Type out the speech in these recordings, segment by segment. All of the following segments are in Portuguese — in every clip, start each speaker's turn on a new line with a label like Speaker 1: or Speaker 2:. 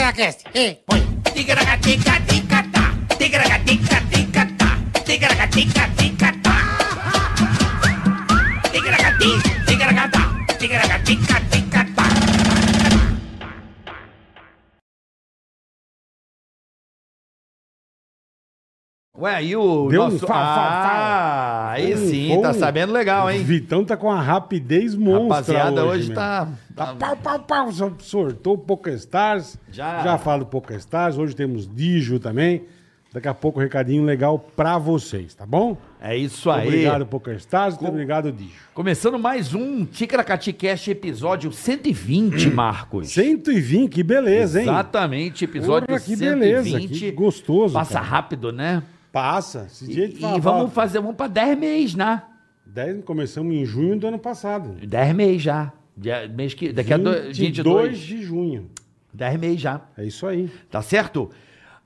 Speaker 1: Ticaracatacast. Ei, põe.
Speaker 2: Ticaracatica-ticatá, ticaracatica-ticatá, ticaracatica-ticatá. Ticaracati, ticaracatá, ticaracatica-ticatá.
Speaker 3: Ué, e o
Speaker 4: Deu um
Speaker 3: nosso...
Speaker 4: fa- fa-
Speaker 3: ah,
Speaker 4: fa-
Speaker 3: aí
Speaker 4: um-
Speaker 3: sim, tá
Speaker 4: um-
Speaker 3: sabendo legal, hein?
Speaker 4: Vitão tá com uma rapidez monstra
Speaker 3: Rapaziada, hoje,
Speaker 4: meu.
Speaker 3: tá...
Speaker 4: Tá pau, pau, pau, só sortou o PokerStars.
Speaker 3: Já.
Speaker 4: Já falo do PokerStars. Hoje temos Dijo também. Daqui a pouco um recadinho legal pra vocês, tá bom?
Speaker 3: É isso aí.
Speaker 4: Obrigado, PokerStars. Muito obrigado, Dijo.
Speaker 3: Começando mais um Ticaracaticast, episódio
Speaker 4: Hum.
Speaker 3: 120, Marcos.
Speaker 4: 120, que beleza, hein?
Speaker 3: Exatamente, episódio
Speaker 4: Porra, que
Speaker 3: 120.
Speaker 4: beleza, que gostoso,
Speaker 3: Passa
Speaker 4: cara.
Speaker 3: rápido, né?
Speaker 4: Passa. Esse
Speaker 3: E,
Speaker 4: dia de
Speaker 3: e vamos fazer, vamos pra 10 meses, né?
Speaker 4: 10, começamos em junho do ano passado.
Speaker 3: 10 meses já. Dia- mês que, daqui a do,
Speaker 4: 22
Speaker 3: 22.
Speaker 4: de junho.
Speaker 3: 10 meses já.
Speaker 4: É isso aí.
Speaker 3: Tá certo?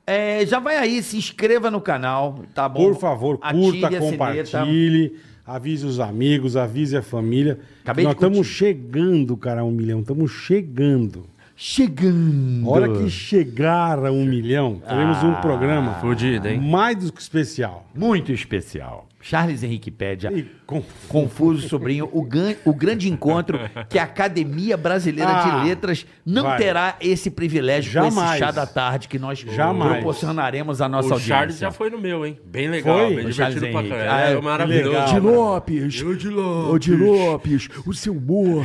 Speaker 3: É, já vai aí, se inscreva no canal, tá bom?
Speaker 4: Por favor,
Speaker 3: Ative
Speaker 4: curta,
Speaker 3: a sineta.
Speaker 4: compartilhe, avise os amigos, avise a família.
Speaker 3: Acabei
Speaker 4: Nós
Speaker 3: de curtir.
Speaker 4: estamos chegando, cara, a um milhão. Estamos chegando.
Speaker 3: Chegando.
Speaker 4: A hora que chegar a um milhão, teremos
Speaker 3: Ah,
Speaker 4: um programa
Speaker 5: fudido, hein?
Speaker 4: mais do que especial.
Speaker 3: Muito especial. Charles Henrique Pédia.
Speaker 4: E com-
Speaker 3: Confuso Sobrinho, o, gan- o grande encontro que a Academia Brasileira
Speaker 4: Ah,
Speaker 3: de Letras não
Speaker 4: vai.
Speaker 3: terá esse privilégio com esse
Speaker 4: Jamais.
Speaker 3: chá da tarde que nós
Speaker 4: Jamais.
Speaker 3: proporcionaremos à
Speaker 5: O
Speaker 3: nossa audiência.
Speaker 5: Charles já foi no meu, hein? Bem legal,
Speaker 4: Foi?
Speaker 5: bem
Speaker 3: O Charles
Speaker 5: divertido pra
Speaker 3: Henrique.
Speaker 5: caralho.
Speaker 3: Ah,
Speaker 5: É,
Speaker 3: que
Speaker 5: maravilhoso.
Speaker 4: legal.
Speaker 5: De
Speaker 4: De
Speaker 5: Lopes. Eu de Lopes.
Speaker 6: Lopes, o seu humor.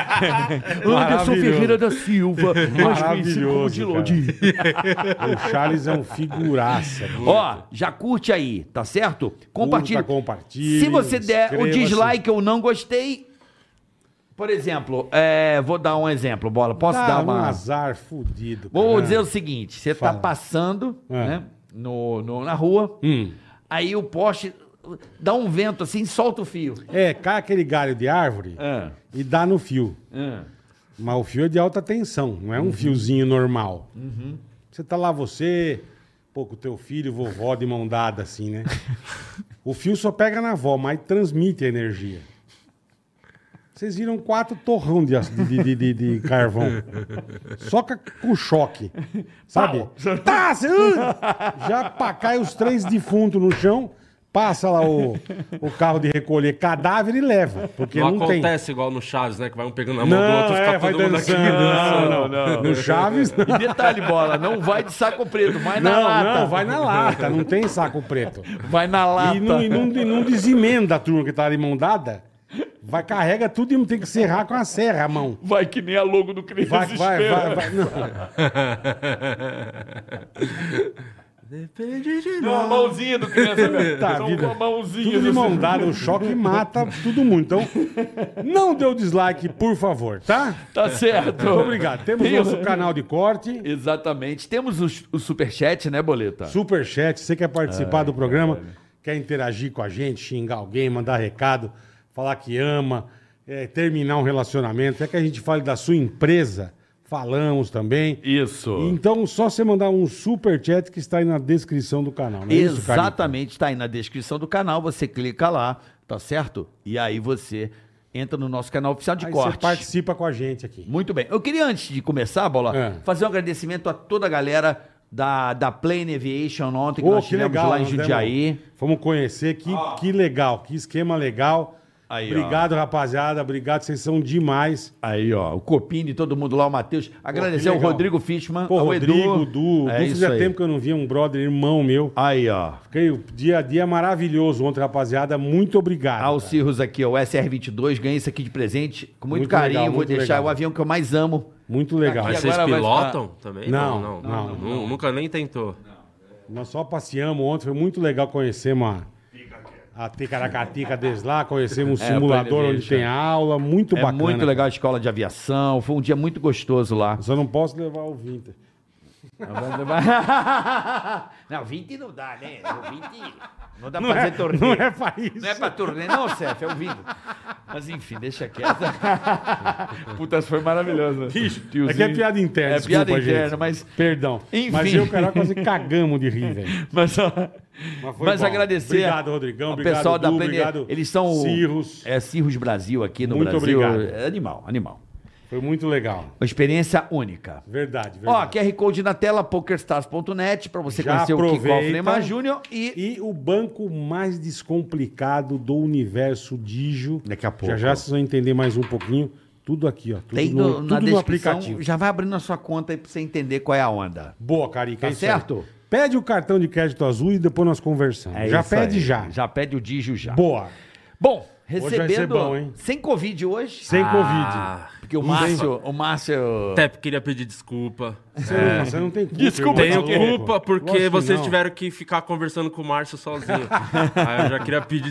Speaker 6: Anderson
Speaker 4: Maravilhoso.
Speaker 6: Ferreira da Silva, mais conhecido como
Speaker 4: Maravilhoso,
Speaker 6: Dilodi.
Speaker 4: O Charles é um figuraça.
Speaker 3: Ó, já curte aí, tá certo? Compartilha.
Speaker 4: compartilhe,
Speaker 3: Se você der o
Speaker 4: inscreva-se.
Speaker 3: dislike ou não gostei, por exemplo, é, vou dar um exemplo, bola. Posso
Speaker 4: Dá
Speaker 3: dar
Speaker 4: um
Speaker 3: uma?
Speaker 4: azar fudido.
Speaker 3: Vou
Speaker 4: cara.
Speaker 3: dizer o seguinte: você tá
Speaker 4: Fala.
Speaker 3: passando
Speaker 4: É. Hum.
Speaker 3: né, no, no- na rua, aí o poste dá um vento assim, solta o fio.
Speaker 4: É, cai aquele galho de árvore
Speaker 3: É.
Speaker 4: e dá no fio. Mas o fio é de alta tensão, não é um fiozinho normal. Você tá lá, você, pô, com teu filho, vovó de mão dada, assim, né? o fio só pega na vó, mas transmite a energia. Vocês viram quatro torrão de, aç- de, de, de- de carvão. Soca com choque. Sabe? Tá, cê- uh! já pá, cai os três defuntos no chão, passa lá o, o carro de recolher cadáver e leva. Porque
Speaker 5: Não,
Speaker 4: não, tem.
Speaker 5: acontece igual no Chaves, né? Que vai um pegando a mão do outro,
Speaker 4: é,
Speaker 5: fica
Speaker 4: vai
Speaker 5: todo mundo aqui.
Speaker 4: dançando. Não, não, No Chaves, não.
Speaker 3: E detalhe, bola, não vai de saco preto, vai na
Speaker 4: Não,
Speaker 3: lata.
Speaker 4: não, vai na lata, não tem saco preto.
Speaker 3: Vai na lata.
Speaker 4: E não, e não, e não desemenda a turma que tá ali mão dada. Vai, carrega tudo e tem que serrar com a serra a mão.
Speaker 3: Vai que nem a logo do Criança
Speaker 4: Vai, vai,
Speaker 3: Espera.
Speaker 4: vai, vai. Não.
Speaker 5: Depende de
Speaker 3: Com a mãozinha do criança.
Speaker 4: Tá,
Speaker 3: São
Speaker 4: vida.
Speaker 3: com a mãozinha.
Speaker 4: Tudo de
Speaker 3: assim.
Speaker 4: mão dada, o choque mata tudo muito. Então, não dê o dislike, por favor, tá?
Speaker 3: Tá certo.
Speaker 4: Muito obrigado. Temos
Speaker 3: Tem-
Speaker 4: nosso canal de corte.
Speaker 3: Exatamente. Temos o, o superchat, né, Boleta?
Speaker 4: Superchat, você quer participar do programa, quer interagir com a gente, xingar alguém, mandar recado, falar que ama, é, terminar um relacionamento, quer que a gente fale da sua empresa, falamos também.
Speaker 3: Isso.
Speaker 4: Então, só você mandar um superchat que está aí na descrição do canal, não é isso, Carlito?
Speaker 3: Exatamente. Tá aí na descrição do canal. Você clica lá, tá certo? E aí você entra no nosso canal oficial de
Speaker 4: Aí você
Speaker 3: corte. Hum,
Speaker 4: participa com a gente aqui.
Speaker 3: Muito bem. Eu queria, antes de começar, Bola,
Speaker 4: É.
Speaker 3: fazer um agradecimento a toda a galera da, da Plane Aviation ontem, que
Speaker 4: Ô,
Speaker 3: nós
Speaker 4: que
Speaker 3: tivemos
Speaker 4: legal.
Speaker 3: lá em
Speaker 4: nós demos-
Speaker 3: Jundiaí.
Speaker 4: Fomos conhecer, que, que legal, que esquema legal.
Speaker 3: Aí, ó.
Speaker 4: obrigado, rapaziada, obrigado, vocês são demais.
Speaker 3: Aí, ó, o Copini, todo mundo lá, o Matheus. Agradecer ao
Speaker 4: legal.
Speaker 3: Rodrigo Fishman,
Speaker 4: Pô,
Speaker 3: ao
Speaker 4: Rodrigo,
Speaker 3: Ah, Edu.
Speaker 4: Du,
Speaker 3: é
Speaker 4: Du
Speaker 3: isso
Speaker 4: fazia
Speaker 3: aí.
Speaker 4: tempo que eu não via um brother, irmão meu.
Speaker 3: Aí, ó.
Speaker 4: Fiquei o dia a dia maravilhoso ontem, rapaziada. Muito obrigado.
Speaker 3: Ao
Speaker 4: cara.
Speaker 3: Cirrus aqui, ó, Ah, o SR22, ganhei isso aqui de presente com muito,
Speaker 4: Muito
Speaker 3: carinho.
Speaker 4: legal,
Speaker 3: vou
Speaker 4: muito
Speaker 3: deixar
Speaker 4: legal.
Speaker 3: o avião que eu mais amo.
Speaker 4: Muito legal.
Speaker 3: Aqui
Speaker 5: Mas
Speaker 3: E
Speaker 5: vocês
Speaker 3: agora vai
Speaker 5: pilotam também?
Speaker 4: Não,
Speaker 5: não,
Speaker 4: não,
Speaker 5: Nu- Nunca nem tentou.
Speaker 4: Nós só passeamos ontem, foi muito legal conhecemos a, a Ticaracatica desde lá, conhecemos o
Speaker 3: É,
Speaker 4: simulador
Speaker 3: Plane
Speaker 4: onde
Speaker 3: Aviation.
Speaker 4: tem aula. Muito
Speaker 3: é
Speaker 4: bacana.
Speaker 3: muito legal a escola de aviação. Foi um dia muito gostoso lá.
Speaker 4: Só não posso levar o Vinter.
Speaker 3: não, 20 não dá, né? O 20 não dá
Speaker 4: Não
Speaker 3: pra fazer
Speaker 4: é,
Speaker 3: torneio.
Speaker 4: não é pra isso.
Speaker 3: Não é pra turnê, não, Cef, é o vídeo. Mas enfim, deixa quieto. Puta, foi maravilhoso. Bicho,
Speaker 4: É que é piada interna,
Speaker 3: É
Speaker 4: desculpa,
Speaker 3: piada interna,
Speaker 4: gente.
Speaker 3: mas-
Speaker 4: Perdão.
Speaker 3: Enfim.
Speaker 4: Mas eu e o Carioca quase cagamos de rir, velho.
Speaker 3: Mas, ó,
Speaker 4: Mas
Speaker 3: mas,
Speaker 4: foi bom.
Speaker 3: agradecer.
Speaker 4: Obrigado, Rodrigão,
Speaker 3: ao
Speaker 4: obrigado,
Speaker 3: pessoal da
Speaker 4: Du,
Speaker 3: Plane.
Speaker 4: obrigado,
Speaker 3: Eles são. o-
Speaker 4: Cirrus.
Speaker 3: É Cirrus Brasil aqui no
Speaker 4: Muito
Speaker 3: Brasil.
Speaker 4: obrigado.
Speaker 3: É animal, animal.
Speaker 4: Foi muito legal.
Speaker 7: Uma experiência única.
Speaker 4: Verdade,
Speaker 7: Ó,
Speaker 4: verdade.
Speaker 7: QR Code na tela, pokerstars.net, pra você
Speaker 4: Já
Speaker 7: conhecer o Kickoff
Speaker 4: aproveita.
Speaker 7: Neymar Júnior e...
Speaker 4: E o banco mais descomplicado do universo Digio.
Speaker 7: Daqui a pouco.
Speaker 4: Já já vocês vão entender mais um pouquinho. Tudo aqui, ó. Tudo
Speaker 7: Tem
Speaker 4: no,
Speaker 7: no-
Speaker 4: tudo
Speaker 7: na
Speaker 4: no
Speaker 7: descrição,
Speaker 4: aplicativo.
Speaker 7: já vai abrindo a sua conta aí pra você entender qual é a onda.
Speaker 4: Boa, Carica.
Speaker 7: Tá
Speaker 4: é isso aí.
Speaker 7: certo?
Speaker 4: Pede o cartão de crédito azul e depois nós conversamos.
Speaker 7: É
Speaker 4: já
Speaker 7: isso
Speaker 4: pede
Speaker 7: aí.
Speaker 4: já.
Speaker 7: Já pede o Digio já.
Speaker 4: Boa.
Speaker 7: Bom,
Speaker 4: Hoje vai ser
Speaker 7: recebendo...
Speaker 4: bom, hein?
Speaker 7: Sem Covid hoje.
Speaker 4: Sem
Speaker 5: Ah,
Speaker 7: Porque o
Speaker 4: Não tem-
Speaker 7: Márcio... O Márcio...
Speaker 5: até queria pedir desculpa.
Speaker 4: Covid. Você,
Speaker 5: É.
Speaker 4: não, você não tem culpa.
Speaker 7: Desculpa,
Speaker 4: irmão,
Speaker 5: Tenho
Speaker 4: tá louco?
Speaker 5: culpa porque
Speaker 4: Lógico que
Speaker 5: vocês
Speaker 4: não.
Speaker 5: tiveram que ficar conversando com o Márcio sozinho. Aí eu já queria pedir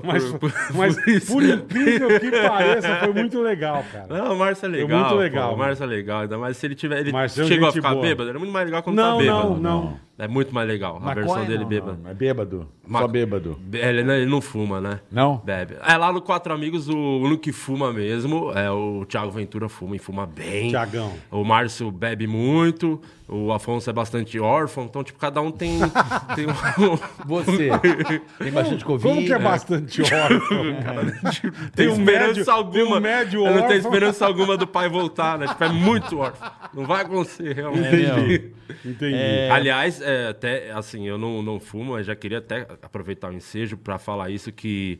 Speaker 4: Mas,
Speaker 5: por, por-
Speaker 4: mas
Speaker 5: por isso.
Speaker 4: por incrível que pareça, foi muito legal, cara.
Speaker 5: Não, o Márcio é legal.
Speaker 4: muito
Speaker 5: pô,
Speaker 4: legal.
Speaker 5: o Márcio é legal. Ainda mais se ele tiver. Ele
Speaker 4: Marcelo,
Speaker 5: chegou a
Speaker 4: gente
Speaker 5: ficar
Speaker 4: boa.
Speaker 5: bêbado. Era muito mais legal quando
Speaker 4: Não,
Speaker 5: tá bêbado.
Speaker 4: não, não.
Speaker 5: É muito mais legal. A
Speaker 7: Maconha,
Speaker 5: versão dele
Speaker 7: não,
Speaker 5: bêbado.
Speaker 7: não, é bêbado. Só
Speaker 5: Maco-
Speaker 7: bêbado.
Speaker 5: Ele, não- ele não fuma, né?
Speaker 7: Não?
Speaker 5: Bebe. É, lá no Quatro Amigos, o único que fuma mesmo é o Thiago Ventura fuma e fuma bem.
Speaker 4: Thiagão.
Speaker 5: O Márcio bebe muito, o Afonso é bastante órfão, então, tipo, cada um tem, tem um...
Speaker 7: Você tem bastante Covid? né?
Speaker 4: Como que é bastante órfão?
Speaker 5: tipo, Tem,
Speaker 4: um
Speaker 5: esperança
Speaker 4: médio-
Speaker 5: alguma.
Speaker 4: tem um médio
Speaker 5: Eu não
Speaker 4: órfão.
Speaker 5: tenho esperança alguma do pai voltar, né? Tipo, é muito órfão. Não vai acontecer, realmente.
Speaker 4: Entendi. Entendi.
Speaker 5: Aliás, é, até assim, eu não, não fumo, mas já queria até aproveitar o ensejo para falar isso que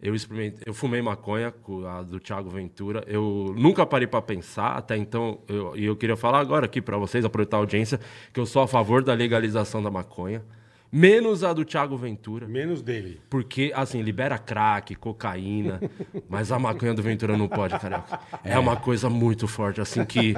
Speaker 5: eu experimentei, eu fumei maconha com a do Thiago Ventura. Eu nunca parei para pensar até então, eu- e eu, queria falar agora aqui para vocês, aproveitar a audiência, que eu sou a favor da legalização da maconha, menos a do Thiago Ventura.
Speaker 4: Menos dele.
Speaker 5: Porque, assim, libera crack, cocaína, mas a maconha do Ventura não pode, carioca. É. uma coisa muito forte, assim, que...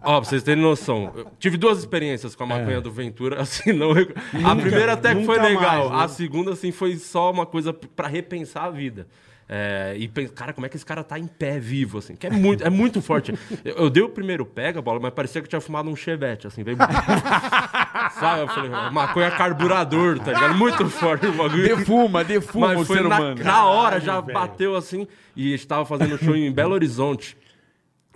Speaker 5: Ó, pra vocês terem noção, eu tive duas experiências com a maconha do Ventura, assim, não... a primeira até que foi
Speaker 4: É. nunca
Speaker 5: legal,
Speaker 4: mais, né?
Speaker 5: a segunda, assim, foi só uma coisa pra repensar a vida. É, e pensa, cara, como é que esse cara tá em pé vivo, assim? Que é muito, é muito forte. Eu, eu dei o primeiro pega, bola, mas parecia que eu tinha fumado um chevette, assim, veio. Sabe? Eu falei, maconha carburador, tá ligado? Muito forte o bagulho.
Speaker 7: Defuma, defuma o
Speaker 5: Mas foi
Speaker 7: ser
Speaker 5: na,
Speaker 7: humano.
Speaker 5: na hora, já bateu assim. E a gente tava fazendo show em Belo Horizonte.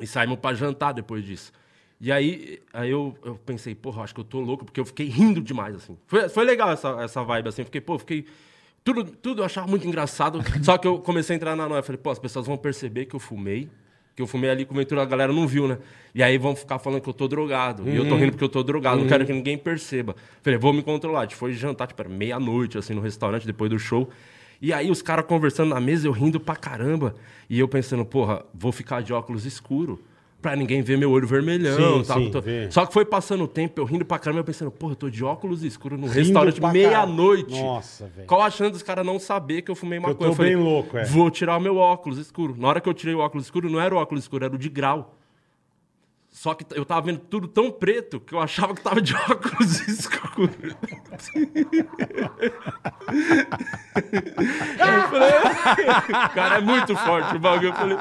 Speaker 5: E saímos pra jantar depois disso. E aí, aí eu, eu pensei, porra, acho que eu tô louco, porque eu fiquei rindo demais, assim. Foi, foi legal essa, essa vibe, assim. Fiquei, pô, fiquei... Tudo, tudo eu achava muito engraçado. Só que eu comecei a entrar na noia. Falei, pô, as pessoas vão perceber que eu fumei. Que eu fumei ali com o Ventura, a galera não viu, né? E aí vão ficar falando que eu tô drogado. E eu tô rindo porque eu tô drogado. Não quero que ninguém perceba. Falei, vou me controlar. A gente foi jantar, tipo, era meia-noite, assim, no restaurante, depois do show. E aí os caras conversando na mesa, eu rindo pra caramba. E eu pensando, porra, vou ficar de óculos escuro. Pra ninguém ver meu olho vermelhão.
Speaker 4: Sim,
Speaker 5: tá?
Speaker 4: sim,
Speaker 5: Tô-
Speaker 4: vê.
Speaker 5: Só que foi passando o tempo, eu rindo pra caramba, eu pensando, porra, eu tô de óculos escuro no
Speaker 4: Rindo
Speaker 5: restaurante
Speaker 4: pra
Speaker 5: meia-noite.
Speaker 4: caralho. Nossa, velho.
Speaker 5: Qual a chance dos caras não saber que eu fumei maconha?
Speaker 4: tô bem louco, é.
Speaker 5: Vou tirar o meu óculos escuro. Na hora que eu tirei o óculos escuro, não era o óculos escuro, era o de grau. Só que t- eu tava vendo tudo tão preto que eu achava que tava de óculos escuro. Eu falei, o cara é muito forte o bagulho. Eu falei,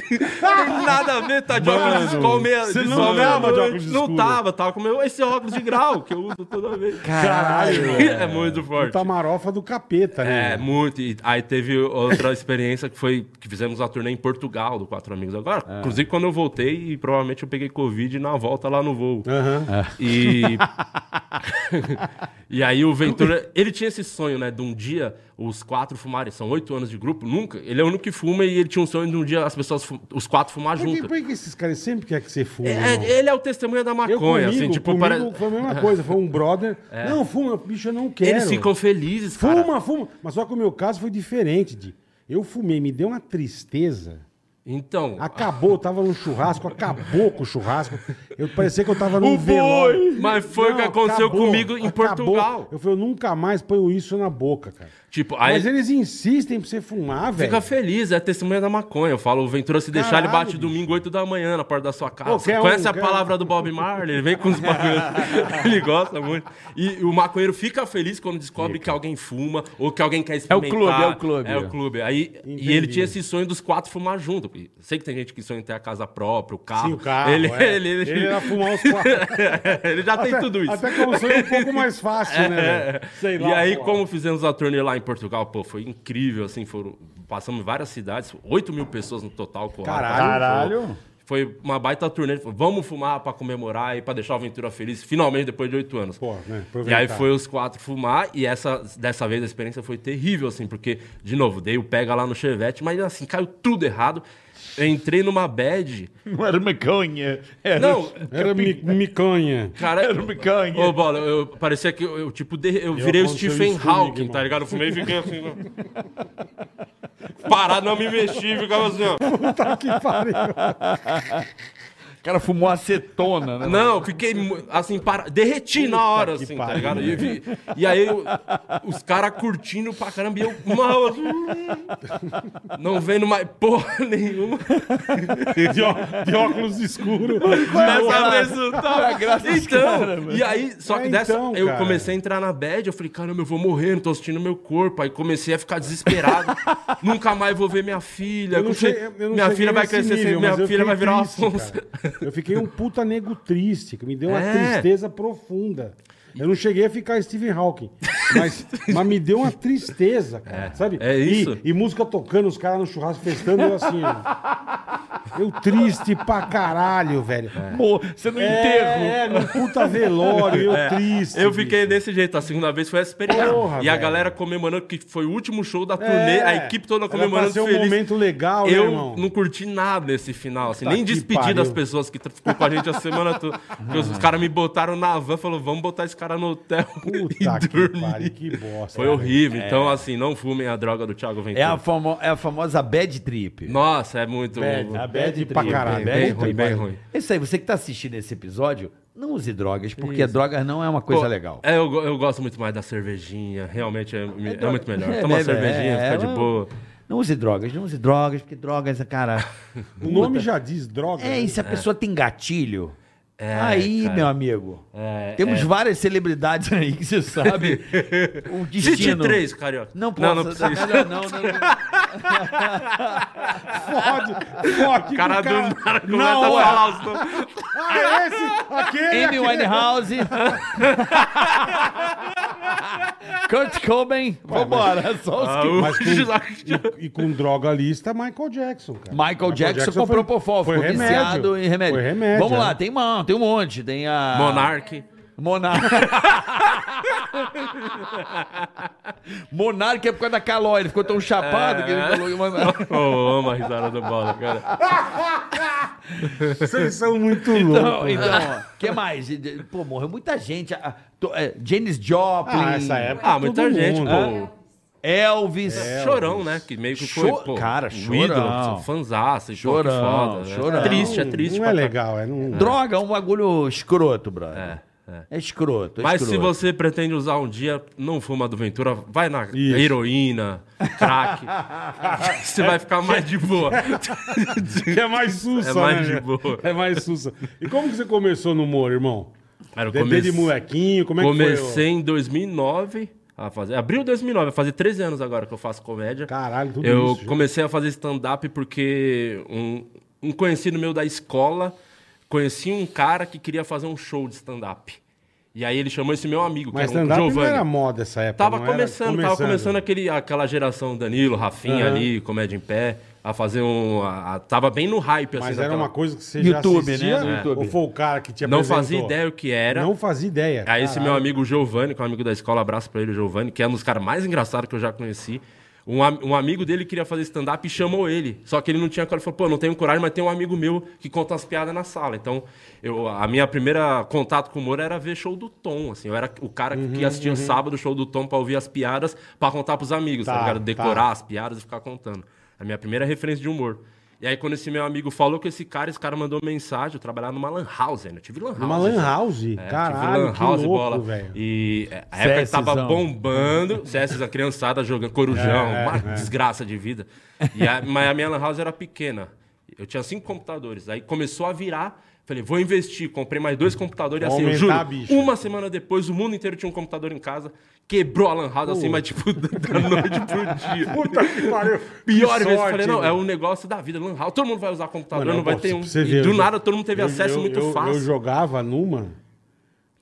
Speaker 5: tem nada a ver, tá de óculos
Speaker 4: Mano,
Speaker 5: escuro. meia-
Speaker 4: você
Speaker 5: de
Speaker 4: não
Speaker 5: sol
Speaker 4: tava de
Speaker 5: meia-noite.
Speaker 4: óculos escuro.
Speaker 5: Não tava, tava com o meu, esse óculos de grau que eu uso toda vez.
Speaker 4: Caralho,
Speaker 5: É muito forte.
Speaker 4: Puta marofa do capeta, né?
Speaker 5: É, muito. E aí teve outra experiência que foi que fizemos uma turnê em Portugal do Quatro Amigos. Agora,
Speaker 4: É.
Speaker 5: inclusive quando eu voltei, e provavelmente eu peguei Covid na volta lá no voo.
Speaker 4: Aham.
Speaker 5: E. e aí o Ventura. Ele tinha esse sonho, né? De um dia os quatro fumarem. São oito anos de grupo, nunca. Ele é o único que fuma e ele tinha um sonho de um dia as pessoas, fu- os quatro fumar
Speaker 4: Por, que,
Speaker 5: junto.
Speaker 4: por que esses caras sempre querem que você fume?
Speaker 5: É,
Speaker 4: irmão?
Speaker 5: ele é o testemunha da maconha,
Speaker 4: eu comigo,
Speaker 5: assim, tipo,
Speaker 4: comigo
Speaker 5: parece.
Speaker 4: foi a mesma coisa, foi um brother. Não, fuma, bicho, eu não quero.
Speaker 5: Eles ficam felizes, cara.
Speaker 4: Fuma, fuma. Mas só que o meu caso foi diferente, de Eu fumei, me deu uma tristeza.
Speaker 5: Então.
Speaker 4: Acabou, eu tava no churrasco, acabou com o churrasco. Eu parecia que eu tava num velório.
Speaker 5: Mas foi o que
Speaker 4: Não,
Speaker 5: aconteceu
Speaker 4: acabou,
Speaker 5: comigo em
Speaker 4: acabou.
Speaker 5: Portugal.
Speaker 4: Eu falei, eu nunca mais ponho isso na boca, cara.
Speaker 5: Tipo, aí
Speaker 4: Mas eles insistem pra você fumar, velho.
Speaker 5: Fica feliz, é testemunha da maconha. Eu falo, o Ventura se deixar, ele
Speaker 4: Caralho,
Speaker 5: bate
Speaker 4: bicho.
Speaker 5: domingo, 8 da manhã, na porta da sua casa.
Speaker 4: Pô, quer
Speaker 5: Conhece
Speaker 4: um,
Speaker 5: a
Speaker 4: quer
Speaker 5: palavra do Bob Marley, ele vem com os bagulhos. ele gosta muito. E o maconheiro fica feliz quando descobre que alguém fuma ou que alguém quer experimentar.
Speaker 7: clube, é o clube.
Speaker 5: É o clube. Aí,
Speaker 4: Entendi.
Speaker 5: e ele tinha esse sonho dos quatro fumar junto. E Sei que tem gente que sonha em ter a casa própria, o carro.
Speaker 4: Sim, o carro,
Speaker 5: Ah, Ele,
Speaker 4: é.
Speaker 5: ele, ele,
Speaker 4: Ele ia fumar os quatro.
Speaker 5: ele já tem tudo isso. É.
Speaker 4: Até que eu sou um pouco mais fácil, né? velho? Sei lá.
Speaker 5: e aí,
Speaker 4: pô.
Speaker 5: como fizemos a turnê lá em Portugal, pô, foi incrível, assim, foram, passamos em várias cidades, 8 mil pessoas no total. Pô,
Speaker 4: Caralho.
Speaker 5: Foi-
Speaker 7: Caralho.
Speaker 5: Foi, Foi uma baita turnê. Ele falou, vamos fumar pra comemorar e pra deixar a aventura feliz, finalmente, depois de oito anos.
Speaker 4: Pô, né?
Speaker 5: E aí
Speaker 4: aproveitar.
Speaker 5: foi os quatro fumar, e essa, dessa vez a experiência foi terrível, assim, porque, de novo, dei o pega lá no Chevette, mas assim, caiu tudo errado. Eu entrei numa bad.
Speaker 7: Não era maconha. Era...
Speaker 5: Não,
Speaker 4: Era mi- micanha.
Speaker 5: cara.
Speaker 7: Era picanha.
Speaker 5: Ô, bola, eu parecia que eu, eu, tipo, de- eu virei o
Speaker 4: aconteceu
Speaker 5: Stephen
Speaker 4: isso comigo,
Speaker 5: Hawking,
Speaker 4: irmão.
Speaker 5: tá ligado? Eu fumei e fiquei assim, ó. Parado, não me mexi, ficava assim, ó.
Speaker 7: O cara fumou acetona, né?
Speaker 5: Não, eu fiquei mu- assim, para... derreti na hora, assim, tá ligado? E, vi- e aí eu- os caras curtindo pra caramba e eu mal, assim, não vendo mais porra nenhuma.
Speaker 4: De, ó- de óculos escuros.
Speaker 5: Nessa vez eu tava- Então, e aí, só que
Speaker 4: É,
Speaker 5: dessa,
Speaker 4: então,
Speaker 5: eu
Speaker 4: cara.
Speaker 5: comecei a entrar na bad, eu falei, caramba, eu vou morrer, não tô assistindo meu corpo. Aí comecei a ficar desesperado. Nunca mais vou ver minha
Speaker 4: Eu
Speaker 5: filha.
Speaker 4: não
Speaker 5: Comecei-
Speaker 4: sei- eu não
Speaker 5: minha
Speaker 4: cheguei
Speaker 5: filha vai
Speaker 4: nesse
Speaker 5: crescer,
Speaker 4: nível,
Speaker 5: sem-
Speaker 4: mas
Speaker 5: minha
Speaker 4: eu
Speaker 5: filha vai
Speaker 4: fiquei
Speaker 5: virar uma
Speaker 4: triste,
Speaker 5: sonsa.
Speaker 4: cara. Eu fiquei um puta nego triste, que me deu uma
Speaker 5: É.
Speaker 4: tristeza profunda. Eu não cheguei a ficar Stephen Hawking, mas, mas me deu uma tristeza, cara, sabe?
Speaker 5: é
Speaker 4: E-
Speaker 5: isso.
Speaker 4: E, música tocando, os caras no churrasco festando, eu assim, ó. eu triste pra caralho, velho.
Speaker 7: Pô, Você não
Speaker 4: É, é,
Speaker 7: enterro.
Speaker 4: num puta velório, eu
Speaker 5: É,
Speaker 4: triste.
Speaker 5: Eu fiquei
Speaker 4: bicho.
Speaker 5: desse jeito. A segunda vez foi essa experiência.
Speaker 4: Porra,
Speaker 5: e a
Speaker 4: velho.
Speaker 5: galera comemorando que foi o último show da turnê,
Speaker 4: É.
Speaker 5: a equipe toda
Speaker 4: Era pra
Speaker 5: comemorando
Speaker 4: ser um
Speaker 5: feliz.
Speaker 4: momento legal, né,
Speaker 5: eu
Speaker 4: irmão?
Speaker 5: não curti nada nesse final, assim,
Speaker 4: Tá
Speaker 5: nem
Speaker 4: que
Speaker 5: despedi das
Speaker 4: pariu.
Speaker 5: pessoas que t- ficou com a gente a semana toda. Porque os caras me botaram na van, falou, vamos botar esse cara no hotel
Speaker 4: Puta
Speaker 5: e
Speaker 4: que
Speaker 5: dormir.
Speaker 4: pariu, que bosta.
Speaker 5: Foi
Speaker 4: cara.
Speaker 5: horrível. Então, assim, não fumem a droga do Thiago Ventura.
Speaker 3: É a, famo- é a famosa bad trip.
Speaker 5: Nossa, é muito...
Speaker 3: a bad
Speaker 4: pra caralho.
Speaker 5: Bem
Speaker 4: Puta
Speaker 5: ruim,
Speaker 4: que
Speaker 5: bem
Speaker 4: pariu.
Speaker 5: ruim.
Speaker 3: É Isso aí, você que tá assistindo esse episódio, não use drogas, porque drogas não é uma coisa
Speaker 5: Pô,
Speaker 3: legal.
Speaker 5: É, eu, go- eu gosto muito mais da cervejinha. Realmente é, é
Speaker 3: droga-
Speaker 5: muito melhor.
Speaker 3: é,
Speaker 5: Toma
Speaker 3: é,
Speaker 5: cervejinha,
Speaker 3: é,
Speaker 5: fica de
Speaker 3: é,
Speaker 5: boa.
Speaker 3: Não use drogas, não use drogas, porque drogas, cara.
Speaker 4: O nome já diz droga.
Speaker 3: É,
Speaker 4: né?
Speaker 3: e se a pessoa tem gatilho? aí, meu amigo.
Speaker 5: É,
Speaker 3: temos várias celebridades aí que você sabe. o destino.
Speaker 5: Cite três, carioca.
Speaker 3: Não posso.
Speaker 5: Não, não precisa.
Speaker 3: melhor não, não, não.
Speaker 4: Fode, fode.
Speaker 5: O cara
Speaker 4: com
Speaker 5: do nada começa
Speaker 4: Na
Speaker 5: a
Speaker 4: hora.
Speaker 5: falar os nomes.
Speaker 4: Ah, esse, aquele,
Speaker 3: Amy
Speaker 4: aquele.
Speaker 3: Winehouse. Kurt Cobain. Vambora. Só os
Speaker 5: Ah,
Speaker 3: que...
Speaker 5: o-
Speaker 4: Mas com, e, e com droga lista, Michael Jackon, cara.
Speaker 3: Michael Jackson, comprou Pofol, ficou viciado em remédio.
Speaker 4: Foi remédio.
Speaker 3: Vamos
Speaker 4: é.
Speaker 3: lá, tem, uma, tem um monte. Tem a. Ah.
Speaker 5: Monark.
Speaker 3: Monarca. Monarca é por causa da calói. Ele ficou tão chapado que
Speaker 5: É.
Speaker 3: ele falou que. Monarca-
Speaker 5: Ô, oh, uma risada do bola, cara.
Speaker 4: Vocês são muito
Speaker 3: Então,
Speaker 4: loucos.
Speaker 3: então, o que mais? E, de- Pô, morreu muita gente. A- a- to- é, Janis Joplin,
Speaker 4: ah, essa época.
Speaker 5: Ah, muita
Speaker 4: todo
Speaker 5: gente,
Speaker 4: mundo. É,
Speaker 5: pô.
Speaker 3: Elvis.
Speaker 5: Chorão, né? Que meio que foi,
Speaker 3: Cho-
Speaker 5: pô,
Speaker 3: cara,
Speaker 5: um ídolo,
Speaker 3: Chorão.
Speaker 5: fanzaço,
Speaker 3: Chorão,
Speaker 5: foda, né?
Speaker 3: Chorão.
Speaker 5: É triste, é triste.
Speaker 4: Não
Speaker 5: pra
Speaker 4: é
Speaker 5: caralho.
Speaker 4: legal, é. Não...
Speaker 3: Droga é um bagulho escroto, brother. É, escroto, é
Speaker 5: Mas se
Speaker 3: escroto.
Speaker 5: você pretende usar um dia, não fuma do Ventura, vai na
Speaker 4: Isso.
Speaker 5: heroína, crack. você vai ficar mais de boa.
Speaker 4: Que é mais sussa,
Speaker 5: É mais
Speaker 4: né?
Speaker 5: de boa.
Speaker 4: É mais sussa. E como que você começou no humor, irmão?
Speaker 5: Cara, eu
Speaker 4: Bebê
Speaker 5: comecei-
Speaker 4: de molequinho, como é que foi?
Speaker 5: Comecei em 2009 a fazer. Abril de 2009, vai fazer 13 anos agora que eu faço comédia.
Speaker 4: Caralho, tudo
Speaker 5: Eu
Speaker 4: isso, já.
Speaker 5: comecei a fazer stand-up porque um, um conhecido meu da escola conhecia um cara que queria fazer um show de stand-up. E aí ele chamou esse meu amigo, que
Speaker 4: Mas
Speaker 5: era o
Speaker 4: stand-up não
Speaker 5: Giovanni.
Speaker 4: era moda essa época.
Speaker 5: Tava
Speaker 4: não era-
Speaker 5: começando, tava começando aquele, aquela geração Danilo, Rafinha
Speaker 4: Aham.
Speaker 5: ali, comédia em pé, a fazer um. a- a- tava bem no hype, assim.
Speaker 4: Mas era
Speaker 5: daquela-
Speaker 4: uma coisa que você
Speaker 3: YouTube,
Speaker 4: já
Speaker 3: né?
Speaker 4: assistia?
Speaker 3: No YouTube.
Speaker 4: Ou foi o cara que te
Speaker 5: Não
Speaker 4: apresentou?
Speaker 5: fazia ideia o que era.
Speaker 4: Não fazia ideia.
Speaker 5: Aí esse meu amigo Giovanni, que é um amigo da escola, abraço pra ele, Giovanni, que é um dos caras mais engraçados que eu já conheci. Um, am- um amigo dele queria fazer stand-up e chamou ele. Só que ele não tinha coragem. Ele falou, pô, não tenho coragem, mas tem um amigo meu que conta as piadas na sala. Então, eu, a minha primeira contato com o humor era ver show do Tom, assim. Eu era o cara
Speaker 4: Uhum,
Speaker 5: que assistia sábado o show do Tom pra ouvir as piadas, pra contar pros amigos, tá,
Speaker 4: Tá,
Speaker 5: ligado?
Speaker 4: tá.
Speaker 5: Decorar as piadas e ficar contando. A minha primeira referência de humor. E aí, quando esse meu amigo falou com esse cara, esse cara mandou mensagem. Eu trabalhava numa lan house ainda. Eu tive lan house.
Speaker 4: Uma lan
Speaker 5: já.
Speaker 4: house?
Speaker 5: É,
Speaker 4: Caralho,
Speaker 5: tive
Speaker 4: que louco, velho.
Speaker 5: E é, a época que tava
Speaker 3: CSzão.
Speaker 5: bombando, CS, a criançada jogando corujão,
Speaker 4: É, é,
Speaker 5: uma
Speaker 4: é.
Speaker 5: desgraça de vida. E a, mas a minha lan house era pequena. Eu tinha cinco computadores. Aí começou a virar. Falei, vou investir. Comprei mais dois computadores.
Speaker 4: Vou
Speaker 5: assim, eu juro,
Speaker 4: aumentar, bicho.
Speaker 5: uma semana depois, o mundo inteiro tinha um computador em casa. Quebrou a lan house, assim, mas tipo, da noite pro dia.
Speaker 4: Puta que pariu.
Speaker 5: Pior
Speaker 4: Que
Speaker 5: vez, eu
Speaker 4: sorte,
Speaker 5: falei, não, é
Speaker 4: velho.
Speaker 5: um negócio da vida, lan house. Todo mundo vai usar computador,
Speaker 4: Mano,
Speaker 5: não vai
Speaker 4: eu-
Speaker 5: ter
Speaker 4: pra
Speaker 5: um.
Speaker 4: você
Speaker 5: E
Speaker 4: ver,
Speaker 5: do
Speaker 4: eu-
Speaker 5: nada, todo mundo teve
Speaker 4: eu-
Speaker 5: acesso
Speaker 4: eu-
Speaker 5: muito
Speaker 4: eu-
Speaker 5: fácil.
Speaker 4: Eu jogava numa,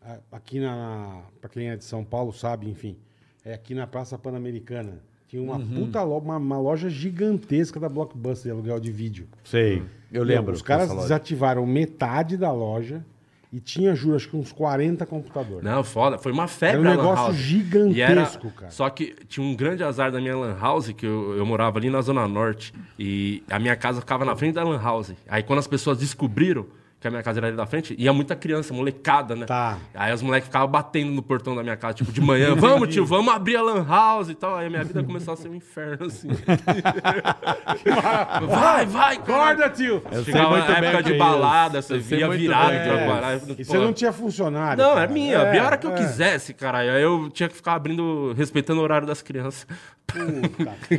Speaker 4: a- aqui na. Pra quem é de São Paulo sabe, enfim. É aqui na Praça
Speaker 5: Uhum.
Speaker 4: Pan-Americana. Tinha uma puta loja, uma, uma loja gigantesca da Blockbuster de aluguel de vídeo.
Speaker 3: Sei. Eu
Speaker 4: Meu,
Speaker 3: lembro.
Speaker 4: Os caras
Speaker 3: dessa loja.
Speaker 4: desativaram metade da loja e tinha, juro, acho que uns 40 computadores.
Speaker 5: Não, foda. Foi uma febre
Speaker 4: Era um
Speaker 5: a lan
Speaker 4: negócio
Speaker 5: house.
Speaker 4: gigantesco,
Speaker 5: E era-
Speaker 4: cara.
Speaker 5: Só que tinha um grande azar da minha lan house, que eu, eu morava ali na Zona Norte. E a minha casa ficava na frente da lan house. Aí quando as pessoas descobriram que a minha casa era ali da frente, ia muita criança, molecada, né?
Speaker 4: Tá.
Speaker 5: Aí os moleques ficavam batendo no portão da minha casa, tipo, de manhã. Vamos, tio, vamos abrir a lan house e tal. Aí a minha vida começou a ser um inferno, assim. vai, vai, corda!
Speaker 4: Acorda, tio!
Speaker 5: Chegava
Speaker 7: muito
Speaker 5: na
Speaker 7: bem o
Speaker 5: época
Speaker 7: que
Speaker 5: de
Speaker 7: é
Speaker 5: balada, você
Speaker 7: Eu sei
Speaker 5: via
Speaker 7: muito
Speaker 5: virada
Speaker 7: bem
Speaker 5: de
Speaker 7: o que é
Speaker 5: Alvará.
Speaker 4: E você não tinha funcionário.
Speaker 5: Não,
Speaker 4: cara.
Speaker 5: é minha. É, a hora que eu
Speaker 4: é.
Speaker 5: quisesse, caralho. Aí eu tinha que ficar abrindo, respeitando o horário das crianças.
Speaker 4: Puta que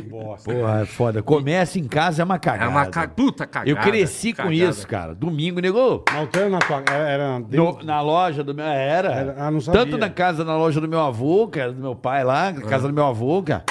Speaker 4: bosta.
Speaker 3: Porra, é foda. Começa em casa é uma
Speaker 5: É
Speaker 3: cagada.
Speaker 5: uma ca- puta cagada.
Speaker 3: Eu cresci com
Speaker 5: cagada.
Speaker 3: isso, cara. Domingo, nego.
Speaker 4: Maltando na tua. Era, era dentro-
Speaker 3: no- na loja do meu. Era.
Speaker 4: Era- ah, não sabia.
Speaker 3: Tanto na casa, na loja do meu avô, cara, do meu pai lá,
Speaker 5: Ah.
Speaker 3: na casa do meu avô, cara.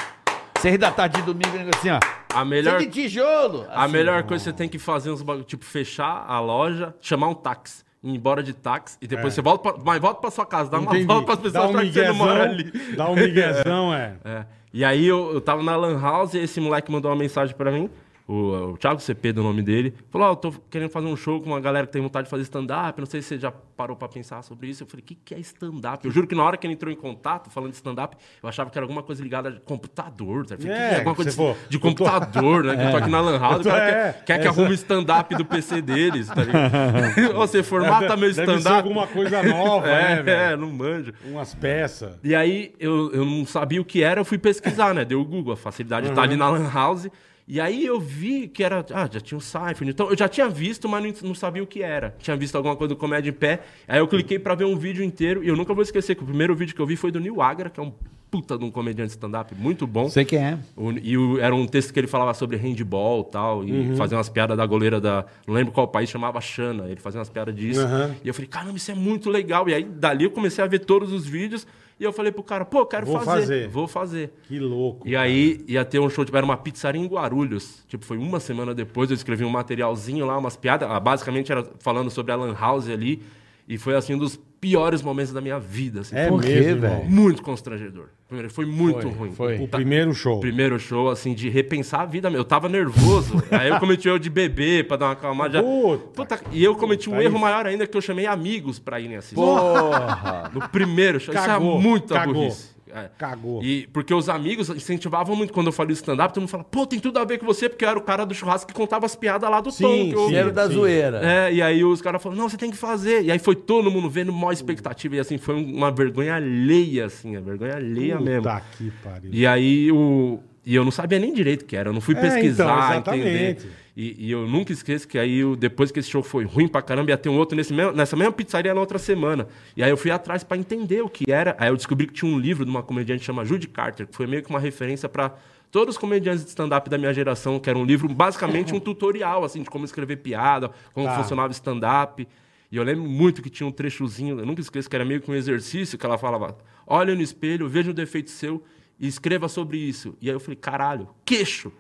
Speaker 3: Seis da tarde de domingo, nego, assim, ó.
Speaker 5: A melhor,
Speaker 3: Sem de tijolo.
Speaker 5: a
Speaker 3: Assim,
Speaker 5: melhor coisa que você tem que fazer uns bagulho, tipo, fechar a loja, chamar um táxi. Ir embora de táxi e depois você volta pra, mas volta pra sua casa, dá uma
Speaker 4: É. Entendi.
Speaker 5: volta pras
Speaker 4: Dá
Speaker 5: pessoas
Speaker 4: um
Speaker 5: achar que você não
Speaker 4: miguezão,
Speaker 5: mora ali.
Speaker 4: Dá um miguezão, é.
Speaker 5: É. E aí eu, eu tava na Lan House e esse moleque mandou uma mensagem pra mim, o, o Thiago CP do nome dele. Falou: Ó, eu tô querendo fazer um show com uma galera que tem vontade de fazer stand-up. Não sei se você já parou pra pensar sobre isso. Eu falei: O que, que é stand-up? Eu juro que na hora que ele entrou em contato, falando de stand-up, eu achava que era alguma coisa ligada a computador. Sabe? Eu falei, "Que
Speaker 4: É,
Speaker 5: que é, alguma
Speaker 4: que
Speaker 5: coisa
Speaker 4: você falou,
Speaker 5: de, de computador, né? Que eu tô aqui na Lan House.
Speaker 4: Eu
Speaker 5: O
Speaker 4: tô-
Speaker 5: cara
Speaker 4: é,
Speaker 5: quer, quer que
Speaker 4: essa-
Speaker 5: arrume o stand-up do PC deles, tá ligado? Ou você formata meu
Speaker 4: Deve ser
Speaker 5: stand-up.
Speaker 4: alguma coisa nova,
Speaker 5: é,
Speaker 4: né, velho?
Speaker 5: é, não manjo.
Speaker 4: Umas peças.
Speaker 5: E aí eu, eu não sabia o que era, eu fui pesquisar, né? Deu o Google, a facilidade tá ali na Lan House. E aí eu vi que era. Ah, já tinha um Cypher. Então eu já tinha visto, mas não, não sabia o que era. Tinha visto alguma coisa do Comédia em Pé. Aí eu cliquei pra ver um vídeo inteiro. E eu nunca vou esquecer que o primeiro vídeo que eu vi foi do Neil Agra, que é um puta de um comediante stand-up muito bom.
Speaker 3: Sei quem é.
Speaker 5: O- e o- era um texto que ele falava sobre handball e tal, e
Speaker 4: Uhum.
Speaker 5: fazia umas piadas da goleira da. Não lembro qual país chamava Xana, ele fazia umas piadas disso.
Speaker 4: Uhum.
Speaker 5: E eu falei, caramba, isso é muito legal. E aí dali eu comecei a ver todos os vídeos e eu falei pro cara, pô, quero
Speaker 4: Vou
Speaker 5: fazer,
Speaker 4: fazer.
Speaker 5: Vou fazer.
Speaker 4: Que louco.
Speaker 5: E aí ia ter um show, tipo, era uma pizzaria em Guarulhos. Tipo, foi uma semana depois, eu escrevi um materialzinho lá, umas piadas. ah, Basicamente era falando sobre a Lan House ali. E foi assim um dos piores momentos da minha vida. assim.
Speaker 4: É
Speaker 3: Por quê,
Speaker 4: mesmo,
Speaker 3: velho?
Speaker 4: irmão?
Speaker 5: Muito constrangedor. Primeiro, foi muito ruim.
Speaker 7: foi.
Speaker 4: O primeiro show.
Speaker 5: Primeiro show, assim, de repensar a vida. meu. Eu tava nervoso. aí eu cometi o erro de beber pra dar uma acalmada. Já-
Speaker 4: Puta.
Speaker 5: Puta, e eu cometi um
Speaker 4: Puta,
Speaker 5: erro
Speaker 4: isso.
Speaker 5: maior ainda, que eu chamei amigos pra irem assistir.
Speaker 3: Porra.
Speaker 5: No primeiro show. isso
Speaker 4: Cagou,
Speaker 5: é muita
Speaker 4: cagou,
Speaker 5: burrice. É.
Speaker 4: cagou.
Speaker 5: E, porque os amigos incentivavam muito. Quando eu falei stand-up, todo mundo fala, pô, tem tudo a ver com você, porque eu era o cara do churrasco que contava as piadas lá do
Speaker 4: Sim,
Speaker 5: Tom. Que eu-
Speaker 4: sim.
Speaker 3: Dinheiro da zoeira.
Speaker 5: é, e aí os caras falaram, não, você tem que fazer. E aí foi todo mundo vendo maior expectativa. E assim, foi uma vergonha alheia, assim, a vergonha alheia mesmo.
Speaker 4: Puta que pariu.
Speaker 5: E aí o. E eu não sabia nem direito o que era, eu não fui
Speaker 4: É,
Speaker 5: pesquisar,
Speaker 4: então,
Speaker 5: entender.
Speaker 4: exatamente.
Speaker 5: E, e eu nunca esqueço que aí, eu- depois que esse show foi ruim pra caramba, ia ter um outro nesse mesmo, nessa mesma pizzaria na outra semana. E aí eu fui atrás pra entender o que era. Aí eu descobri que tinha um livro de uma comediante chamada Judy Carter, que foi meio que uma referência pra todos os comediantes de stand-up da minha geração, que era um livro, basicamente um tutorial, assim, de como escrever piada, como
Speaker 4: Tá.
Speaker 5: funcionava o stand-up. E eu lembro muito que tinha um trechozinho, eu nunca esqueço, que era meio que um exercício, que ela falava, olha no espelho, veja o defeito seu e escreva sobre isso. E aí eu falei, caralho, queixo.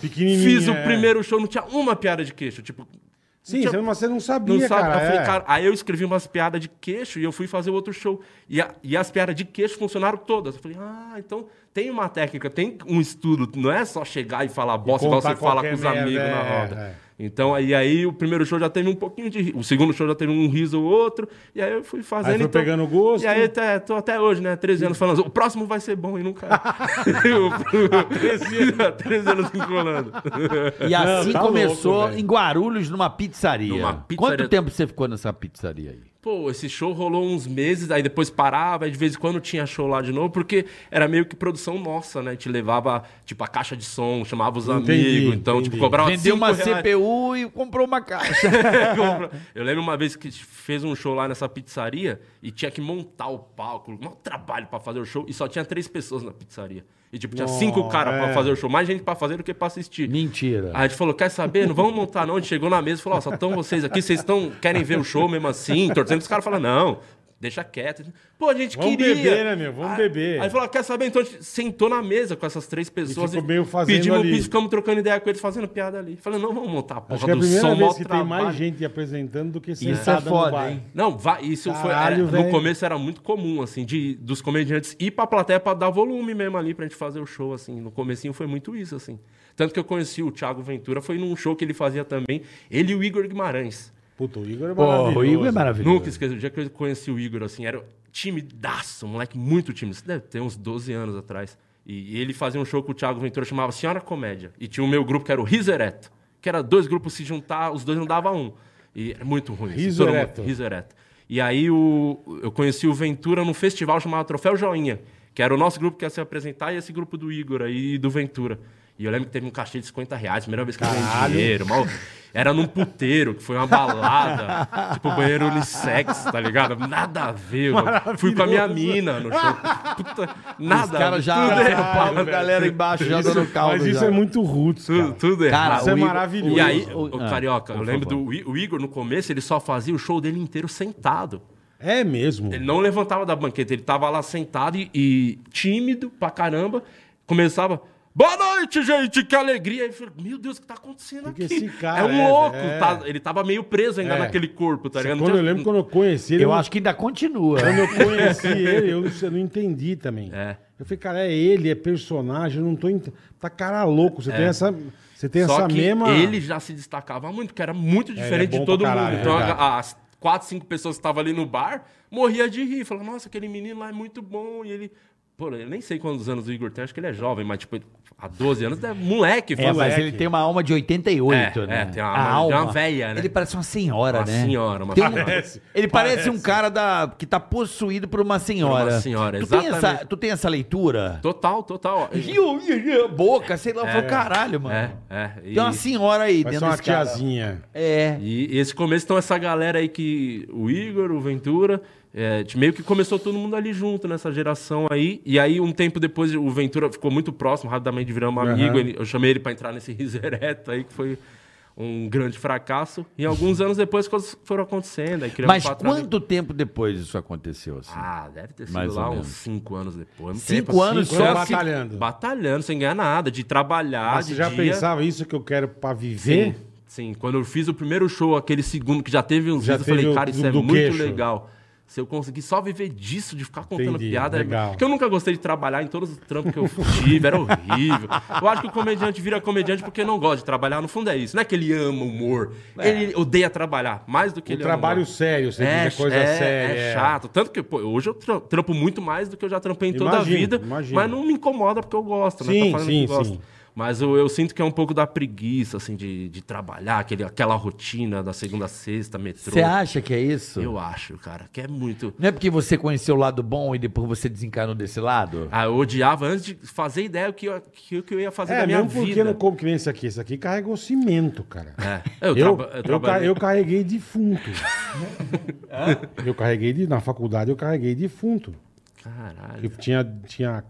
Speaker 4: Pequenininho.
Speaker 5: Fiz o
Speaker 4: é.
Speaker 5: primeiro show, não tinha uma piada de queixo. Tipo,
Speaker 4: Sim,
Speaker 5: tinha-
Speaker 4: você não- mas você não sabia,
Speaker 5: não sabe.
Speaker 4: cara.
Speaker 5: eu falei,
Speaker 4: é.
Speaker 5: cara, aí eu escrevi umas piadas de queixo e eu fui fazer outro show. E, a- e as piadas de queixo funcionaram todas. Eu falei, ah, então tem uma técnica, tem um estudo. Não é só chegar e falar bosta igual
Speaker 4: contar
Speaker 5: você fala
Speaker 4: qualquer
Speaker 5: com os
Speaker 4: merda,
Speaker 5: amigos na
Speaker 4: é,
Speaker 5: roda.
Speaker 4: é.
Speaker 5: Então, aí, aí o primeiro show já teve um pouquinho de. ri- O segundo show já teve um riso ou outro. E aí eu fui fazendo.
Speaker 4: foi pegando gosto.
Speaker 5: E aí até, tô até hoje, né? 13 anos falando. O próximo vai ser bom e nunca. é." eu, 13 anos enrolando.
Speaker 3: E assim
Speaker 4: tá
Speaker 3: começou
Speaker 4: louco, velho.
Speaker 3: em Guarulhos, numa pizzaria.
Speaker 5: Numa
Speaker 3: Quanto
Speaker 5: pizzaria-
Speaker 3: tempo você ficou nessa pizzaria aí?
Speaker 5: Pô, esse show rolou uns meses, aí depois parava, aí de vez em quando tinha show lá de novo, porque era meio que produção nossa, né? A gente levava, tipo, a caixa de som, chamava os
Speaker 4: Entendi,
Speaker 5: amigos, então,
Speaker 4: entendi.
Speaker 5: tipo, cobrava
Speaker 3: Vendeu uma
Speaker 5: cinco reais.
Speaker 3: CPU e comprou uma caixa.
Speaker 5: Eu lembro uma vez que fez um show lá nessa pizzaria e tinha que montar o palco, um trabalho pra fazer o show, e só tinha três pessoas na pizzaria. E, tipo, tinha cinco caras pra
Speaker 4: é.
Speaker 5: fazer o show, mais gente pra fazer do que pra assistir.
Speaker 3: Mentira.
Speaker 5: Aí a gente falou, quer saber? Não vamos montar, não. A gente chegou na mesa e falou, ó, só estão vocês aqui, vocês estão, querem ver o show mesmo assim, torcendo. Os caras falaram, não, deixa quieto. Pô, a gente
Speaker 4: Vamos
Speaker 5: queria.
Speaker 4: beber, né, meu? Vamos
Speaker 5: Aí-
Speaker 4: beber.
Speaker 5: Aí falou, quer saber? Então a gente sentou na mesa com essas três pessoas.
Speaker 4: ficou meio fazendo
Speaker 5: pedimos, um
Speaker 4: ali.
Speaker 5: Ficamos trocando ideia com eles, fazendo piada ali. Falei, não, vamos montar a porra
Speaker 4: Acho que é a
Speaker 5: do
Speaker 4: primeira
Speaker 5: som, mó
Speaker 4: vez que tem
Speaker 5: trabalho. é
Speaker 4: mais gente apresentando do que sentada no
Speaker 3: foda,
Speaker 4: bar.
Speaker 3: hein?
Speaker 5: Não, vai, isso foi.
Speaker 4: Caralho,
Speaker 5: era-
Speaker 4: velho.
Speaker 5: no começo era muito comum, assim, de, dos comediantes ir pra plateia pra dar volume mesmo ali pra gente fazer o show, assim. No comecinho foi muito isso, assim. Tanto que eu conheci o Thiago Ventura, foi num show que ele fazia também, ele e o Igor Guimarães.
Speaker 4: Puta, o Igor é
Speaker 3: Pô,
Speaker 4: maravilhoso.
Speaker 3: o Igor é maravilhoso.
Speaker 5: Nunca esqueci, o dia que eu conheci o Igor, assim, era timidaço, um moleque muito tímido. Isso deve ter uns 12 anos atrás. E ele fazia um show com o Thiago Ventura, chamava Senhora Comédia. E tinha o meu grupo, que era o Risereto, que era dois grupos se juntar, os dois não davam um. E era muito ruim. assim,
Speaker 4: Riso
Speaker 5: todo mundo-
Speaker 4: Ereto.
Speaker 5: Riso Ereto. E aí o, eu conheci o Ventura num festival chamado Troféu Joinha, que era o nosso grupo que ia se apresentar e esse grupo do Igor aí e do Ventura. E eu lembro que teve um cachê de 50 reais, primeira vez que eu ganhei dinheiro. Mal... Era num puteiro, que foi uma balada. tipo, banheiro unissex, tá ligado? Nada a ver, mano. Fui com a minha mina no show. Puta, nada.
Speaker 3: Os caras já.
Speaker 5: Tudo errado,
Speaker 3: a
Speaker 5: velho.
Speaker 3: galera embaixo já dando caldo.
Speaker 4: Mas isso
Speaker 3: já.
Speaker 4: é muito roots,
Speaker 5: Tudo,
Speaker 4: cara.
Speaker 5: tudo
Speaker 3: Cara,
Speaker 5: errado. Ah,
Speaker 4: Isso é
Speaker 3: o Igor-
Speaker 4: maravilhoso.
Speaker 5: E aí,
Speaker 3: o-
Speaker 5: o,
Speaker 3: ah,
Speaker 5: Carioca, eu
Speaker 3: por
Speaker 5: lembro
Speaker 3: favor.
Speaker 5: do I- o Igor, no começo, ele só fazia o show dele inteiro sentado.
Speaker 4: É mesmo.
Speaker 5: Ele não levantava da banqueta, ele tava lá sentado e, e tímido pra caramba. Começava. Boa noite, gente, que alegria. Aí eu falei, meu Deus, o que tá acontecendo
Speaker 4: que
Speaker 5: aqui?
Speaker 4: esse cara
Speaker 5: é um
Speaker 4: é,
Speaker 5: louco.
Speaker 4: é.
Speaker 5: tá- ele tava meio preso ainda
Speaker 4: É.
Speaker 5: naquele corpo, tá ligado? Não
Speaker 4: quando eu
Speaker 5: tinha-
Speaker 4: lembro quando eu conheci ele,
Speaker 3: Eu acho que ainda continua.
Speaker 4: quando eu conheci ele, eu, não- eu não entendi também.
Speaker 5: É.
Speaker 4: Eu falei, cara, é ele, é personagem, eu não tô entendendo. Tá cara louco, você tem essa, você tem
Speaker 5: É. Só
Speaker 4: essa
Speaker 5: que
Speaker 4: mesma...
Speaker 5: ele já se destacava muito, porque era muito diferente
Speaker 4: bom
Speaker 5: de todo
Speaker 4: pra
Speaker 5: mundo.
Speaker 4: caralho, é
Speaker 5: então, a-
Speaker 4: verdade.
Speaker 5: as quatro, cinco pessoas que estavam ali no bar morria de rir. Falava, nossa, aquele menino lá é muito bom. E ele. Pô, eu nem sei quantos anos o Igor tem, acho que ele é jovem, mas, tipo, ele- há 12 anos, é moleque.
Speaker 3: É,
Speaker 5: fazendo-
Speaker 3: mas ele tem uma alma de 88,
Speaker 5: É,
Speaker 3: né?
Speaker 5: é, tem uma-
Speaker 3: A
Speaker 5: tem uma
Speaker 3: alma.
Speaker 5: véia, né?
Speaker 3: Ele parece uma senhora,
Speaker 5: Uma
Speaker 3: né?
Speaker 5: senhora, uma
Speaker 3: Tem um-
Speaker 5: parece,
Speaker 3: Ele parece, um cara da, que tá possuído por uma senhora.
Speaker 5: Por uma senhora,
Speaker 3: tu tem
Speaker 5: exatamente.
Speaker 3: essa, tu tem essa leitura?
Speaker 5: Total, total.
Speaker 3: Ih, ô, ih, ih, Boca, sei lá, eu falei, caralho, mano.
Speaker 5: É, é. E,
Speaker 3: Tem
Speaker 4: Então, assim,
Speaker 3: uma senhora aí
Speaker 4: Mas
Speaker 3: dentro
Speaker 4: só uma
Speaker 3: desse cara.
Speaker 4: tiazinha.
Speaker 3: É.
Speaker 5: e esse começo, então, essa galera aí que. O Igor, o Ventura. é, de- meio que começou todo mundo ali junto nessa geração aí. E aí, um tempo depois, o Ventura ficou muito próximo, rapidamente viramos amigo. Ele- eu chamei ele pra entrar nesse riso ereto aí, que foi um grande fracasso. E alguns anos depois, as coisas foram acontecendo. Aí criamos
Speaker 3: Mas
Speaker 5: quatro amigos.
Speaker 3: quanto tempo depois isso aconteceu, assim?
Speaker 5: Ah, deve ter sido
Speaker 3: Mais
Speaker 5: lá
Speaker 3: ou
Speaker 5: uns
Speaker 3: menos.
Speaker 5: cinco anos depois. um
Speaker 3: Cinco
Speaker 5: tempo,
Speaker 3: anos
Speaker 4: Só
Speaker 3: só
Speaker 5: assim,
Speaker 4: batalhando.
Speaker 5: Batalhando, sem ganhar nada, de trabalhar.
Speaker 4: Mas você
Speaker 5: de
Speaker 4: já
Speaker 5: dia.
Speaker 4: pensava isso que eu quero pra viver? Um
Speaker 5: Sim, sim. Quando eu fiz o primeiro show, aquele segundo que já teve uns
Speaker 4: Já
Speaker 5: vídeos, eu
Speaker 4: teve
Speaker 5: falei,
Speaker 4: o
Speaker 5: cara, isso
Speaker 4: do-
Speaker 5: é
Speaker 4: do
Speaker 5: muito
Speaker 4: queixo.
Speaker 5: legal. Se eu conseguir só viver disso, de ficar contando
Speaker 4: Entendi,
Speaker 5: piada. é-
Speaker 4: legal.
Speaker 5: Porque eu nunca gostei de trabalhar em todos os trampos que eu tive, era horrível. Eu acho que o comediante vira comediante porque não gosta de trabalhar. No fundo é isso. Não é que ele ama o humor. Ele odeia trabalhar, mais do que
Speaker 4: É. O
Speaker 5: ele ama
Speaker 4: trabalho
Speaker 5: humor.
Speaker 4: sério, você
Speaker 5: É,
Speaker 4: diz é coisa
Speaker 5: é,
Speaker 4: séria.
Speaker 5: é
Speaker 4: é.
Speaker 5: chato. Tanto que, pô, hoje eu tra- trampo muito mais do que eu já trampei em toda
Speaker 4: Imagino,
Speaker 5: a vida.
Speaker 4: imagino.
Speaker 5: Mas não me incomoda porque eu gosto, né?
Speaker 4: Sim,
Speaker 5: Tá fazendo
Speaker 4: sim,
Speaker 5: o que gosto.
Speaker 4: sim.
Speaker 5: Mas eu, eu sinto que é um pouco da preguiça, assim, de, de trabalhar, aquele, aquela rotina da segunda a sexta, metrô.
Speaker 3: Você acha que é isso?
Speaker 5: Eu acho, cara, que é muito.
Speaker 3: Não é porque você conheceu o lado bom e depois você desencarnou desse lado?
Speaker 5: Ah, eu odiava antes de fazer ideia o que eu, que, que eu ia fazer
Speaker 4: É,
Speaker 5: da minha
Speaker 4: mesmo porque
Speaker 5: vida.
Speaker 4: não como que nem esse aqui. Esse aqui carregou cimento, cara.
Speaker 5: É.
Speaker 4: Eu, eu,
Speaker 5: Eu, traba- eu
Speaker 4: ca-
Speaker 5: trabalhei-
Speaker 4: eu carreguei defunto. eu carreguei de, na faculdade, eu carreguei defunto. Eu
Speaker 5: Caralho.
Speaker 4: tinha, tinha,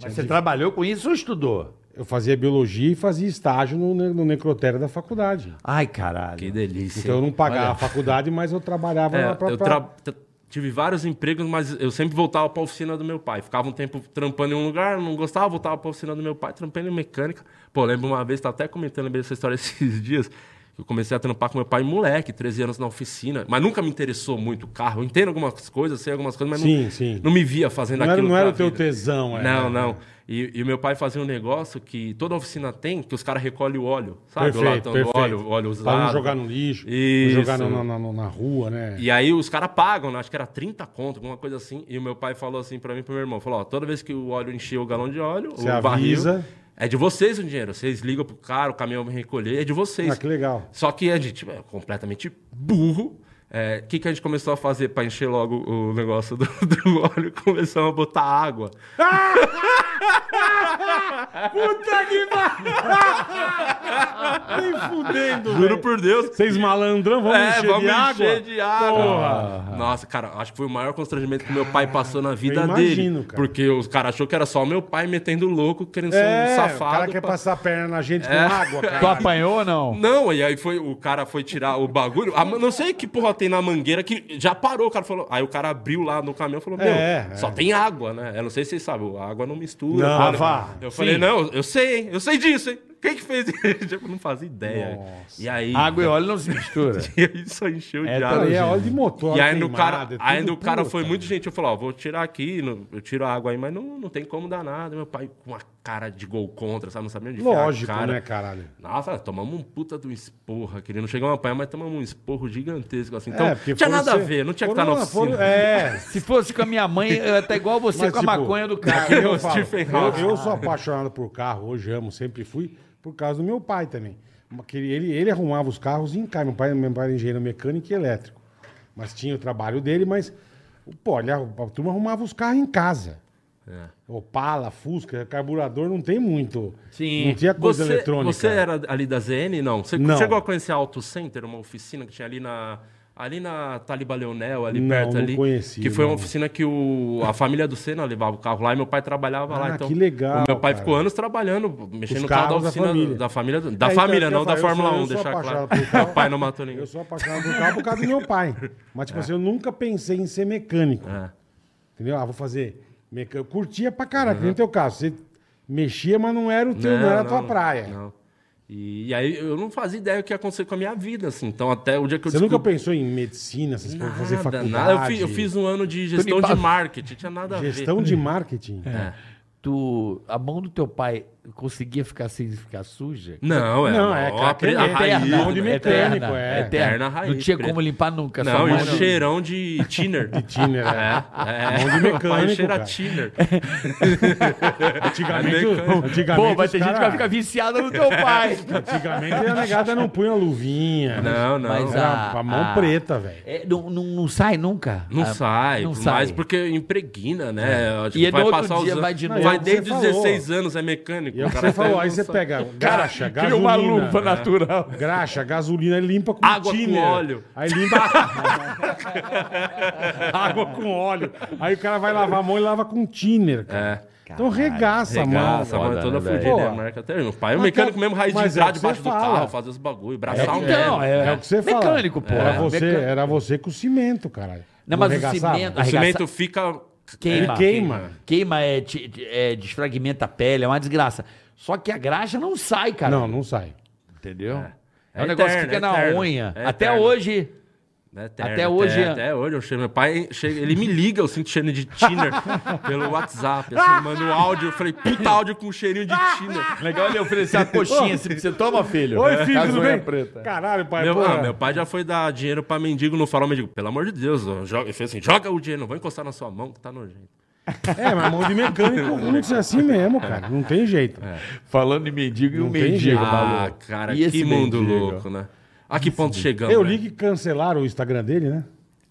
Speaker 3: Mas você trabalhou com isso ou estudou?
Speaker 4: eu fazia biologia e fazia estágio no, ne- no necrotério da faculdade.
Speaker 3: Ai,
Speaker 5: Que
Speaker 3: caralho.
Speaker 5: delícia.
Speaker 4: Então eu não pagava a faculdade, mas eu trabalhava
Speaker 5: É,
Speaker 4: na própria.
Speaker 5: eu tra- tra- tive vários empregos, mas eu sempre voltava pra oficina do meu pai. Ficava um tempo trampando em um lugar, não gostava, voltava pra oficina do meu pai, trampando em mecânica. Pô, lembro uma vez, tá até comentando lembrei dessa história esses dias, que eu comecei a trampar com meu pai moleque, 13 anos na oficina, mas nunca me interessou muito o carro. Eu entendo algumas coisas, sei algumas coisas, mas
Speaker 4: Sim,
Speaker 5: não,
Speaker 4: sim.
Speaker 5: não me via fazendo
Speaker 4: Não era,
Speaker 5: aquilo
Speaker 4: não era
Speaker 5: pra
Speaker 4: o teu
Speaker 5: vida.
Speaker 4: tesão, é.
Speaker 5: Não, não. E, e o meu pai fazia um negócio que toda oficina tem, que os caras recolhem o óleo, sabe? o
Speaker 4: Perfeito,
Speaker 5: latão
Speaker 4: perfeito.
Speaker 5: do óleo, o óleo usado.
Speaker 4: Pra não jogar no lixo, não
Speaker 5: Isso.
Speaker 4: jogar no- na, na- na rua, né?
Speaker 5: E é aí os caras pagam, né? acho que era 30 conto, alguma coisa assim. E o meu pai falou assim pra mim, e pro meu irmão, falou, ó, toda vez que o óleo encher o galão de óleo,
Speaker 4: Você
Speaker 5: o barril,
Speaker 4: avisa.
Speaker 5: é de vocês o dinheiro. Vocês ligam pro cara, o caminhão vai recolher, é de vocês.
Speaker 4: Ah, que legal.
Speaker 5: Só que a gente é completamente burro. É, O que, que a gente começou a fazer pra encher logo o negócio do, do óleo? Começamos a botar água.
Speaker 4: Puta que pariu! Nem fudendo,
Speaker 5: Juro
Speaker 4: velho.
Speaker 5: por Deus.
Speaker 4: Vocês malandrão, vamos
Speaker 5: é,
Speaker 4: encher
Speaker 5: vamos
Speaker 4: de água?
Speaker 5: encher de água.
Speaker 4: Porra.
Speaker 5: Nossa, cara, acho que foi o maior constrangimento que meu pai passou na vida
Speaker 4: eu imagino,
Speaker 5: dele.
Speaker 4: cara.
Speaker 5: Porque os caras achou que era só meu pai metendo louco, querendo ser um
Speaker 4: É,
Speaker 5: safado.
Speaker 4: o cara quer
Speaker 5: pra- É.
Speaker 4: passar a perna na gente com água,
Speaker 3: Tu
Speaker 4: cara.
Speaker 3: apanhou ou não?
Speaker 5: Não, e aí foi, o cara foi tirar o bagulho. A ma- não sei que porra tem na mangueira que já parou. O cara falou. Aí o cara abriu lá no caminhão e falou: Meu,
Speaker 4: É, é.
Speaker 5: só tem água, né? Eu não sei se vocês sabem, a água não mistura.
Speaker 4: Não,
Speaker 5: Ah,
Speaker 4: vá.
Speaker 5: Eu falei: Não, eu sei, hein? Eu sei disso, hein? Quem que fez isso? Tipo, não fazia ideia. E aí.
Speaker 3: Água e óleo não se mistura.
Speaker 5: Isso encheu
Speaker 3: É,
Speaker 5: de
Speaker 4: Cara,
Speaker 5: água.
Speaker 4: e é óleo de motor.
Speaker 5: E ainda o
Speaker 4: queimado,
Speaker 5: cara,
Speaker 4: é tudo
Speaker 5: ainda o cara
Speaker 4: puta.
Speaker 5: foi muito gentil. Falou, ó, vou tirar aqui, não- eu tiro a água aí, mas não, não tem como dar nada. Meu pai com uma cara de gol contra, sabe? Não sabia onde enfiar a
Speaker 4: Lógico,
Speaker 5: cara.
Speaker 4: né, caralho?
Speaker 5: Nossa, tomamos um puta do esporro aqui. Não chegamos a apanhar, mas tomamos um esporro gigantesco, assim. Então,
Speaker 4: É, porque
Speaker 5: não tinha
Speaker 4: foram
Speaker 5: nada a
Speaker 4: ser-
Speaker 5: ver, não tinha que
Speaker 4: foram-
Speaker 5: estar na oficina.
Speaker 4: foram- É,
Speaker 3: Se fosse com a minha mãe, eu ia estar igual você é
Speaker 4: Mas,
Speaker 3: com a
Speaker 4: tipo,
Speaker 3: maconha do
Speaker 4: cara,
Speaker 3: cara.
Speaker 5: Aquele
Speaker 4: eu,
Speaker 5: é o
Speaker 4: falo,
Speaker 5: Stephen
Speaker 4: eu,
Speaker 5: Hawking.
Speaker 4: eu sou apaixonado por carro, hoje amo, sempre fui, por causa do meu pai também. Que Ele, ele, ele arrumava os carros em casa. Meu pai, meu pai era engenheiro mecânico e elétrico. Mas tinha o trabalho dele, mas, pô, ele, arru- a turma arrumava os carros em casa.
Speaker 5: É.
Speaker 4: Opala, Fusca, carburador não tem muito.
Speaker 3: Sim.
Speaker 4: Não tinha coisa
Speaker 5: você,
Speaker 4: eletrônica.
Speaker 5: você era ali da ZN? Não. Você
Speaker 4: Não.
Speaker 5: chegou a conhecer a Auto Center, uma oficina que tinha ali na. Ali na Taliba Leonel, ali
Speaker 4: Não,
Speaker 5: perto
Speaker 4: não
Speaker 5: ali.
Speaker 4: conheci,
Speaker 5: que foi uma
Speaker 4: não.
Speaker 5: oficina que o, a família do Senna levava o carro lá e meu pai trabalhava
Speaker 4: Ah,
Speaker 5: lá. Então,
Speaker 4: que legal,
Speaker 5: O meu pai
Speaker 4: cara.
Speaker 5: ficou anos trabalhando, mexendo
Speaker 4: Os
Speaker 5: no carro da
Speaker 4: carros da
Speaker 5: oficina
Speaker 4: família.
Speaker 5: da família. do-
Speaker 4: É,
Speaker 5: Da
Speaker 4: então,
Speaker 5: família,
Speaker 4: eu
Speaker 5: não da
Speaker 4: falo, eu
Speaker 5: Fórmula
Speaker 4: sou- eu
Speaker 5: 1,
Speaker 4: sou
Speaker 5: deixar claro.
Speaker 4: apaixonado por carro.
Speaker 5: Meu pai não matou ninguém.
Speaker 4: Eu sou apaixonado por carro por causa do meu pai. Mas, tipo assim, eu nunca pensei em ser mecânico.
Speaker 5: É.
Speaker 4: Entendeu? Ah, vou fazer. Meca... Eu curtia pra caralho, que nem no teu caso. Você mexia, mas não era o teu, não, era a tua
Speaker 5: não,
Speaker 4: praia.
Speaker 5: não. E, e aí eu não fazia ideia o que ia acontecer com a minha vida, assim. Então, até o dia que eu
Speaker 4: Você nunca
Speaker 5: descobri-
Speaker 4: pensou em medicina, essas coisas, fazer
Speaker 5: Nada,
Speaker 4: faculdade?
Speaker 5: nada. Eu fi- Eu fiz, um ano de gestão de
Speaker 3: limpado.
Speaker 5: marketing, tinha nada a ver.
Speaker 4: Gestão de marketing.
Speaker 5: É.
Speaker 3: Tu, a mão do teu pai conseguia ficar sem ficar suja?
Speaker 5: Não, é.
Speaker 4: Não, é,
Speaker 5: ó,
Speaker 4: cara,
Speaker 5: a pre-
Speaker 4: é
Speaker 5: a raiz,
Speaker 4: eterna,
Speaker 5: né?
Speaker 4: de mecânico, é.
Speaker 3: Eterna
Speaker 5: Eterna
Speaker 3: raiz.
Speaker 5: raiz,
Speaker 3: Não tinha
Speaker 5: preto.
Speaker 3: como limpar nunca. sua
Speaker 5: Não, e
Speaker 3: mão
Speaker 5: um
Speaker 3: não-
Speaker 5: cheirão de tiner. De
Speaker 4: thinner, é.
Speaker 5: É,
Speaker 4: Mão de
Speaker 5: Meu pai
Speaker 4: mecânico,
Speaker 5: cheira
Speaker 4: cara.
Speaker 5: thinner.
Speaker 4: Antigamente,
Speaker 5: É mecânico.
Speaker 4: antigamente,
Speaker 3: Pô, vai
Speaker 4: os
Speaker 3: ter gente que
Speaker 4: cara-
Speaker 3: vai ficar viciada no teu pai.
Speaker 4: Antigamente a negada não punha luvinha.
Speaker 5: Não, não.
Speaker 3: Mas
Speaker 5: não.
Speaker 4: Era
Speaker 3: Ah,
Speaker 4: a mão
Speaker 3: ah.
Speaker 4: preta, velho.
Speaker 3: É, não, não, não sai nunca?
Speaker 5: Não
Speaker 3: Ah,
Speaker 5: sai,
Speaker 3: não
Speaker 5: não
Speaker 3: sai.
Speaker 5: mas porque impregna, né? Acho
Speaker 3: E
Speaker 5: que
Speaker 3: aí, no outro dia vai de
Speaker 5: Não,
Speaker 4: novo.
Speaker 5: Vai
Speaker 4: Você
Speaker 5: desde
Speaker 4: falou.
Speaker 5: 16 anos, é mecânico.
Speaker 4: E é o que
Speaker 5: cara
Speaker 4: você falou,
Speaker 5: até
Speaker 4: aí
Speaker 5: não
Speaker 4: você
Speaker 5: sabe.
Speaker 4: pega graxa,
Speaker 3: Cria uma
Speaker 4: gasolina. né?
Speaker 3: luva natural.
Speaker 4: Graxa, gasolina, ele limpa com
Speaker 5: Água com
Speaker 4: thinner.
Speaker 5: óleo.
Speaker 4: Aí limpa. Água com óleo. Aí o cara vai lavar a mão e lava com thinner, cara.
Speaker 5: É.
Speaker 4: Então regaça, a mão.
Speaker 5: Regaça, mano,
Speaker 3: Foda,
Speaker 5: toda
Speaker 3: né,
Speaker 5: fudida.
Speaker 4: velho?
Speaker 5: é a marca até. Meu pai é um
Speaker 4: Mas
Speaker 5: mecânico
Speaker 4: que-
Speaker 5: mesmo, raiz de
Speaker 4: mas é
Speaker 5: entrar
Speaker 4: o que
Speaker 5: debaixo
Speaker 4: você
Speaker 5: do
Speaker 4: fala.
Speaker 5: carro, fazer os bagulho,
Speaker 4: É,
Speaker 3: um
Speaker 5: braçar o
Speaker 4: então,
Speaker 5: mesmo.
Speaker 4: é, é o que você fala.
Speaker 3: Mecânico, pô. É,
Speaker 4: Era você, é
Speaker 3: Mecânico.
Speaker 4: era você com cimento, caralho.
Speaker 3: Não, mas o
Speaker 4: arregaçava?
Speaker 3: cimento,
Speaker 5: O
Speaker 3: arregaça-
Speaker 5: cimento fica...
Speaker 3: Queima.
Speaker 4: Ele queima.
Speaker 3: Queima, é, te- te- é, desfragmenta a pele, é uma desgraça. Só que a graxa não sai, cara.
Speaker 4: Não, não sai.
Speaker 3: Entendeu? É,
Speaker 5: É
Speaker 3: um negócio que
Speaker 5: eterno,
Speaker 3: fica
Speaker 5: é
Speaker 3: na
Speaker 5: eterno.
Speaker 3: unha.
Speaker 5: É
Speaker 3: Até
Speaker 5: eterno.
Speaker 3: hoje.
Speaker 5: É eterno,
Speaker 3: Até hoje-
Speaker 5: Até, até hoje eu chego. Meu pai chega, ele me liga, eu sinto cheirinho de tiner pelo WhatsApp. Assim, ele manda um áudio. Eu falei, puta áudio com cheirinho de tiner.
Speaker 3: Legal ele oferecer uma coxinha. se você toma, filho.
Speaker 4: Oi, filho, tudo
Speaker 3: unha
Speaker 4: bem? Caralho, pai,
Speaker 5: Meu,
Speaker 4: pô.
Speaker 5: ah, meu pai já foi dar dinheiro pra mendigo no farol. Mendigo, pelo amor de Deus, ó, joga, ele fez assim: joga o dinheiro, não vou encostar na sua mão que tá nojento.
Speaker 4: É, mas mão de mecânico ruim que é assim mesmo, cara. Não tem jeito.
Speaker 5: É,
Speaker 3: Falando em mendigo e um
Speaker 4: Não tem
Speaker 3: mendigo,
Speaker 4: jeito.
Speaker 5: Ah,
Speaker 3: maluco.
Speaker 5: cara,
Speaker 3: E esse
Speaker 5: que mundo
Speaker 3: mendigo?
Speaker 5: louco, né? A que ponto chegamos?
Speaker 4: Eu
Speaker 5: né?
Speaker 4: li que cancelaram o Instagram dele, né?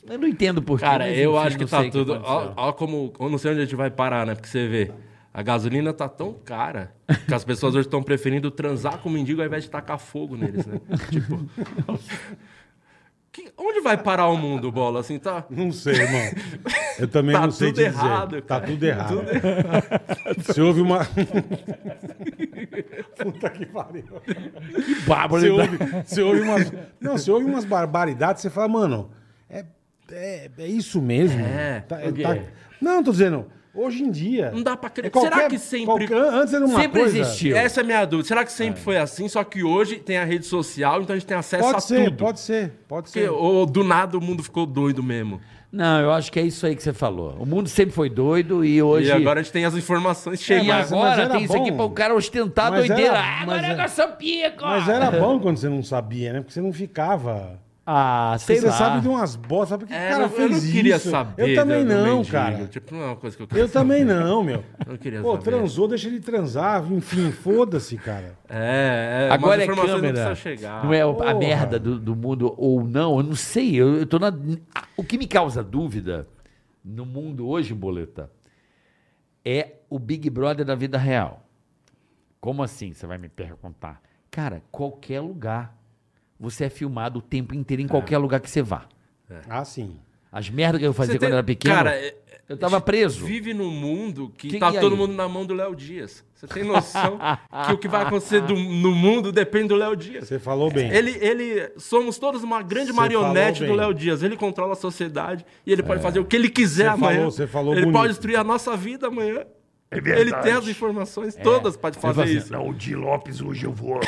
Speaker 3: Eu não entendo por quê,
Speaker 5: Cara,
Speaker 3: mas,
Speaker 5: eu
Speaker 3: enfim,
Speaker 5: acho que
Speaker 3: não
Speaker 5: tá
Speaker 3: sei o
Speaker 5: tudo.
Speaker 3: aconteceu.
Speaker 5: Ó, ó como. Eu não sei onde a gente vai parar, né? Porque você vê. A gasolina tá tão cara que as pessoas hoje estão preferindo transar com o mendigo ao invés de tacar fogo neles, né? tipo. que- onde vai parar o mundo, bola? Assim, tá.
Speaker 4: Não sei, irmão. Eu também
Speaker 5: Tá
Speaker 4: não sei
Speaker 5: tudo
Speaker 4: te dizer.
Speaker 5: errado,
Speaker 4: tá
Speaker 5: cara.
Speaker 4: tudo errado. Se houve uma. Puta que pariu. Se houve, se houve umas. Não, se houve umas barbaridades, você fala, mano, é, é, é isso mesmo.
Speaker 5: É,
Speaker 4: Tá- tá- Não, tô dizendo, hoje em dia.
Speaker 5: Não dá pra crer.
Speaker 4: é qualquer-
Speaker 5: Será que sempre-
Speaker 4: qualquer- Antes era uma
Speaker 3: Sempre
Speaker 4: coisa.
Speaker 3: existiu.
Speaker 5: Essa é a minha dúvida. Será que sempre foi assim? Só que hoje tem a rede social, então a gente tem acesso a
Speaker 4: Pode ser,
Speaker 5: tudo.
Speaker 4: pode ser, pode
Speaker 5: Porque,
Speaker 4: ser.
Speaker 5: ou do nada o mundo ficou doido mesmo.
Speaker 3: Não, eu acho que é isso aí que você falou. O mundo sempre foi doido e hoje...
Speaker 5: E agora a gente tem as informações
Speaker 3: E
Speaker 5: chegando.
Speaker 4: É, mas- mas
Speaker 3: agora
Speaker 4: era
Speaker 3: tem isso
Speaker 4: bom.
Speaker 3: aqui pra o cara ostentar a
Speaker 4: Mas
Speaker 3: doideira.
Speaker 4: era-
Speaker 3: ah,
Speaker 4: mas
Speaker 3: agora
Speaker 4: era-
Speaker 3: eu sou pico!
Speaker 4: Mas
Speaker 5: Ah.
Speaker 4: era bom quando você não sabia, né? Porque você não ficava.
Speaker 3: Ah, sei
Speaker 4: você
Speaker 3: lá.
Speaker 4: sabe de umas bostas, sabe por que o
Speaker 5: É,
Speaker 4: cara
Speaker 5: eu,
Speaker 4: fez
Speaker 5: eu não queria
Speaker 4: isso?
Speaker 5: saber.
Speaker 4: eu também
Speaker 5: do- do
Speaker 4: não,
Speaker 5: mendigo.
Speaker 4: cara.
Speaker 5: Tipo, não é uma coisa que eu quero
Speaker 4: Eu também não, meu.
Speaker 5: Não queria
Speaker 4: Pô,
Speaker 5: saber.
Speaker 4: transou, deixa ele transar, enfim, foda-se, cara.
Speaker 5: É, é,
Speaker 3: Agora é
Speaker 5: mas informações
Speaker 3: câmera.
Speaker 5: Não
Speaker 3: Não,
Speaker 5: precisa chegar.
Speaker 3: é
Speaker 4: Porra.
Speaker 3: a merda do, do mundo ou não, eu não sei. Eu, eu tô na... O que me causa dúvida no mundo hoje, Boleta, é o Big Brother da vida real. Como assim? Você vai me perguntar. Cara, qualquer lugar. Você é filmado o tempo inteiro
Speaker 5: É.
Speaker 3: em qualquer lugar que você vá.
Speaker 4: Ah, sim.
Speaker 3: As merdas que eu fazia
Speaker 5: Você
Speaker 3: quando
Speaker 5: tem-
Speaker 3: era pequeno.
Speaker 5: Cara, é-
Speaker 3: eu tava preso.
Speaker 5: Vive num mundo que,
Speaker 3: Que-
Speaker 5: tá
Speaker 3: e aí?
Speaker 5: todo mundo na mão do Léo Dias. Você tem noção que o que vai acontecer do- no mundo depende do Léo Dias.
Speaker 4: Você falou bem.
Speaker 5: Ele, ele, somos todos uma grande
Speaker 4: Você
Speaker 5: marionete
Speaker 4: falou
Speaker 5: do
Speaker 4: bem. É.
Speaker 5: Léo Dias. Ele controla a sociedade e ele pode fazer o que ele quiser
Speaker 4: Você falou-
Speaker 5: amanhã.
Speaker 4: você falou
Speaker 5: ele
Speaker 4: bonito.
Speaker 5: pode destruir a nossa vida amanhã.
Speaker 8: É
Speaker 5: ele tem as
Speaker 3: É.
Speaker 5: informações todas para fazer
Speaker 3: fazia-
Speaker 5: isso.
Speaker 8: assim, Não, o Di Lopes hoje eu vou.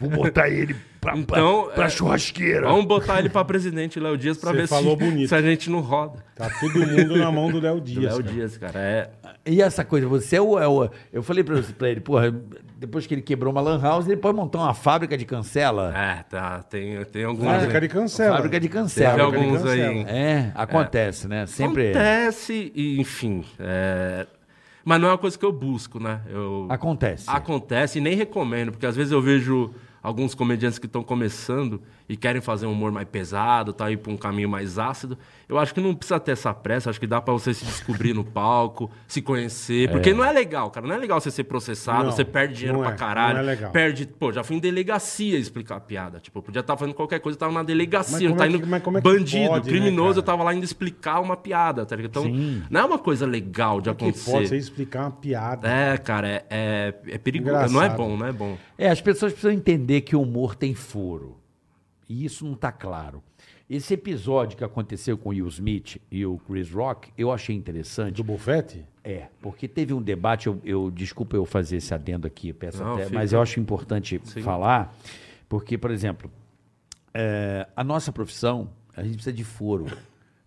Speaker 8: Vou botar ele pra, pra-
Speaker 5: Então,
Speaker 8: pra,
Speaker 5: é,
Speaker 8: churrasqueira.
Speaker 5: Vamos botar ele para presidente Léo Dias para
Speaker 4: Você
Speaker 5: ver
Speaker 4: falou
Speaker 5: se,
Speaker 4: bonito.
Speaker 5: se a gente não roda.
Speaker 4: Tá todo mundo na mão do Léo Dias.
Speaker 5: Léo
Speaker 4: cara.
Speaker 5: Dias, cara, é.
Speaker 3: E essa coisa, você é o. é o- eu falei pra, pra ele, porra, depois que ele quebrou uma Lan House, ele pode montar uma fábrica de cancela.
Speaker 5: É, tá, tem, tem alguns.
Speaker 4: Fábrica de cancela.
Speaker 3: Fábrica de
Speaker 5: Teve
Speaker 3: cancela.
Speaker 4: Fábrica de
Speaker 5: alguns
Speaker 4: cancela.
Speaker 5: aí.
Speaker 3: É, acontece, né? Sempre.
Speaker 5: Acontece, e, enfim. é, Mas não é uma coisa que eu busco, né? Eu...
Speaker 3: Acontece.
Speaker 5: Acontece e nem recomendo, porque às vezes eu vejo alguns comediantes que estão começando e querem fazer um humor mais pesado, tá aí para um caminho mais ácido. Eu acho que não precisa ter essa pressa, acho que dá para você se descobrir no palco, se conhecer, porque não é legal, cara, não é legal você ser processado,
Speaker 4: Não,
Speaker 5: você perde dinheiro
Speaker 4: não
Speaker 5: pra
Speaker 4: é,
Speaker 5: caralho,
Speaker 4: não é legal.
Speaker 5: perde, pô, já fui em delegacia explicar a piada, tipo, eu podia estar fazendo qualquer coisa, eu tava na delegacia,
Speaker 4: Mas
Speaker 5: não tá
Speaker 4: como é que-
Speaker 5: indo
Speaker 4: mas como é que
Speaker 5: bandido,
Speaker 4: pode, né,
Speaker 5: criminoso,
Speaker 4: cara?
Speaker 5: eu tava lá indo explicar uma piada, tá ligado? Então, não é uma coisa legal de
Speaker 4: é Que
Speaker 5: acontecer.
Speaker 4: pode você explicar uma piada.
Speaker 5: É, cara, é, é, é perigoso.
Speaker 4: Engraçado.
Speaker 5: Não é bom, não é bom.
Speaker 3: É, as pessoas precisam entender que o humor tem furo. E isso não tá claro. Esse episódio que aconteceu com o Will Smith e o Chris Rock, eu achei interessante.
Speaker 4: Do Bufete?
Speaker 3: É, porque teve um debate, eu, eu- desculpa eu fazer esse adendo aqui, eu peço
Speaker 5: Não,
Speaker 3: até,
Speaker 5: fica.
Speaker 3: mas eu acho importante falar, porque, por exemplo, é, a nossa profissão, a gente precisa de furo.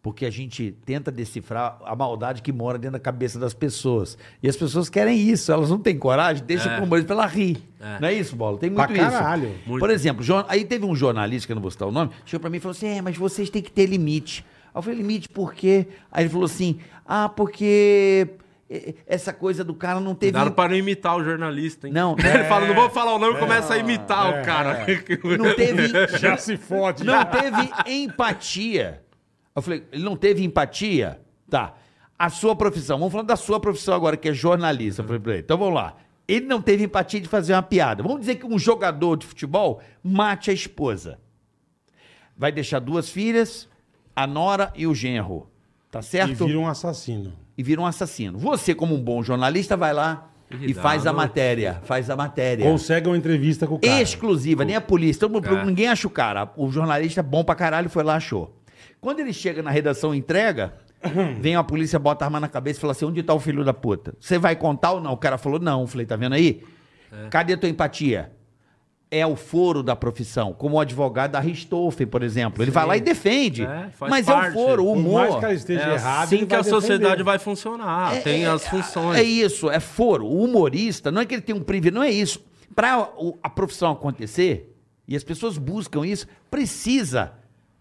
Speaker 3: Porque a gente tenta decifrar a maldade que mora dentro da cabeça das pessoas. E as pessoas querem isso, elas não têm coragem, deixa pro humorista pra ela rir. Não é isso, Bola? Tem
Speaker 4: Pra
Speaker 3: muito isso.
Speaker 4: caralho.
Speaker 5: Muito.
Speaker 3: Por exemplo, jorna- aí teve um jornalista, que eu não vou citar o nome, chegou pra mim e falou assim: é, mas vocês têm que ter limite. Aí eu falei: limite por quê? Aí ele falou assim: ah, porque eh, essa coisa do cara não teve. um-
Speaker 5: Cuidado para não imitar o jornalista, hein?
Speaker 3: Não,
Speaker 5: Ele
Speaker 4: é.
Speaker 5: fala, não vou falar o nome e começa a imitar o cara.
Speaker 3: Não teve.
Speaker 4: Já se fode.
Speaker 3: não
Speaker 5: Tá
Speaker 3: teve empatia. Eu falei: ele não teve empatia? Tá. A sua profissão, vamos falar da sua profissão agora, que é jornalista. Eu falei pra ele: então vamos lá. Ele não teve empatia de fazer uma piada. Vamos dizer que um jogador de futebol mate a esposa. vai deixar duas filhas, a nora e o genro. Tá
Speaker 4: E
Speaker 3: certo?
Speaker 4: vira um assassino.
Speaker 3: um assassino. Você, como um bom jornalista, vai lá e
Speaker 5: dá
Speaker 3: faz a
Speaker 5: uma
Speaker 3: matéria. Faz a
Speaker 5: É.
Speaker 3: matéria.
Speaker 4: Consegue uma entrevista com o cara.
Speaker 3: Exclusiva, nem a polícia. Todo mundo
Speaker 5: Cara.
Speaker 3: Ninguém acha o cara. O jornalista bom pra caralho foi lá, achou. Quando ele chega na redação e entrega, vem a polícia, bota a arma na cabeça e fala assim: onde tá o filho da puta? Você vai contar ou não? O cara falou, não. Eu Falei, tá vendo aí?
Speaker 5: É.
Speaker 3: Cadê a tua empatia? É o foro da profissão, como o advogado da Ristoffen, por exemplo. Ele vai lá e defende.
Speaker 5: É, faz
Speaker 3: mas é o
Speaker 5: parte.
Speaker 3: foro, o
Speaker 4: Por mais
Speaker 3: humor.
Speaker 4: que ela esteja
Speaker 5: É
Speaker 4: errada,
Speaker 5: assim
Speaker 4: ele
Speaker 5: que a
Speaker 4: vai
Speaker 5: sociedade
Speaker 4: defender.
Speaker 5: vai funcionar. tem
Speaker 3: é-
Speaker 5: as funções.
Speaker 3: É isso, é foro. O humorista, não é que ele tem um privilégio, não é isso. Para a profissão acontecer, e as pessoas buscam isso, precisa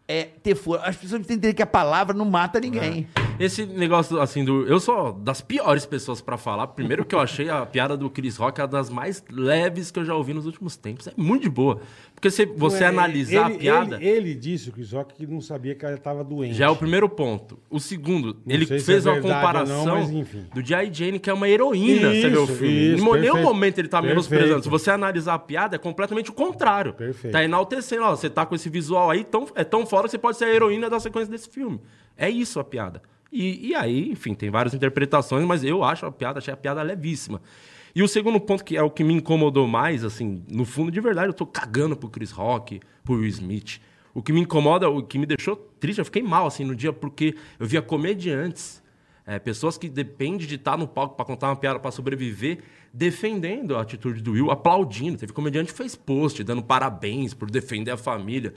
Speaker 3: é, ter foro. As pessoas têm que entender que a palavra não mata ninguém.
Speaker 5: Esse negócio, assim, do. Eu sou das piores pessoas pra falar. Primeiro que eu achei a piada do Chris Rock uma das mais leves que eu já ouvi nos últimos tempos. É muito de boa. Porque se
Speaker 4: Ele-
Speaker 5: você analisar
Speaker 4: ele-
Speaker 5: a piada.
Speaker 4: Ele, ele disse, o Chris Rock, que não sabia que ela estava doente.
Speaker 5: Já é o primeiro ponto. O segundo,
Speaker 4: Não
Speaker 5: ele
Speaker 4: sei se
Speaker 5: fez
Speaker 4: é
Speaker 5: uma
Speaker 4: verdade ou
Speaker 5: comparação
Speaker 4: não, mas enfim.
Speaker 5: do G.I. Jane, que é uma heroína, você vê o
Speaker 4: Isso,
Speaker 5: filme.
Speaker 4: isso,
Speaker 5: em nenhum
Speaker 4: perfeito.
Speaker 5: momento ele tá menosprezando.
Speaker 4: Perfeito.
Speaker 5: Se você analisar a piada, é completamente o contrário.
Speaker 4: Perfeito.
Speaker 5: Tá enaltecendo, ó, você tá com esse visual aí, tão, é tão fora que você pode ser a heroína da sequência desse filme. É isso a piada. E, e aí, enfim, tem várias interpretações, mas eu acho a piada, achei a piada levíssima. E o segundo ponto, que é o que me incomodou mais, assim, no fundo, de verdade, eu tô cagando pro Chris Rock, pro Will Smith. O que me incomoda, o que me deixou triste, eu fiquei mal assim no dia, porque eu via comediantes, é, pessoas que dependem de estar no palco para contar uma piada, para sobreviver, defendendo a atitude do Will, aplaudindo. Teve comediante que fez post, dando parabéns por defender a família.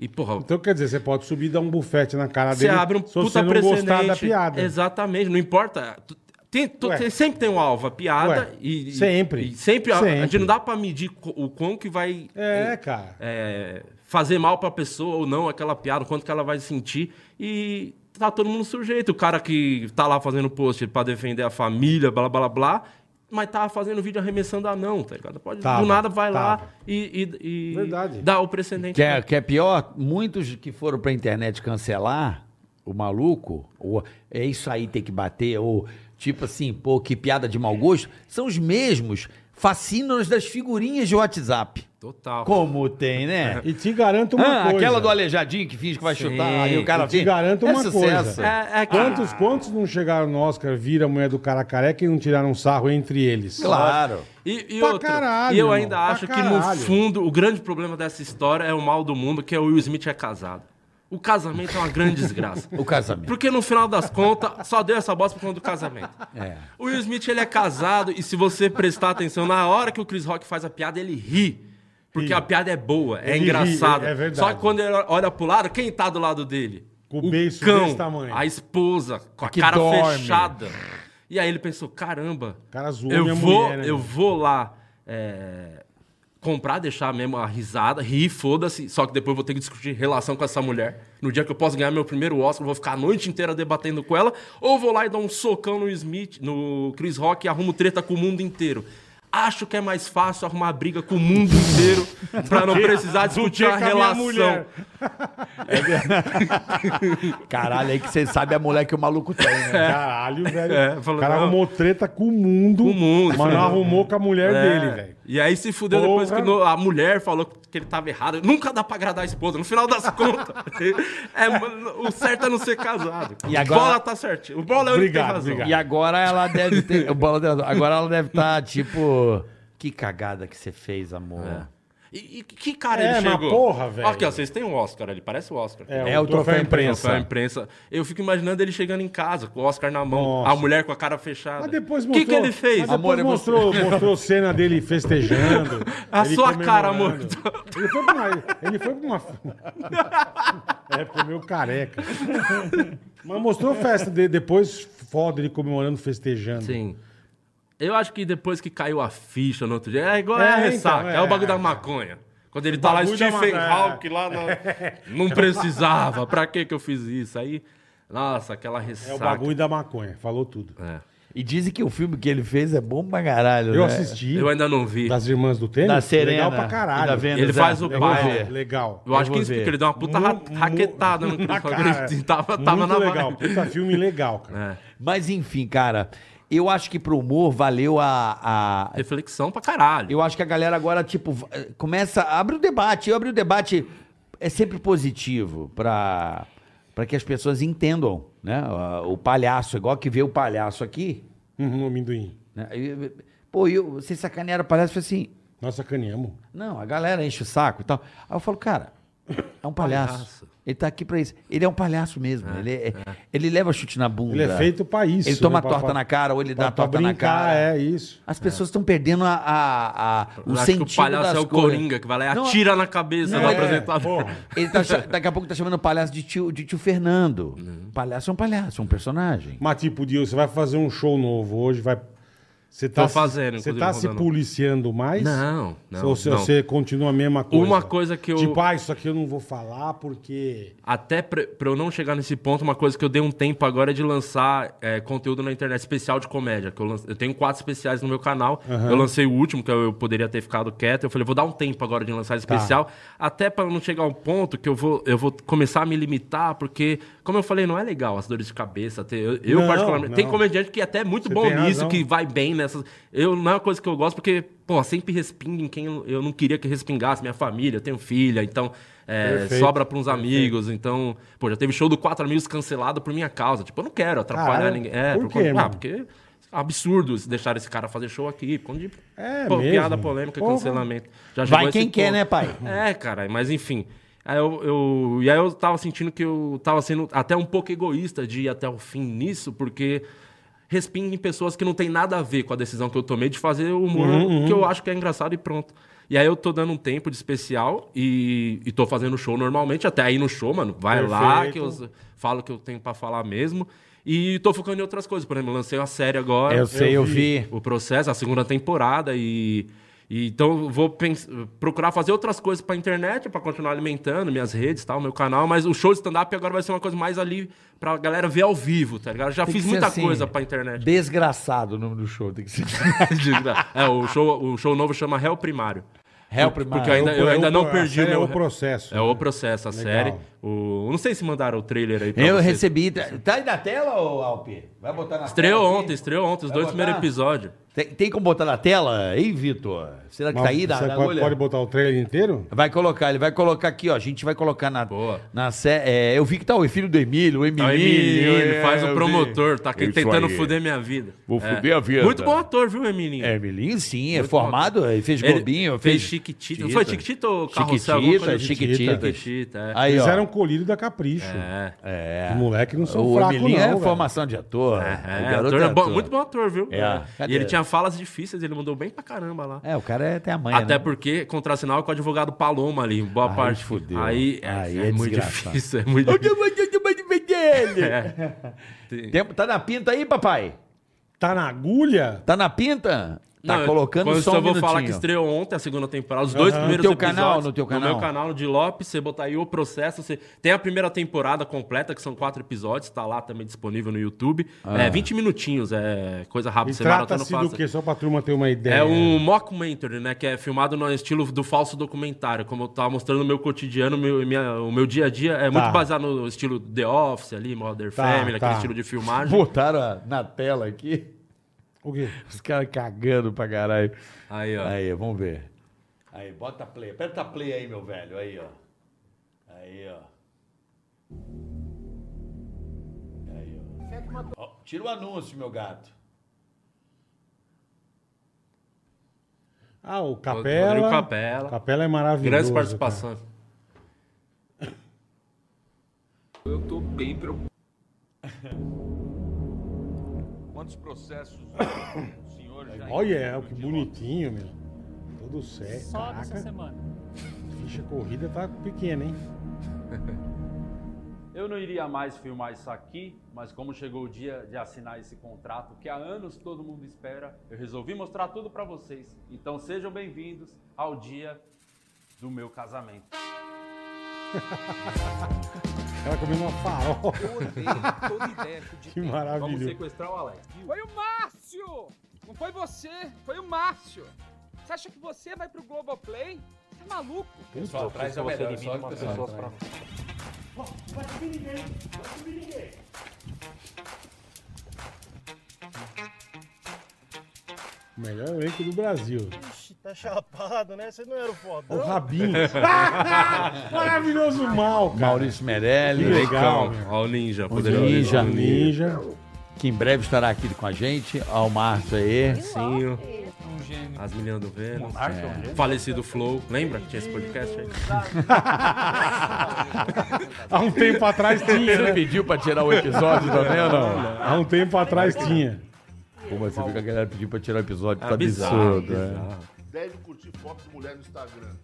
Speaker 5: E, porra,
Speaker 4: Então, quer dizer, você pode subir e dar um bufete na cara
Speaker 5: você
Speaker 4: dele
Speaker 5: abre um
Speaker 4: se
Speaker 5: puta
Speaker 4: você não
Speaker 5: precedente.
Speaker 4: gostar da piada.
Speaker 5: Exatamente, não importa. Tu- Tem, tu-
Speaker 4: Ué.
Speaker 5: tem- sempre tem um alvo, a piada.
Speaker 4: Ué,
Speaker 5: e, e-
Speaker 4: sempre.
Speaker 5: e sempre, a- A,
Speaker 4: Sempre.
Speaker 5: gente não dá para medir co- o quão que vai
Speaker 4: É, cara.
Speaker 5: é, fazer mal pra pessoa ou não aquela piada, o quanto que ela vai sentir. E tá todo mundo sujeito. O cara que tá lá fazendo post pra defender a família, blá blá blá, mas tá fazendo vídeo arremessando anão, tá ligado? Pode,
Speaker 4: Tava,
Speaker 5: do nada vai
Speaker 4: tava.
Speaker 5: lá e, e- e
Speaker 4: Verdade.
Speaker 5: dá o precedente.
Speaker 3: Que é, que é pior, muitos que foram pra internet cancelar o maluco, ou é isso aí tem que bater, ou tipo assim, pô, que piada de mau gosto, são os mesmos fascínoras das figurinhas de WhatsApp.
Speaker 5: Total.
Speaker 3: Como tem, né?
Speaker 4: E te garanto uma
Speaker 3: Ah,
Speaker 4: coisa.
Speaker 3: aquela do aleijadinho que finge que vai
Speaker 5: Sim.
Speaker 3: chutar, aí o cara
Speaker 4: Eu te
Speaker 3: vem.
Speaker 4: garanto uma
Speaker 3: sucesso.
Speaker 4: coisa.
Speaker 5: É, é que-
Speaker 4: Quantos, quantos não chegaram no Oscar, viram a mulher do cara careca e não tiraram um sarro entre eles?
Speaker 3: Claro.
Speaker 5: E, e
Speaker 4: Pra
Speaker 5: outra,
Speaker 4: caralho,
Speaker 5: e eu
Speaker 4: irmão,
Speaker 5: ainda
Speaker 4: pra
Speaker 5: acho que no
Speaker 4: caralho.
Speaker 5: fundo o grande problema dessa história é o mal do mundo, que é o Will Smith é casado. O casamento é uma grande desgraça.
Speaker 3: O casamento.
Speaker 5: Porque no final das contas, só deu essa bosta por conta do casamento.
Speaker 4: É.
Speaker 5: O Will Smith, ele é casado e se você prestar atenção, na hora que o Chris Rock faz a piada, ele ri. Porque a piada é boa, é
Speaker 4: Ele ri,
Speaker 5: engraçada.
Speaker 4: é- é verdade.
Speaker 5: Só que quando ele olha pro lado, quem tá do lado dele?
Speaker 4: Com o beiço desse tamanho.
Speaker 5: a esposa, com a
Speaker 4: Que
Speaker 5: cara
Speaker 4: dorme.
Speaker 5: fechada. E aí ele pensou, caramba,
Speaker 4: cara zoou
Speaker 5: eu
Speaker 4: minha
Speaker 5: vou,
Speaker 4: mulher, né?
Speaker 5: eu vou lá é, comprar, deixar mesmo a risada, rir, foda-se. Só que depois eu vou ter que discutir relação com essa mulher. No dia que eu posso ganhar meu primeiro Oscar, eu vou ficar a noite inteira debatendo com ela. Ou vou lá e dou um socão no Smith, no Chris Rock e arrumo treta com o mundo inteiro. Acho que é mais fácil arrumar briga com o mundo inteiro pra não precisar discutir
Speaker 4: que
Speaker 5: a
Speaker 4: com a minha
Speaker 5: relação.
Speaker 4: mulher.
Speaker 3: Caralho, aí que você sabe a mulher que o maluco tem, né?
Speaker 4: Caralho, velho.
Speaker 5: É,
Speaker 4: o
Speaker 5: falou,
Speaker 4: cara
Speaker 5: não.
Speaker 4: arrumou treta com o mundo.
Speaker 5: Com o mundo,
Speaker 4: Mas não
Speaker 5: falou.
Speaker 4: arrumou com a mulher dele,
Speaker 5: É.
Speaker 4: velho.
Speaker 5: E aí se fudeu
Speaker 4: Porra.
Speaker 5: depois que no- a mulher falou que ele tava errado. Nunca dá pra agradar a esposa, no final das contas. é, mano, o certo é não ser casado.
Speaker 3: E agora-
Speaker 5: O bola tá certinho. O bola é o único que tem
Speaker 4: Obrigado,
Speaker 5: razão.
Speaker 4: obrigado.
Speaker 3: E agora ela deve ter. o Bola de Ouro, Agora ela deve estar tipo. Que cagada que você fez, amor.
Speaker 5: É. E, e que cara
Speaker 4: É,
Speaker 5: ele
Speaker 4: mas
Speaker 5: chegou?
Speaker 4: porra, velho.
Speaker 5: Aqui, ó, vocês têm um Oscar ali, parece o Oscar.
Speaker 3: É o troféu imprensa.
Speaker 5: Foi a imprensa. Eu fico imaginando ele chegando em casa, com o Oscar na mão,
Speaker 4: Nossa.
Speaker 5: a mulher com a cara fechada.
Speaker 4: Mas depois
Speaker 5: O
Speaker 4: mostrou.
Speaker 5: que, que ele fez?
Speaker 4: Mas
Speaker 3: Amor,
Speaker 4: depois
Speaker 3: é você.
Speaker 4: mostrou, mostrou cena dele festejando.
Speaker 5: A
Speaker 4: ele
Speaker 5: sua cara,
Speaker 4: comemorando.
Speaker 5: amor.
Speaker 4: Ele foi pra uma. Ele foi pra uma... é, ficou meio careca. Mas mostrou festa dele depois, foda ele comemorando, festejando.
Speaker 5: Sim. Eu acho que depois que caiu a ficha no outro dia, é
Speaker 4: É,
Speaker 5: igual é, a
Speaker 4: então,
Speaker 5: ressaca, é,
Speaker 4: é,
Speaker 5: o bagulho
Speaker 4: é.
Speaker 5: da maconha. Quando ele tá lá,
Speaker 4: bagulho da
Speaker 5: Stephen
Speaker 4: maconha.
Speaker 5: Hawking lá, na- não precisava, pra que que eu fiz isso? Aí, nossa, aquela
Speaker 4: É
Speaker 5: ressaca.
Speaker 4: o bagulho da maconha, falou tudo.
Speaker 5: É.
Speaker 3: E dizem que o filme que ele fez é bom pra caralho. né?
Speaker 4: Eu assisti
Speaker 5: Eu ainda não vi.
Speaker 4: das Irmãs do Tênis.
Speaker 3: Da Serena.
Speaker 4: Legal pra
Speaker 3: e da
Speaker 4: caralho.
Speaker 3: Vênus,
Speaker 5: Ele
Speaker 3: é.
Speaker 5: faz o
Speaker 3: Eu
Speaker 5: pai.
Speaker 3: vou
Speaker 4: legal,
Speaker 3: ver.
Speaker 4: legal.
Speaker 5: Eu acho que
Speaker 3: vou
Speaker 5: isso
Speaker 3: ver.
Speaker 5: porque ele deu uma puta
Speaker 4: Mu-
Speaker 5: ra-
Speaker 4: mu-
Speaker 5: raquetada no
Speaker 4: na
Speaker 5: Chris
Speaker 4: cara.
Speaker 5: Rock. Ele tava, tava
Speaker 4: Muito
Speaker 5: na
Speaker 4: legal,
Speaker 5: vibe.
Speaker 4: puta filme legal, cara.
Speaker 5: É.
Speaker 3: Mas enfim, cara, eu acho que pro humor valeu a. a-
Speaker 5: Reflexão pra caralho.
Speaker 3: Eu acho que a galera agora, tipo, v- eh, começa. Abre o debate. Eu abri o debate. É sempre positivo pra, pra que as pessoas entendam, né? Ah, O palhaço, igual que vê o palhaço aqui.
Speaker 5: É.
Speaker 4: Uhum, amendoim.
Speaker 3: Né? Eu- eu- Pô, eu, vocês sacanearam o palhaço eu falei assim.
Speaker 4: Nós sacaneamos.
Speaker 3: Não, a galera enche o saco e tal. Aí eu falo, cara, é um palhaço.
Speaker 5: Palhaço.
Speaker 3: Ele tá aqui pra isso. Ele é um palhaço mesmo. ele, é- ele leva chute na bunda.
Speaker 4: Ele é feito pra isso.
Speaker 3: Ele toma
Speaker 4: né? Pra-
Speaker 3: torta
Speaker 4: pra-
Speaker 3: na cara ou ele dá
Speaker 4: pra- pra
Speaker 3: torta na
Speaker 4: brincar,
Speaker 3: cara.
Speaker 4: É isso.
Speaker 3: As pessoas estão perdendo a, a- a- o
Speaker 5: Eu acho
Speaker 3: sentido
Speaker 5: que o palhaço
Speaker 3: das
Speaker 5: é o
Speaker 3: coisas.
Speaker 5: Coringa, que vai lá e
Speaker 3: Não,
Speaker 5: atira na cabeça do
Speaker 4: é,
Speaker 5: apresentador.
Speaker 4: porra.
Speaker 3: Ele tá, cha- daqui a pouco tá chamando o palhaço de tio, de tio Fernando.
Speaker 5: Uhum.
Speaker 3: Palhaço é um palhaço, é um personagem.
Speaker 4: Mas tipo, Dio, você vai fazer um show novo hoje, vai... Você tá,
Speaker 5: Tô
Speaker 4: se-
Speaker 5: fazendo,
Speaker 4: Você
Speaker 5: inclusive,
Speaker 4: tá se
Speaker 5: rodando.
Speaker 4: policiando mais?
Speaker 5: Não, não,
Speaker 4: Ou você,
Speaker 5: não.
Speaker 4: você continua a mesma coisa?
Speaker 5: Uma coisa que eu-
Speaker 4: Tipo, ah, isso aqui eu não vou falar porque...
Speaker 5: Até pra, pra eu não chegar nesse ponto, uma coisa que eu dei um tempo agora é de lançar é, conteúdo na internet especial de comédia. Que eu, lan- eu tenho quatro especiais no meu canal. Eu lancei o último, que eu, eu poderia ter ficado quieto. Eu falei, vou dar um tempo agora de lançar esse
Speaker 4: Tá.
Speaker 5: especial. Até pra não chegar ao ponto que eu vou, eu vou começar a me limitar, porque, como eu falei, não é legal as dores de cabeça. ter- eu, eu
Speaker 4: Não,
Speaker 5: particularmente. Tem
Speaker 4: não.
Speaker 5: comediante que é até muito
Speaker 4: Você
Speaker 5: bom
Speaker 4: tem
Speaker 5: nisso,
Speaker 4: razão.
Speaker 5: que vai bem nessas. Eu não é uma coisa que eu gosto, porque, pô, sempre respinga em quem eu eu não queria que respingasse, minha família, eu tenho filha, então. é,
Speaker 4: Perfeito.
Speaker 5: sobra para uns amigos, então, pô, já teve show do Quatro Amigos cancelado por minha causa. Tipo, eu não quero atrapalhar
Speaker 4: Caralho,
Speaker 5: ninguém. É,
Speaker 4: por
Speaker 5: por
Speaker 4: quê,
Speaker 5: conta-
Speaker 4: mano?
Speaker 5: Ah, porque é absurdo se deixar esse cara fazer show aqui, por conta de
Speaker 4: É
Speaker 5: pô,
Speaker 4: mesmo?
Speaker 5: piada polêmica,
Speaker 4: Porra.
Speaker 5: cancelamento. Já
Speaker 3: Vai
Speaker 5: chegou esse
Speaker 3: quem quer,
Speaker 5: ponto.
Speaker 3: né, pai?
Speaker 5: É, cara, mas enfim. Aí eu, eu- e aí eu tava sentindo que eu tava sendo até um pouco egoísta de ir até o fim nisso, porque respinga em pessoas que não tem nada a ver com a decisão que eu tomei de fazer o humor
Speaker 3: Uhum,
Speaker 5: que eu acho que é engraçado e pronto. E aí eu tô dando um tempo de especial e, e tô fazendo show normalmente, até aí no show, mano, vai lá que eu
Speaker 4: Perfeito.
Speaker 5: falo o que eu tenho pra falar mesmo. E tô focando em outras coisas, por exemplo, lancei uma série agora
Speaker 3: É, Eu sei, eu vi.
Speaker 5: o processo, a segunda temporada e, e então eu vou pens- procurar fazer outras coisas pra internet, pra continuar alimentando minhas redes, tal, meu canal, mas o show de stand up agora vai ser uma coisa mais ali pra galera ver ao vivo, tá ligado? Eu Já
Speaker 3: Tem
Speaker 5: fiz
Speaker 3: que ser
Speaker 5: muita
Speaker 3: assim,
Speaker 5: coisa pra internet.
Speaker 3: Desgraçado o nome do show, tem que ser.
Speaker 5: é, o show, o show novo chama Réu Primário.
Speaker 3: Réu primário.
Speaker 5: Porque eu ainda, eu
Speaker 4: É o-
Speaker 5: ainda
Speaker 4: a
Speaker 5: não perdi
Speaker 4: série
Speaker 5: o meu...
Speaker 4: É o processo.
Speaker 5: É o processo, a série. O, eu não sei se mandaram o trailer aí pra
Speaker 3: Eu
Speaker 5: vocês.
Speaker 3: recebi. Tá tá aí na tela, ô Alpi? Vai botar na
Speaker 5: Estreou
Speaker 3: tela?
Speaker 5: ontem, estreou ontem, os
Speaker 3: Vai
Speaker 5: dois
Speaker 3: botar?
Speaker 5: primeiros episódios.
Speaker 3: Tem, tem como botar na tela, hein, Vitor? Será que tá aí na,
Speaker 4: Você
Speaker 3: na
Speaker 4: pode,
Speaker 3: olha?
Speaker 4: pode botar o trailer inteiro?
Speaker 3: Vai colocar, ele vai colocar aqui, ó. A gente vai colocar na.
Speaker 5: Boa.
Speaker 3: na sé- é, eu vi que tá o filho do Emílio, o
Speaker 5: Tá,
Speaker 3: Emílio.
Speaker 5: o Emilinho, faz
Speaker 3: é,
Speaker 5: o
Speaker 3: eu
Speaker 5: promotor, tá
Speaker 9: Isso
Speaker 5: tentando
Speaker 9: aí.
Speaker 5: fuder minha vida. É.
Speaker 9: Vou fuder a vida.
Speaker 5: Muito bom ator, viu, Emilinho?
Speaker 3: vi. É, Emílio, sim, é formado, ele fez
Speaker 5: Ele
Speaker 3: Globinho,
Speaker 5: fez
Speaker 3: fez.
Speaker 5: Chiquitita. Não foi Chiquitita ou Carrossel? Alguma
Speaker 3: Chiquitita,
Speaker 5: coisa assim.
Speaker 3: Chiquitita.
Speaker 5: Chiquitita, é.
Speaker 3: Aí,
Speaker 4: Eles
Speaker 3: ó.
Speaker 4: eram colírio da Capricho.
Speaker 5: É,
Speaker 4: Os moleques não são
Speaker 3: O
Speaker 4: fracos, não.
Speaker 3: Emílio é
Speaker 4: velho.
Speaker 3: formação de ator.
Speaker 5: é,
Speaker 3: o garoto
Speaker 5: ator é
Speaker 3: é
Speaker 5: bom-
Speaker 3: ator.
Speaker 5: muito bom ator, viu?
Speaker 3: É.
Speaker 5: E
Speaker 3: Cadê?
Speaker 5: ele tinha falas difíceis, ele mandou bem pra caramba lá.
Speaker 3: É, o cara é, tem a mãe.
Speaker 5: Até
Speaker 3: né?
Speaker 5: porque contrassinal é com o advogado Paloma ali, em boa
Speaker 3: Aí
Speaker 5: parte.
Speaker 3: fudeu.
Speaker 5: Aí é,
Speaker 3: Aí
Speaker 5: é
Speaker 3: é
Speaker 5: muito
Speaker 3: desgraçado.
Speaker 5: difícil, é muito
Speaker 3: Eu
Speaker 5: difícil.
Speaker 3: tô mandando o nome dele.
Speaker 5: É. Tem-
Speaker 3: Tem- Tá na pinta aí, papai?
Speaker 4: Tá na agulha?
Speaker 3: Tá na pinta? Tá
Speaker 5: Não,
Speaker 3: colocando
Speaker 5: quando
Speaker 3: só um
Speaker 5: eu vou falar que
Speaker 3: minutinho.
Speaker 5: estreou ontem a segunda temporada, os dois
Speaker 4: Aham.
Speaker 5: primeiros
Speaker 3: No teu
Speaker 5: episódios.
Speaker 3: canal, no teu canal?
Speaker 5: No meu canal, no de Lopes, você botar aí o processo. Você... Tem a primeira temporada completa, que são quatro episódios, tá lá também disponível no YouTube.
Speaker 3: Ah.
Speaker 5: É 20 minutinhos, é coisa
Speaker 4: E
Speaker 5: rápida. maratona
Speaker 4: trata-se do
Speaker 5: fácil.
Speaker 4: quê? Só pra turma ter uma ideia.
Speaker 5: É um mockumentary, né? Que é filmado no estilo do falso documentário. Como eu tava mostrando o meu cotidiano, meu, minha- o meu dia a dia. É muito baseado no estilo The Office ali, Mother
Speaker 4: Tá,
Speaker 5: Family,
Speaker 4: tá.
Speaker 5: aquele estilo de filmagem.
Speaker 3: Botaram a- na tela aqui.
Speaker 4: O quê?
Speaker 3: Os caras cagando pra caralho.
Speaker 5: Aí, ó.
Speaker 3: Aí, vamos ver. Aí, bota play. Aperta play aí, meu velho. Aí, ó. Aí, ó. Aí, ó. Ó, Tira o anúncio, meu gato.
Speaker 4: Ah, o Capela.
Speaker 5: Rodrigo Capela.
Speaker 4: Capela é maravilhoso.
Speaker 5: Grande participação.
Speaker 10: Eu tô bem preocupado. Quantos processos o senhor já
Speaker 4: cara. Olha, é, que bonitinho, meu. Tudo certo.
Speaker 11: Só nessa
Speaker 4: Caraca,
Speaker 11: semana.
Speaker 4: ficha corrida tá pequena, hein?
Speaker 10: Eu não iria mais filmar isso aqui, mas como chegou o dia de assinar esse contrato que há anos todo mundo espera, eu resolvi mostrar tudo pra vocês. Então sejam bem-vindos ao dia do meu casamento.
Speaker 4: O cara comendo uma farofa. que maravilhoso.
Speaker 5: sequestrar o Alex.
Speaker 12: Foi o Márcio! Não foi você, foi o Márcio! Você acha que você vai pro Globoplay? Você é maluco?
Speaker 3: Pessoal, traz a melhor. Só as pessoas pra
Speaker 4: O melhor elenco do Brasil.
Speaker 13: Ixi, tá chapado, né? Vocês não eram
Speaker 4: O
Speaker 13: fodão.
Speaker 4: Rabinho. Maravilhoso mal, cara.
Speaker 3: Maurício Meirelli,
Speaker 4: Que legal,
Speaker 3: Leicão,
Speaker 4: meu.
Speaker 5: Ó, o Ninja,
Speaker 3: o
Speaker 5: poderoso.
Speaker 3: Ninja,
Speaker 4: Ninja.
Speaker 3: que em breve estará aqui com a gente. Ó, o Márcio aí.
Speaker 5: Ninho, As meninas do Vênus.
Speaker 4: um
Speaker 5: É. Falecido Flow. Lembra que tinha esse podcast aí?
Speaker 4: Há um tempo atrás tinha,
Speaker 3: Você
Speaker 4: né?
Speaker 3: pediu pra tirar o episódio também ou não?
Speaker 4: Há um tempo atrás tinha.
Speaker 3: Pô, mas você viu que a galera pediu pra tirar o episódio,
Speaker 5: Ah,
Speaker 3: tá
Speaker 5: bizarro,
Speaker 3: absurdo. é.
Speaker 5: bizarro.
Speaker 14: Deve curtir foto de mulher no Instagram.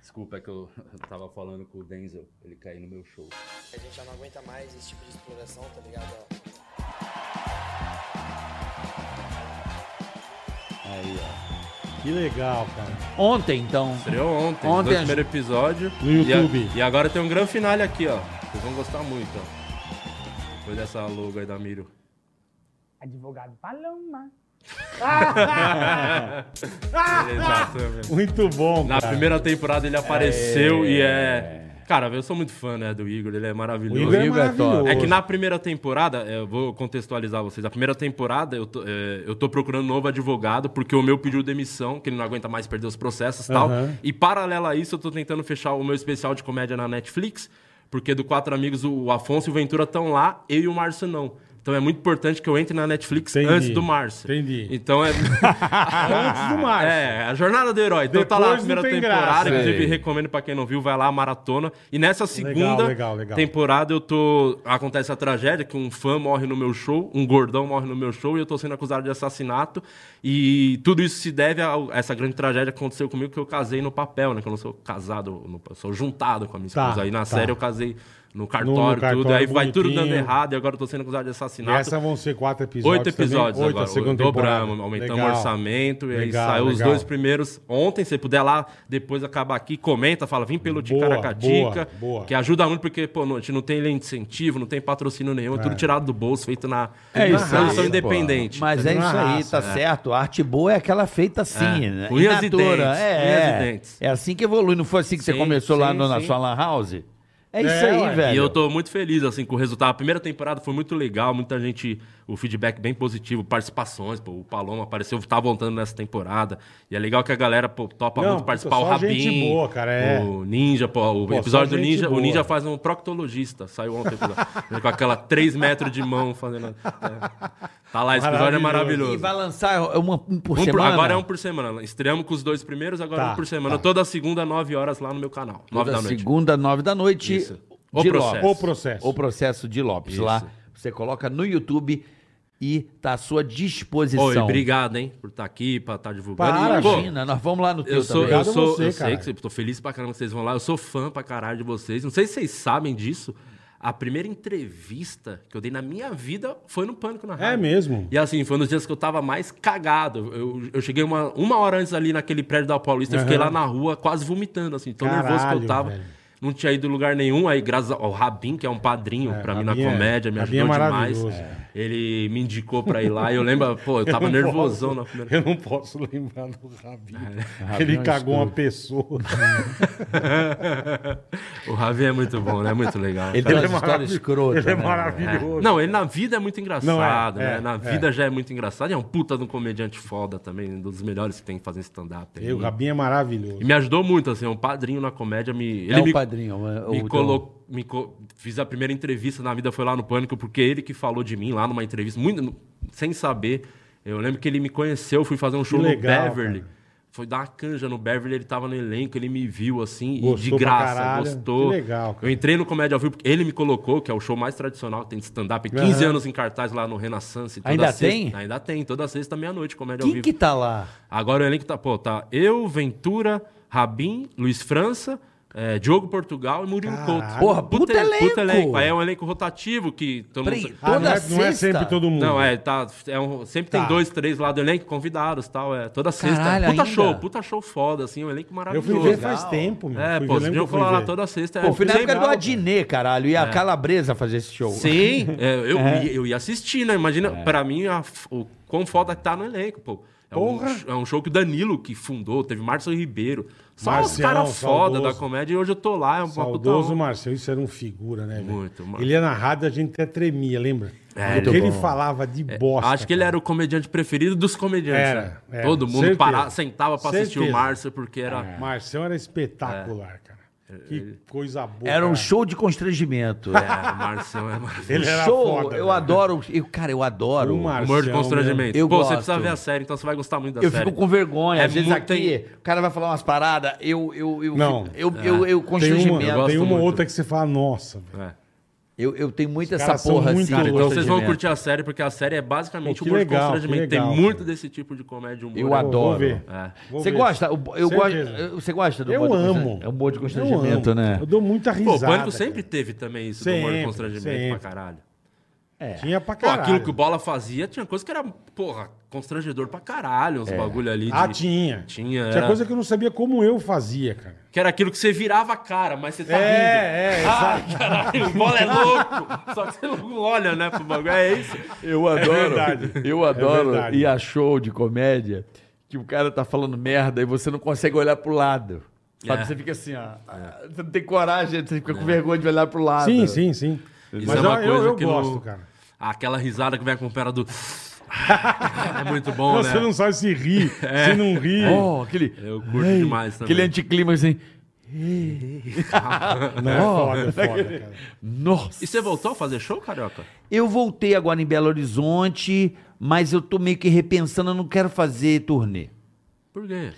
Speaker 5: Desculpa, é que eu eu tava falando com o Denzel. Ele caiu no meu show.
Speaker 15: A gente já não aguenta mais esse tipo de exploração, tá ligado? Ó,
Speaker 4: Que legal, cara.
Speaker 3: Ontem, então.
Speaker 5: Estreou ontem.
Speaker 3: Ontem
Speaker 5: Ontem.
Speaker 3: a gente-
Speaker 5: primeiro episódio.
Speaker 4: No
Speaker 5: E a-
Speaker 4: YouTube.
Speaker 5: E, agora tem um grande finale aqui, ó. Vocês vão gostar muito, ó. Depois dessa logo aí da Miro.
Speaker 11: Advogado Paloma.
Speaker 5: Exato, mesmo.
Speaker 4: Muito bom,
Speaker 5: Na
Speaker 4: cara.
Speaker 5: primeira temporada ele apareceu e é. Cara, eu sou muito fã né, do Igor, ele é
Speaker 4: O
Speaker 5: maravilhoso.
Speaker 4: Igor é
Speaker 3: Igor é
Speaker 4: maravilhoso.
Speaker 3: top.
Speaker 5: É que na primeira temporada, é, eu vou contextualizar vocês. A primeira temporada, eu tô, é, eu tô procurando um novo advogado, porque o meu pediu demissão, que ele não aguenta mais perder os processos e tal.
Speaker 4: Aham.
Speaker 5: E paralelo a isso, eu tô tentando fechar o meu especial de comédia na Netflix, porque do Quatro Amigos, o Afonso e o Ventura estão lá, eu e o Márcio não. Então é muito importante que eu entre na Netflix
Speaker 4: Entendi.
Speaker 5: antes do Márcio.
Speaker 4: Entendi.
Speaker 5: Então é. antes
Speaker 4: do Márcio.
Speaker 5: É, a jornada do herói. Então tá lá a
Speaker 4: Depois não
Speaker 5: primeira
Speaker 4: tem
Speaker 5: temporada.
Speaker 4: graça.
Speaker 5: Inclusive,
Speaker 3: Sei.
Speaker 5: recomendo pra quem não viu, vai lá a maratona. E nessa segunda
Speaker 4: legal, legal.
Speaker 5: tem- temporada eu tô. Acontece a tragédia que um fã morre no meu show, um gordão morre no meu show e eu tô sendo acusado de assassinato. E tudo isso se deve a essa grande tragédia que aconteceu comigo, que eu casei no papel, né? Que eu não sou casado, no- eu sou juntado com a minha
Speaker 4: Tá,
Speaker 5: esposa. aí na
Speaker 4: tá.
Speaker 5: série eu casei no cartório,
Speaker 4: No- no
Speaker 5: tudo.
Speaker 4: cartório,
Speaker 5: Aí vai tudo dando
Speaker 4: bonitinho.
Speaker 5: errado e agora eu tô sendo acusado
Speaker 4: E
Speaker 5: de assassinato.
Speaker 4: essa vão ser quatro episódios.
Speaker 5: Oito
Speaker 4: também.
Speaker 5: episódios
Speaker 4: Oito,
Speaker 5: agora.
Speaker 4: a segunda temporada.
Speaker 5: dobramos, aumentamos
Speaker 4: Legal.
Speaker 5: o orçamento. E aí
Speaker 4: Legal,
Speaker 5: saiu os
Speaker 4: legal.
Speaker 5: dois primeiros ontem. Se puder lá, depois acabar aqui, comenta, fala, vim pelo
Speaker 4: boa,
Speaker 5: Ticaracatica.
Speaker 4: boa.
Speaker 5: Que ajuda muito, porque pô, não- a gente não tem lei de incentivo, não tem patrocínio nenhum. É tudo tirado do bolso, feito na
Speaker 3: É isso aí,
Speaker 5: produção
Speaker 3: pô.
Speaker 5: independente.
Speaker 3: Mas é
Speaker 4: Tá
Speaker 3: isso
Speaker 4: na
Speaker 3: aí,
Speaker 4: raça,
Speaker 3: tá certo. A arte boa é aquela feita assim,
Speaker 5: É.
Speaker 3: né?
Speaker 5: Com unhas
Speaker 3: In
Speaker 5: e
Speaker 3: natura,
Speaker 5: dentes,
Speaker 3: É,
Speaker 5: unhas e
Speaker 3: é.
Speaker 5: dentes.
Speaker 3: É assim que evolui. Não foi assim que você
Speaker 5: Sim,
Speaker 3: começou lá
Speaker 5: sim,
Speaker 3: no- na
Speaker 5: sim.
Speaker 3: sua lan house?
Speaker 7: É isso
Speaker 4: É,
Speaker 7: aí,
Speaker 4: ué.
Speaker 7: velho.
Speaker 5: E eu tô muito feliz, assim, com o resultado. A primeira temporada foi muito legal, muita gente, o feedback bem positivo, participações, pô, o Paloma apareceu, tá voltando nessa temporada. E é legal que a galera, pô, topa
Speaker 4: Não,
Speaker 5: muito participar.
Speaker 4: puta,
Speaker 5: o
Speaker 4: só gente
Speaker 5: Rabin,
Speaker 4: boa, cara, é.
Speaker 5: o Ninja, pô, o
Speaker 4: Pô, só
Speaker 5: episódio do
Speaker 4: gente
Speaker 5: Ninja,
Speaker 4: boa.
Speaker 5: o Ninja faz um proctologista, saiu ontem, pô, lá, com aquela 3 metros de mão fazendo... é. Tá lá, esse episódio é
Speaker 7: E
Speaker 5: maravilhoso.
Speaker 7: vai lançar uma, um por
Speaker 5: Um por-
Speaker 7: semana?
Speaker 5: agora é um por semana. Estreamos com os dois primeiros, agora
Speaker 4: Tá,
Speaker 5: um por semana.
Speaker 4: tá.
Speaker 5: Toda segunda, 9 horas, lá no meu canal. 9
Speaker 7: Toda
Speaker 5: da noite.
Speaker 7: segunda, nove da noite.
Speaker 5: Isso.
Speaker 7: O
Speaker 5: O
Speaker 7: de
Speaker 5: processo.
Speaker 7: Lopes.
Speaker 4: O processo.
Speaker 7: O processo de Lopes.
Speaker 5: Isso.
Speaker 7: Lá você coloca no YouTube e tá à sua disposição.
Speaker 5: Oi, obrigado, hein, por estar aqui, pra estar divulgando.
Speaker 4: Para,
Speaker 5: E, pô,
Speaker 7: Imagina, nós vamos lá no teu
Speaker 5: Eu sou,
Speaker 7: também.
Speaker 5: eu
Speaker 4: Obrigado a
Speaker 5: sou,
Speaker 4: você,
Speaker 5: eu sei
Speaker 4: cara.
Speaker 5: que você, tô feliz pra caramba que vocês vão lá. Eu sou fã pra caralho de vocês. Não sei se vocês sabem disso. A primeira entrevista que eu dei na minha vida foi no Pânico na Rádio.
Speaker 4: É mesmo.
Speaker 5: E assim, foi um dos dias que eu tava mais cagado. Eu, eu cheguei uma, uma hora antes ali naquele prédio da Paulista, eu fiquei
Speaker 4: Aham.
Speaker 5: lá na rua quase vomitando, assim, tão
Speaker 4: Caralho,
Speaker 5: nervoso que eu tava.
Speaker 4: velho.
Speaker 5: Não tinha ido em lugar nenhum. Aí, graças ao Rabin, que é um padrinho
Speaker 4: É,
Speaker 5: pra mim
Speaker 4: Rabin é-
Speaker 5: na comédia, me
Speaker 4: Rabin é
Speaker 5: ajudou demais.
Speaker 4: maravilhoso. É
Speaker 5: Ele me indicou pra ir lá. E eu lembro, pô, eu tava
Speaker 4: não
Speaker 5: nervosão
Speaker 4: posso-
Speaker 5: na primeira. É,
Speaker 4: Eu não posso lembrar do Rabino.
Speaker 5: um
Speaker 4: Ele cagou uma pessoa. é
Speaker 5: o Ravi é muito bom, né? É Muito legal.
Speaker 7: Ele tem umas histórias
Speaker 4: maravilhoso.
Speaker 7: escrotas.
Speaker 4: Ele é
Speaker 7: né?
Speaker 4: maravilhoso.
Speaker 5: Não, ele na vida é muito engraçado,
Speaker 4: Não, é,
Speaker 5: né?
Speaker 4: é,
Speaker 5: na
Speaker 4: é.
Speaker 5: vida já é muito engraçado. E é um puta de um comediante foda também, um dos melhores que tem que fazer stand-up. aí.
Speaker 4: O Rabinho é maravilhoso.
Speaker 5: E me ajudou muito, assim, é um padrinho na comédia. Me, ele
Speaker 4: um
Speaker 7: é
Speaker 5: me,
Speaker 7: o padrinho. é o-
Speaker 5: me
Speaker 7: o-
Speaker 5: colocou. me co- Fiz a primeira entrevista na vida, foi lá no Pânico, porque ele que falou de mim lá numa entrevista, muito sem saber. Eu lembro que ele me conheceu, fui fazer um show
Speaker 4: legal,
Speaker 5: no Beverly.
Speaker 4: cara.
Speaker 5: Foi dar uma canja no Beverly, ele tava no elenco, ele me viu assim, e
Speaker 4: Gostou
Speaker 5: de
Speaker 4: pra
Speaker 5: graça,
Speaker 4: caralho.
Speaker 5: gostou.
Speaker 4: Que legal, cara.
Speaker 5: Eu entrei no Comédia ao Vivo, porque ele me colocou, que é o show mais tradicional, tem de stand-up, 15
Speaker 4: Aham.
Speaker 5: anos em cartaz lá no Renaissance. toda
Speaker 7: Ainda
Speaker 5: sexta-
Speaker 7: tem?
Speaker 5: Ainda tem, toda sexta, meia-noite, Comédia ao
Speaker 7: Quem
Speaker 5: Vivo.
Speaker 7: que tá lá?
Speaker 5: Agora o elenco tá, pô, tá eu, Ventura, Rabin, Luiz França, eh, Diogo Portugal e Murilo
Speaker 4: Caralho.
Speaker 5: Couto.
Speaker 7: Porra, puta elenco!
Speaker 5: Aí é um elenco rotativo que todo
Speaker 7: Peraí,
Speaker 5: mundo...
Speaker 4: Ah, não,
Speaker 7: toda
Speaker 4: é, não é
Speaker 7: sexta?
Speaker 4: sempre todo mundo.
Speaker 5: Não, é, tá, é um- sempre tem
Speaker 4: Tá.
Speaker 5: dois, três lá do elenco convidados e tal, é, toda sexta.
Speaker 7: Caralho,
Speaker 5: puta
Speaker 7: ainda?
Speaker 5: show, puta show foda, assim, um elenco
Speaker 4: Eu
Speaker 5: maravilhoso.
Speaker 4: fui ver faz tempo, meu.
Speaker 5: É,
Speaker 4: Fui
Speaker 5: pô,
Speaker 4: ver, lembro
Speaker 5: vocês deviam
Speaker 4: que eu fui
Speaker 5: falar lá
Speaker 4: ver.
Speaker 5: toda sexta.
Speaker 7: Pô,
Speaker 5: é,
Speaker 7: foi na época
Speaker 5: sempre-
Speaker 7: do Adnet, caralho, e a Calabresa fazer esse show.
Speaker 5: É. Sim, é, eu, Ia, eu ia assistir, né? Imagina,
Speaker 4: É.
Speaker 5: pra mim, a, f- o quão foda que tá no elenco, pô. É um,
Speaker 4: Porra.
Speaker 5: sh- é um show que o Danilo que fundou, teve Márcio Ribeiro. Só os
Speaker 4: Marcião,
Speaker 5: caras foda da
Speaker 4: saudoso.
Speaker 5: comédia e hoje eu tô lá, é uma
Speaker 4: Saudoso
Speaker 5: puta.
Speaker 4: Marcelo, isso era um figura, né? velho?
Speaker 5: Muito, mano.
Speaker 4: Ele ia na rádio, a gente até tremia, lembra?
Speaker 5: É,
Speaker 4: Porque
Speaker 5: muito É,
Speaker 4: ele
Speaker 7: bom.
Speaker 4: falava de bosta.
Speaker 5: Acho que ele era o comediante preferido dos comediantes.
Speaker 4: Era,
Speaker 5: né?
Speaker 4: era,
Speaker 5: Todo mundo
Speaker 4: certeza.
Speaker 5: parava, sentava pra assistir o
Speaker 4: Certeza. É.
Speaker 5: Márcio, porque era.
Speaker 4: cara. Marcelo era espetacular, cara. Que coisa boa.
Speaker 7: Era um
Speaker 4: cara.
Speaker 7: show de constrangimento.
Speaker 5: É, o Márcio é maravilhoso.
Speaker 4: Ele era
Speaker 7: show,
Speaker 4: foda.
Speaker 7: eu
Speaker 5: né?
Speaker 4: velho.
Speaker 7: adoro. Eu, cara, eu adoro.
Speaker 4: O Marcião
Speaker 5: Humor de
Speaker 4: mesmo.
Speaker 5: constrangimento.
Speaker 7: Eu
Speaker 5: Pô,
Speaker 7: gosto.
Speaker 5: você precisa ver a série, então você vai gostar muito da
Speaker 7: Eu
Speaker 5: série.
Speaker 7: fico com vergonha.
Speaker 5: É
Speaker 7: Às vezes
Speaker 5: muito-
Speaker 7: aqui, o cara vai falar umas paradas, eu. eu, eu
Speaker 4: Não.
Speaker 7: fico- Eu, eu, eu,
Speaker 4: Tem uma,
Speaker 7: constrangimento.
Speaker 5: Eu gosto
Speaker 4: tem uma
Speaker 5: muito.
Speaker 4: outra que você fala, nossa, velho.
Speaker 5: É.
Speaker 7: Eu, eu tenho muito
Speaker 4: Os
Speaker 7: essa
Speaker 4: caras são
Speaker 7: porra
Speaker 4: muito
Speaker 7: assim. de
Speaker 4: loucos.
Speaker 5: Então vocês vão
Speaker 7: constrangimento.
Speaker 5: curtir a série, porque a série é basicamente
Speaker 4: Pô,
Speaker 5: o
Speaker 4: que
Speaker 5: humor de
Speaker 4: legal, que
Speaker 5: constrangimento.
Speaker 4: legal,
Speaker 5: Tem muito
Speaker 4: cara.
Speaker 5: desse tipo de comédia humor.
Speaker 7: Eu
Speaker 5: é
Speaker 4: Pô,
Speaker 7: adoro.
Speaker 4: Vou ver.
Speaker 5: É.
Speaker 4: Vou
Speaker 7: Você
Speaker 4: ver.
Speaker 7: gosta? Eu- Eu gosto.
Speaker 4: Certeza.
Speaker 7: eu- Você gosta do
Speaker 4: Eu
Speaker 7: humor de
Speaker 4: amo.
Speaker 7: constrangimento? É um humor de
Speaker 4: Eu
Speaker 7: constrangimento,
Speaker 4: amo.
Speaker 7: né?
Speaker 4: Eu dou muita
Speaker 5: Pô,
Speaker 4: risada.
Speaker 5: o Pânico sempre
Speaker 4: cara.
Speaker 5: teve também isso do humor
Speaker 4: Sempre,
Speaker 5: de constrangimento
Speaker 4: sempre.
Speaker 5: pra caralho.
Speaker 4: Tinha pra
Speaker 5: Pô,
Speaker 4: caralho.
Speaker 5: aquilo que o Bola fazia, tinha coisa que era, porra, constrangedor pra caralho, uns bagulho ali.
Speaker 4: Ah,
Speaker 5: de-
Speaker 4: tinha.
Speaker 5: Tinha, é.
Speaker 4: Tinha
Speaker 5: era-
Speaker 4: coisa que eu não sabia como eu fazia, cara.
Speaker 5: Que era aquilo que você virava a cara, mas você tá rindo.
Speaker 4: É, é,
Speaker 5: Ah, caralho, o Bola é louco! Só que você não olha, né, pro bagulho. É isso.
Speaker 3: Eu adoro.
Speaker 4: verdade.
Speaker 3: Eu
Speaker 4: É
Speaker 3: adoro
Speaker 4: verdade.
Speaker 3: ir a show de comédia que o cara tá falando merda e você não consegue olhar pro lado. Sabe?
Speaker 5: É.
Speaker 3: Você fica assim, ó. Você não tem coragem, você fica com vergonha de olhar pro lado.
Speaker 4: Sim, sim, sim.
Speaker 5: Isso
Speaker 4: Mas
Speaker 5: é uma
Speaker 4: eu, eu,
Speaker 5: coisa que não-
Speaker 4: gosto, cara.
Speaker 5: Ah, Aquela risada que vem acompanhada do... É muito bom,
Speaker 4: Não,
Speaker 5: né? É.
Speaker 4: Você não sabe se ri, se não ri.
Speaker 3: Oh, aquele,
Speaker 4: É
Speaker 5: Eu curto demais também.
Speaker 3: aquele anticlima assim.
Speaker 4: Não, é foda, é foda, cara.
Speaker 3: Nossa!
Speaker 5: E você voltou a fazer show, Carioca?
Speaker 7: Eu voltei agora em Belo Horizonte, mas eu tô meio que repensando, eu não quero fazer turnê.
Speaker 5: Por quê?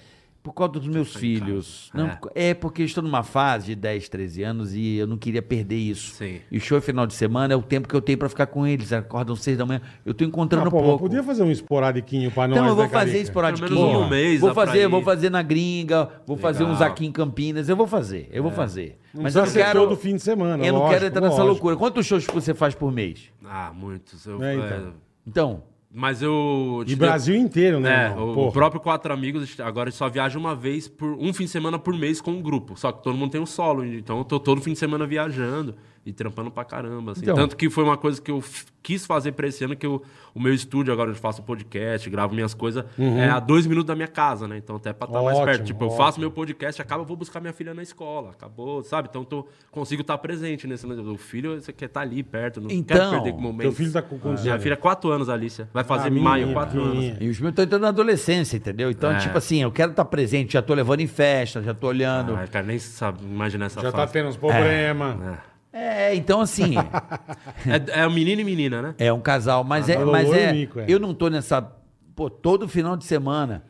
Speaker 7: Por causa dos meus filhos. Não,
Speaker 5: É.
Speaker 7: por- é. porque eu estou numa fase de 10, 13 anos e eu não queria perder isso.
Speaker 5: Sim.
Speaker 7: E o show é final de semana, é o tempo que eu tenho pra ficar com eles. Acordam seis da manhã. Eu tô encontrando
Speaker 4: Ah, pô, mas
Speaker 7: pouco.
Speaker 4: podia fazer um esporadiquinho pra nós,
Speaker 7: Então eu vou
Speaker 4: né,
Speaker 7: fazer
Speaker 4: Carica?
Speaker 7: esporadiquinho.
Speaker 5: Pelo menos um mês
Speaker 7: vou
Speaker 5: dá pra
Speaker 7: fazer,
Speaker 5: ir.
Speaker 7: vou fazer na gringa, vou fazer uns
Speaker 5: Legal. É.
Speaker 7: aqui em Campinas, eu vou fazer, eu vou fazer.
Speaker 4: Não
Speaker 7: Mas eu
Speaker 4: precisa
Speaker 7: não
Speaker 4: ser
Speaker 7: quero
Speaker 4: todo fim de semana,
Speaker 7: Eu não quero
Speaker 4: lógico,
Speaker 7: entrar nessa
Speaker 4: lógico.
Speaker 7: loucura. Quantos shows você faz por mês?
Speaker 5: Ah, muitos. Eu,
Speaker 4: É, então.
Speaker 5: é,
Speaker 7: Então,
Speaker 5: Mas eu.
Speaker 4: E Brasil inteiro, né?
Speaker 5: É,
Speaker 4: irmão?
Speaker 5: o
Speaker 4: Porra.
Speaker 5: próprio Quatro Amigos agora ele só viaja uma vez por um fim de semana por mês com um grupo. Só que todo mundo tem um solo, então eu tô todo fim de semana viajando. E trampando pra caramba, assim.
Speaker 3: Então.
Speaker 5: Tanto que foi uma coisa que eu f- quis fazer pra esse ano, que eu, o meu estúdio agora, onde eu faço podcast, gravo minhas coisas, é a dois minutos da minha casa, né? Então até pra estar mais
Speaker 4: Uhum. Ótimo,
Speaker 5: perto. Tipo, eu
Speaker 4: ótimo.
Speaker 5: faço meu podcast, acaba, eu vou buscar minha filha na escola. Acabou, sabe? Então tô, consigo estar presente nesse lance. O filho, você quer estar ali perto, não
Speaker 3: Então,
Speaker 5: quero perder momento.
Speaker 4: teu filho tá com quantos
Speaker 5: Minha
Speaker 4: anos?
Speaker 5: filha, é quatro anos, Alicia. Vai
Speaker 4: Ah,
Speaker 5: fazer em maio,
Speaker 4: menininha,
Speaker 5: quatro anos.
Speaker 4: menininha.
Speaker 3: E os meus estão entrando na adolescência, entendeu? Então,
Speaker 5: É.
Speaker 3: tipo assim, eu quero estar presente, já tô levando em festa, já tô olhando.
Speaker 5: Ai, cara, nem sabe imaginar essa
Speaker 4: Já tá
Speaker 5: fase.
Speaker 4: tendo uns problemas.
Speaker 3: É, então assim,
Speaker 5: É, é o menino e menina, né?
Speaker 3: é um casal, mas é,
Speaker 4: Lolo
Speaker 3: mas
Speaker 4: e
Speaker 3: é,
Speaker 4: Nico, é.
Speaker 3: eu não tô nessa, pô, todo final de semana,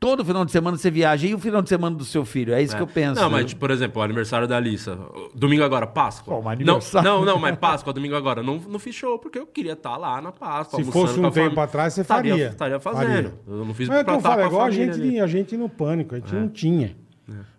Speaker 3: todo final de semana você viaja, e o final de semana do seu filho, é isso que eu penso.
Speaker 5: Não, mas, tipo, por exemplo, o aniversário da Alissa. Domingo agora, Páscoa.
Speaker 3: Pô, mas
Speaker 5: não,
Speaker 3: aniversário-
Speaker 5: não, não, mas Páscoa, domingo agora. Não, não fiz show, porque eu queria estar lá na Páscoa.
Speaker 4: Se
Speaker 5: almoçando
Speaker 4: fosse um
Speaker 5: com a
Speaker 4: tempo
Speaker 5: família.
Speaker 4: atrás, você
Speaker 5: tá Estaria-
Speaker 4: faria.
Speaker 5: Estaria fazendo.
Speaker 4: Faria.
Speaker 5: Eu não fiz
Speaker 4: Mas é que eu
Speaker 5: estar
Speaker 4: falo, é
Speaker 5: com a
Speaker 4: igual a
Speaker 5: família É.
Speaker 4: gente,
Speaker 5: ali.
Speaker 4: a gente no pânico, a gente não tinha.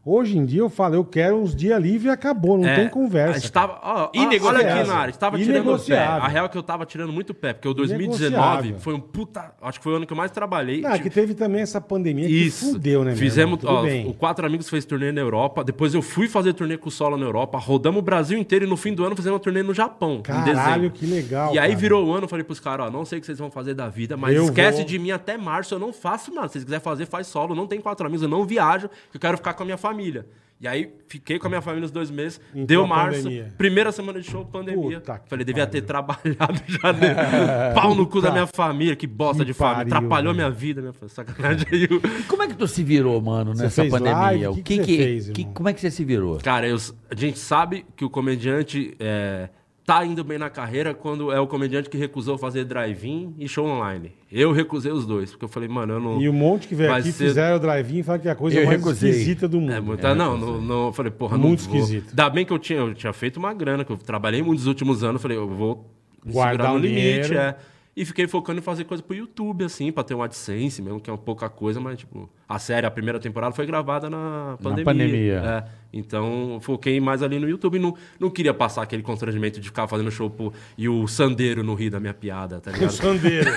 Speaker 4: Hoje em dia eu falo, eu quero uns dias livres e acabou, não
Speaker 5: É,
Speaker 4: tem
Speaker 5: A
Speaker 4: conversa.
Speaker 5: gente tava, ó, ó, olha
Speaker 4: Inegociável.
Speaker 5: aqui, Nara, a gente tava tirando o pé.
Speaker 4: Inegociável.
Speaker 5: A real é que eu tava tirando muito pé, porque o 2019
Speaker 4: Inegociável.
Speaker 5: foi um puta. Acho que foi o ano que eu mais trabalhei.
Speaker 4: Ah,
Speaker 5: Tipo,
Speaker 4: que teve também essa pandemia
Speaker 5: Isso.
Speaker 4: que fudeu, né? meu
Speaker 5: Fizemos,
Speaker 4: irmão? Tudo
Speaker 5: ó,
Speaker 4: bem.
Speaker 5: o Quatro Amigos fez turnê na Europa, depois eu fui fazer turnê com o Solo na Europa, rodamos o Brasil inteiro e no fim do ano fizemos uma turnê no Japão, em
Speaker 4: Caralho,
Speaker 5: dezembro.
Speaker 4: que legal.
Speaker 5: E aí
Speaker 4: cara.
Speaker 5: virou o ano, eu falei pros caras, ó, não sei o que vocês vão fazer da vida, mas
Speaker 4: Eu
Speaker 5: esquece
Speaker 4: vou.
Speaker 5: de mim até março, eu não faço nada. Se vocês quiserem fazer, faz solo, não tem quatro amigos, eu não viajo, eu quero ficar com a minha família. E aí fiquei com a minha família os dois meses,
Speaker 4: Entrou
Speaker 5: deu
Speaker 4: a
Speaker 5: março,
Speaker 4: pandemia.
Speaker 5: primeira semana de show, pandemia.
Speaker 4: Puta que
Speaker 5: falei, devia
Speaker 4: pariu.
Speaker 5: ter trabalhado já, né? Pau no cu da minha família, que bosta
Speaker 4: que
Speaker 5: de família.
Speaker 4: pariu,
Speaker 5: Atrapalhou
Speaker 4: velho.
Speaker 5: minha vida, minha sacanagem. Aí eu-
Speaker 3: E como é que tu se virou, mano,
Speaker 4: Você
Speaker 3: nessa
Speaker 4: fez
Speaker 3: pandemia?
Speaker 4: live?
Speaker 3: O
Speaker 4: Que
Speaker 3: que
Speaker 4: que
Speaker 3: que,
Speaker 4: você fez,
Speaker 3: que-
Speaker 4: irmão?
Speaker 3: como é que você se virou?
Speaker 5: Cara, eu- a gente sabe que o comediante é, tá indo bem na carreira quando é o comediante que recusou fazer drive-in e show online. Eu recusei os dois, porque eu falei, mano, eu não.
Speaker 4: E um monte que veio
Speaker 5: Vai
Speaker 4: aqui
Speaker 5: ser-
Speaker 4: fizeram o drive-in e falaram que é a coisa
Speaker 3: Eu
Speaker 4: mais
Speaker 3: recusei.
Speaker 4: esquisita do mundo.
Speaker 5: É, muito, ah, não, não, não, eu falei, porra, não
Speaker 4: Muito
Speaker 5: vou.
Speaker 4: esquisito.
Speaker 5: Ainda bem que eu tinha, eu tinha feito uma grana, que eu trabalhei muito nos últimos anos, eu falei, eu vou me
Speaker 4: Guardar
Speaker 5: segurar no
Speaker 4: um
Speaker 5: limite,
Speaker 4: dinheiro.
Speaker 5: é. E fiquei focando em fazer coisa pro YouTube, assim, pra ter um AdSense mesmo, que é uma pouca coisa, mas, tipo, a série, a primeira temporada foi gravada na pandemia.
Speaker 16: pandemia.
Speaker 5: É. Então, foquei mais ali no YouTube. Não, não queria passar aquele constrangimento de ficar fazendo show pro... e o Sandeiro não rir da minha piada, tá
Speaker 4: O
Speaker 5: ligado?
Speaker 4: Sandeiro.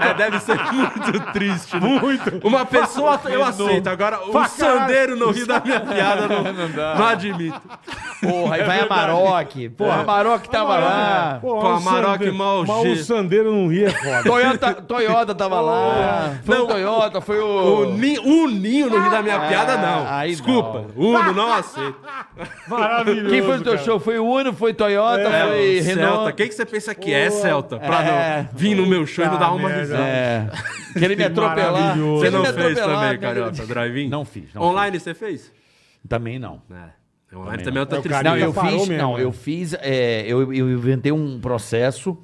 Speaker 5: É, deve ser muito triste. Né? Muito. Uma pessoa eu aceito. Agora, o sandeiro não ri da minha piada, não, não admito.
Speaker 3: Porra, e vai a Maroc. Porra, a Maroc tava lá.
Speaker 4: Pô,
Speaker 5: Pô,
Speaker 4: o
Speaker 5: Amarok
Speaker 4: Sandeiro-
Speaker 5: mal
Speaker 4: Mas o
Speaker 5: G.
Speaker 4: Sandeiro não ria, é foda.
Speaker 3: Toyota, Toyota tava lá. Foi o Toyota, foi
Speaker 5: O
Speaker 3: o...
Speaker 5: ninho, o ninho não ri da minha piada, não.
Speaker 3: aí
Speaker 5: Desculpa. Uno, não aceito.
Speaker 4: Maravilhoso.
Speaker 3: Quem foi no teu
Speaker 4: cara.
Speaker 3: show? Foi o Uno, foi Toyota,
Speaker 5: É,
Speaker 3: foi
Speaker 5: Celta.
Speaker 3: Renault.
Speaker 5: Quem que você pensa que é Celta? Pra
Speaker 3: É.
Speaker 5: não vir no meu show e não dar uma
Speaker 4: merda.
Speaker 5: risada.
Speaker 3: É. Queria me atropelar.
Speaker 4: maravilhoso.
Speaker 5: Você
Speaker 3: Queria
Speaker 5: não
Speaker 3: me
Speaker 5: fez
Speaker 3: atropelar,
Speaker 5: também,
Speaker 3: me-
Speaker 5: Carioca, drive-in?
Speaker 3: Não fiz, não
Speaker 5: Online você fez?
Speaker 3: Também não.
Speaker 5: É. Online também é outra
Speaker 4: É o
Speaker 5: tristeza.
Speaker 3: Não,
Speaker 4: Carioca
Speaker 3: eu
Speaker 4: parou
Speaker 3: fiz,
Speaker 4: mesmo,
Speaker 3: não,
Speaker 4: né?
Speaker 3: eu fiz, é, eu, eu inventei um processo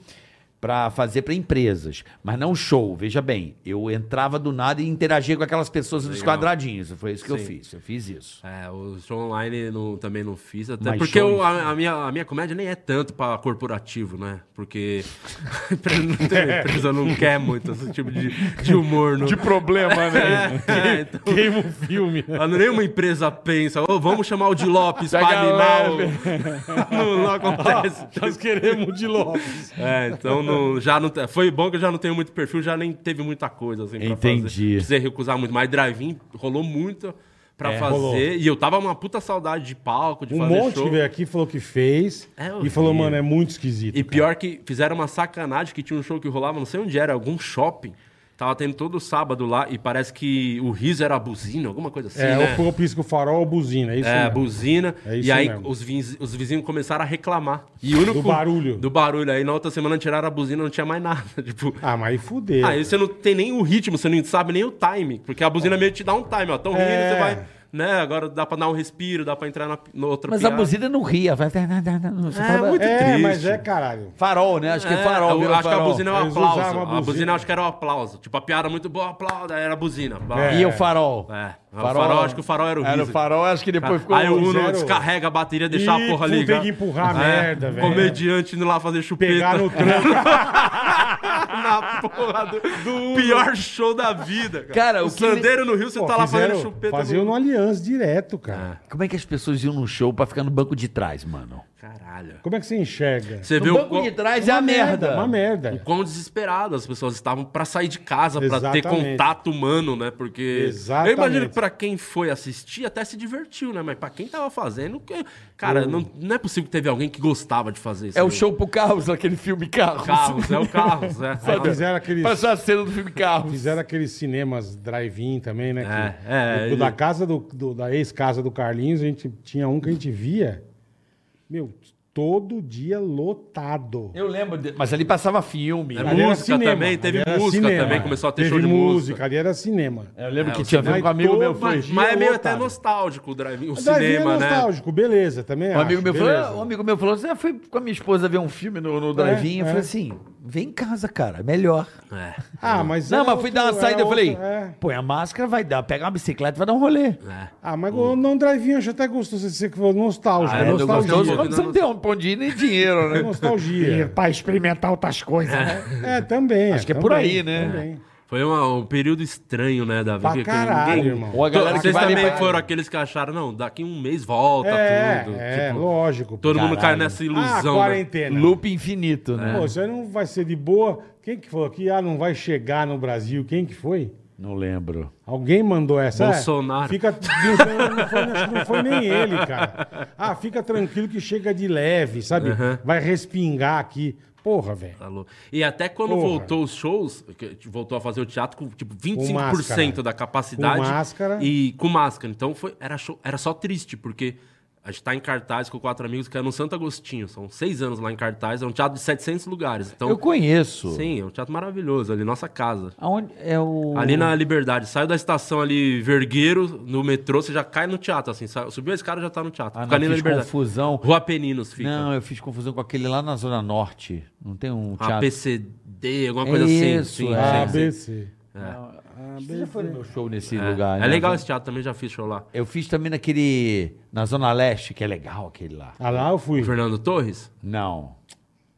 Speaker 3: pra fazer pra empresas, mas não show, veja bem, eu entrava do nada e interagia com aquelas pessoas dos quadradinhos, foi isso que eu fiz, eu fiz isso.
Speaker 5: É, o show online não- também não fiz, até
Speaker 3: Mas
Speaker 5: porque
Speaker 3: show-
Speaker 5: eu- a, a minha, a minha comédia nem é tanto pra corporativo, né? Porque a empresa não, tem- a empresa não quer muito esse tipo de, de humor. Não.
Speaker 16: De
Speaker 3: Tipo,
Speaker 16: problema, né?
Speaker 5: É, então,
Speaker 4: Queima o filme.
Speaker 5: nenhuma empresa pensa, "Ô, vamos chamar o de Lopes pra
Speaker 16: Pega
Speaker 5: animar. o-" Não, não acontece.
Speaker 4: Nós queremos de Lopes.
Speaker 5: É, então não, já não, te- foi bom que eu já não tenho muito perfil, já nem teve muita coisa assim pra fazer.
Speaker 16: Entendi.
Speaker 5: Precisei recusar muito, mas drive-in rolou muito pra fazer.
Speaker 4: É, rolou.
Speaker 5: E eu tava uma puta saudade de palco, de
Speaker 4: Um
Speaker 5: fazer
Speaker 4: monte
Speaker 5: show.
Speaker 4: que veio aqui falou que fez.
Speaker 5: É
Speaker 4: e
Speaker 5: horrível.
Speaker 4: falou, mano, é muito esquisito.
Speaker 5: E pior que fizeram uma sacanagem que tinha um show que rolava, não sei onde era, algum shopping. Tava tendo todo sábado lá e parece que o riso era a buzina, alguma coisa assim,
Speaker 4: É,
Speaker 5: né?
Speaker 4: ou o pisco farol ou buzina, é isso
Speaker 5: É,
Speaker 4: mesmo.
Speaker 5: buzina.
Speaker 4: É isso
Speaker 5: e aí
Speaker 4: mesmo.
Speaker 5: os, vinz- os vizinhos começaram a reclamar. E o único,
Speaker 4: Do barulho.
Speaker 5: Do barulho. Aí na outra semana tiraram a buzina não tinha mais nada. Tipo,
Speaker 4: Ah, mas aí fudeu.
Speaker 5: aí você não tem nem o ritmo, você não sabe nem o time. Porque a buzina meio que te dá um time, ó. Tão rindo,
Speaker 4: É.
Speaker 5: você vai. Né? Agora dá pra dar um respiro, dá pra entrar na, na outra
Speaker 3: Mas a
Speaker 5: piada.
Speaker 3: buzina não ria, vai... Você fala-
Speaker 5: muito
Speaker 4: é,
Speaker 5: triste.
Speaker 4: mas é caralho.
Speaker 3: Farol, né? Acho que é
Speaker 5: É,
Speaker 3: farol.
Speaker 5: eu
Speaker 3: virou
Speaker 5: acho que a
Speaker 3: farol.
Speaker 5: buzina é um
Speaker 4: Eles
Speaker 5: aplauso.
Speaker 4: usavam a
Speaker 5: A buzina.
Speaker 4: buzina,
Speaker 5: acho que era um aplauso. Tipo, a piada muito boa, aplauda, era a buzina.
Speaker 4: É.
Speaker 3: E o farol?
Speaker 5: É. O farol, acho que o farol era o riso.
Speaker 16: Era o farol, acho que depois ficou...
Speaker 5: Aí o Uno
Speaker 4: um zero.
Speaker 5: descarrega a bateria, deixa
Speaker 4: Ih,
Speaker 5: a porra É.
Speaker 4: puta,
Speaker 5: ligar.
Speaker 4: tem que empurrar a merda, velho.
Speaker 5: Comediante indo lá fazer chupeta.
Speaker 4: Pegar no tranco.
Speaker 5: na porra do, pior show da vida, cara.
Speaker 3: Cara,
Speaker 5: o,
Speaker 3: o que me-
Speaker 5: Sandeiro no Rio, você
Speaker 4: Pô,
Speaker 5: tá lá
Speaker 4: fizeram-
Speaker 5: fazendo chupeta.
Speaker 4: Faziam
Speaker 5: no... Ah.
Speaker 4: no Aliança direto, cara.
Speaker 3: Como é que as pessoas iam num show pra ficar no banco de trás, mano?
Speaker 5: Caralho.
Speaker 4: Como é que você enxerga?
Speaker 5: Você vê
Speaker 3: No
Speaker 5: o
Speaker 3: banco
Speaker 5: quão,
Speaker 3: de trás é a merda.
Speaker 4: Uma merda.
Speaker 5: o quão desesperado as pessoas estavam pra sair de casa, pra ter
Speaker 4: Exatamente.
Speaker 5: contato humano, né? Porque
Speaker 4: Exatamente.
Speaker 5: eu imagino que pra quem foi assistir até se divertiu, né? Mas pra quem tava fazendo, que- cara, não, não é possível que teve alguém que gostava de fazer isso.
Speaker 3: É o
Speaker 5: né?
Speaker 3: show pro Carros, aquele filme Carros.
Speaker 5: Carros, é o Carros, é.
Speaker 4: Aí fizeram aqueles,
Speaker 3: Passou a cena do filme Carros.
Speaker 4: fizeram aqueles cinemas drive-in também, né? que-
Speaker 5: É, é,
Speaker 4: do- da casa do, do- da ex-casa do Carlinhos, a gente tinha um que a gente via. Meu, todo dia lotado.
Speaker 3: Eu lembro, de- mas ali passava filme.
Speaker 5: É
Speaker 4: Ali era
Speaker 5: música também, teve
Speaker 4: ali era
Speaker 5: música também, começou a ter
Speaker 4: Teve
Speaker 5: show de música.
Speaker 4: Ali era cinema.
Speaker 3: Eu lembro
Speaker 5: É,
Speaker 3: que
Speaker 5: o
Speaker 3: tinha a ver
Speaker 4: Mas
Speaker 3: com um amigo meu.
Speaker 4: todo
Speaker 5: Mas,
Speaker 4: dia
Speaker 5: mas é meio
Speaker 4: lotado.
Speaker 5: até nostálgico o drive o
Speaker 4: O drive-in
Speaker 5: cinema,
Speaker 4: é
Speaker 5: né?
Speaker 4: nostálgico, beleza, também
Speaker 3: Um amigo,
Speaker 4: acho,
Speaker 3: meu
Speaker 4: beleza.
Speaker 3: falou, um amigo meu falou assim: "Ah, fui com a minha esposa ver um filme no, no drive-in.
Speaker 4: É,
Speaker 3: eu falei
Speaker 4: é.
Speaker 3: assim: vem em casa, cara, é melhor.
Speaker 4: Ah, mas
Speaker 3: Não,
Speaker 4: era
Speaker 3: mas fui dar uma
Speaker 4: outro-
Speaker 3: saída, eu
Speaker 4: era
Speaker 3: falei:
Speaker 4: outro- é.
Speaker 3: põe a máscara, vai dar, pega uma bicicleta e vai dar um rolê.
Speaker 5: é.
Speaker 4: Ah,
Speaker 3: "Hum".
Speaker 4: mas o não drive-in eu acho até gostoso você dizer que foi nostálgico.
Speaker 3: Ah, é
Speaker 4: nostalgia.
Speaker 3: gostoso
Speaker 4: Nostalgia.
Speaker 3: quando você não tem um pão de ir nem dinheiro, né?
Speaker 4: nostalgia.
Speaker 17: Pra experimentar outras coisas, né?
Speaker 4: É, também.
Speaker 3: Acho que é
Speaker 4: também,
Speaker 3: por aí, né?
Speaker 4: Também.
Speaker 5: Foi uma- um período estranho, né, da vida.
Speaker 4: Pra
Speaker 5: que
Speaker 4: caralho,
Speaker 5: ninguém-
Speaker 4: irmão.
Speaker 3: Ou a galera que
Speaker 5: Vocês
Speaker 3: vai
Speaker 5: também
Speaker 3: pra-
Speaker 5: foram aqueles que acharam, não, daqui um mês volta
Speaker 4: É,
Speaker 5: tudo.
Speaker 4: é,
Speaker 5: tipo,
Speaker 4: lógico.
Speaker 5: todo
Speaker 4: Caralho.
Speaker 5: mundo cai nessa
Speaker 4: Ah,
Speaker 5: ilusão. né?
Speaker 4: quarentena.
Speaker 3: Loop infinito, né?
Speaker 4: Pô, isso aí não vai ser de boa. Quem que falou que ah, não vai chegar no Brasil? Quem que foi?
Speaker 3: Não lembro.
Speaker 4: Alguém mandou essa? É,
Speaker 5: Bolsonaro.
Speaker 4: fica... não, não foi, acho que não foi nem ele, cara. Ah, fica tranquilo que chega de leve, sabe? Vai respingar aqui. Porra, velho.
Speaker 5: Tá louco. E até quando
Speaker 4: Porra.
Speaker 5: voltou os shows, que voltou a fazer o teatro com tipo 25%
Speaker 4: máscara.
Speaker 5: da capacidade.
Speaker 4: Com máscara.
Speaker 5: E com máscara. Então foi, era, show- era só triste, porque a gente tá em cartaz com quatro amigos que é no Santo Agostinho. São seis anos lá em cartaz. É um teatro de 700 lugares. Então,
Speaker 3: Eu conheço.
Speaker 5: sim, é um teatro maravilhoso ali, nossa casa.
Speaker 3: Aonde é o.
Speaker 5: Ali na Liberdade. Saiu da estação ali, Vergueiro, no metrô, você já cai no teatro, assim. Sa- Subiu a escada, já tá no teatro.
Speaker 3: Ah,
Speaker 5: fica
Speaker 3: não,
Speaker 5: ali na
Speaker 3: fiz
Speaker 5: Liberdade.
Speaker 3: confusão.
Speaker 5: Rua Peninos fica.
Speaker 3: Não, é eu fiz confusão com aquele lá na Zona Norte. Não tem um teatro.
Speaker 5: a PCD, alguma
Speaker 3: É
Speaker 5: coisa assim.
Speaker 3: isso,
Speaker 5: sim,
Speaker 3: é.
Speaker 4: Ah,
Speaker 5: sim, sim.
Speaker 4: ABC.
Speaker 3: Você já foi no meu show nesse
Speaker 5: É,
Speaker 3: lugar?
Speaker 5: é
Speaker 3: né?
Speaker 5: legal esse teatro também, já fiz show lá.
Speaker 3: Eu fiz também naquele. Na Zona Leste, que é legal aquele lá.
Speaker 4: Ah, lá eu fui.
Speaker 5: O Fernando Torres?
Speaker 3: Não.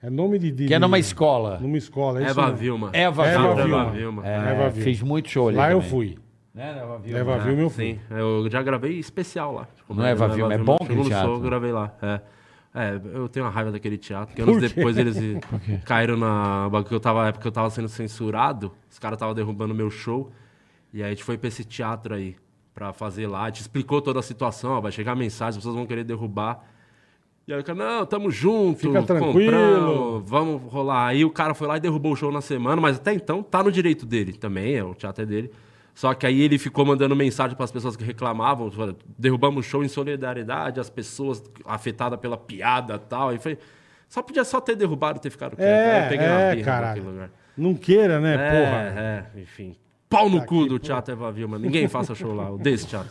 Speaker 4: É nome de. de
Speaker 3: Que é numa escola.
Speaker 4: Numa escola, é isso?
Speaker 5: Eva
Speaker 4: mesmo.
Speaker 5: Vilma.
Speaker 3: Eva
Speaker 4: Eva
Speaker 5: Vilma.
Speaker 3: Vilma.
Speaker 5: Eva
Speaker 4: Vilma.
Speaker 5: Vilma.
Speaker 3: É,
Speaker 4: Eva Vilma.
Speaker 3: Fiz muito show ali.
Speaker 4: Lá eu
Speaker 3: também.
Speaker 4: fui.
Speaker 3: Né, Eva Vilma?
Speaker 4: Eva
Speaker 5: É,
Speaker 4: Vilma eu fui.
Speaker 5: Sim, eu já gravei especial lá. Tipo,
Speaker 3: Não
Speaker 5: né,
Speaker 3: é Eva
Speaker 5: no
Speaker 3: Vilma, é bom
Speaker 5: no
Speaker 3: aquele
Speaker 5: Segundo
Speaker 3: teatro?
Speaker 5: Sol, eu gravei lá, é. É, eu tenho uma raiva daquele teatro, porque anos depois eles caíram na... Porque eu tava, época que eu tava sendo censurado, os caras estavam derrubando meu show, e aí a gente foi pra esse teatro aí, pra fazer lá, a gente explicou toda a situação, ó, vai chegar mensagem, as pessoas vão querer derrubar. E aí o cara, não, tamo junto,
Speaker 4: Fica tranquilo.
Speaker 5: compramos, vamos rolar. Aí o cara foi lá e derrubou o show na semana, mas até então tá no direito dele também, é, o teatro é dele. Só que aí ele ficou mandando mensagem para as pessoas que reclamavam, falando, derrubamos o show em solidariedade, as pessoas afetadas pela piada e tal. Aí foi, só podia só ter derrubado, ter ficado quieto. Aí eu
Speaker 4: É,
Speaker 5: peguei uma
Speaker 4: é,
Speaker 5: birra
Speaker 4: caralho.
Speaker 5: naquele lugar.
Speaker 4: Não queira, né, porra?
Speaker 5: É, é, enfim. Pau no cu do Teatro Eva Vilma. Ninguém faça show lá, o desse teatro.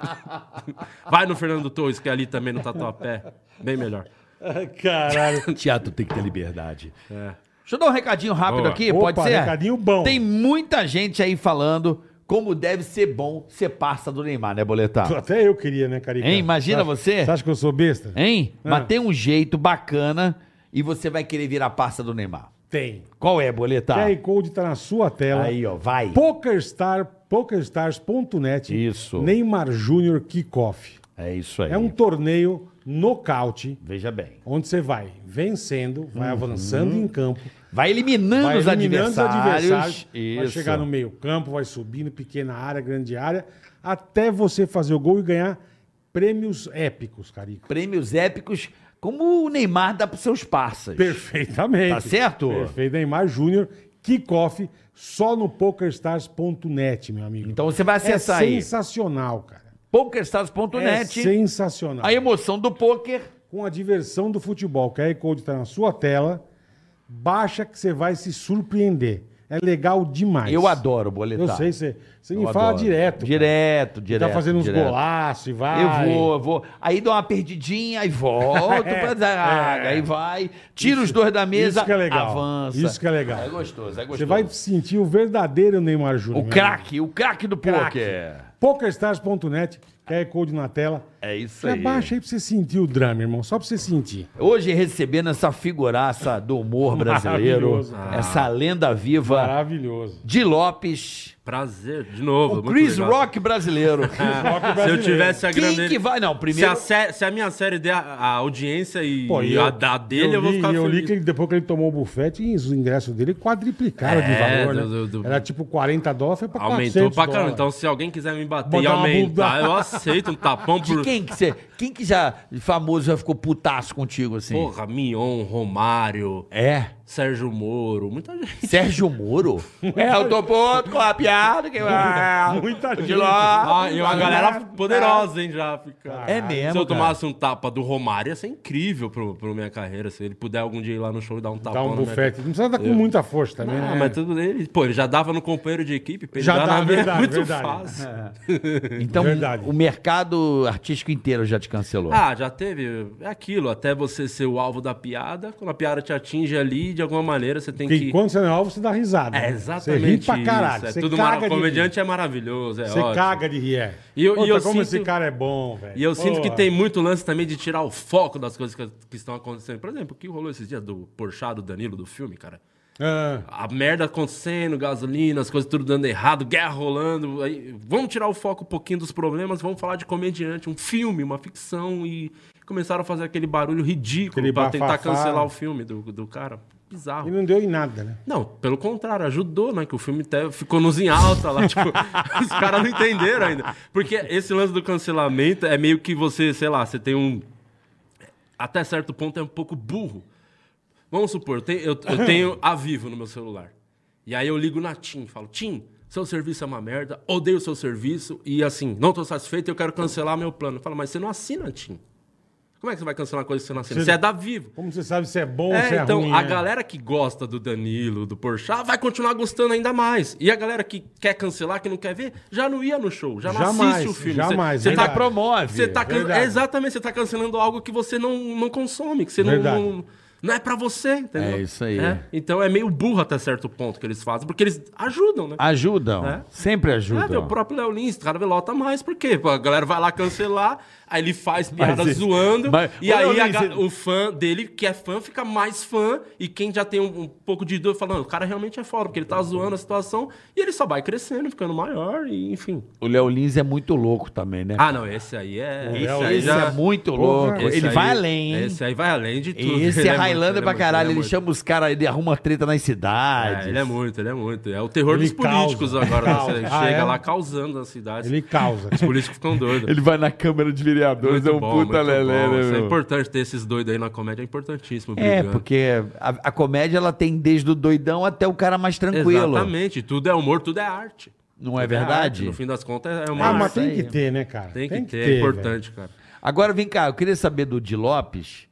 Speaker 5: Vai no Fernando Torres, que é ali também no Tatuapé. Bem melhor.
Speaker 4: Caralho.
Speaker 3: Teatro tem que ter liberdade. Deixa eu dar um recadinho rápido
Speaker 5: Boa.
Speaker 3: aqui,
Speaker 4: Opa,
Speaker 3: pode ser?
Speaker 4: recadinho bom.
Speaker 3: Tem muita gente aí falando como deve ser bom ser parça do Neymar, né, Boletar?
Speaker 4: Até eu queria, né, Carica?
Speaker 3: Hein, imagina
Speaker 4: Você acha-
Speaker 3: você.
Speaker 4: Você acha que eu sou besta?
Speaker 3: Hein? Mas
Speaker 4: Ah.
Speaker 3: tem um jeito bacana e você vai querer virar parça do Neymar.
Speaker 4: Tem.
Speaker 3: Qual é, Boletar?
Speaker 4: QR Code tá na sua tela.
Speaker 3: Aí, ó, vai.
Speaker 4: PokerStar, PokerStars.net.
Speaker 3: Isso.
Speaker 4: Neymar Júnior Kickoff.
Speaker 3: É isso aí.
Speaker 4: É um torneio nocaute,
Speaker 3: Veja bem.
Speaker 4: onde você vai vencendo, vai
Speaker 3: Uhum.
Speaker 4: avançando em campo,
Speaker 3: Vai eliminando,
Speaker 4: vai
Speaker 3: os,
Speaker 4: eliminando os
Speaker 3: adversários.
Speaker 4: vai
Speaker 3: Isso.
Speaker 4: chegar no meio campo, vai subindo, pequena área, grande área, até você fazer o gol e ganhar prêmios épicos, Carica.
Speaker 3: Prêmios épicos, como o Neymar dá pros seus parças.
Speaker 4: Perfeitamente.
Speaker 3: Tá certo?
Speaker 4: Perfeito. Neymar Júnior, kickoff só no pokerstars.net, meu amigo.
Speaker 3: Então você vai acessar
Speaker 4: é
Speaker 3: aí.
Speaker 4: sensacional, cara. É
Speaker 3: Pokerstars.net.
Speaker 4: sensacional.
Speaker 3: a emoção do poker.
Speaker 4: Com a diversão do futebol, que a Code tá na sua tela, baixa que você vai se surpreender. É legal demais.
Speaker 3: Eu adoro boletar.
Speaker 4: Eu sei, você, você me
Speaker 3: Eu
Speaker 4: fala
Speaker 3: adoro.
Speaker 4: direto. cara.
Speaker 3: Direto, direto.
Speaker 4: Tá fazendo uns
Speaker 3: direto.
Speaker 4: golaços e vai.
Speaker 3: Eu vou, eu vou. Aí dou uma perdidinha, aí volto pra zaga,
Speaker 4: é.
Speaker 3: aí vai, tira os dois da mesa,
Speaker 4: isso que é legal.
Speaker 3: avança.
Speaker 4: Isso que é legal.
Speaker 3: É gostoso, é gostoso.
Speaker 4: Você vai sentir o verdadeiro Neymar Júnior.
Speaker 3: O
Speaker 4: meu
Speaker 3: craque, o craque do poker.
Speaker 4: Pokerstars.net, QR Code na tela.
Speaker 3: É isso
Speaker 4: Já
Speaker 3: aí.
Speaker 4: baixa aí pra você sentir o drama, irmão. Só pra você sentir.
Speaker 3: Hoje recebendo essa figuraça do humor brasileiro,
Speaker 4: Maravilhoso, cara.
Speaker 3: essa lenda viva
Speaker 4: Maravilhoso.
Speaker 3: de Lopes,
Speaker 5: Prazer, de novo.
Speaker 3: o
Speaker 5: muito
Speaker 3: Chris
Speaker 5: legal. É.
Speaker 3: Rock brasileiro.
Speaker 5: Se eu tivesse a grande.
Speaker 3: Quem que vai? Não,
Speaker 5: Se
Speaker 3: primeiro.
Speaker 5: a, sé- se a minha série der a, a audiência e
Speaker 4: Pô, e eu-
Speaker 5: a da dele, eu,
Speaker 4: eu
Speaker 5: vou
Speaker 4: li-
Speaker 5: ficar
Speaker 4: eu li
Speaker 5: feliz.
Speaker 4: que ele- depois que ele tomou o bufete, os ingressos dele quadriplicaram
Speaker 5: É,
Speaker 4: de valor, né?
Speaker 5: do- do- do-
Speaker 4: Era tipo 40 dólares, foi pra
Speaker 5: Aumentou
Speaker 4: 400
Speaker 5: pra caramba.
Speaker 4: dólares.
Speaker 5: Então, se alguém quiser me bater e
Speaker 4: Botar uma
Speaker 5: aumentar,
Speaker 4: bunda.
Speaker 5: eu aceito um tapão
Speaker 3: De
Speaker 5: por.
Speaker 3: quem que você. Quem que já famoso já ficou putaço contigo assim?
Speaker 5: Porra, Mion, Romário,
Speaker 3: É.
Speaker 5: Sérgio Moro, muita gente.
Speaker 3: Sérgio Moro? é, eu tô puto com a piada. Que... Ah,
Speaker 4: Muita
Speaker 3: de
Speaker 4: gente.
Speaker 3: lá.
Speaker 5: Ah, e uma galera poderosa, hein, já. Fica...
Speaker 3: É mesmo.
Speaker 5: Se eu
Speaker 3: cara.
Speaker 5: tomasse um tapa do Romário, ia ser incrível pro, pro minha carreira. Se ele puder algum dia ir lá no show e dar um tapão.
Speaker 4: Dá um
Speaker 5: na minha
Speaker 4: bufete. Não precisa dar com muita força também,
Speaker 5: Ah,
Speaker 4: né?
Speaker 5: mas tudo ele. Pô, ele já dava no companheiro de equipe,
Speaker 4: Já
Speaker 5: peidar
Speaker 4: dava,
Speaker 5: na mesa,
Speaker 4: verdade,
Speaker 5: muito
Speaker 4: verdade. É.
Speaker 5: fácil.
Speaker 3: Então,
Speaker 4: Verdade.
Speaker 3: o mercado artístico inteiro já te cancelou.
Speaker 5: Ah, já teve. É aquilo, até você ser o alvo da piada. Quando a piada te atinge ali, de alguma maneira, você tem
Speaker 4: Porque
Speaker 5: que.
Speaker 4: quando você não é alvo, você dá risada.
Speaker 5: É
Speaker 4: né?
Speaker 5: exatamente.
Speaker 4: Você ri pra
Speaker 5: isso,
Speaker 4: caralho.
Speaker 5: É
Speaker 4: Você
Speaker 5: tudo
Speaker 4: caga
Speaker 5: mara-
Speaker 4: de
Speaker 5: Comediante é maravilhoso. É
Speaker 4: Você
Speaker 5: ótimo.
Speaker 4: caga de rir. é.
Speaker 5: E eu- e
Speaker 4: Puta,
Speaker 5: eu
Speaker 4: como
Speaker 5: sinto-
Speaker 4: esse cara é bom, velho.
Speaker 5: E eu sinto que
Speaker 4: Porra.
Speaker 5: tem muito lance também de tirar o foco das coisas que, que estão acontecendo. Por exemplo, o que rolou esses dias do Porchat, do Danilo, do filme, cara?
Speaker 4: Ah,
Speaker 5: A merda acontecendo, gasolina, as coisas tudo dando errado, guerra rolando. Aí, vamos tirar o foco um pouquinho dos problemas, vamos falar de comediante, um filme, uma ficção. E começaram a fazer aquele barulho ridículo
Speaker 4: Aquele
Speaker 5: pra tentar
Speaker 4: bafafá.
Speaker 5: cancelar o filme do, do cara. Bizarro.
Speaker 4: e não deu em nada, né?
Speaker 5: Não, pelo contrário, ajudou, né? Que o filme até ficou nos em alta lá. tipo, os caras não entenderam ainda. Porque esse lance do cancelamento é meio que você, sei lá, você tem um. Até certo ponto é um pouco burro. Vamos supor, tem- eu, eu tenho a Vivo no meu celular. E aí eu ligo na TIM, falo, TIM, seu serviço é uma merda, odeio o seu serviço e assim, não tô satisfeito, eu quero cancelar meu plano. Fala, mas você não assina a TIM. Como é que você vai cancelar uma coisa que você não assina?
Speaker 4: Você-
Speaker 5: Você é da Vivo.
Speaker 4: Como você sabe se é bom ou se
Speaker 5: É,
Speaker 4: é
Speaker 5: então,
Speaker 4: ruim.
Speaker 5: a
Speaker 4: né?
Speaker 5: galera que gosta do Danilo, do Porchat, vai continuar gostando ainda mais. E a galera que quer cancelar, que não quer ver, já não ia no show, já não
Speaker 4: Jamais,
Speaker 5: assiste o filme.
Speaker 4: jamais,
Speaker 5: Você tá,
Speaker 4: verdade.
Speaker 5: promove. Você tá can-
Speaker 4: Verdade.
Speaker 5: é, Exatamente, você tá cancelando algo que você não, não consome, que você não,
Speaker 4: Verdade.
Speaker 5: não... não é pra você, entendeu?
Speaker 3: É isso aí.
Speaker 5: Então é meio burro até certo ponto que eles fazem, porque eles ajudam, né?
Speaker 3: Ajudam.
Speaker 5: É.
Speaker 3: Sempre
Speaker 5: É, meu,
Speaker 3: ajudam.
Speaker 5: o próprio Léo Lins, o cara velota mais, por quê? Pô, A galera vai lá cancelar, aí ele faz piada
Speaker 3: Mas-
Speaker 5: zoando,
Speaker 3: mas-
Speaker 5: e
Speaker 3: Ô,
Speaker 5: aí
Speaker 3: Léo
Speaker 5: a
Speaker 3: Lins,
Speaker 5: ga-
Speaker 3: ele-
Speaker 5: o fã dele, que é fã, fica mais fã, e quem já tem um, um pouco de dor, fala, não, o cara realmente é foda, porque ele tá zoando a situação, e ele só vai crescendo, ficando maior, e enfim.
Speaker 3: O Léo Lins é muito louco também, né?
Speaker 5: Ah, não, esse aí é...
Speaker 4: Léo
Speaker 5: Esse aí
Speaker 3: Esse
Speaker 5: já...
Speaker 3: é muito
Speaker 4: Porra,
Speaker 3: louco.
Speaker 5: esse
Speaker 3: ele
Speaker 5: aí-
Speaker 3: vai além, hein? Esse,
Speaker 5: Esse aí vai além de tudo.
Speaker 3: é
Speaker 5: muito,
Speaker 3: Highlander pra
Speaker 5: muito,
Speaker 3: caralho.
Speaker 5: é
Speaker 3: Ele,
Speaker 5: muito.
Speaker 3: chama os caras, ele arruma treta nas cidades.
Speaker 5: É, ele é muito, ele é muito. É o terror
Speaker 4: Ele
Speaker 5: dos políticos
Speaker 4: causa.
Speaker 5: agora. né? Você
Speaker 4: Causa. Ah,
Speaker 5: chega
Speaker 4: é?
Speaker 5: lá causando na cidade.
Speaker 4: Ele causa.
Speaker 5: Os políticos ficam doidos.
Speaker 3: Ele vai na Câmara de Vereadores, é um puta lelé, né,
Speaker 5: Isso é
Speaker 3: meu?
Speaker 5: importante né? ter esses doidos aí na comédia, é importantíssimo.
Speaker 3: É,
Speaker 5: brigando.
Speaker 3: porque a, a comédia ela tem desde o doidão até o cara mais
Speaker 4: é
Speaker 3: tranquilo.
Speaker 5: Exatamente, tudo é humor, tudo é arte.
Speaker 3: Não é
Speaker 5: Tudo
Speaker 3: verdade?
Speaker 5: arte, no fim das contas, é uma
Speaker 4: Ah,
Speaker 5: arte.
Speaker 4: mas tem
Speaker 3: aí.
Speaker 4: que ter, né, cara?
Speaker 5: Tem que ter, é importante, cara.
Speaker 3: Agora vem cá, eu queria saber do Di Lopes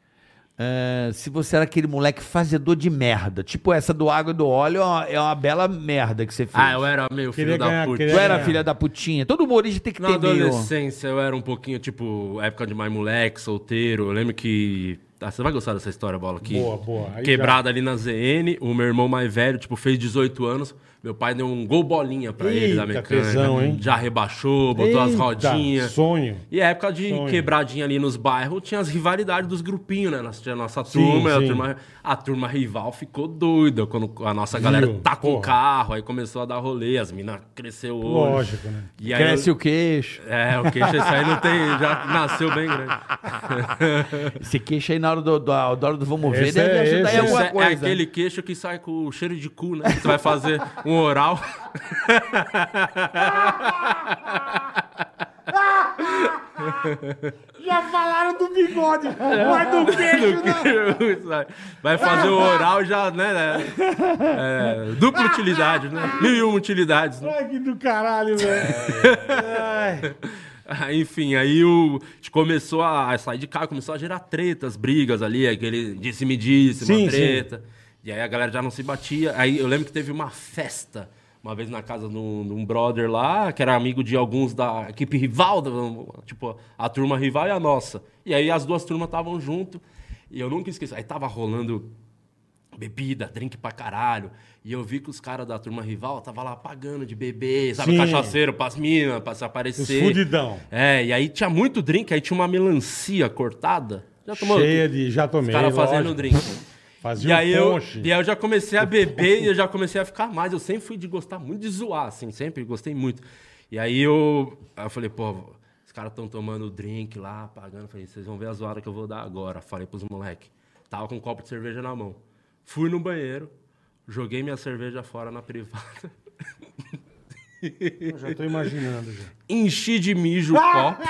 Speaker 3: eh, se você era aquele moleque fazedor de merda. Tipo, essa do água e do óleo é uma- é uma bela merda que você fez.
Speaker 5: Ah, eu era meio filho
Speaker 4: Queria
Speaker 5: da
Speaker 4: ganhar-
Speaker 5: puta.
Speaker 4: queria
Speaker 3: Tu era
Speaker 4: É.
Speaker 3: filha da putinha. Todo humorista tem que ter
Speaker 5: Na
Speaker 3: meio...
Speaker 5: adolescência, eu era um pouquinho, tipo, época de mais moleque, solteiro. Eu lembro que. Ah, você vai gostar dessa história, bola aqui.
Speaker 4: Boa, boa. Aí
Speaker 5: Quebrada ali na ZN, o meu irmão mais velho, tipo, fez 18 anos. Meu pai deu um gol bolinha pra ele da
Speaker 4: Eita,
Speaker 5: mecânica.
Speaker 4: tesão, hein?
Speaker 5: Já rebaixou, botou as
Speaker 4: Eita,
Speaker 5: rodinhas.
Speaker 4: Sonho.
Speaker 5: E a época de
Speaker 4: Sonho.
Speaker 5: quebradinha ali nos bairros, tinha as rivalidades dos grupinhos, né? Nós tinha a nossa
Speaker 4: Sim,
Speaker 5: turma, A,
Speaker 4: sim.
Speaker 5: turma a turma rival ficou doida quando a nossa galera
Speaker 4: Viu?
Speaker 5: tá com o
Speaker 4: Porra.
Speaker 5: carro, aí começou a dar rolê, as minas cresceu o olho.
Speaker 4: Lógico, né?
Speaker 5: E aí
Speaker 3: Cresce
Speaker 5: eu-
Speaker 3: o queixo.
Speaker 5: É, o queixo esse aí não tem, já nasceu bem grande.
Speaker 3: Esse queixo aí na hora do, do, da hora do vamos ver
Speaker 4: Esse
Speaker 3: deve
Speaker 4: é-
Speaker 3: ajudar em
Speaker 4: esse
Speaker 3: alguma
Speaker 5: Esse é-
Speaker 3: coisa.
Speaker 5: É aquele queixo que sai com o cheiro de cu, né? Você vai fazer um oral.
Speaker 18: Já falaram do bigode,
Speaker 4: É.
Speaker 18: mas do queijo não.
Speaker 5: Vai fazer o oral já, né? né? É, dupla utilidade, né? Mil e uma utilidades, né?
Speaker 4: Ai, que do caralho, velho. Ai.
Speaker 5: Ah, Enfim, aí o, a gente começou a, a sair de casa, começou a gerar tretas, brigas ali, aquele disse-me-disse,
Speaker 4: Sim,
Speaker 5: uma treta. E aí a galera já não se batia. Aí eu lembro que teve uma festa, uma vez na casa de um, de um brother lá, que era amigo de alguns da equipe rival, da- tipo, a turma rival e a nossa. E aí as duas turmas estavam junto. E eu nunca esqueci. Aí tava rolando Bebida, drink pra caralho. E eu vi que os caras da turma rival tava lá pagando de beber, sabe?
Speaker 4: Sim.
Speaker 5: Cachaceiro pras minas, pra se aparecer.
Speaker 4: Os fudidão.
Speaker 5: É, e aí tinha muito drink, aí tinha uma melancia cortada. Já tomou?
Speaker 4: Cheia de. Já tomei.
Speaker 5: Tá Os caras fazendo
Speaker 4: lógico.
Speaker 5: drink.
Speaker 4: Fazia
Speaker 5: E aí,
Speaker 4: um
Speaker 5: eu,
Speaker 4: ponche.
Speaker 5: e aí eu já comecei a beber e eu já comecei a ficar mais. Eu sempre fui de gostar muito de zoar, assim, sempre gostei muito. E aí eu, aí eu falei, pô, os caras estão tomando drink lá, pagando. Eu Falei, vocês vão ver a zoada que eu vou dar agora. Falei pros moleques. Tava com um copo de cerveja na mão. Fui no banheiro, joguei minha cerveja fora na privada.
Speaker 4: Eu já tô imaginando já.
Speaker 5: Enchi de mijo o copo.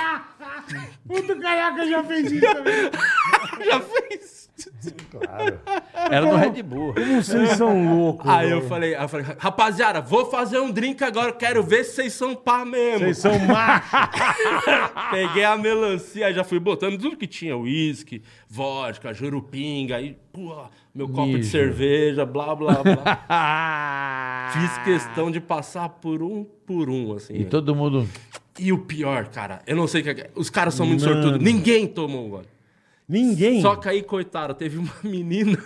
Speaker 2: Puto caraca, já fez isso também.
Speaker 5: já fez.
Speaker 4: Claro.
Speaker 3: Era no Red Bull.
Speaker 4: Como vocês são loucos.
Speaker 5: Aí eu
Speaker 4: mano.
Speaker 5: falei, aí eu falei, rapaziada, vou fazer um drink agora, quero ver se vocês são pá mesmo.
Speaker 4: Vocês são machos.
Speaker 5: Peguei a melancia, aí já fui botando tudo que tinha, uísque, vodka, jurupinga, aí, pô, meu copo de
Speaker 3: Mijo.
Speaker 5: cerveja, blá, blá, blá. Fiz questão de passar por um por um, assim.
Speaker 3: E
Speaker 5: E,
Speaker 3: todo mundo.
Speaker 5: o pior, cara, eu não sei o que é. Os caras são muito
Speaker 4: Mano.
Speaker 5: sortudos, ninguém tomou um gole.
Speaker 4: Ninguém.
Speaker 5: Só que aí, coitada, teve uma menina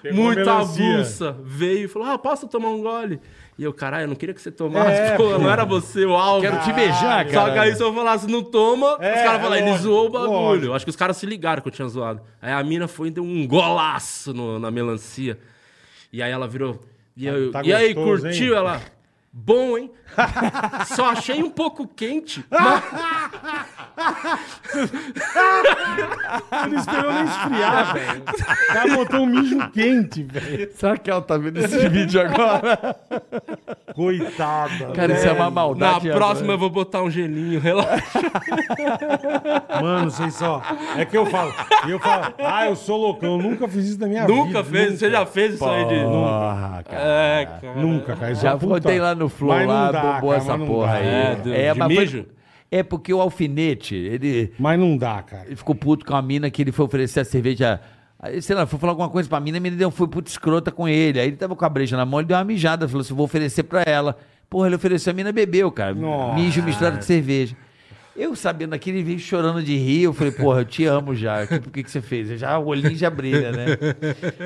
Speaker 4: Pegou
Speaker 5: muito
Speaker 4: melancia.
Speaker 5: avulsa, veio e falou, ah, posso tomar um gole? E eu, caralho, eu não queria que você tomasse,
Speaker 4: É,
Speaker 5: pô,
Speaker 4: pô.
Speaker 5: não era você o alvo.
Speaker 3: Quero te beijar,
Speaker 5: Só que
Speaker 3: cara.
Speaker 5: aí se eu falasse, não toma,
Speaker 4: É,
Speaker 5: os caras falaram, ele
Speaker 4: lógico,
Speaker 5: zoou o bagulho.
Speaker 4: lógico.
Speaker 5: Acho que os caras se ligaram que eu tinha zoado. Aí a mina foi e deu um golaço no- na melancia. E aí ela virou. E, eu-
Speaker 4: tá
Speaker 5: e aí,
Speaker 4: gostoso,
Speaker 5: curtiu
Speaker 4: hein?
Speaker 5: ela? Bom, hein? Só achei um pouco quente.
Speaker 4: Não esperou nem esfriar, velho. O cara botou um mijo quente, velho.
Speaker 3: Será que ela tá vendo esse vídeo agora?
Speaker 4: Coitada.
Speaker 3: Cara, isso é uma
Speaker 5: Na
Speaker 3: maldade.
Speaker 5: próxima eu vou botar um gelinho, relaxa.
Speaker 4: Mano, vocês só. É que eu falo. E eu falo, ah, eu sou loucão. Eu nunca fiz isso na minha vida.
Speaker 5: nunca fez, você já fez isso aí de.
Speaker 3: Porra, cara.
Speaker 5: É, cara.
Speaker 4: Nunca, cara. Isso é
Speaker 3: Já
Speaker 4: uma puta-
Speaker 3: contei lá no Flow,
Speaker 4: Mas não
Speaker 3: lá
Speaker 4: dá,
Speaker 3: bombou
Speaker 4: cara,
Speaker 3: essa
Speaker 4: mas não
Speaker 3: porra
Speaker 4: dá.
Speaker 3: aí.
Speaker 5: É, do- de
Speaker 3: mas foi-
Speaker 5: mijo?
Speaker 3: é porque o alfinete, ele
Speaker 4: Mas não dá, cara.
Speaker 3: ficou puto com a mina que ele foi oferecer a cerveja. aí, Sei lá, foi falar alguma coisa pra mina, a mina deu, um, foi puto escrota com ele. Aí ele tava com a breja na mão, ele deu uma mijada, falou assim: vou oferecer pra ela. Porra, ele ofereceu, a mina bebeu, cara.
Speaker 4: Nossa.
Speaker 3: Mijo misturado com cerveja. Eu sabendo aquilo, ele veio chorando de rir. Eu falei, porra, eu te amo já. Que- Por que, que você fez? Eu já, o olhinho já brilha, né?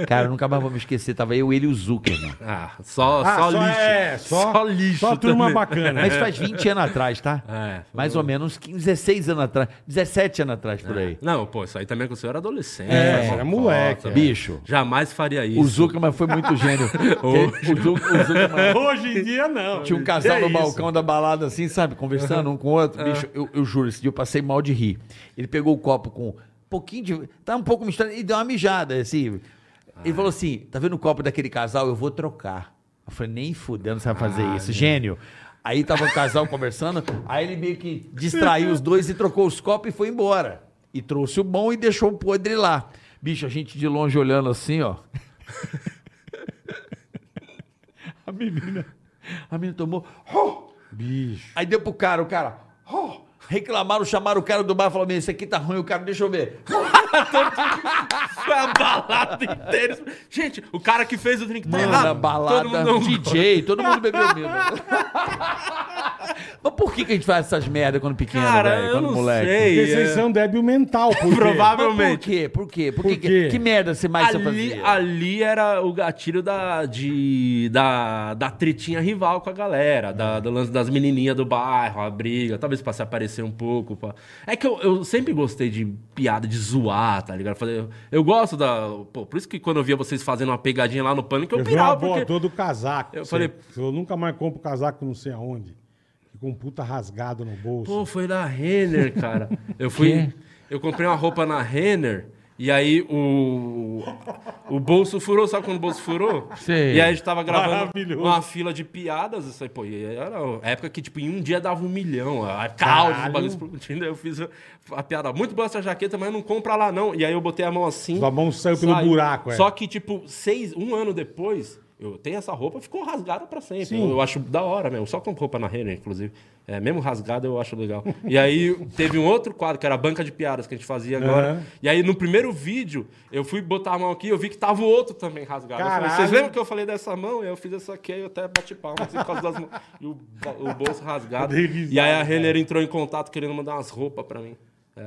Speaker 3: Cara, eu nunca mais vou me esquecer. Tava eu, ele e o Zucker, né? mano.
Speaker 5: Ah, só,
Speaker 4: Ah, só
Speaker 5: só, lixo.
Speaker 4: é, só- É,
Speaker 5: lixo.
Speaker 4: Só turma
Speaker 5: também.
Speaker 4: bacana.
Speaker 3: Mas faz 20 anos atrás, tá?
Speaker 5: É.
Speaker 3: Mais ou menos uns 15, 16 anos atrás, 17 anos atrás, por aí.
Speaker 5: Não, pô, isso aí também quando você era adolescente.
Speaker 4: É,
Speaker 5: era
Speaker 4: era moleque, é.
Speaker 3: Bicho,
Speaker 5: Jamais faria isso.
Speaker 3: o Zuckerman foi muito gênio. Porque o, Zu- o Zuckerman
Speaker 4: Hoje em dia, não.
Speaker 3: tinha um casal no balcão da balada, assim, sabe? Conversando um com o outro. Bicho, eu, eu juro, esse dia eu passei mal de rir. Ele pegou o copo com um pouquinho de... Tá um pouco misturado e deu uma mijada, assim. Ele falou assim, tá vendo o copo daquele casal? Eu vou trocar. Eu falei, nem fudendo você vai fazer isso. Gênio. Aí tava o casal conversando, aí ele meio que distraiu os dois e trocou os copos e foi embora. E trouxe o bom e deixou o podre lá. Bicho, a gente de longe olhando assim, ó. A menina. A menina tomou. "Oh!"
Speaker 4: Bicho.
Speaker 3: Aí deu pro cara, o cara. "Oh!" Reclamaram, chamaram o cara do bar e falaram: "Meu, Isso aqui tá ruim, o cara, deixa eu ver.
Speaker 5: Foi a balada inteira. Gente, o cara que fez o drink tá
Speaker 3: Mano,
Speaker 5: errado.
Speaker 3: a balada,
Speaker 5: Todo mundo-
Speaker 3: DJ, todo mundo bebeu mesmo. Mas por que, que a gente faz essas merdas quando pequeno,
Speaker 5: Cara,
Speaker 3: velho?
Speaker 5: eu
Speaker 3: Quando
Speaker 5: não
Speaker 3: moleque?
Speaker 5: sei. é.
Speaker 4: Porque vocês são débil mental. por quê?
Speaker 5: Provável-
Speaker 3: Mas Por
Speaker 5: Provavelmente.
Speaker 3: quê? Por quê? Por, que-
Speaker 4: Por quê?
Speaker 3: Que, merda você mais você
Speaker 5: Ali,
Speaker 3: fazia?
Speaker 5: ali era o gatilho da, de, da, da tretinha rival com a galera, da- do lance das menininhas do bairro, a briga, talvez pra se aparecer um pouco. pra- É que eu, eu sempre gostei de piada, de zoar, tá ligado? Fazer- Eu, gosto da. pô, por isso que quando eu via vocês fazendo uma pegadinha lá no pânico, eu,
Speaker 4: Eu vi uma
Speaker 5: pirava.
Speaker 4: boa
Speaker 5: Porque...
Speaker 4: todo o casaco.
Speaker 5: Eu
Speaker 4: Você-
Speaker 5: falei-
Speaker 4: Eu nunca mais compro casaco não sei aonde. Fico um puta rasgado no bolso.
Speaker 5: Pô, foi na Renner, cara. Eu fui. eu comprei uma roupa na Renner. E aí o. O bolso furou, sabe quando o bolso furou?
Speaker 3: Sei.
Speaker 5: E aí a gente tava gravando
Speaker 4: Maravilhoso.
Speaker 5: uma fila de piadas. Isso aí, pô, e era a época que, tipo, em um dia dava um milhão. A caos, os bagulhos explodindo. Aí eu fiz a, a piada. Muito boa essa jaqueta, mas não compra lá, não. E aí eu botei a mão assim.
Speaker 4: Sua mão saiu pelo buraco, é.
Speaker 5: Só que, tipo, seis, um ano depois, eu tenho essa roupa, ficou rasgada pra sempre.
Speaker 4: Sim.
Speaker 5: Eu, eu acho da hora mesmo. Só com roupa na Renner, inclusive. É, mesmo rasgada, eu acho legal. E aí teve um outro quadro, que era a banca de piadas que a gente fazia agora.
Speaker 4: Aham.
Speaker 5: E aí, no primeiro vídeo, eu fui botar a mão aqui, eu vi que tava o outro também rasgado. Eu falei,
Speaker 4: Caralho.
Speaker 5: Vocês lembram que eu falei dessa mão? E aí eu fiz essa aqui, aí eu até bati palma assim, por causa das mãos. E o, o bolso rasgado.
Speaker 4: Dei risada,
Speaker 5: E aí a Renner entrou em contato querendo mandar umas roupas pra mim.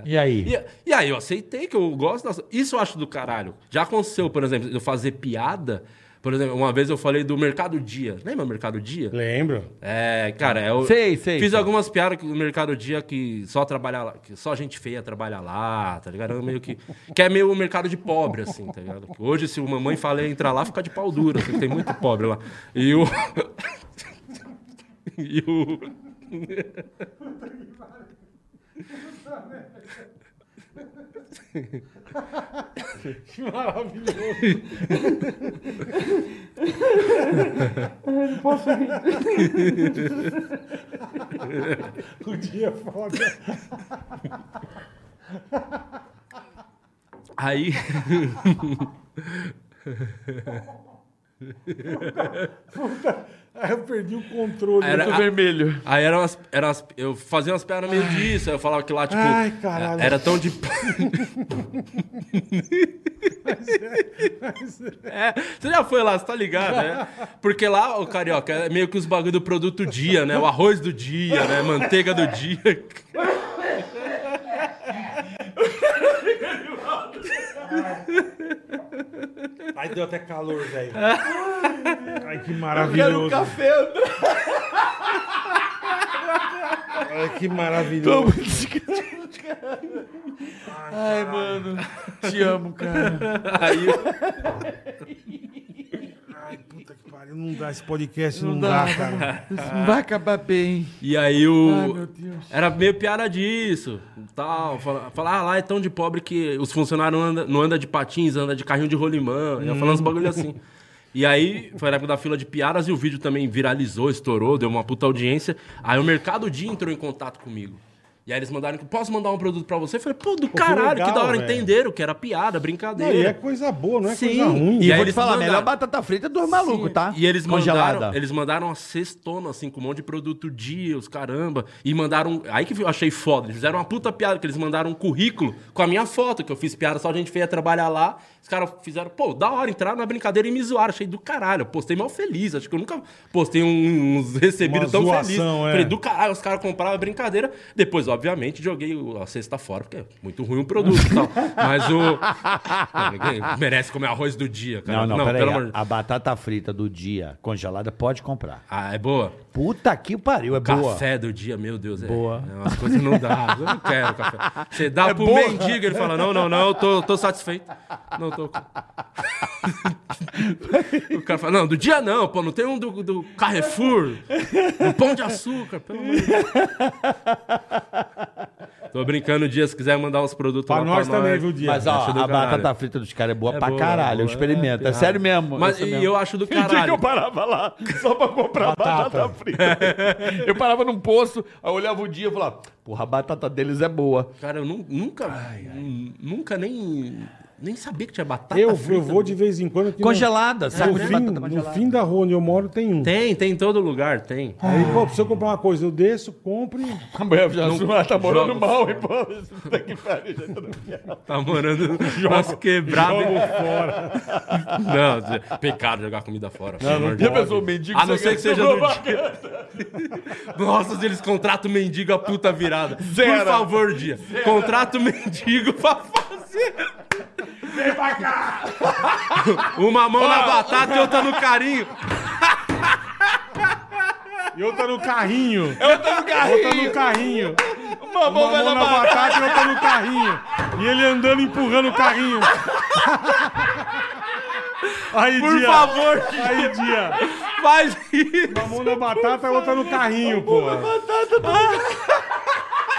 Speaker 3: E aí?
Speaker 5: E, e aí eu aceitei que eu gosto da... Isso eu acho do caralho. Já aconteceu, por exemplo, eu fazer piada. Por exemplo, uma vez eu falei do Mercado Dia. Lembra o Mercado Dia?
Speaker 4: Lembro.
Speaker 5: É, cara, eu
Speaker 3: Sei, sei,
Speaker 5: fiz
Speaker 3: sei.
Speaker 5: algumas piadas que- no Mercado Dia que só trabalhar lá, que só gente feia trabalha lá, tá ligado? Eu Meio que, que é meio o mercado de pobre, assim, tá ligado? Hoje, se uma mãe falar entrar lá, fica de pau dura, assim, tem muito pobre lá. E o. e o.
Speaker 4: O dia é foda.
Speaker 5: Aí.
Speaker 4: Aí eu perdi o controle.
Speaker 5: Era-
Speaker 4: Eu tô-
Speaker 3: Vermelho.
Speaker 5: Aí eram as, eram as- eu fazia umas piadas meio disso, aí eu falava que lá, tipo,
Speaker 4: Ai, caralho.
Speaker 5: era tão de. é, você já foi lá, você tá ligado, né? Porque lá, o carioca, é meio que os bagulho do produto dia, né? O arroz do dia, né? Manteiga do dia.
Speaker 4: Aí deu até calor, velho. Ai, que maravilhoso.
Speaker 3: um café.
Speaker 4: Ai, que maravilhoso.
Speaker 3: Ai, mano. Te amo, cara.
Speaker 5: Aí,
Speaker 4: Ai, puta que pariu. Não dá, esse podcast não, dá, cara.
Speaker 3: Isso não vai acabar bem.
Speaker 5: e aí o.
Speaker 3: Ai, meu Deus.
Speaker 5: Era meio piada disso, tal. Falar, falar, ah, lá é tão de pobre que os funcionários não andam anda de patins, anda de carrinho de rolimã. Eu falando uns bagulho assim. E aí, foi na época da fila de piadas e o vídeo também viralizou, estourou, deu uma puta audiência. Aí o Mercado Dia entrou em contato comigo. E aí eles mandaram que posso mandar um produto pra você? Eu falei, pô, do caralho, que,
Speaker 4: legal,
Speaker 5: da hora,
Speaker 4: velho.
Speaker 5: entenderam que era piada,
Speaker 4: Não, e
Speaker 5: brincadeira.
Speaker 4: é coisa boa, não é
Speaker 5: Sim.
Speaker 4: coisa ruim.
Speaker 5: E
Speaker 3: E,
Speaker 5: aí
Speaker 3: vou te
Speaker 5: eles
Speaker 3: falar,
Speaker 5: mandaram.
Speaker 3: melhor batata frita é dos malucos, tá?
Speaker 5: E eles
Speaker 3: Congelada.
Speaker 5: mandaram, eles mandaram uma cestona, assim, com um monte de produto dia, os caramba. E mandaram. Aí que eu achei foda. Eles fizeram uma puta piada, que eles mandaram um currículo com a minha foto, que eu fiz piada, só a gente feia trabalhar lá. Os caras fizeram, pô, da hora, entraram na brincadeira e me zoaram. Achei do caralho. Eu postei mal feliz. Acho que eu nunca postei um- uns recebidos
Speaker 4: Uma
Speaker 5: tão
Speaker 4: zoação,
Speaker 5: felizes.
Speaker 4: é.
Speaker 5: Falei, do caralho, os caras compraram a brincadeira. Depois, obviamente, joguei o- a cesta fora, porque é muito ruim o produto e tal. Mas o. Não, ninguém merece comer arroz do dia, cara.
Speaker 3: Não, não, peraí.
Speaker 5: pelo amor de-
Speaker 3: A batata frita do dia congelada pode comprar.
Speaker 5: Ah, é boa?
Speaker 3: Puta que pariu, é boa.
Speaker 5: Café do dia, meu Deus. é-
Speaker 3: Boa.
Speaker 5: É, umas coisas não dá. Eu não quero café. Você dá
Speaker 4: É
Speaker 5: pro
Speaker 3: boa.
Speaker 5: mendigo, ele fala, não, não, não, eu tô, tô satisfeito. Não tô... com-" o cara fala, não, do dia não, pô, não tem um do, do Carrefour, do Pão de Açúcar, pelo amor de Deus. Tô brincando, dia, se quiser mandar uns produtos
Speaker 4: Pra
Speaker 5: lá
Speaker 4: nós também, viu, Diego?
Speaker 3: Mas ó,
Speaker 5: Acho do
Speaker 3: a
Speaker 5: caralho.
Speaker 3: batata frita dos caras é boa
Speaker 5: É
Speaker 3: pra
Speaker 5: boa,
Speaker 3: caralho.
Speaker 5: é
Speaker 3: Eu
Speaker 5: boa,
Speaker 3: experimento.
Speaker 5: é
Speaker 3: É, sério mesmo.
Speaker 5: Mas
Speaker 3: isso
Speaker 5: e
Speaker 3: mesmo.
Speaker 5: eu acho do
Speaker 3: Tem dia que
Speaker 5: caralho.
Speaker 3: eu parava lá só pra comprar batata, frita. Eu parava num posto, aí eu olhava o dia e falava, porra, a batata deles é boa.
Speaker 5: Cara, eu nu- nunca, nu- nunca nem, nem sabia que tinha batata
Speaker 4: Eu, eu
Speaker 5: frita.
Speaker 4: vou de vez em quando. que no-
Speaker 3: Congelada,
Speaker 4: No
Speaker 3: saco de
Speaker 4: fim,
Speaker 3: batata
Speaker 4: no
Speaker 3: tá congelada.
Speaker 4: fim da rua onde eu moro tem um.
Speaker 5: Tem, tem em todo lugar, tem.
Speaker 4: Aí, pô, se eu comprar uma coisa, eu desço, compro e.
Speaker 3: A mulher já ah, tá morando
Speaker 5: joga.
Speaker 3: mal, hein, pô. Isso Puta que pariu, já tá no fiado.
Speaker 5: Tá morando nós quebrado fora. Não, Zé, pecado jogar comida fora. pelo amor de
Speaker 3: Já
Speaker 5: Deus.
Speaker 3: pensou, o mendigo...
Speaker 5: A não ser
Speaker 3: chega-
Speaker 5: que seja do dia. Nossa, se eles contratam o mendigo a puta virada.
Speaker 3: Zero.
Speaker 5: Por favor, dia. Contrata o mendigo pra fazer. Uma mão na batata e outra no carinho.
Speaker 4: E outra no carrinho.
Speaker 3: Eu tô no
Speaker 4: Outra no
Speaker 3: carrinho.
Speaker 4: carrinho.
Speaker 3: Uma
Speaker 4: Uma
Speaker 3: mão vai na
Speaker 4: mão na
Speaker 3: batata.
Speaker 4: batata e outra no carrinho. E ele andando, empurrando o carrinho. Aí,
Speaker 5: Por
Speaker 4: dia.
Speaker 5: favor,
Speaker 4: Aí, dia.
Speaker 5: faz isso.
Speaker 4: Uma mão na batata e outra no carrinho, pô.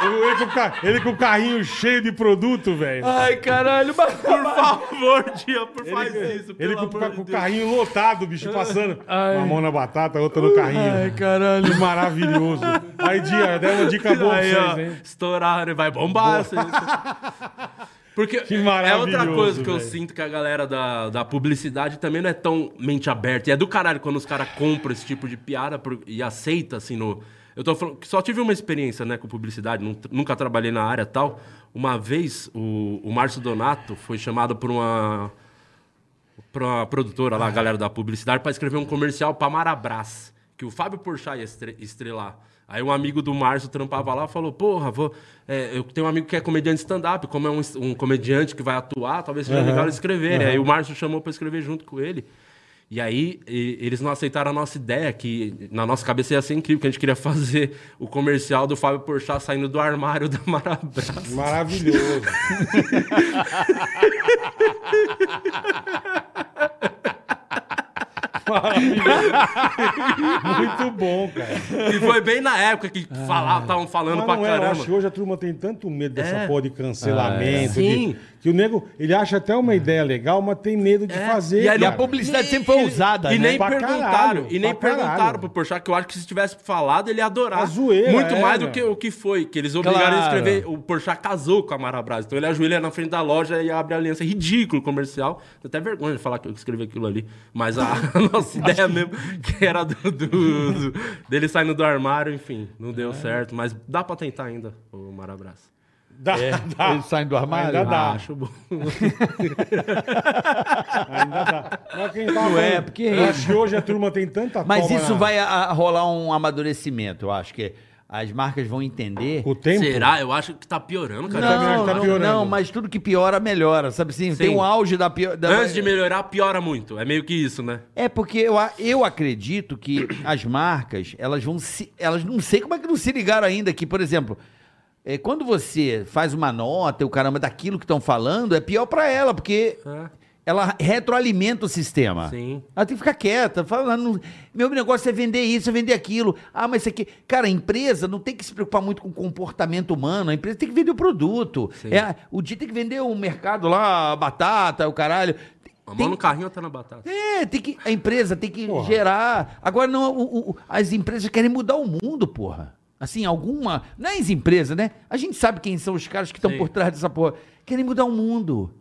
Speaker 4: Ele ele com, o ca- ele com o carrinho cheio de produto, velho.
Speaker 3: Ai, caralho, mas...
Speaker 5: Por favor, dia, por faz isso.
Speaker 4: Ele
Speaker 5: Pelo
Speaker 4: com, o ca-
Speaker 5: amor
Speaker 4: com o
Speaker 5: de Deus. É.
Speaker 4: carrinho lotado, bicho, passando. Uma mão na batata, outra no carrinho.
Speaker 3: caralho.
Speaker 4: Que maravilhoso. Aí, Dia, deu uma dica boa pra
Speaker 5: Aí, ó,
Speaker 4: vocês, hein?
Speaker 5: Estouraram, vai bombar. essa- Porque
Speaker 4: Que
Speaker 5: é outra
Speaker 4: maravilhoso,
Speaker 5: coisa que eu
Speaker 4: velho.
Speaker 5: sinto que a galera da, da publicidade também não é tão mente aberta. E é do caralho quando os caras compram esse tipo de piada por- e aceita, assim, no... Eu tô falando que só tive uma experiência, né, com publicidade, nun- nunca trabalhei na área e tal. Uma vez, o, o Márcio Donato foi chamado por uma, pra uma produtora lá, a galera da publicidade, pra escrever um comercial pra Marabras, que o Fábio Porchat ia estre- estrelar. Aí um amigo do Márcio trampava lá falou: Porra, vou, é, eu tenho um amigo que é comediante stand-up, como é um, um comediante que vai atuar, talvez seja
Speaker 4: Aham,
Speaker 5: legal eles escreverem.
Speaker 4: aham.
Speaker 5: Aí o Márcio chamou pra eu escrever junto com ele. E aí e- eles não aceitaram a nossa ideia, que na nossa cabeça ia ser incrível, que a gente queria fazer o comercial do Fábio Porchat saindo do armário da Marabras.
Speaker 4: Maravilhoso. Maravilhoso. Muito bom, cara.
Speaker 5: E foi bem na época que falavam, estavam falando
Speaker 4: Ah. Mas
Speaker 5: pra
Speaker 4: não é, eu
Speaker 5: caramba.
Speaker 4: acho que hoje a turma tem tanto medo dessa
Speaker 5: É.
Speaker 4: porra de cancelamento.
Speaker 5: Ah, é. Sim.
Speaker 4: de- que o nego, ele acha até uma ideia legal, mas tem medo de
Speaker 5: É,
Speaker 4: fazer.
Speaker 5: aí
Speaker 3: E a
Speaker 5: não-
Speaker 3: publicidade sempre foi
Speaker 5: e-
Speaker 3: usada,
Speaker 5: e
Speaker 3: né?
Speaker 5: Nem
Speaker 4: Tá Pra
Speaker 5: perguntaram,
Speaker 4: caralho,
Speaker 5: e nem
Speaker 4: pra caralho.
Speaker 5: perguntaram pro Porchat, que eu acho que se tivesse falado, ele ia adorar.
Speaker 4: A zoeira,
Speaker 5: Muito
Speaker 4: é,
Speaker 5: mais do
Speaker 4: meu.
Speaker 5: que o que foi, que eles obrigaram ele a
Speaker 3: Claro.
Speaker 5: escrever. O Porchat casou com a Mara Braz, então ele ajoelha na frente da loja e abre a aliança. Ridículo comercial. Tenho até vergonha de falar que eu escrevi aquilo ali. Mas a, a nossa ideia mesmo, que era do, do- do- dele saindo do armário, enfim, não deu
Speaker 4: É.
Speaker 5: certo. Mas dá pra tentar ainda, o Mara Braz.
Speaker 4: Dá, dá.
Speaker 3: Eles saem do armário.
Speaker 4: Ainda dá.
Speaker 5: Ah, acho bom.
Speaker 4: Ainda dá. Mas quem tá
Speaker 3: Não é,
Speaker 4: falando-
Speaker 3: porque-
Speaker 4: Eu acho que hoje a turma tem tanta
Speaker 3: Mas
Speaker 4: toma
Speaker 3: isso
Speaker 4: na-
Speaker 3: vai a- a rolar um amadurecimento, eu acho que as marcas vão entender.
Speaker 4: Com o tempo.
Speaker 5: Será? Eu acho que tá piorando, cara.
Speaker 4: também acho
Speaker 3: Não,
Speaker 4: que tá
Speaker 3: não,
Speaker 4: piorando.
Speaker 3: não, mas tudo que piora, melhora, sabe assim? Tem um auge da pior. Da...
Speaker 5: Antes de melhorar, piora muito. É meio que isso, né?
Speaker 3: É porque eu, a- eu acredito que as marcas, elas vão se. Elas não sei como é que não se ligaram ainda que, por exemplo, é, quando você faz uma nota, o caramba, daquilo que estão falando, é pior pra ela, porque
Speaker 5: É.
Speaker 3: ela retroalimenta o sistema.
Speaker 5: Sim.
Speaker 3: Ela tem que ficar quieta. Fala, ela não- meu negócio é vender isso, é vender aquilo. Ah, mas isso aqui. Cara, a empresa não tem que se preocupar muito com o comportamento humano. A empresa tem que vender o produto.
Speaker 5: Sim.
Speaker 3: É, o dia tem que vender o mercado lá, a batata, o caralho.
Speaker 5: A
Speaker 3: Tem-
Speaker 5: mão no carrinho ou tá na batata?
Speaker 3: é, tem que, a empresa tem que
Speaker 4: Porra.
Speaker 3: gerar. Agora, não, o- o- as empresas querem mudar o mundo, porra. Assim, alguma. Não é as empresas, né? A gente sabe quem são os caras que estão
Speaker 5: Sim.
Speaker 3: por trás dessa porra. Querem mudar o mundo.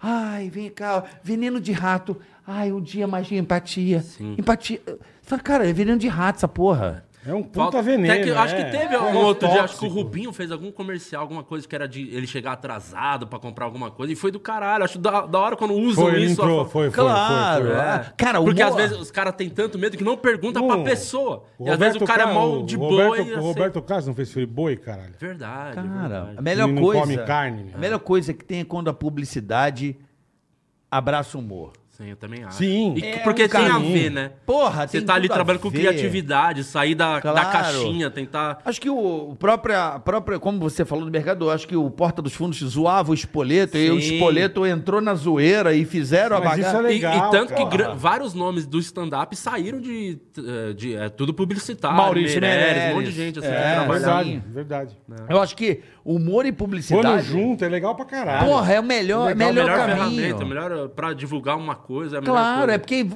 Speaker 3: Ai, vem cá, ó, veneno de rato. Ai, um dia mais de empatia. Empatia. Fala, Cara, é veneno de rato essa porra.
Speaker 4: É um puta
Speaker 5: Falta-
Speaker 4: veneno.
Speaker 5: Até que- eu Acho
Speaker 4: é.
Speaker 5: que teve
Speaker 4: É um
Speaker 5: algum outro dia. Acho que o
Speaker 4: tóxico.
Speaker 5: Rubinho fez algum comercial, alguma coisa que era de ele chegar atrasado pra comprar alguma coisa. E foi do caralho. Acho da, da hora quando usam
Speaker 4: Foi, ele
Speaker 5: isso.
Speaker 4: entrou,
Speaker 5: a fa-
Speaker 4: foi, foi,
Speaker 3: Claro.
Speaker 4: foi, foi.
Speaker 3: ah, Cara, o
Speaker 5: Porque às
Speaker 3: humor-
Speaker 5: vezes os caras têm tanto medo que não pergunta pra
Speaker 4: Não.
Speaker 5: pessoa.
Speaker 4: O
Speaker 5: e às vezes o
Speaker 4: Roberto
Speaker 5: cara é
Speaker 4: Ca-
Speaker 5: mal
Speaker 4: o
Speaker 5: de
Speaker 4: Roberto,
Speaker 5: boa e
Speaker 4: O
Speaker 5: assim-
Speaker 4: Roberto Carlos não fez friboi, caralho?
Speaker 5: Verdade.
Speaker 3: Cara,
Speaker 5: é
Speaker 3: a
Speaker 5: verdade.
Speaker 3: melhor
Speaker 4: Não
Speaker 3: coisa.
Speaker 4: come carne, né?
Speaker 3: A melhor coisa que tem é quando a publicidade abraça o humor.
Speaker 5: Sim, eu também acho.
Speaker 4: Sim.
Speaker 5: E
Speaker 3: É
Speaker 5: porque
Speaker 3: um
Speaker 5: tem a
Speaker 3: caminho.
Speaker 5: ver, né?
Speaker 3: Porra,
Speaker 5: Você
Speaker 3: tem
Speaker 5: tá ali
Speaker 3: tudo a
Speaker 5: trabalhando com
Speaker 3: ver.
Speaker 5: criatividade, sair da, da
Speaker 3: Claro.
Speaker 5: caixinha, tentar.
Speaker 3: Acho que o o próprio, a própria, como você falou do mercado, acho que o Porta dos Fundos zoava o Espoleto e o
Speaker 5: Sim.
Speaker 3: Espoleto entrou na zoeira e fizeram a
Speaker 4: Mas isso é
Speaker 3: bagaça.
Speaker 5: E-
Speaker 4: legal.
Speaker 5: e, tanto
Speaker 4: cara.
Speaker 5: que gra- vários nomes do stand-up saíram de. eh, de é, tudo publicitário.
Speaker 3: Maurício Meirelles.
Speaker 5: um monte de gente assim.
Speaker 3: É,
Speaker 5: que
Speaker 4: É,
Speaker 5: trabalhava.
Speaker 4: verdade, verdade.
Speaker 5: É.
Speaker 3: Eu acho que humor e
Speaker 4: Quando
Speaker 3: publicidade.
Speaker 4: junto é legal pra caralho.
Speaker 3: porra, é o melhor,
Speaker 5: É o
Speaker 3: melhor,
Speaker 5: melhor ferramenta, o
Speaker 3: caminho.
Speaker 5: melhor eh, pra divulgar uma coisa. É a melhor
Speaker 3: Claro,
Speaker 5: coisa.
Speaker 3: é porque.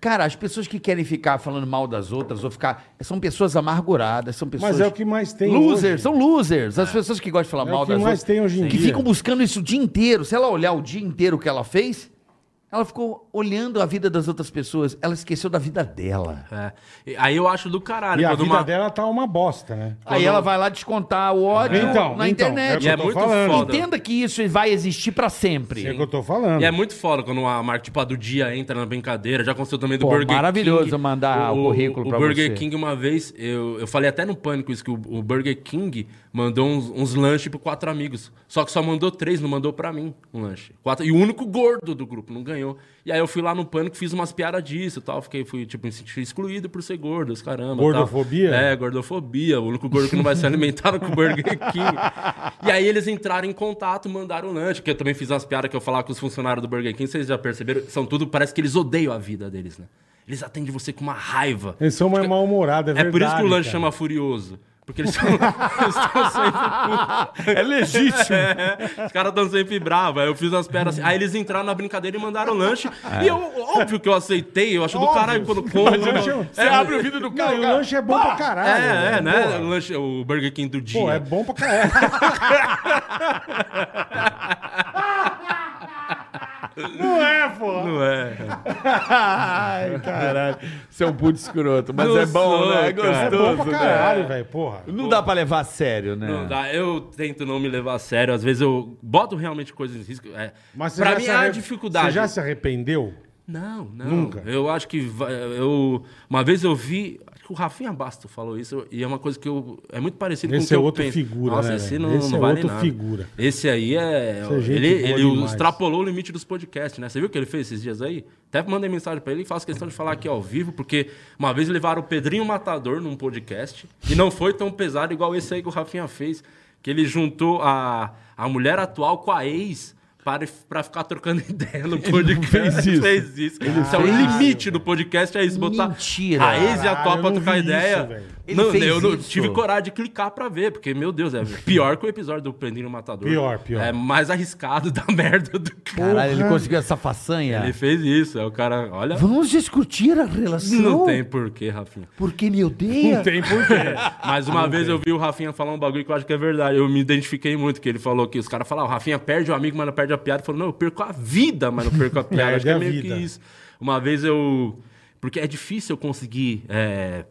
Speaker 3: Cara, as pessoas que querem ficar falando mal das outras ou ficar. São pessoas amarguradas, são pessoas.
Speaker 4: Mas é o que mais tem
Speaker 3: Losers,
Speaker 4: hoje.
Speaker 3: são losers. As pessoas que gostam de falar
Speaker 4: É
Speaker 3: mal
Speaker 4: o que
Speaker 3: das
Speaker 4: mais
Speaker 3: outras.
Speaker 4: tem hoje em
Speaker 3: que
Speaker 4: dia.
Speaker 5: um
Speaker 3: ficam buscando isso o dia inteiro. Se ela olhar o dia inteiro o que ela fez, ela ficou olhando a vida das outras pessoas. Ela esqueceu da vida dela.
Speaker 5: É. E Aí eu acho do caralho.
Speaker 4: E a
Speaker 5: quando
Speaker 4: vida
Speaker 5: uma-
Speaker 4: dela tá uma bosta, né?
Speaker 3: Aí ela vai lá descontar o ódio
Speaker 4: Então,
Speaker 3: na
Speaker 4: então,
Speaker 3: internet.
Speaker 5: É. E
Speaker 4: é
Speaker 5: é
Speaker 4: o que eu tô
Speaker 5: muito
Speaker 4: falando.
Speaker 5: foda.
Speaker 3: Entenda que isso vai existir pra
Speaker 4: É o
Speaker 3: sempre.
Speaker 4: que eu tô falando.
Speaker 5: E é muito foda quando uma marca, tipo, a do dia entra na brincadeira. Já aconteceu também do
Speaker 3: Pô,
Speaker 5: Burger King.
Speaker 3: maravilhoso mandar o currículo
Speaker 5: o
Speaker 3: pra
Speaker 5: Burger
Speaker 3: você.
Speaker 5: King, uma vez, eu, eu falei até no Pânico isso, que o, o Burger King mandou uns, uns lanches pro quatro amigos. Só que só mandou três, não mandou pra mim um lanche. Quatro, e o único gordo do grupo, não ganhou. E aí eu fui lá no Pânico, fiz umas piadas disso e tal. Fiquei, fui, tipo, me senti excluído por ser gordo, os caramba. tal.
Speaker 4: Gordofobia?
Speaker 5: É, é gordofobia, o único gordo que não vai se alimentar é com o Burger King. E aí eles entraram em contato, mandaram o lanche, que eu também fiz umas piadas que eu falava com os funcionários do Burger King, vocês já perceberam, são tudo, parece que eles odeiam a vida deles, né? Eles atendem você com uma raiva.
Speaker 4: Eles são mais mal-humorados, é,
Speaker 5: É,
Speaker 4: verdade.
Speaker 5: por isso que o lanche
Speaker 4: cara.
Speaker 5: chama Furioso. Porque eles estão sempre putos.
Speaker 3: É legítimo.
Speaker 5: É, os caras estão sempre bravos. Aí eu fiz umas pernas assim. Aí eles entraram na brincadeira e mandaram o lanche. E eu, óbvio que eu aceitei. Eu acho do
Speaker 4: É. Óbvio.
Speaker 5: caralho quando como.
Speaker 4: Mas eu
Speaker 5: quando-
Speaker 4: chamo-
Speaker 5: é,
Speaker 3: o vidro do
Speaker 4: Não, e o lanche é bom pra caralho.
Speaker 5: é, é,
Speaker 4: velho.
Speaker 5: né?
Speaker 4: Porra.
Speaker 5: O, lanche- o Burger King do dia.
Speaker 4: Pô, é bom pra caralho. Não é, pô.
Speaker 5: Não é.
Speaker 3: Ai, caralho. Você é um puto escroto. Mas
Speaker 5: Não
Speaker 3: é bom,
Speaker 5: sou,
Speaker 3: né? É
Speaker 5: cara.
Speaker 4: É bom
Speaker 3: gostoso,
Speaker 4: pra
Speaker 3: né?
Speaker 4: caralho, velho, porra.
Speaker 3: Não dá pra levar a sério,
Speaker 4: É.
Speaker 3: né?
Speaker 5: Não dá. Eu tento não me levar a sério. Às vezes eu boto realmente coisas em risco. É.
Speaker 4: Mas você
Speaker 5: pra
Speaker 4: já
Speaker 5: mim
Speaker 4: se
Speaker 5: é a
Speaker 4: arre-
Speaker 5: dificuldade.
Speaker 4: Você já se arrependeu?
Speaker 5: Não, não.
Speaker 4: Nunca?
Speaker 5: Eu acho que. va- Eu... Uma vez eu vi. acho que que o Rafinha Basto falou isso, e é uma coisa que eu. É muito parecido com o
Speaker 4: Esse
Speaker 5: que
Speaker 4: é
Speaker 5: eu
Speaker 4: outra
Speaker 5: penso.
Speaker 4: figura,
Speaker 5: Nossa,
Speaker 4: né,
Speaker 5: esse
Speaker 4: velho?
Speaker 5: não,
Speaker 4: Esse
Speaker 5: não
Speaker 4: é
Speaker 5: vale
Speaker 4: outra
Speaker 5: nada.
Speaker 4: figura.
Speaker 5: Esse aí é.
Speaker 4: Essa é gente
Speaker 5: ele
Speaker 4: boa
Speaker 5: ele
Speaker 4: demais.
Speaker 5: extrapolou o limite dos podcasts, né? Você viu o que ele fez esses dias aí? Até mandei mensagem pra ele e faço questão de falar aqui ao vivo, porque uma vez levaram o Pedrinho Matador num podcast e não foi tão pesado igual esse aí que o Rafinha fez, que ele juntou a, a mulher atual com a ex. Para, pra ficar trocando ideia no podcast. Ele
Speaker 3: fez isso.
Speaker 5: fez isso. Isso é o limite do podcast, é isso. Botar
Speaker 3: Mentira.
Speaker 5: a ex e a
Speaker 4: Caralho,
Speaker 5: atual
Speaker 4: eu
Speaker 5: pra
Speaker 4: não
Speaker 5: trocar
Speaker 4: vi isso,
Speaker 5: ideia.
Speaker 4: velho.
Speaker 3: Ele
Speaker 5: não,
Speaker 3: fez
Speaker 5: eu não
Speaker 3: isso?
Speaker 5: tive coragem de clicar pra ver, porque, meu Deus, é pior que o episódio do Prendinho Matador.
Speaker 4: Pior, pior.
Speaker 5: É mais arriscado da merda do que.
Speaker 3: Caralho, ele conseguiu essa façanha.
Speaker 5: Ele fez isso. Aí o cara, olha.
Speaker 3: Vamos discutir a relação?
Speaker 5: Não tem porquê, Rafinha. É,
Speaker 3: Porque me odeia?
Speaker 4: Tem porquê.
Speaker 5: Mais uma vez eu vi o Rafinha falar um bagulho que eu acho que é verdade. Eu me identifiquei muito, que ele falou que os caras falaram, o Rafinha perde o amigo, mas não perde a piada. Ele falou, não, eu perco a vida, mas não perco a piada. acho
Speaker 4: Perde
Speaker 5: que é
Speaker 4: a
Speaker 5: meio
Speaker 4: vida.
Speaker 5: que isso. Uma vez eu. Porque é difícil eu conseguir é,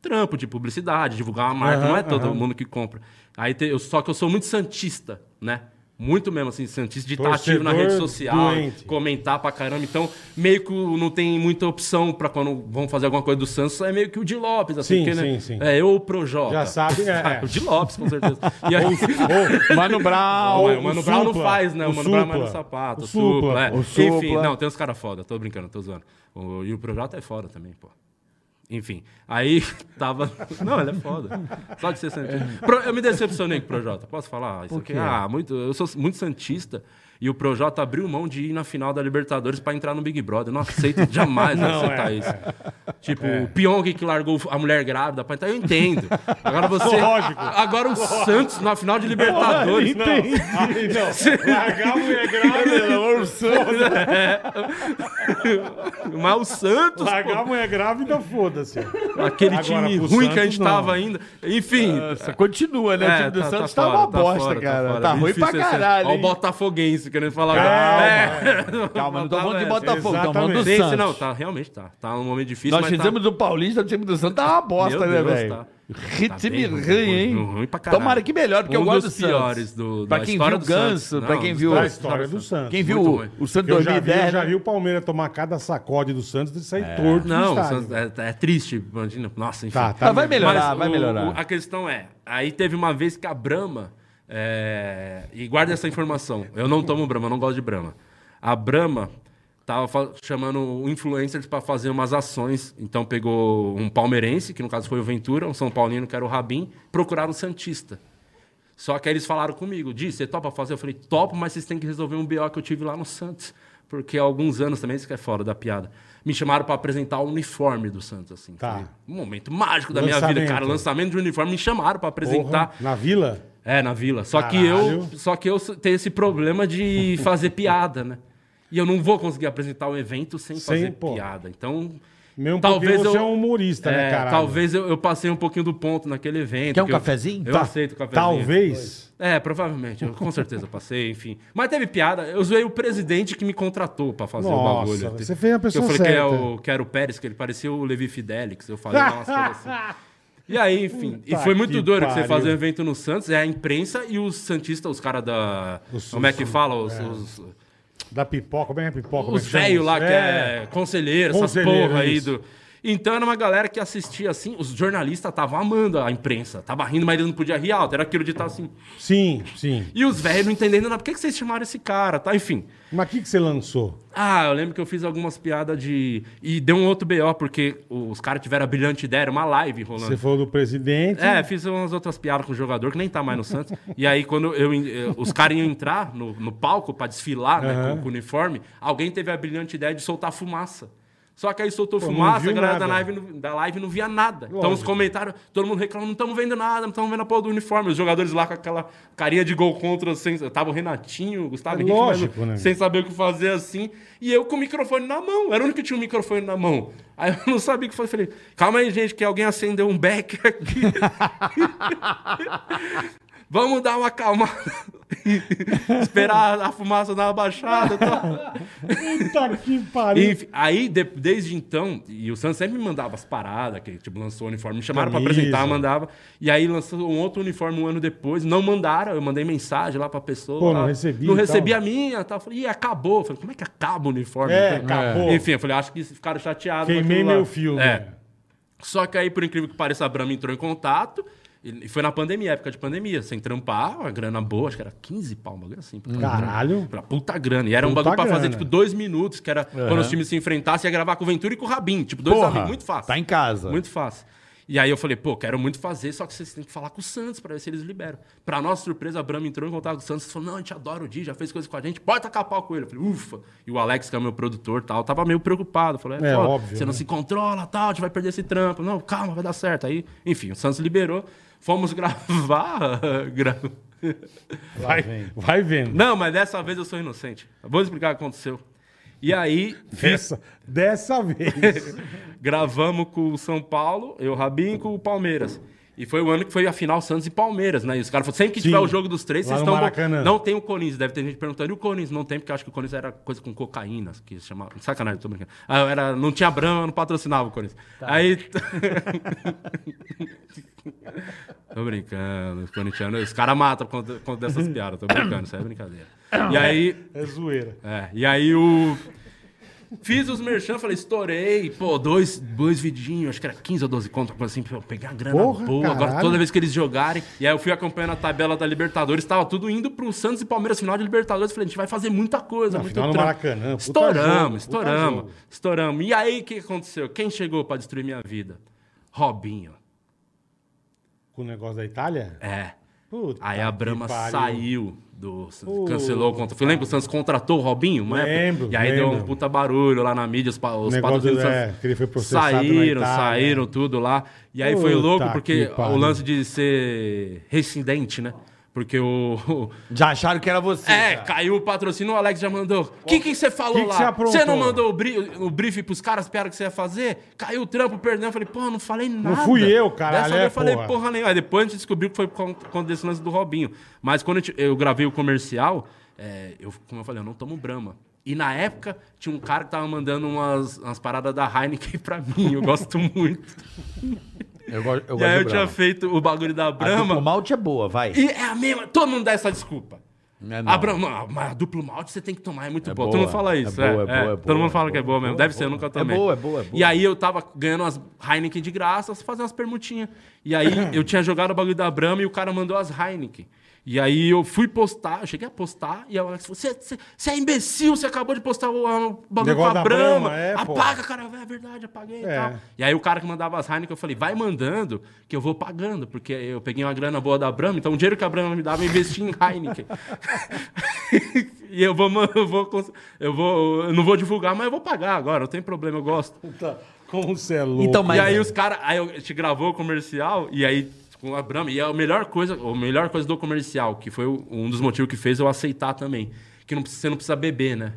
Speaker 5: trampo de publicidade, divulgar uma marca,
Speaker 4: Aham,
Speaker 5: não é todo
Speaker 4: aham.
Speaker 5: mundo que compra. Aí te- eu, só que eu sou muito santista, né? Muito mesmo, assim, santista de estar ativo na
Speaker 4: Torcedor
Speaker 5: rede social,
Speaker 4: doente.
Speaker 5: comentar pra caramba. Então, meio que não tem muita opção pra quando vão fazer alguma coisa do Santos, é meio que o de Lopes, assim,
Speaker 4: Sim,
Speaker 5: porque,
Speaker 4: sim,
Speaker 5: né?
Speaker 4: sim.
Speaker 5: É, eu ou o Projota.
Speaker 4: Já sabe, é,
Speaker 5: Ah,
Speaker 4: é.
Speaker 5: O de Lopes, com certeza. E aí,
Speaker 3: Mano Brown.
Speaker 5: o Mano Brown não
Speaker 4: Supla,
Speaker 5: faz, né? O
Speaker 4: o
Speaker 5: Mano Brown é mais
Speaker 4: Supla,
Speaker 5: no sapato,
Speaker 4: o
Speaker 5: o Supla.
Speaker 4: Supla,
Speaker 5: é.
Speaker 3: o Supla.
Speaker 5: Enfim, não, tem uns caras foda. Tô brincando, tô zoando. O- e o Projota é foda também, pô. Enfim, aí tava. Não, ele é foda. Só de ser santista. Pro- Eu me decepcionei com o Projota. Posso falar isso aqui? Ah, muito, eu sou muito santista. E o Projota abriu mão de ir na final da Libertadores pra entrar no Big Brother. Eu não aceito jamais aceitar isso. Tipo, o Pyong que largou a mulher grávida pra entrar. Eu entendo. Agora você.
Speaker 4: Lógico.
Speaker 5: Agora o Santos na final de Libertadores.
Speaker 4: Não, aí não. Largar a mulher grávida, não.
Speaker 5: Mas o Santos,
Speaker 4: Largar a mulher grávida, então foda-se.
Speaker 5: pô, aquele
Speaker 4: Agora,
Speaker 5: time
Speaker 4: pro
Speaker 5: ruim que a
Speaker 4: Santos,
Speaker 5: gente
Speaker 4: não.
Speaker 5: tava ainda. Enfim. é,
Speaker 3: Nossa, continua, né? o time do Santos tá, uma bosta, cara. Tá, ruim pra caralho.
Speaker 5: Olha o
Speaker 3: hein?
Speaker 5: Botafoguense querendo falar. é.
Speaker 3: Calma, não tô falando de
Speaker 5: Tava essa.
Speaker 3: Botafogo, tô falando do
Speaker 4: Exatamente.
Speaker 5: Sim, sim,
Speaker 3: Santos.
Speaker 5: Não, tá, realmente tá. Tá num momento difícil.
Speaker 3: Nós
Speaker 5: mas tá-
Speaker 3: fizemos do Paulista, o time do Santos tá uma bosta,
Speaker 5: Meu
Speaker 3: né,
Speaker 5: Deus,
Speaker 3: velho?
Speaker 5: tá.
Speaker 3: Tá time
Speaker 5: bem ruim,
Speaker 3: ruim, hein?
Speaker 5: ruim, ruim pra caralho.
Speaker 3: Tomara que melhore, porque
Speaker 5: um
Speaker 3: eu gosto do
Speaker 5: dos
Speaker 3: Santos.
Speaker 5: piores do,
Speaker 3: Pra
Speaker 5: da
Speaker 3: quem viu
Speaker 5: história
Speaker 3: o
Speaker 5: do Santos.
Speaker 3: Ganso,
Speaker 5: Não,
Speaker 3: pra quem
Speaker 5: dos
Speaker 3: viu...
Speaker 4: A história do Santos.
Speaker 3: Quem viu
Speaker 5: Muito
Speaker 3: o-
Speaker 5: ruim.
Speaker 3: o Santos
Speaker 4: Eu já vi, eu
Speaker 3: 2010,
Speaker 4: já
Speaker 3: né?
Speaker 4: vi o Palmeiras tomar cada sacode do Santos e sair torto do
Speaker 5: tá. Não,
Speaker 4: estádio.
Speaker 5: é, é triste, imagina. Nossa, enfim.
Speaker 4: Tá,
Speaker 3: Ah,
Speaker 4: tá.
Speaker 3: vai melhorar,
Speaker 5: Mas
Speaker 3: vai
Speaker 5: o-
Speaker 3: melhorar.
Speaker 5: o- a questão é, aí teve uma vez que a Brahma, é, e guarda essa informação, eu não tomo Brahma, eu não gosto de Brahma. A Brahma tava fa- chamando influencers para fazer umas ações, então pegou um palmeirense, que no caso foi o Ventura, um São Paulino que era o Rabin, procuraram o Santista. Só que aí eles falaram comigo, Di, você topa fazer? Eu falei, topo, mas vocês têm que resolver um BO que eu tive lá no Santos. Porque há alguns anos também, isso que é fora da piada. Me chamaram para apresentar o uniforme do Santos, assim.
Speaker 4: Tá.
Speaker 5: Foi Um momento mágico da minha vida,
Speaker 4: Lançamento.
Speaker 5: cara. Lançamento de uniforme, me chamaram para apresentar.
Speaker 4: Porra, na vila?
Speaker 5: É, na vila. Só que,
Speaker 4: Caralho.
Speaker 5: eu, só que eu tenho esse problema de fazer piada, né? E eu não vou conseguir apresentar o evento sem,
Speaker 4: Sem,
Speaker 5: fazer
Speaker 4: pô.
Speaker 5: piada. Então.
Speaker 4: Mesmo
Speaker 5: talvez
Speaker 4: porque você
Speaker 5: eu,
Speaker 4: é um humorista, né,
Speaker 5: é,
Speaker 4: caralho?
Speaker 5: Talvez eu, eu passei um pouquinho do ponto naquele evento.
Speaker 3: Quer um
Speaker 5: que eu-
Speaker 3: cafezinho?
Speaker 5: Eu
Speaker 4: Tá-
Speaker 5: aceito o cafezinho.
Speaker 4: Talvez.
Speaker 5: É, provavelmente. Eu com certeza passei, enfim. Mas teve piada. Eu zoei o presidente que me contratou pra fazer o
Speaker 4: Nossa,
Speaker 5: bagulho.
Speaker 4: você fez a pessoa
Speaker 5: Eu falei que, é
Speaker 4: certa.
Speaker 5: o, que era o Pérez, que ele parecia o Levi Fidelix. Eu falei umas coisas assim. E aí, enfim. e
Speaker 4: Puta
Speaker 5: foi muito
Speaker 4: que
Speaker 5: doido que você
Speaker 4: pariu.
Speaker 5: fazer um evento no Santos. É a imprensa e os Santistas, os caras da...
Speaker 4: Os-
Speaker 5: como é que
Speaker 4: os-
Speaker 5: fala? Os, os,
Speaker 4: Da pipoca, como é que é pipoca? Como é
Speaker 5: os
Speaker 4: que chama
Speaker 5: velhos lá,
Speaker 4: isso?
Speaker 5: que é conselheiro, essas
Speaker 4: Conselheiro,
Speaker 5: porra aí
Speaker 4: isso.
Speaker 5: do... Então era uma galera que assistia assim, os jornalistas estavam amando a imprensa, tava rindo, mas eles não podiam rir alto, era aquilo de estar assim.
Speaker 4: Sim, sim.
Speaker 5: E os velhos não entendendo nada. Por que, que vocês chamaram esse cara? Tá, enfim.
Speaker 4: Mas o que, que você lançou?
Speaker 5: Ah, eu lembro que eu fiz algumas piadas de. E deu um outro BO, porque os caras tiveram a brilhante ideia, era uma live rolando.
Speaker 4: Você falou do presidente.
Speaker 5: É, fiz umas outras piadas com o jogador que nem tá mais no Santos. e aí, quando eu, eu- os caras iam entrar no, no palco pra desfilar né, com, com o uniforme, alguém teve a brilhante ideia de soltar fumaça. Só que aí soltou
Speaker 4: Pô, não
Speaker 5: fumaça,
Speaker 4: viu
Speaker 5: a galera da
Speaker 4: nada.
Speaker 5: live, não- da live não via nada. Então os
Speaker 4: Lógico.
Speaker 5: comentários, todo mundo reclamando, não estamos vendo nada, não estamos vendo a porra do uniforme. Os jogadores lá com aquela carinha de gol contra, sem, tava o Renatinho, o Gustavo
Speaker 4: É
Speaker 5: Henrique, tá mas
Speaker 4: lógico,
Speaker 5: não-
Speaker 4: né?
Speaker 5: sem saber o que fazer assim. E eu com o microfone na mão, era o único que tinha o microfone na mão. Aí eu não sabia o que fazer. Falei, calma aí, gente, que alguém acendeu um beck aqui. Vamos dar uma acalmada. Esperar a fumaça dar uma baixada. e tal.
Speaker 4: Puta que pariu.
Speaker 5: Enfim, aí, de- desde então, e o Santos sempre me mandava as paradas, que tipo, lançou o uniforme, me chamaram pra
Speaker 4: Camisa.
Speaker 5: apresentar, mandava. E aí lançou um outro uniforme um ano depois, não mandaram, eu mandei mensagem lá pra pessoa.
Speaker 4: Pô, não
Speaker 5: lá.
Speaker 4: recebi
Speaker 5: Não
Speaker 4: e
Speaker 5: recebi
Speaker 4: tal.
Speaker 5: a minha, tal. Eu Falei, ih, acabou. Eu Falei, como é que acaba o uniforme?
Speaker 4: É,
Speaker 5: Então,
Speaker 4: acabou.
Speaker 5: Enfim, eu falei, acho que ficaram chateados. com
Speaker 4: Queimei
Speaker 5: aquilo lá.
Speaker 4: meu filme.
Speaker 5: É. Só que aí, por incrível que pareça, a Brahma entrou em contato. E foi na pandemia, época de pandemia, sem trampar, uma grana boa, acho que era 15 pau, um bagulho assim.
Speaker 4: Hum.
Speaker 5: puta
Speaker 4: Caralho.
Speaker 5: grana. Pra puta grana. E era um
Speaker 4: Puta
Speaker 5: bagulho pra fazer,
Speaker 4: grana.
Speaker 5: tipo, dois minutos, que era quando os times se enfrentassem, ia gravar com o Ventura e com o Rabin. Tipo, dois amigos, muito fácil.
Speaker 7: Tá em casa.
Speaker 5: Muito fácil. E aí eu falei, pô, quero muito fazer, só que vocês têm que falar com o Santos pra ver se eles liberam. Pra nossa surpresa, a Brahma entrou em contato com o Santos e falou, não, a gente adora o Di, já fez coisas com a gente, pode tacar pau com ele. Eu falei, ufa. E o Alex, que é o meu produtor e tal, tava meio preocupado. Eu Falei,
Speaker 4: É,
Speaker 5: pô,
Speaker 4: óbvio,
Speaker 5: você não
Speaker 4: né?
Speaker 5: se controla tal, a gente vai perder esse trampo. Não, calma, vai dar certo. Aí, enfim, o Santos liberou, fomos gravar... gra-
Speaker 4: Vai, vai vendo.
Speaker 5: Não, mas dessa vez eu sou inocente. Vou explicar o que aconteceu. E aí,
Speaker 4: Dessa, dessa vez.
Speaker 5: gravamos com o São Paulo, eu, Rabin, com o Palmeiras. E foi o ano que foi a final Santos e Palmeiras, né? E os caras falaram, sempre que
Speaker 4: Sim.
Speaker 5: tiver o jogo dos três,
Speaker 4: Lá
Speaker 5: vocês
Speaker 4: no
Speaker 5: estão...
Speaker 4: Maracanã.
Speaker 5: Não tem o Corinthians, deve ter gente perguntando. E o Corinthians? Não tem, porque eu acho que o Corinthians era coisa com cocaína, que se chamava... Sacanagem, tô brincando. Ah, era... Não tinha brama, não patrocinava o Corinthians.
Speaker 4: Tá.
Speaker 5: Aí... tô brincando, os corintianos... Os caras matam quando, quando dessas piadas, tô brincando, isso aí é brincadeira. E aí...
Speaker 4: É zoeira.
Speaker 5: É, e aí o. Fiz os merchan, falei, estourei, pô, dois, dois vidinhos, acho que era 15 ou 12 conto, uma coisa assim, pra eu pegar grana
Speaker 4: Porra,
Speaker 5: boa, agora
Speaker 4: caralho.
Speaker 5: toda vez que eles jogarem. E aí eu fui acompanhando a tabela da Libertadores, tava tudo indo pro Santos e Palmeiras, final de Libertadores, falei, a gente vai fazer muita coisa,
Speaker 4: Não,
Speaker 5: muito
Speaker 4: final no
Speaker 5: trampo.
Speaker 4: Maracanã, puta
Speaker 5: Estouramos,
Speaker 4: jogo, puta
Speaker 5: estouramos,
Speaker 4: jogo.
Speaker 5: estouramos. E aí o que aconteceu? Quem chegou pra destruir minha vida? Robinho.
Speaker 4: Com o negócio da Itália?
Speaker 5: É.
Speaker 4: Puta
Speaker 5: Aí a
Speaker 4: que
Speaker 5: Brahma
Speaker 4: pariu.
Speaker 5: saiu do Santos,
Speaker 4: Puta.
Speaker 5: cancelou o contrato. Lembra que o Santos contratou o Robinho? uma época?
Speaker 4: Lembro,
Speaker 5: E aí deu um
Speaker 4: lembro.
Speaker 5: puta barulho lá na mídia, os, pa- os
Speaker 4: O negócio
Speaker 5: patrocínios
Speaker 4: do-
Speaker 5: do Santos
Speaker 4: é, que ele foi processado na
Speaker 5: saíram,
Speaker 4: Itália.
Speaker 5: saíram tudo lá. E aí foi
Speaker 4: Puta
Speaker 5: louco
Speaker 4: que
Speaker 5: porque
Speaker 4: pariu.
Speaker 5: o lance de ser recidente, né? Porque o.
Speaker 7: Já acharam que era você.
Speaker 5: É, caiu o patrocínio, o Alex já mandou. O que que você falou
Speaker 4: Que que você
Speaker 5: lá?
Speaker 4: aprontou?
Speaker 5: não mandou o, bri o briefing pros caras, piada que você ia fazer? Caiu o trampo, perdeu. Eu falei, pô, não falei nada.
Speaker 4: fui eu, caralho,
Speaker 5: Dessa vez
Speaker 4: é,
Speaker 5: eu falei,
Speaker 4: porra.
Speaker 5: porra porra nenhuma. Aí Depois a gente descobriu que foi por conta por conta desse lance do Robinho. Mas quando a gente- eu gravei o comercial, é, eu, como eu falei, eu não tomo Brahma. E na época, tinha um cara que tava mandando umas, umas paradas da Heineken pra mim. Eu gosto muito.
Speaker 3: Eu gosto, eu
Speaker 5: e aí eu
Speaker 3: gosto de
Speaker 5: tinha
Speaker 3: Brahma.
Speaker 5: feito o bagulho da
Speaker 7: A
Speaker 5: Brahma.
Speaker 7: duplo malte é boa, vai.
Speaker 5: E é a mesma. Todo mundo dá essa desculpa.
Speaker 3: Não é não.
Speaker 5: A Brahma, Ah, mas a duplo malte você tem que tomar, é muito
Speaker 3: É
Speaker 5: bom.
Speaker 3: boa,
Speaker 5: Todo mundo fala
Speaker 3: é
Speaker 5: isso.
Speaker 3: boa,
Speaker 5: É
Speaker 3: é boa, é
Speaker 5: Todo
Speaker 3: boa,
Speaker 5: mundo
Speaker 3: é
Speaker 5: fala que é
Speaker 3: boa,
Speaker 5: boa
Speaker 3: é
Speaker 5: mesmo.
Speaker 3: boa,
Speaker 5: Deve
Speaker 3: é
Speaker 5: ser, eu nunca
Speaker 3: boa. É
Speaker 5: tomei.
Speaker 3: boa, é boa, é boa.
Speaker 5: E aí eu tava ganhando umas Heineken de graça, fazendo umas permutinhas. E aí eu tinha jogado o bagulho da Brahma e o cara mandou as Heineken. E aí eu fui postar, eu cheguei a postar, e a Alex falou: Você é imbecil, você acabou de postar o, o bagulho com
Speaker 4: Negócio
Speaker 5: a
Speaker 4: da
Speaker 5: Brahma.
Speaker 4: Brahma, é, pô.
Speaker 5: apaga, cara, é verdade, apaguei e
Speaker 4: É.
Speaker 5: tal. E aí o cara que mandava as Heineken, eu falei, vai mandando, que eu vou pagando, porque eu peguei uma grana boa da Brahma, então o dinheiro que a Brahma me dava eu investi em Heineken. e eu vou, man- eu vou, cons- eu vou, eu não vou divulgar, mas eu vou pagar agora, não tem problema, eu gosto.
Speaker 4: Puta, Como você é louco.
Speaker 3: Então, mas-
Speaker 5: e aí os caras, aí eu- a gente gravou o comercial, e aí com a Brahma, e a melhor coisa, a melhor coisa do comercial, que foi o- um dos motivos que fez eu aceitar também, que não, precisa- você não precisa beber, né?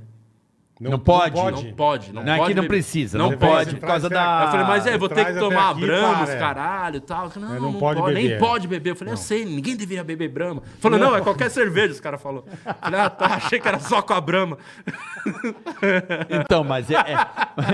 Speaker 3: Não pode.
Speaker 5: Não pode, não,
Speaker 3: Não,
Speaker 5: pode
Speaker 3: aqui não
Speaker 5: beber.
Speaker 3: precisa,
Speaker 5: Não
Speaker 3: né?
Speaker 5: pode,
Speaker 3: por causa da-
Speaker 5: eu falei, mas é, vou ter
Speaker 4: Ah, Traz
Speaker 5: que
Speaker 4: até
Speaker 5: tomar
Speaker 4: aqui,
Speaker 5: Brahma,
Speaker 4: para,
Speaker 5: os
Speaker 4: é.
Speaker 5: caralho e tal. Eu falei,
Speaker 4: Mas
Speaker 5: Não, não, pode, beber. nem pode beber. Eu falei, eu sei, ninguém deveria beber Brahma. Falou, não, é qualquer cerveja, os caras falaram. Falei, ah, tá, achei que era só com a Brahma.
Speaker 3: Então, mas é, é-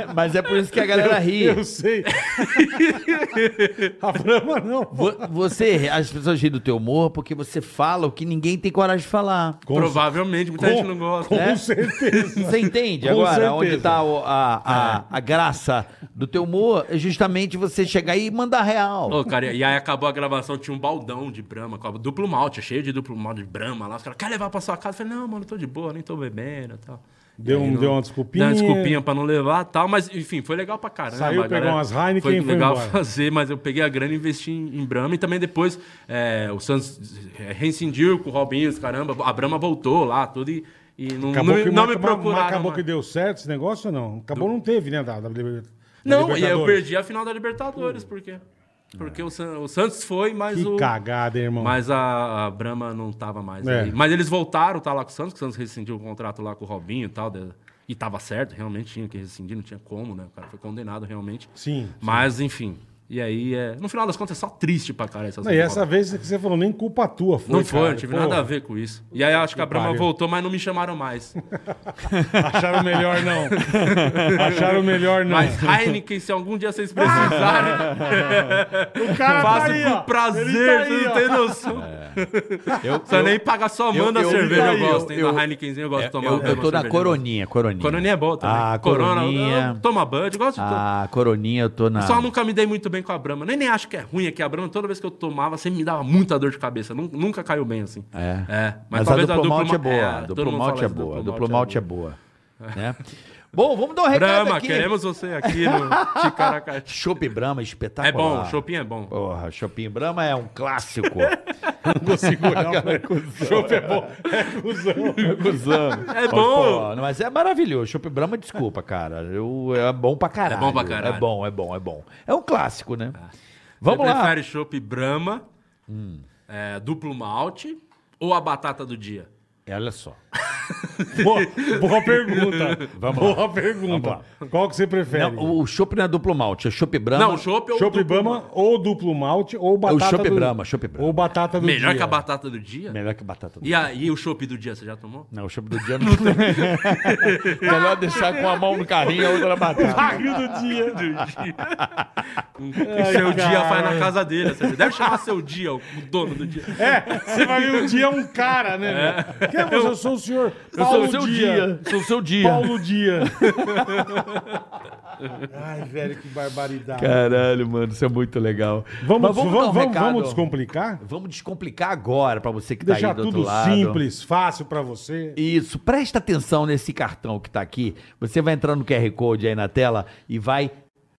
Speaker 3: mas é por isso que a galera ri.
Speaker 4: Eu sei. a Brahma não. pô.
Speaker 3: Vo- Você, as pessoas riem do teu humor porque você fala o que ninguém tem coragem de falar.
Speaker 4: Com-
Speaker 5: Provavelmente, muita gente não gosta.
Speaker 4: Com
Speaker 3: né?
Speaker 4: certeza.
Speaker 3: Você entende
Speaker 4: Com
Speaker 3: agora
Speaker 4: certeza.
Speaker 3: onde está a, a, a graça do teu humor? É justamente você chegar aí e mandar real.
Speaker 5: Ô, cara, e aí acabou a gravação, tinha um baldão de brama, com a- duplo malte, cheio de duplo malte de brama lá. Os caras, quer levar pra sua casa? Eu falei, não, mano, tô de boa, nem tô bebendo e tal.
Speaker 4: Deu,
Speaker 5: E aí
Speaker 4: um,
Speaker 5: não-
Speaker 4: deu uma desculpinha.
Speaker 5: Deu uma desculpinha pra não levar e tal, mas enfim, foi legal pra caramba.
Speaker 4: Saiu,
Speaker 5: a
Speaker 4: pegou
Speaker 5: galera-
Speaker 4: umas Heineken
Speaker 5: Foi
Speaker 4: e foi
Speaker 5: legal
Speaker 4: embora.
Speaker 5: fazer, mas eu peguei a grana e investi em, em Brahma. E também depois é, o Santos é, reincindiu com o Robinho, os caramba. A Brahma voltou lá, tudo e, e não,
Speaker 4: Acabou
Speaker 5: não,
Speaker 4: que,
Speaker 5: não
Speaker 4: mas- mas-
Speaker 5: me
Speaker 4: mas
Speaker 5: procuraram. né?
Speaker 4: acabou
Speaker 5: mais.
Speaker 4: que deu certo esse negócio ou não? Acabou não teve, né? Da, da, da
Speaker 5: Não, e aí eu
Speaker 4: Libertadores.
Speaker 5: perdi a final da Libertadores, por quê? Porque o, San- o Santos foi, mas
Speaker 4: Que
Speaker 5: o...
Speaker 4: cagada, hein, irmão.
Speaker 5: Mas a, a Brahma não tava mais
Speaker 4: É.
Speaker 5: aí. Mas eles voltaram, tá lá com o Santos, que o Santos rescindiu o contrato lá com o Robinho e tal. de- E tava certo, realmente tinha que rescindir, não tinha como, né? O cara foi condenado realmente.
Speaker 4: Sim.
Speaker 5: Mas, enfim. E aí, é... no final das contas, é só triste pra cara essas
Speaker 4: Não, e
Speaker 5: bolas.
Speaker 4: essa vez que você falou, nem culpa tua foi,
Speaker 5: Não foi,
Speaker 4: cara.
Speaker 5: não tive
Speaker 4: Pô,
Speaker 5: nada a ver com isso. E aí acho que a
Speaker 4: que
Speaker 5: Brahma
Speaker 4: pariu.
Speaker 5: voltou, mas não me chamaram mais.
Speaker 4: Acharam melhor não. Acharam melhor não.
Speaker 5: Mas Heineken, se algum dia vocês precisarem,
Speaker 2: O cara
Speaker 5: faço
Speaker 2: tá aí, ó.
Speaker 5: com prazer,
Speaker 2: Ele tá aí,
Speaker 5: vocês não
Speaker 2: ó.
Speaker 5: tem noção.
Speaker 3: Eu,
Speaker 5: Só nem pagar, só manda
Speaker 3: É. eu- eu-
Speaker 5: cerveja, eu,
Speaker 3: eu-
Speaker 5: gosto. Tem
Speaker 3: eu- é,
Speaker 5: uma Heinekenzinha, eu gosto de tomar.
Speaker 3: eu, eu
Speaker 5: uma
Speaker 3: tô na
Speaker 5: cerveja.
Speaker 3: coroninha, coroninha.
Speaker 5: Coroninha é boa também.
Speaker 3: Ah, coroninha.
Speaker 5: eu- Toma Bud, eu gosto de tudo.
Speaker 3: Ah, coroninha eu tô na.
Speaker 5: Só nunca me dei muito bem com a Brahma. Nem, nem acho que é ruim aqui a Brahma. Toda vez que eu tomava, sempre me dava muita dor de cabeça. Nun- Nunca, caiu bem, assim.
Speaker 3: É.
Speaker 5: mas,
Speaker 3: Mas,
Speaker 5: talvez
Speaker 3: a duplo malte é boa.
Speaker 5: é,
Speaker 3: a
Speaker 5: todo
Speaker 3: duplo
Speaker 5: mundo
Speaker 3: malte é
Speaker 5: fala isso,
Speaker 3: boa. A duplo malte é boa. né? Bom, vamos dar um recado
Speaker 5: Brahma,
Speaker 3: aqui.
Speaker 5: queremos você aqui no Ticaracati.
Speaker 3: Chopp Brahma, espetacular.
Speaker 5: É bom, o Chopin é bom.
Speaker 3: Porra, Chopin Brahma é um clássico.
Speaker 4: Não consigo olhar. pra- Chopp é bom. É cuzão.
Speaker 3: Usando.
Speaker 5: É bom.
Speaker 3: Pô, mas é maravilhoso. Chopp Brahma, desculpa, cara. Eu, é bom pra caralho.
Speaker 5: É bom pra caralho.
Speaker 3: É bom, é bom, é bom. É um clássico, né? Vamos
Speaker 5: Você
Speaker 3: lá. Hum.
Speaker 5: prefere chopp Brahma, é, duplo malte ou a batata do dia?
Speaker 3: É, Olha só.
Speaker 4: Boa, boa pergunta.
Speaker 3: Vamos lá.
Speaker 4: boa pergunta. Qual que você prefere?
Speaker 3: Não, o- o chopp não é duplo malte, é chopp Brahma.
Speaker 5: Não, chopp é ou
Speaker 4: Chopp
Speaker 5: duplo
Speaker 4: Brahma ou duplo malte ou batata
Speaker 3: É o Chopp
Speaker 4: do...
Speaker 3: Brahma, Chopp Brahma.
Speaker 4: Ou batata do
Speaker 5: Melhor
Speaker 4: dia.
Speaker 5: que a batata do dia?
Speaker 3: Melhor que batata do
Speaker 5: E, a, e o chopp do dia, você já tomou?
Speaker 3: Não, o chopp do dia não tem. Melhor deixar com a mão no carrinho e a outra na batata.
Speaker 4: Barril do dia.
Speaker 5: o seu dia faz na casa dele. Você deve chamar seu dia, o o dono do dia.
Speaker 4: É, você vai ver o dia é um cara, né? meu? Quem é você? Eu sou o senhor
Speaker 3: Eu sou
Speaker 4: Paulo
Speaker 3: o seu
Speaker 4: dia.
Speaker 3: dia. Sou o seu dia.
Speaker 4: Paulo Dia. Ai, velho, que barbaridade.
Speaker 3: Caralho, mano, isso é muito legal.
Speaker 4: Vamos,
Speaker 3: Mas
Speaker 4: vamos,
Speaker 3: dar um
Speaker 4: vamos, vamos,
Speaker 3: recado.
Speaker 4: descomplicar?
Speaker 3: Vamos descomplicar agora pra você que tá
Speaker 4: Deixar
Speaker 3: aí do
Speaker 4: tudo
Speaker 3: outro lado.
Speaker 4: simples, fácil pra você.
Speaker 3: Isso, presta atenção nesse cartão que tá aqui. Você vai entrar no QR Code aí na tela e vai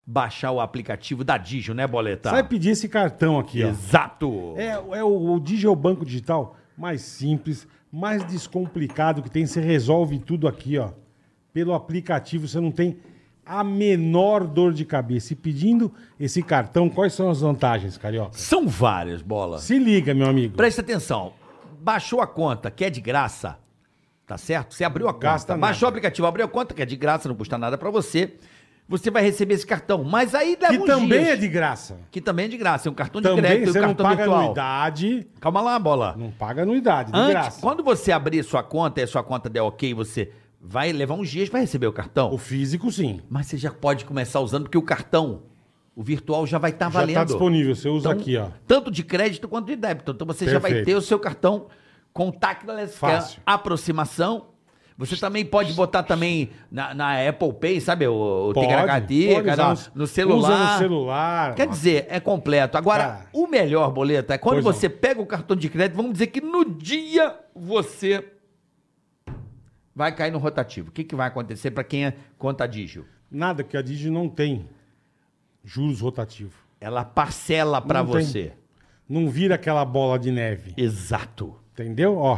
Speaker 3: baixar o aplicativo da Digio, né, Boleta?
Speaker 4: Você vai pedir esse cartão aqui, ó.
Speaker 3: Exato.
Speaker 4: É, é o, o Digio Banco Digital mais simples, mais descomplicado que tem. Você resolve tudo aqui, ó. Pelo aplicativo, você não tem a menor dor de cabeça. E pedindo esse cartão, quais são as vantagens, Carioca?
Speaker 3: São várias bolas.
Speaker 4: Se liga, meu amigo.
Speaker 3: Presta atenção. Baixou a conta, que é de graça, tá certo? Você abriu a conta,
Speaker 4: Gasta nada.
Speaker 3: baixou o aplicativo, abriu a conta, que é de graça, não custa nada pra você. Você vai receber esse cartão. Mas aí leva
Speaker 4: Que
Speaker 3: uns
Speaker 4: também
Speaker 3: dias.
Speaker 4: é de graça.
Speaker 3: Que também é de graça. É um cartão de
Speaker 4: Também
Speaker 3: crédito,
Speaker 4: você
Speaker 3: é um
Speaker 4: não
Speaker 3: cartão
Speaker 4: paga
Speaker 3: virtual.
Speaker 4: anuidade.
Speaker 3: Calma lá, bola.
Speaker 4: Não paga anuidade, de
Speaker 3: Antes,
Speaker 4: graça.
Speaker 3: quando você abrir sua conta e a sua conta der ok, você vai levar uns dias para receber o cartão.
Speaker 4: O físico, sim.
Speaker 3: Mas você já pode começar usando, porque o cartão, o virtual, já vai estar
Speaker 4: Já
Speaker 3: valendo.
Speaker 4: está disponível. Você usa
Speaker 3: Então,
Speaker 4: aqui, ó.
Speaker 3: Tanto de crédito quanto de débito. Então você já vai
Speaker 4: Perfeito.
Speaker 3: ter o seu cartão contactless, que é
Speaker 4: Fácil.
Speaker 3: aproximação. Você também pode botar também na, na Apple Pay, sabe? O, o
Speaker 4: Pode,
Speaker 3: Ticaracati,
Speaker 4: pode
Speaker 3: cada- um
Speaker 4: usar
Speaker 3: no celular.
Speaker 4: Usa no celular.
Speaker 3: Quer dizer, é completo. Agora,
Speaker 4: Cara.
Speaker 3: o melhor, Boleta, é quando
Speaker 4: Tá. Pois não.
Speaker 3: você pega o cartão de crédito, vamos dizer que no dia você vai cair no rotativo. O que, que vai acontecer para quem é conta dígio?
Speaker 4: Nada que a Digi não tem. Juros rotativo.
Speaker 3: Ela parcela para
Speaker 4: Não tem.
Speaker 3: você.
Speaker 4: Não vira aquela bola de neve.
Speaker 3: Exato.
Speaker 4: Entendeu? Ó.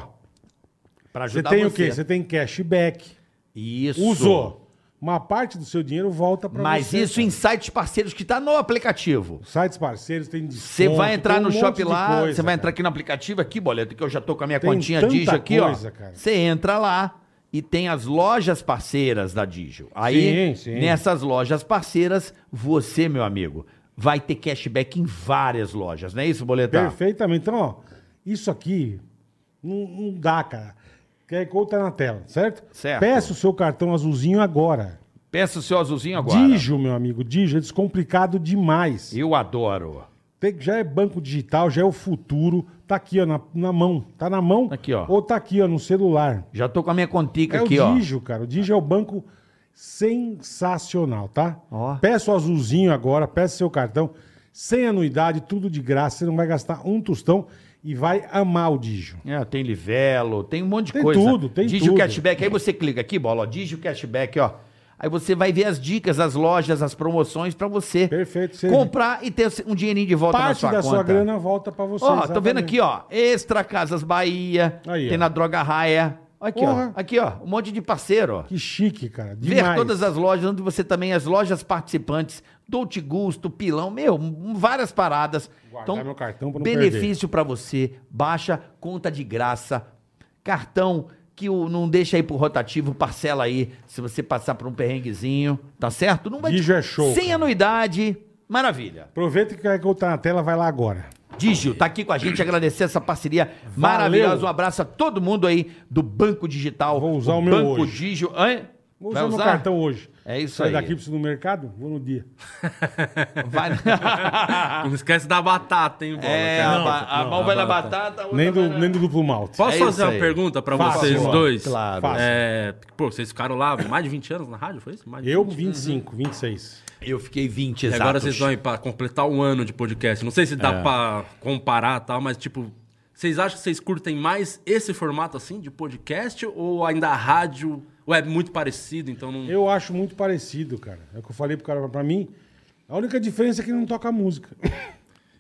Speaker 3: Para
Speaker 4: Você
Speaker 3: ajudar
Speaker 4: tem o quê? Você tem cashback.
Speaker 3: Isso.
Speaker 4: Usou. Uma parte do seu dinheiro volta para
Speaker 3: Mas
Speaker 4: você.
Speaker 3: isso em sites parceiros que está no aplicativo.
Speaker 4: Sites parceiros tem desconto.
Speaker 3: Você vai entrar
Speaker 4: tem um
Speaker 3: no
Speaker 4: monte
Speaker 3: shopping
Speaker 4: de
Speaker 3: lá,
Speaker 4: coisa,
Speaker 3: você vai entrar
Speaker 4: cara.
Speaker 3: aqui no aplicativo, aqui, boleto, que eu já tô com a minha
Speaker 4: Tem
Speaker 3: continha
Speaker 4: tanta
Speaker 3: Digio aqui,
Speaker 4: coisa,
Speaker 3: ó.
Speaker 4: cara.
Speaker 3: Você entra lá e tem as lojas parceiras da Digio. Aí,
Speaker 4: Sim, sim.
Speaker 3: nessas lojas parceiras, você, meu amigo, vai ter cashback em várias lojas, não é isso, boletar?
Speaker 4: Perfeitamente. Então, ó, isso aqui não, não dá, cara. QR Code tá na tela, certo?
Speaker 3: Certo.
Speaker 4: Peça o seu cartão azulzinho agora.
Speaker 3: Peça o seu azulzinho agora.
Speaker 4: Dijo, meu amigo, Digio é descomplicado demais.
Speaker 3: Eu adoro.
Speaker 4: Tem- já é banco digital, já é o futuro. Tá aqui, ó, na, na mão. Tá na mão?
Speaker 3: Aqui, ó.
Speaker 4: Ou tá aqui, ó, no celular.
Speaker 3: Já tô com a minha contica
Speaker 4: É
Speaker 3: aqui,
Speaker 4: o
Speaker 3: ó.
Speaker 4: Digio, cara. O Digio é o banco sensacional, tá?
Speaker 3: Ó.
Speaker 4: Peça o azulzinho agora, peça seu cartão. Sem anuidade, tudo de graça. Você não vai gastar um tostão e vai amar o Digio.
Speaker 3: É, tem livelo, tem um monte de
Speaker 4: Tem
Speaker 3: coisa.
Speaker 4: tudo, tem
Speaker 3: Digio
Speaker 4: tudo.
Speaker 3: Cashback. Aí você clica aqui, bola, ó, Digio Cashback, ó. Aí você vai ver as dicas, as lojas, as promoções pra você
Speaker 4: Perfeito, você-
Speaker 3: comprar e ter um dinheirinho de volta na
Speaker 4: Parte
Speaker 3: sua
Speaker 4: da
Speaker 3: conta.
Speaker 4: sua grana volta pra você.
Speaker 3: Ó, tô vendo
Speaker 4: exatamente.
Speaker 3: aqui, ó, Extra Casas Bahia,
Speaker 4: Aí,
Speaker 3: tem
Speaker 4: ó.
Speaker 3: na Droga Raia. Aqui,
Speaker 4: Porra.
Speaker 3: ó, aqui, ó, um monte de parceiro, ó.
Speaker 4: Que chique, cara.
Speaker 3: Ver
Speaker 4: Demais.
Speaker 3: todas as lojas, onde você também, as lojas participantes, Dolce Gusto, Pilão, meu, m- várias paradas. Então,
Speaker 4: Guardar meu cartão pra não
Speaker 3: benefício pra você, baixa conta de graça, cartão que o, não deixa aí pro rotativo, parcela aí, se você passar por um perrenguezinho, tá certo? Não
Speaker 4: Digio é show,
Speaker 3: Sem
Speaker 4: cara.
Speaker 3: anuidade, Maravilha.
Speaker 4: Aproveita que o QR Code tá na tela, vai lá agora.
Speaker 3: Digio tá aqui com a gente, agradecer essa parceria maravilhosa. Um abraço a todo mundo aí do Banco Digital.
Speaker 4: Vou usar o meu
Speaker 3: Banco
Speaker 4: hoje.
Speaker 3: Digio. Hã?
Speaker 4: Vou
Speaker 3: Vai
Speaker 4: usar, meu cartão hoje.
Speaker 3: É isso
Speaker 4: Sai
Speaker 3: aí.
Speaker 4: daqui, preciso ir no mercado, vou no dia.
Speaker 3: Vai...
Speaker 5: Ah, Não esquece da batata, hein, Bola?
Speaker 3: é,
Speaker 5: cara?
Speaker 3: a, ba- a mão vai na batata, a outra
Speaker 4: Nem do,
Speaker 3: vai na...
Speaker 4: nem do duplo malte.
Speaker 5: Posso
Speaker 3: É isso
Speaker 5: fazer uma
Speaker 3: aí.
Speaker 5: pergunta pra
Speaker 4: Faça,
Speaker 5: vocês
Speaker 4: mano.
Speaker 5: dois?
Speaker 3: Claro.
Speaker 4: Faça.
Speaker 5: É, pô, vocês ficaram lá mais de 20 anos na rádio, foi isso? Mais de
Speaker 4: Eu,
Speaker 5: 20?
Speaker 4: 25, 26.
Speaker 3: Eu fiquei 20
Speaker 5: E
Speaker 3: exatos.
Speaker 5: agora vocês vão ir pra completar um ano de podcast. Não sei se
Speaker 3: É.
Speaker 5: dá pra comparar e tal, mas tipo... Vocês acham que vocês curtem mais esse formato assim, de podcast? Ou ainda a rádio? Ou é muito parecido, então não...
Speaker 4: Uhum. Eu acho muito parecido, cara. É o que eu falei pro cara, pra mim. A única diferença é que não toca música.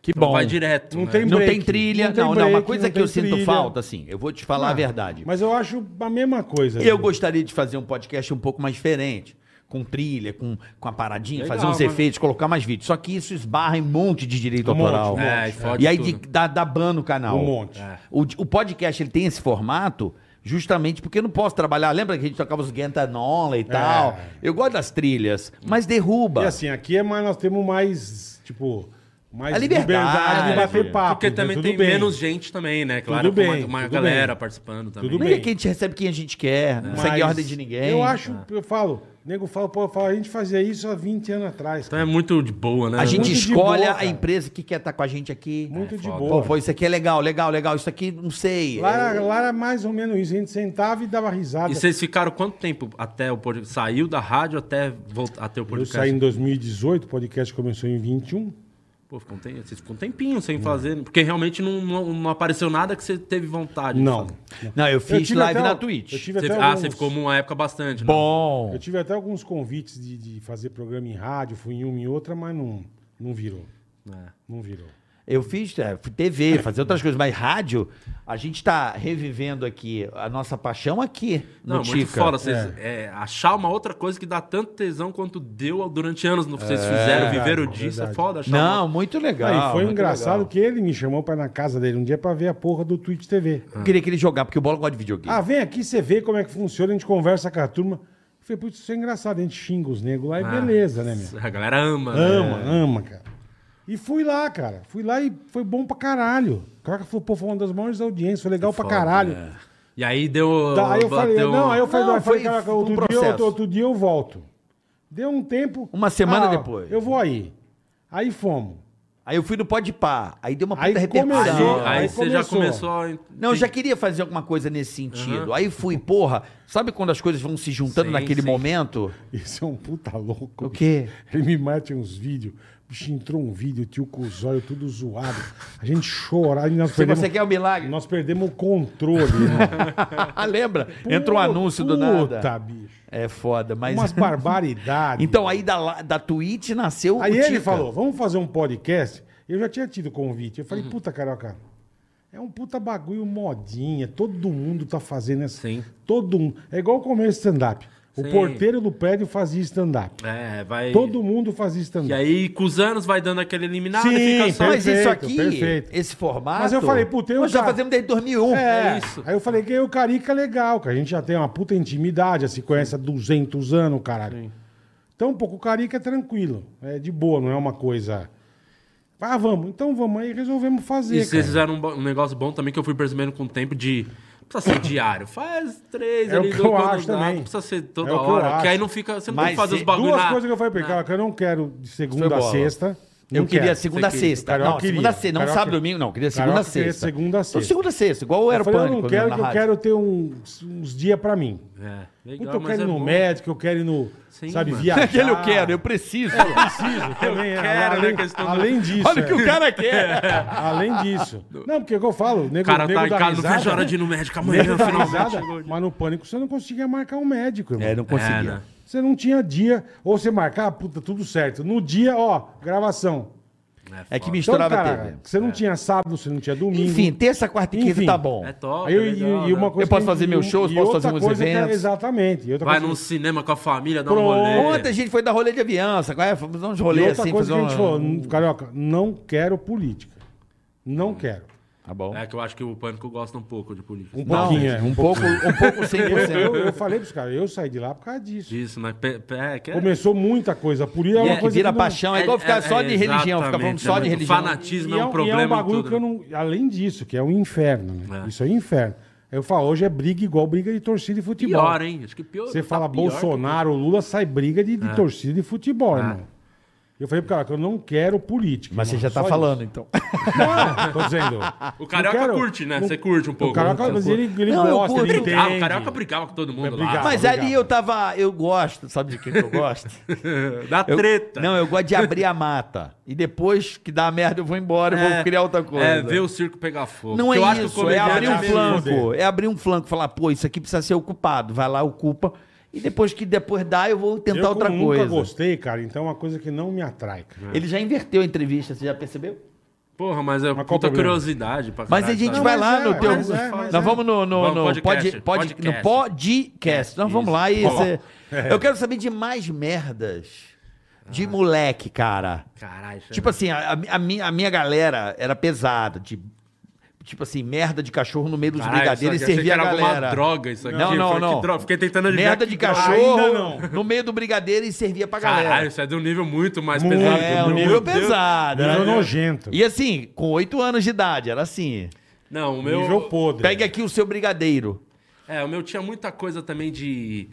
Speaker 3: Que
Speaker 5: Então
Speaker 3: bom.
Speaker 5: vai direto,
Speaker 4: Não
Speaker 5: né?
Speaker 4: tem
Speaker 3: Não
Speaker 4: break,
Speaker 3: tem trilha, não,
Speaker 4: tem
Speaker 3: não, uma
Speaker 4: break,
Speaker 3: coisa
Speaker 4: não
Speaker 3: que
Speaker 4: tem
Speaker 3: eu sinto
Speaker 4: trilha.
Speaker 3: falta, assim, eu vou te falar a verdade.
Speaker 4: Mas eu acho a mesma coisa.
Speaker 3: Eu
Speaker 4: né?
Speaker 3: gostaria de fazer um podcast um pouco mais diferente. Com trilha, com, com a paradinha,
Speaker 5: Legal,
Speaker 3: fazer uns
Speaker 5: mano.
Speaker 3: efeitos, colocar mais vídeos. Só que isso esbarra em um monte de direito
Speaker 4: Um monte,
Speaker 3: autoral.
Speaker 4: um monte.
Speaker 5: É, e fode
Speaker 3: E aí
Speaker 5: tudo.
Speaker 3: de- dá, dá ban no canal.
Speaker 4: Um monte.
Speaker 3: O, o podcast ele tem esse formato justamente porque eu não posso trabalhar. Lembra que a gente tocava os Gentanola e tal? Eu gosto das trilhas, mas derruba.
Speaker 4: É. E assim, aqui é mais, nós temos mais, tipo, mais
Speaker 3: A liberdade.
Speaker 4: liberdade de bater papo.
Speaker 5: Porque
Speaker 4: entendeu?
Speaker 5: também
Speaker 4: Tudo
Speaker 5: tem
Speaker 4: bem.
Speaker 5: menos gente também, né? Claro,
Speaker 4: Tudo
Speaker 5: com uma-
Speaker 4: bem,
Speaker 5: uma,
Speaker 4: tudo
Speaker 5: galera
Speaker 4: bem.
Speaker 5: participando também.
Speaker 4: Tudo
Speaker 3: Não é
Speaker 4: bem.
Speaker 3: que a gente recebe quem a gente quer, não
Speaker 4: Mas
Speaker 3: segue ordem de ninguém. tá.
Speaker 4: Eu acho, eu falo, nego fala, pô, eu falo, a gente fazia isso há 20 anos atrás.
Speaker 5: Então é muito de boa, né?
Speaker 3: A gente
Speaker 4: muito de
Speaker 3: escolhe
Speaker 4: boa,
Speaker 3: a
Speaker 4: cara.
Speaker 3: empresa que quer estar com a gente aqui.
Speaker 4: Muito de
Speaker 5: foda.
Speaker 4: boa.
Speaker 3: É Pô, pô, isso aqui é legal, legal, legal. Isso aqui, não sei.
Speaker 4: lá,
Speaker 3: é-
Speaker 4: era, lá era mais ou menos isso. A gente sentava e dava risada.
Speaker 5: E vocês ficaram quanto tempo até o podcast? Saiu da rádio até voltar até o
Speaker 4: Eu
Speaker 5: podcast?
Speaker 4: saí em 2018, o podcast começou em 21.
Speaker 5: Pô, ficou um tem- vocês ficam um tempinho sem fazer, porque realmente não, não, não apareceu nada que você teve vontade
Speaker 4: Não.
Speaker 5: de fazer.
Speaker 3: Não, eu
Speaker 4: Eu
Speaker 3: fiz
Speaker 4: tive
Speaker 3: live
Speaker 4: até
Speaker 3: na
Speaker 4: um- Eu
Speaker 3: Twitch.
Speaker 4: tive
Speaker 5: Você,
Speaker 4: até
Speaker 5: ah,
Speaker 4: alguns-
Speaker 5: você ficou uma época bastante, né?
Speaker 3: Bom.
Speaker 4: Eu tive até alguns convites de, de fazer programa em rádio, fui em uma e outra, mas não, não virou.
Speaker 5: É.
Speaker 4: Não virou.
Speaker 3: Eu fiz é, fui TV, fazer outras coisas, mas rádio, a gente tá revivendo aqui a nossa paixão aqui no
Speaker 5: Não,
Speaker 3: Tica.
Speaker 5: muito foda. Vocês, é, achar uma outra coisa que dá tanto tesão quanto deu durante anos no que vocês fizeram, viveram
Speaker 4: verdade,
Speaker 5: disso, é
Speaker 4: É, verdade.
Speaker 5: foda. Achar uma-
Speaker 3: Não, muito legal.
Speaker 4: Aí foi
Speaker 3: muito
Speaker 4: engraçado
Speaker 3: legal.
Speaker 4: que ele me chamou pra ir na casa dele um dia pra ver a porra do Twitch TV.
Speaker 3: Eu queria que ele jogasse, porque o Bola gosta de videogame.
Speaker 4: Ah, vem aqui, você vê como é que funciona, a gente conversa com a turma. Eu falei, putz, isso é engraçado, a gente xinga os negros lá e
Speaker 5: Ah,
Speaker 4: beleza, né, meu?
Speaker 5: A galera ama, né?
Speaker 4: Ama, ama, cara. E fui lá, cara. Fui lá e foi bom pra caralho. O cara falou, pô, foi uma das maiores audiências, foi legal pra
Speaker 5: Foda,
Speaker 4: caralho.
Speaker 5: é. E aí deu.
Speaker 4: Tá, aí eu falei,
Speaker 5: bateu-
Speaker 4: não, aí eu falei,
Speaker 3: Não,
Speaker 4: eu falei,
Speaker 3: foi-
Speaker 4: cara,
Speaker 3: foi um
Speaker 4: outro, dia,
Speaker 3: processo.
Speaker 4: eu- outro dia eu volto. Deu um tempo.
Speaker 3: Uma semana depois.
Speaker 4: Eu vou aí. Aí fomos.
Speaker 3: Aí eu fui no Pode Pá, aí deu uma
Speaker 4: Aí
Speaker 3: puta repercussão.
Speaker 4: começou,
Speaker 5: Aí,
Speaker 4: Aí
Speaker 5: você já
Speaker 4: começou.
Speaker 5: começou a. ent-
Speaker 3: Não, eu já queria fazer alguma coisa nesse sentido. Aí fui, porra, sabe quando as coisas vão se juntando
Speaker 5: Sim,
Speaker 3: naquele
Speaker 5: sim.
Speaker 3: momento?
Speaker 4: Esse é um puta louco.
Speaker 3: O quê?
Speaker 4: Ele me mata em uns vídeos. Bicho, entrou um vídeo, tio com os olhos tudo zoado. A gente chorava. e Nós
Speaker 3: Se
Speaker 4: perdemos,
Speaker 3: você quer o milagre.
Speaker 4: nós perdemos o controle. Né?
Speaker 3: Ah, lembra? Entra um anúncio do nada.
Speaker 4: Puta, bicho.
Speaker 3: É foda, mas.
Speaker 4: Umas barbaridades.
Speaker 3: Então aí da, la- da Twitch nasceu
Speaker 4: Aí
Speaker 3: o
Speaker 4: ele
Speaker 3: Tica.
Speaker 4: falou, vamos fazer um podcast. Eu já tinha tido convite. Eu falei,
Speaker 5: Uhum.
Speaker 4: puta, Carioca, é um puta bagulho modinha. Todo mundo tá fazendo essa.
Speaker 5: Sim.
Speaker 4: Todo mundo. É igual o começo stand-up. O
Speaker 5: Sim.
Speaker 4: porteiro do prédio fazia stand-up.
Speaker 5: É, vai.
Speaker 4: Todo mundo fazia
Speaker 5: E é
Speaker 4: stand-up.
Speaker 5: aí, com os anos, vai dando aquele eliminado
Speaker 4: Sim,
Speaker 5: e fica só.
Speaker 3: Mas isso
Speaker 4: Perfeito,
Speaker 3: aqui,
Speaker 4: perfeito.
Speaker 3: esse formato.
Speaker 4: Mas eu falei, puta, eu
Speaker 3: Nós já
Speaker 4: já-
Speaker 3: fazemos desde 2001.
Speaker 5: é isso.
Speaker 4: Aí eu falei que o Carica é legal, que a gente já tem uma puta intimidade, já se conhece há 200 anos, caralho. Então, um pouco o Carica é tranquilo. É de boa, não é uma coisa... Ah, vamos. Então vamos. Aí resolvemos fazer,
Speaker 5: E vocês
Speaker 4: cara.
Speaker 5: fizeram um, bo- um negócio bom também que eu fui percebendo com o tempo de. Não precisa ser diário. Faz três
Speaker 4: É o
Speaker 5: ali,
Speaker 4: que
Speaker 5: dois,
Speaker 4: eu
Speaker 5: quando
Speaker 4: acho
Speaker 5: dá,
Speaker 4: também.
Speaker 5: Não precisa ser toda
Speaker 4: É o que eu
Speaker 5: hora. Porque aí
Speaker 4: acho.
Speaker 5: não fica. Você não
Speaker 3: Mas
Speaker 5: tem que fazer os
Speaker 3: e-
Speaker 5: bagulho
Speaker 4: Duas
Speaker 5: na-
Speaker 4: coisas que eu falei pra ele, cara, que eu não quero de
Speaker 3: Foi
Speaker 4: segunda a
Speaker 3: bola.
Speaker 4: sexta.
Speaker 3: Eu
Speaker 4: não
Speaker 3: queria
Speaker 4: quero.
Speaker 3: segunda a
Speaker 5: Você
Speaker 3: sexta.
Speaker 4: queria.
Speaker 3: não,
Speaker 4: Carioca
Speaker 3: segunda a
Speaker 4: queria.
Speaker 3: sexta. Não
Speaker 4: Carioca-
Speaker 3: sábado, domingo, não. Queria segunda a
Speaker 4: Carioca queria
Speaker 3: sexta.
Speaker 4: segunda a
Speaker 3: Então,
Speaker 4: sexta.
Speaker 3: segunda a sexta, igual era
Speaker 4: Eu
Speaker 3: o
Speaker 4: falei, eu
Speaker 3: Aeropânico.
Speaker 4: não quero
Speaker 3: né, na
Speaker 4: que eu
Speaker 3: rádio.
Speaker 4: quero ter uns, uns dias pra mim.
Speaker 5: É, legal,
Speaker 4: Puta, eu
Speaker 5: mas
Speaker 4: quero
Speaker 5: é
Speaker 4: ir no
Speaker 5: bom.
Speaker 4: médico, eu quero ir no,
Speaker 5: Sim,
Speaker 4: sabe,
Speaker 5: mano.
Speaker 4: viajar.
Speaker 3: Aquele eu quero, eu preciso.
Speaker 4: preciso também. é.
Speaker 5: quero, né,
Speaker 4: além,
Speaker 5: questão do-
Speaker 4: além disso.
Speaker 3: Olha o
Speaker 4: é.
Speaker 3: que o cara quer.
Speaker 4: Além disso. Não, porque é o que eu falo, o nego,
Speaker 5: O cara
Speaker 4: nego
Speaker 5: tá em
Speaker 4: dá
Speaker 5: casa, não
Speaker 4: risada,
Speaker 5: vejo a hora de ir no médico amanhã,
Speaker 4: dá
Speaker 5: finalmente.
Speaker 4: risada, mas no pânico você não conseguia marcar um médico, irmão.
Speaker 3: É, não
Speaker 5: É,
Speaker 3: conseguia.
Speaker 5: né?
Speaker 4: Você não tinha dia. Ou você marcar, puta, tudo certo. No dia, ó, gravação.
Speaker 3: É que
Speaker 4: Então,
Speaker 3: misturava a
Speaker 4: cara,
Speaker 3: TV.
Speaker 4: você não tinha sábado, você não tinha domingo.
Speaker 3: Enfim, terça, quarta e quinta
Speaker 4: Enfim.
Speaker 3: tá bom.
Speaker 5: É top.
Speaker 4: Aí eu,
Speaker 5: é legal,
Speaker 4: e, e uma
Speaker 5: né?
Speaker 4: coisa
Speaker 3: Eu posso
Speaker 4: que-
Speaker 3: fazer meus
Speaker 4: e-
Speaker 3: shows,
Speaker 4: e
Speaker 3: posso
Speaker 4: outra
Speaker 3: fazer meus
Speaker 4: coisa que é-
Speaker 3: eventos.
Speaker 4: exatamente. E outra
Speaker 5: Vai
Speaker 4: coisa,
Speaker 5: num cinema com a família, dá um
Speaker 4: Pronto.
Speaker 5: rolê.
Speaker 3: Ontem a gente foi dar rolê de avião, sabe? qual é? Fomos dar uns
Speaker 4: e
Speaker 3: rolês
Speaker 4: outra
Speaker 3: assim.
Speaker 5: um-
Speaker 4: coisa que
Speaker 3: fazer
Speaker 4: a gente
Speaker 3: um-
Speaker 5: Hum.
Speaker 4: falou, "N- Carioca, não quero política. Não quero.
Speaker 3: Tá bom.
Speaker 5: É que eu acho que o pânico gosta um pouco de política.
Speaker 4: Um
Speaker 3: Não,
Speaker 4: pouquinho, é,
Speaker 3: um, pouco, um pouco
Speaker 4: Eu,
Speaker 3: 100%.
Speaker 5: é
Speaker 4: eu-
Speaker 5: um-
Speaker 4: eu falei pros caras, eu saí de lá por causa disso.
Speaker 5: Disso, né? Pe- pe- é, que é-
Speaker 4: Começou muita coisa, por isso é
Speaker 3: E
Speaker 4: uma
Speaker 3: é, que
Speaker 4: coisa
Speaker 3: vira
Speaker 4: que não-
Speaker 3: paixão, é igual ficar só de religião, ficar falando
Speaker 5: exatamente,
Speaker 3: só de
Speaker 5: é muito-
Speaker 3: religião.
Speaker 5: Fanatismo
Speaker 4: E
Speaker 5: é um problema
Speaker 4: e é um
Speaker 5: em
Speaker 4: bagulho
Speaker 5: tudo.
Speaker 4: que eu não. Além disso, que é um inferno, né?
Speaker 5: É.
Speaker 4: Isso é um inferno. Eu falo, hoje é briga igual briga de torcida de futebol.
Speaker 5: Pior, hein? Acho que pior.
Speaker 4: Você
Speaker 5: tá
Speaker 4: fala
Speaker 5: pior que- É.
Speaker 4: Bolsonaro, Lula, sai briga de, de torcida de futebol, irmão. Eu falei pro cara que eu não quero política.
Speaker 3: Mas você
Speaker 4: irmão,
Speaker 3: já tá
Speaker 4: só
Speaker 3: falando, então.
Speaker 4: isso. Não, tô dizendo.
Speaker 5: O carioca
Speaker 4: Não quero-
Speaker 5: curte, né?
Speaker 4: não-
Speaker 5: Você curte um pouco.
Speaker 4: O carioca, mas ele, ele
Speaker 3: Não, eu
Speaker 4: gosta,
Speaker 3: curto.
Speaker 4: ele
Speaker 5: brigava,
Speaker 4: entende.
Speaker 5: Ah, o carioca brigava com todo mundo lá.
Speaker 4: brigava.
Speaker 3: É Mas ali
Speaker 4: obrigado.
Speaker 3: eu tava. Eu gosto, sabe de quem que eu gosto?
Speaker 5: Da
Speaker 3: Eu-
Speaker 5: treta.
Speaker 3: Não, eu gosto de abrir a mata. E depois que dá a merda, eu vou embora, eu vou criar outra coisa.
Speaker 5: É, ver o circo pegar fogo.
Speaker 3: Não
Speaker 5: Porque
Speaker 3: é
Speaker 5: eu acho que o
Speaker 3: isso, é abrir um
Speaker 5: comediante-
Speaker 3: flanco. É abrir um flanco, falar, pô, isso aqui precisa ser ocupado. Vai lá, ocupa. E depois que depois dá, eu vou tentar
Speaker 4: eu,
Speaker 3: outra
Speaker 4: como
Speaker 3: coisa.
Speaker 4: nunca gostei, cara, então é uma coisa que não me atrai, cara.
Speaker 3: Ele já inverteu a entrevista, você já percebeu?
Speaker 5: Porra, mas é
Speaker 4: Mas qual o
Speaker 5: puta
Speaker 4: problema?
Speaker 5: curiosidade pra
Speaker 3: Mas
Speaker 5: caralho,
Speaker 3: a gente
Speaker 5: sabe?
Speaker 3: vai
Speaker 4: mas
Speaker 3: lá
Speaker 4: é,
Speaker 3: no teu.
Speaker 4: mas é, mas
Speaker 3: nós
Speaker 4: é.
Speaker 3: vamos no, no,
Speaker 5: Vamos,
Speaker 3: no
Speaker 5: podcast,
Speaker 3: pod, pod, no
Speaker 5: podcast.
Speaker 3: podcast. Nós vamos lá e.
Speaker 5: Isso.
Speaker 3: cê- Eu quero saber de mais merdas
Speaker 5: Ah.
Speaker 3: de moleque, cara.
Speaker 5: Caralho, isso é-
Speaker 3: Tipo assim, a, a, mi- a minha, a minha galera era pesada, de, tipo assim, merda de cachorro no meio dos
Speaker 5: Caralho,
Speaker 3: brigadeiros e
Speaker 5: isso aqui, achei
Speaker 3: servia
Speaker 5: Ah, que
Speaker 3: a
Speaker 5: era alguma
Speaker 3: galera.
Speaker 5: droga isso aqui.
Speaker 3: Não,
Speaker 5: Eu
Speaker 3: não,
Speaker 5: falei,
Speaker 3: não.
Speaker 5: que droga, Fiquei tentando adivinhar
Speaker 3: Merda
Speaker 5: que
Speaker 3: de
Speaker 5: droga.
Speaker 3: cachorro
Speaker 4: Ainda não.
Speaker 3: no meio do brigadeiro e servia pra galera.
Speaker 5: Caralho, isso é de um nível muito mais
Speaker 4: Muito,
Speaker 5: pesado.
Speaker 3: é, um
Speaker 5: Meu
Speaker 3: nível
Speaker 5: Deus.
Speaker 3: pesado.
Speaker 4: Nível
Speaker 3: né?
Speaker 4: nojento.
Speaker 3: E assim, com oito anos de idade, era assim.
Speaker 5: Não, o meu...
Speaker 4: Nível Um podre.
Speaker 3: Pegue aqui o seu brigadeiro.
Speaker 5: É, o meu tinha muita coisa também de...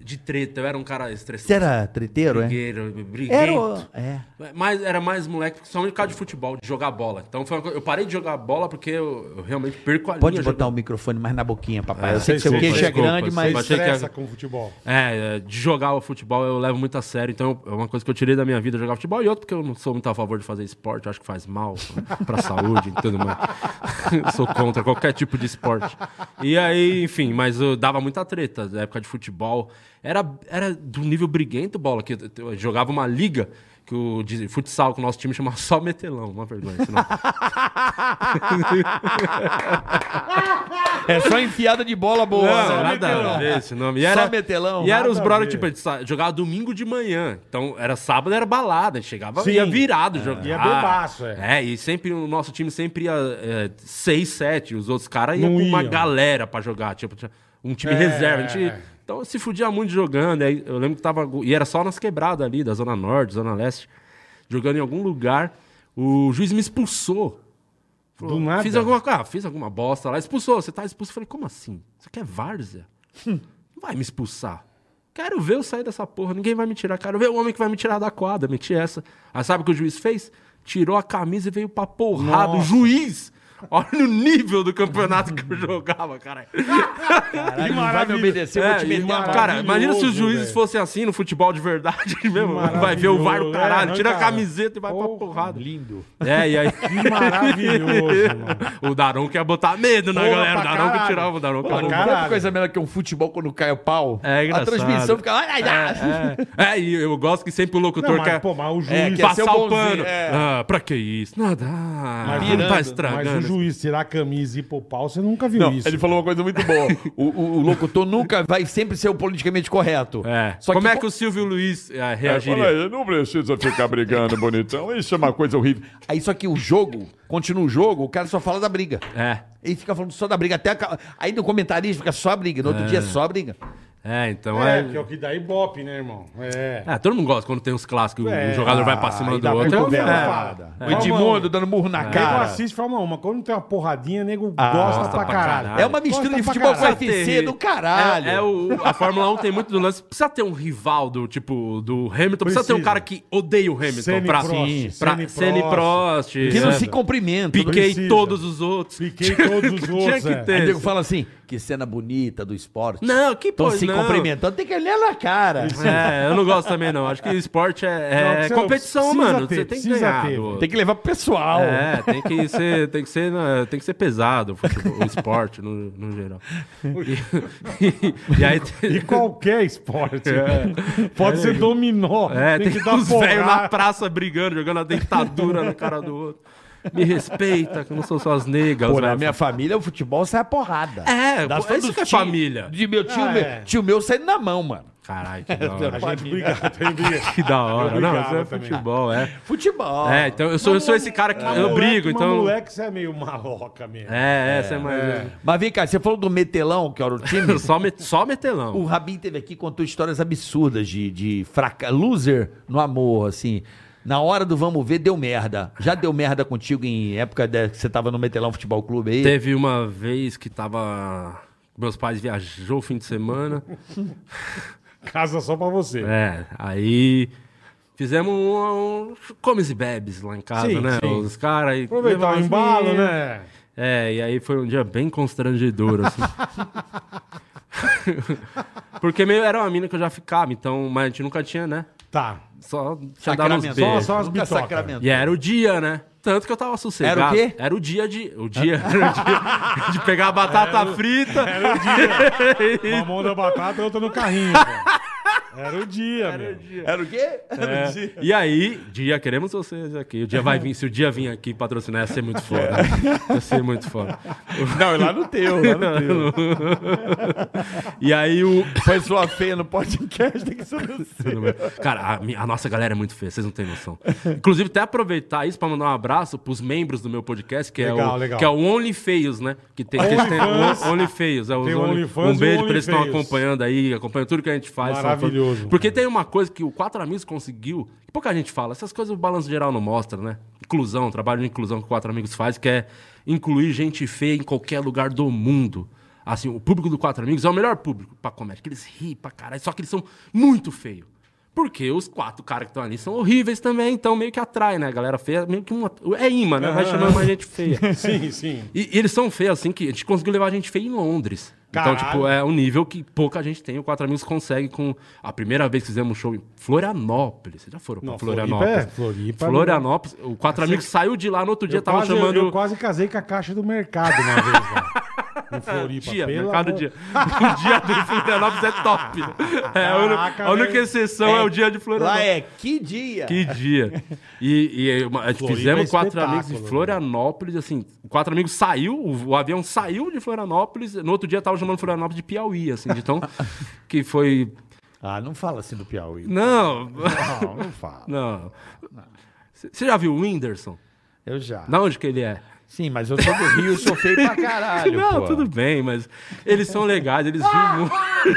Speaker 5: De treta. Eu era um cara estressado.
Speaker 3: Você era treteiro, é?
Speaker 5: Brigueiro, briguento.
Speaker 3: Era o... É.
Speaker 5: Mas era mais moleque, principalmente por causa de futebol, de jogar bola. Então foi uma co- eu parei de jogar bola porque eu, eu realmente perco a
Speaker 3: Pode
Speaker 5: linha.
Speaker 3: botar
Speaker 5: jogando.
Speaker 3: o microfone mais na boquinha, papai. eu
Speaker 4: sei
Speaker 3: sei que seu
Speaker 4: sim,
Speaker 3: queixo é
Speaker 5: desculpa,
Speaker 3: grande,
Speaker 5: desculpa.
Speaker 3: mas...
Speaker 5: Achei que
Speaker 4: Estressa
Speaker 5: era-
Speaker 4: com o futebol.
Speaker 5: É, é, de jogar o futebol eu levo muito a sério. Então é uma coisa que eu tirei da minha vida, jogar futebol. E outra, porque eu não sou muito a favor de fazer esporte. Eu acho que faz mal pra saúde e tudo mais. Eu sou contra qualquer tipo de esporte. E aí, enfim, mas eu dava muita treta na época de futebol. Era, era do nível briguento bola, que eu, eu jogava uma liga que o de futsal que o nosso time chamava só metelão. Uma vergonha, senão...
Speaker 3: É só enfiada de bola boa.
Speaker 5: Não,
Speaker 3: Só
Speaker 5: nada a ver esse nome. E
Speaker 3: Só
Speaker 5: era,
Speaker 3: metelão,
Speaker 5: E era os
Speaker 4: a
Speaker 5: brothers,
Speaker 4: ver.
Speaker 5: tipo, a gente sa- jogava domingo de manhã. Então, era sábado, era balada. a gente Chegava,
Speaker 4: Sim. É.
Speaker 5: ia virado jogar.
Speaker 4: Ia bebaço, é.
Speaker 5: É, e sempre o nosso time sempre ia é, seis, sete. Os outros caras iam
Speaker 4: Não
Speaker 5: com uma
Speaker 4: iam.
Speaker 5: galera pra jogar. Tipo, tinha um time
Speaker 4: É.
Speaker 5: reserva. A gente, então, se fudia muito jogando. Aí, eu lembro que tava... go- E era só nas quebradas ali, da Zona Norte, Zona Leste. Jogando em algum lugar. O juiz me expulsou. Falou,
Speaker 4: Do nada?
Speaker 5: Fiz alguma, ah, fiz alguma bosta lá, expulsou, você tá expulso. Eu falei, como assim? Isso aqui é várzea?
Speaker 4: Hum.
Speaker 5: Não vai me expulsar. Quero ver eu sair dessa porra, ninguém vai me tirar. Quero ver o homem que vai me tirar da quadra, meti essa. Aí sabe o que o juiz fez? Tirou a camisa e veio pra porrada. O juiz! Olha o nível do campeonato que eu jogava, cara.
Speaker 3: Caralho, não vai me obedecer, eu vou
Speaker 5: É,
Speaker 3: te
Speaker 5: e,
Speaker 3: meter uma
Speaker 4: maravilha.
Speaker 5: cara, imagina se
Speaker 4: um
Speaker 5: os
Speaker 4: maravilhoso, né,
Speaker 5: juízes
Speaker 4: velho.
Speaker 5: fossem assim no futebol de verdade mesmo. Vai ver o VAR do
Speaker 4: Maravilhoso,
Speaker 5: caralho,
Speaker 4: é,
Speaker 5: tira
Speaker 4: não,
Speaker 5: a
Speaker 4: cara?
Speaker 5: camiseta e vai pra
Speaker 4: Porra,
Speaker 5: porrada.
Speaker 3: Lindo.
Speaker 5: É, e aí.
Speaker 4: Que maravilhoso, mano.
Speaker 5: O Daron quer botar medo na
Speaker 4: Porra,
Speaker 5: galera.
Speaker 4: pra
Speaker 5: O Daron que
Speaker 4: caralho.
Speaker 5: tirava o Daron.
Speaker 4: Pra
Speaker 5: acabou.
Speaker 4: caralho.
Speaker 3: Sabe coisa melhor que um futebol quando cai o pau?
Speaker 5: É
Speaker 3: A
Speaker 5: engraçado.
Speaker 3: transmissão fica... Ai, ai, ai.
Speaker 5: É, é. É, e eu gosto que sempre o locutor
Speaker 4: Não, mas,
Speaker 5: quer
Speaker 4: pô, mas o
Speaker 3: É,
Speaker 4: juiz...
Speaker 3: que ser
Speaker 5: passar
Speaker 3: o
Speaker 5: o
Speaker 3: bonzinho,
Speaker 5: pano.
Speaker 3: é.
Speaker 5: Ah, pra que isso? Nada. Ah,
Speaker 4: Mas
Speaker 5: não tá
Speaker 4: Mas o
Speaker 5: estragando.
Speaker 4: juiz tirar a camisa e ir pro pau, você nunca viu
Speaker 3: Não,
Speaker 4: isso.
Speaker 3: ele falou uma coisa muito boa. O, o- o locutor nunca vai sempre ser o politicamente correto.
Speaker 5: É.
Speaker 3: Só
Speaker 5: Como
Speaker 3: que,
Speaker 5: é que o Silvio Luiz eh,
Speaker 6: É, fala
Speaker 5: reagiria?
Speaker 6: aí, não precisa ficar brigando, bonitão. Isso é uma coisa horrível.
Speaker 3: Aí só que o jogo, continua o jogo, o cara só fala da briga.
Speaker 5: É.
Speaker 3: Ele fica falando só da briga até acabar. Aí no comentarista fica só a briga, no outro dia é só a briga.
Speaker 5: É, então
Speaker 4: É,
Speaker 5: é.
Speaker 4: que é o que dá ibope, né, irmão? É.
Speaker 5: É, todo mundo gosta quando tem uns clássicos, o
Speaker 4: É,
Speaker 5: um jogador vai pra cima
Speaker 3: aí
Speaker 5: do
Speaker 3: dá
Speaker 5: outro.
Speaker 3: cotovelo,
Speaker 5: É.
Speaker 3: parada. O Edmundo dando burro na
Speaker 4: Nego
Speaker 3: cara.
Speaker 4: assiste Fórmula 1, mas quando tem uma porradinha, nego gosta, pra
Speaker 5: Ah, pra
Speaker 4: caralho.
Speaker 5: caralho.
Speaker 3: É uma mistura
Speaker 4: Gosta
Speaker 3: de
Speaker 4: pra
Speaker 3: futebol com
Speaker 4: caralho.
Speaker 3: UFC do caralho.
Speaker 5: É, é o, a Fórmula 1 tem muito do lance. Precisa ter um rival do tipo do Hamilton. Precisa, ter um
Speaker 4: Precisa.
Speaker 5: cara que odeia o Hamilton.
Speaker 4: Senna
Speaker 5: pra,
Speaker 4: e Prost,
Speaker 5: Sim,
Speaker 4: Senna
Speaker 5: pra
Speaker 4: e
Speaker 5: Senna e Prost.
Speaker 4: Prost.
Speaker 3: Que não
Speaker 5: né?
Speaker 3: se cumprimenta.
Speaker 5: Piquei
Speaker 4: Precisa.
Speaker 5: todos os outros.
Speaker 4: Piquei todos os outros,
Speaker 5: Tinha
Speaker 4: é.
Speaker 5: que
Speaker 3: Aí o
Speaker 5: ter.
Speaker 3: nego fala assim, que cena bonita do esporte.
Speaker 5: Não, que
Speaker 3: Estão
Speaker 5: pô,
Speaker 3: se
Speaker 5: não.
Speaker 3: cumprimentando, tem que olhar na cara.
Speaker 5: É, eu não gosto também, não. Acho que esporte
Speaker 4: Não,
Speaker 5: é, é
Speaker 4: precisa-
Speaker 5: competição,
Speaker 4: precisa
Speaker 5: mano.
Speaker 4: ter,
Speaker 5: Você tem que
Speaker 4: precisa
Speaker 5: ganhar.
Speaker 4: ter.
Speaker 5: do-
Speaker 3: Tem que levar pro pessoal.
Speaker 5: É, tem que ser, tem que ser, né, tem que ser pesado o, futebol, o esporte no, no geral. E, e- e aí tem-
Speaker 4: E qualquer esporte. velho. Pode ser dominó.
Speaker 5: É, tem,
Speaker 4: que dar
Speaker 5: uns velhos na
Speaker 4: porrada.
Speaker 5: praça brigando, jogando a dentadura na cara do outro. Me respeita, que eu não sou só as negas.
Speaker 3: Pô,
Speaker 5: os
Speaker 3: na
Speaker 5: velhos
Speaker 3: minha família, o futebol sai a porrada.
Speaker 5: falam. É,
Speaker 3: Das
Speaker 5: pô, é isso
Speaker 3: dos
Speaker 5: que é
Speaker 3: tios.
Speaker 5: família.
Speaker 3: De meu tio,
Speaker 4: Ah,
Speaker 3: meu,
Speaker 4: é.
Speaker 3: tio meu saindo na mão, mano.
Speaker 5: Caralho, que da hora.
Speaker 4: A gente brigava também.
Speaker 5: Que da hora. Não,
Speaker 4: brigava
Speaker 5: isso é
Speaker 4: também.
Speaker 5: futebol, é.
Speaker 3: Futebol.
Speaker 5: É, então eu sou, eu sou esse cara que eu brigo, então.
Speaker 4: moleque, você é meio maloca mesmo.
Speaker 5: É, é, você é mais.
Speaker 3: Mas vem cá, você falou do metelão, que era o time.
Speaker 5: Só, met, só metelão.
Speaker 3: O Rabin teve aqui e contou histórias absurdas de, de fraca, loser no amor, assim. Na hora do vamos ver, deu merda. Já deu merda contigo em época de- que você tava no Metelão Futebol Clube aí?
Speaker 5: Teve uma vez que tava. Meus pais viajou o fim de semana.
Speaker 4: Casa só pra você.
Speaker 5: É, aí. Fizemos um, um comes e bebes lá em casa,
Speaker 4: Sim,
Speaker 5: né?
Speaker 4: sim.
Speaker 5: Os caras aí.
Speaker 4: Aproveitar
Speaker 5: levaram
Speaker 4: o
Speaker 5: as
Speaker 4: embalo,
Speaker 5: meninas.
Speaker 4: né?
Speaker 5: É, e aí foi um dia bem constrangedor, assim. Porque meio era uma mina que eu já ficava, então, mas a gente nunca tinha, né?
Speaker 4: Tá.
Speaker 5: Só tinha dado uns
Speaker 3: Sacramento.
Speaker 5: beijos.
Speaker 4: Só as
Speaker 3: Nunca
Speaker 4: bitocas.
Speaker 3: sacramento.
Speaker 5: E era o dia, né? Tanto que eu tava sossegado.
Speaker 3: Era o quê?
Speaker 5: Era o dia de. O dia, era o dia de pegar a batata frita. Era o dia.
Speaker 4: Uma mão da batata e outra no carrinho. pô. Era o dia, meu.
Speaker 3: Era o quê?
Speaker 5: É. E aí, dia, queremos vocês aqui. O dia vai vir, se o dia vir aqui patrocinar, ia ser muito foda. Ia ser muito foda.
Speaker 3: Não, e lá no teu. Lá no teu.
Speaker 5: E aí o.
Speaker 3: Foi sua feia no podcast que assim. você não sei.
Speaker 5: Cara, a, mi- a nossa galera é muito feia, vocês não têm noção. Inclusive, até aproveitar isso pra mandar um abraço pros membros do meu podcast, que é
Speaker 4: Legal,
Speaker 5: o,
Speaker 4: legal.
Speaker 5: que é o Only Feios, né? Que tem, que eles têm-
Speaker 4: OnlyFans.
Speaker 5: o Only Feios, é os
Speaker 4: Tem o
Speaker 5: Only-
Speaker 4: OnlyFans
Speaker 5: Um
Speaker 4: e o
Speaker 5: beijo pra eles que estão
Speaker 4: OnlyFeios.
Speaker 5: acompanhando aí, acompanhando tudo que a gente faz. são todos-
Speaker 4: Maravilhoso.
Speaker 5: Porque tem uma coisa que o Quatro Amigos conseguiu, que pouca gente fala, essas coisas o Balanço Geral não mostra, né? Inclusão, trabalho de inclusão que o Quatro Amigos faz, que é incluir gente feia em qualquer lugar do mundo. Assim, o público do Quatro Amigos é o melhor público pra comédia, que eles riem pra caralho, só que eles são muito feios. Porque os quatro caras que estão ali são horríveis também, então meio que atrai, né? A galera feia, meio que uma, é imã, né? Vai chamando mais gente feia.
Speaker 4: Sim, sim.
Speaker 5: E, e eles são feios, assim, que a gente conseguiu levar a gente feia em Londres.
Speaker 4: Caralho.
Speaker 5: Então, tipo, é um nível que pouca gente tem. O Quatro Amigos consegue com... A primeira vez que fizemos um show em Florianópolis. Vocês já foram pra
Speaker 4: Não,
Speaker 5: Florianópolis?
Speaker 4: Floripa é, Floripa-
Speaker 5: Florianópolis. O Quatro Amigos saiu de lá, no outro Um dia
Speaker 4: eu,
Speaker 5: tava
Speaker 4: quase,
Speaker 5: chamando...
Speaker 4: eu quase casei com a caixa do mercado uma vez lá. Em Floripa.
Speaker 5: Dia,
Speaker 4: pelo
Speaker 5: mercado
Speaker 4: amor-
Speaker 5: dia. O dia do Florianópolis é top. É, a única-
Speaker 4: Caraca,
Speaker 5: a única
Speaker 4: velho.
Speaker 5: exceção é, o dia de Florianópolis.
Speaker 3: Lá é que dia.
Speaker 5: Que dia. E, e uma- fizemos
Speaker 4: é
Speaker 5: quatro amigos de
Speaker 4: espetáculo,
Speaker 5: Florianópolis, assim, o quatro amigos saiu, o, o avião saiu de Florianópolis, no outro dia tava chamando Florianópolis de Piauí, assim, de tão que foi...
Speaker 3: Ah, não fala assim do Piauí.
Speaker 5: Não,
Speaker 3: Não, não fala.
Speaker 5: não. Você já viu o Whindersson?
Speaker 3: Eu já.
Speaker 5: Da onde que ele é?
Speaker 3: Sim, mas eu sou do Rio e sou feio pra caralho.
Speaker 5: não,
Speaker 3: pô.
Speaker 5: tudo bem, mas eles são legais, eles riem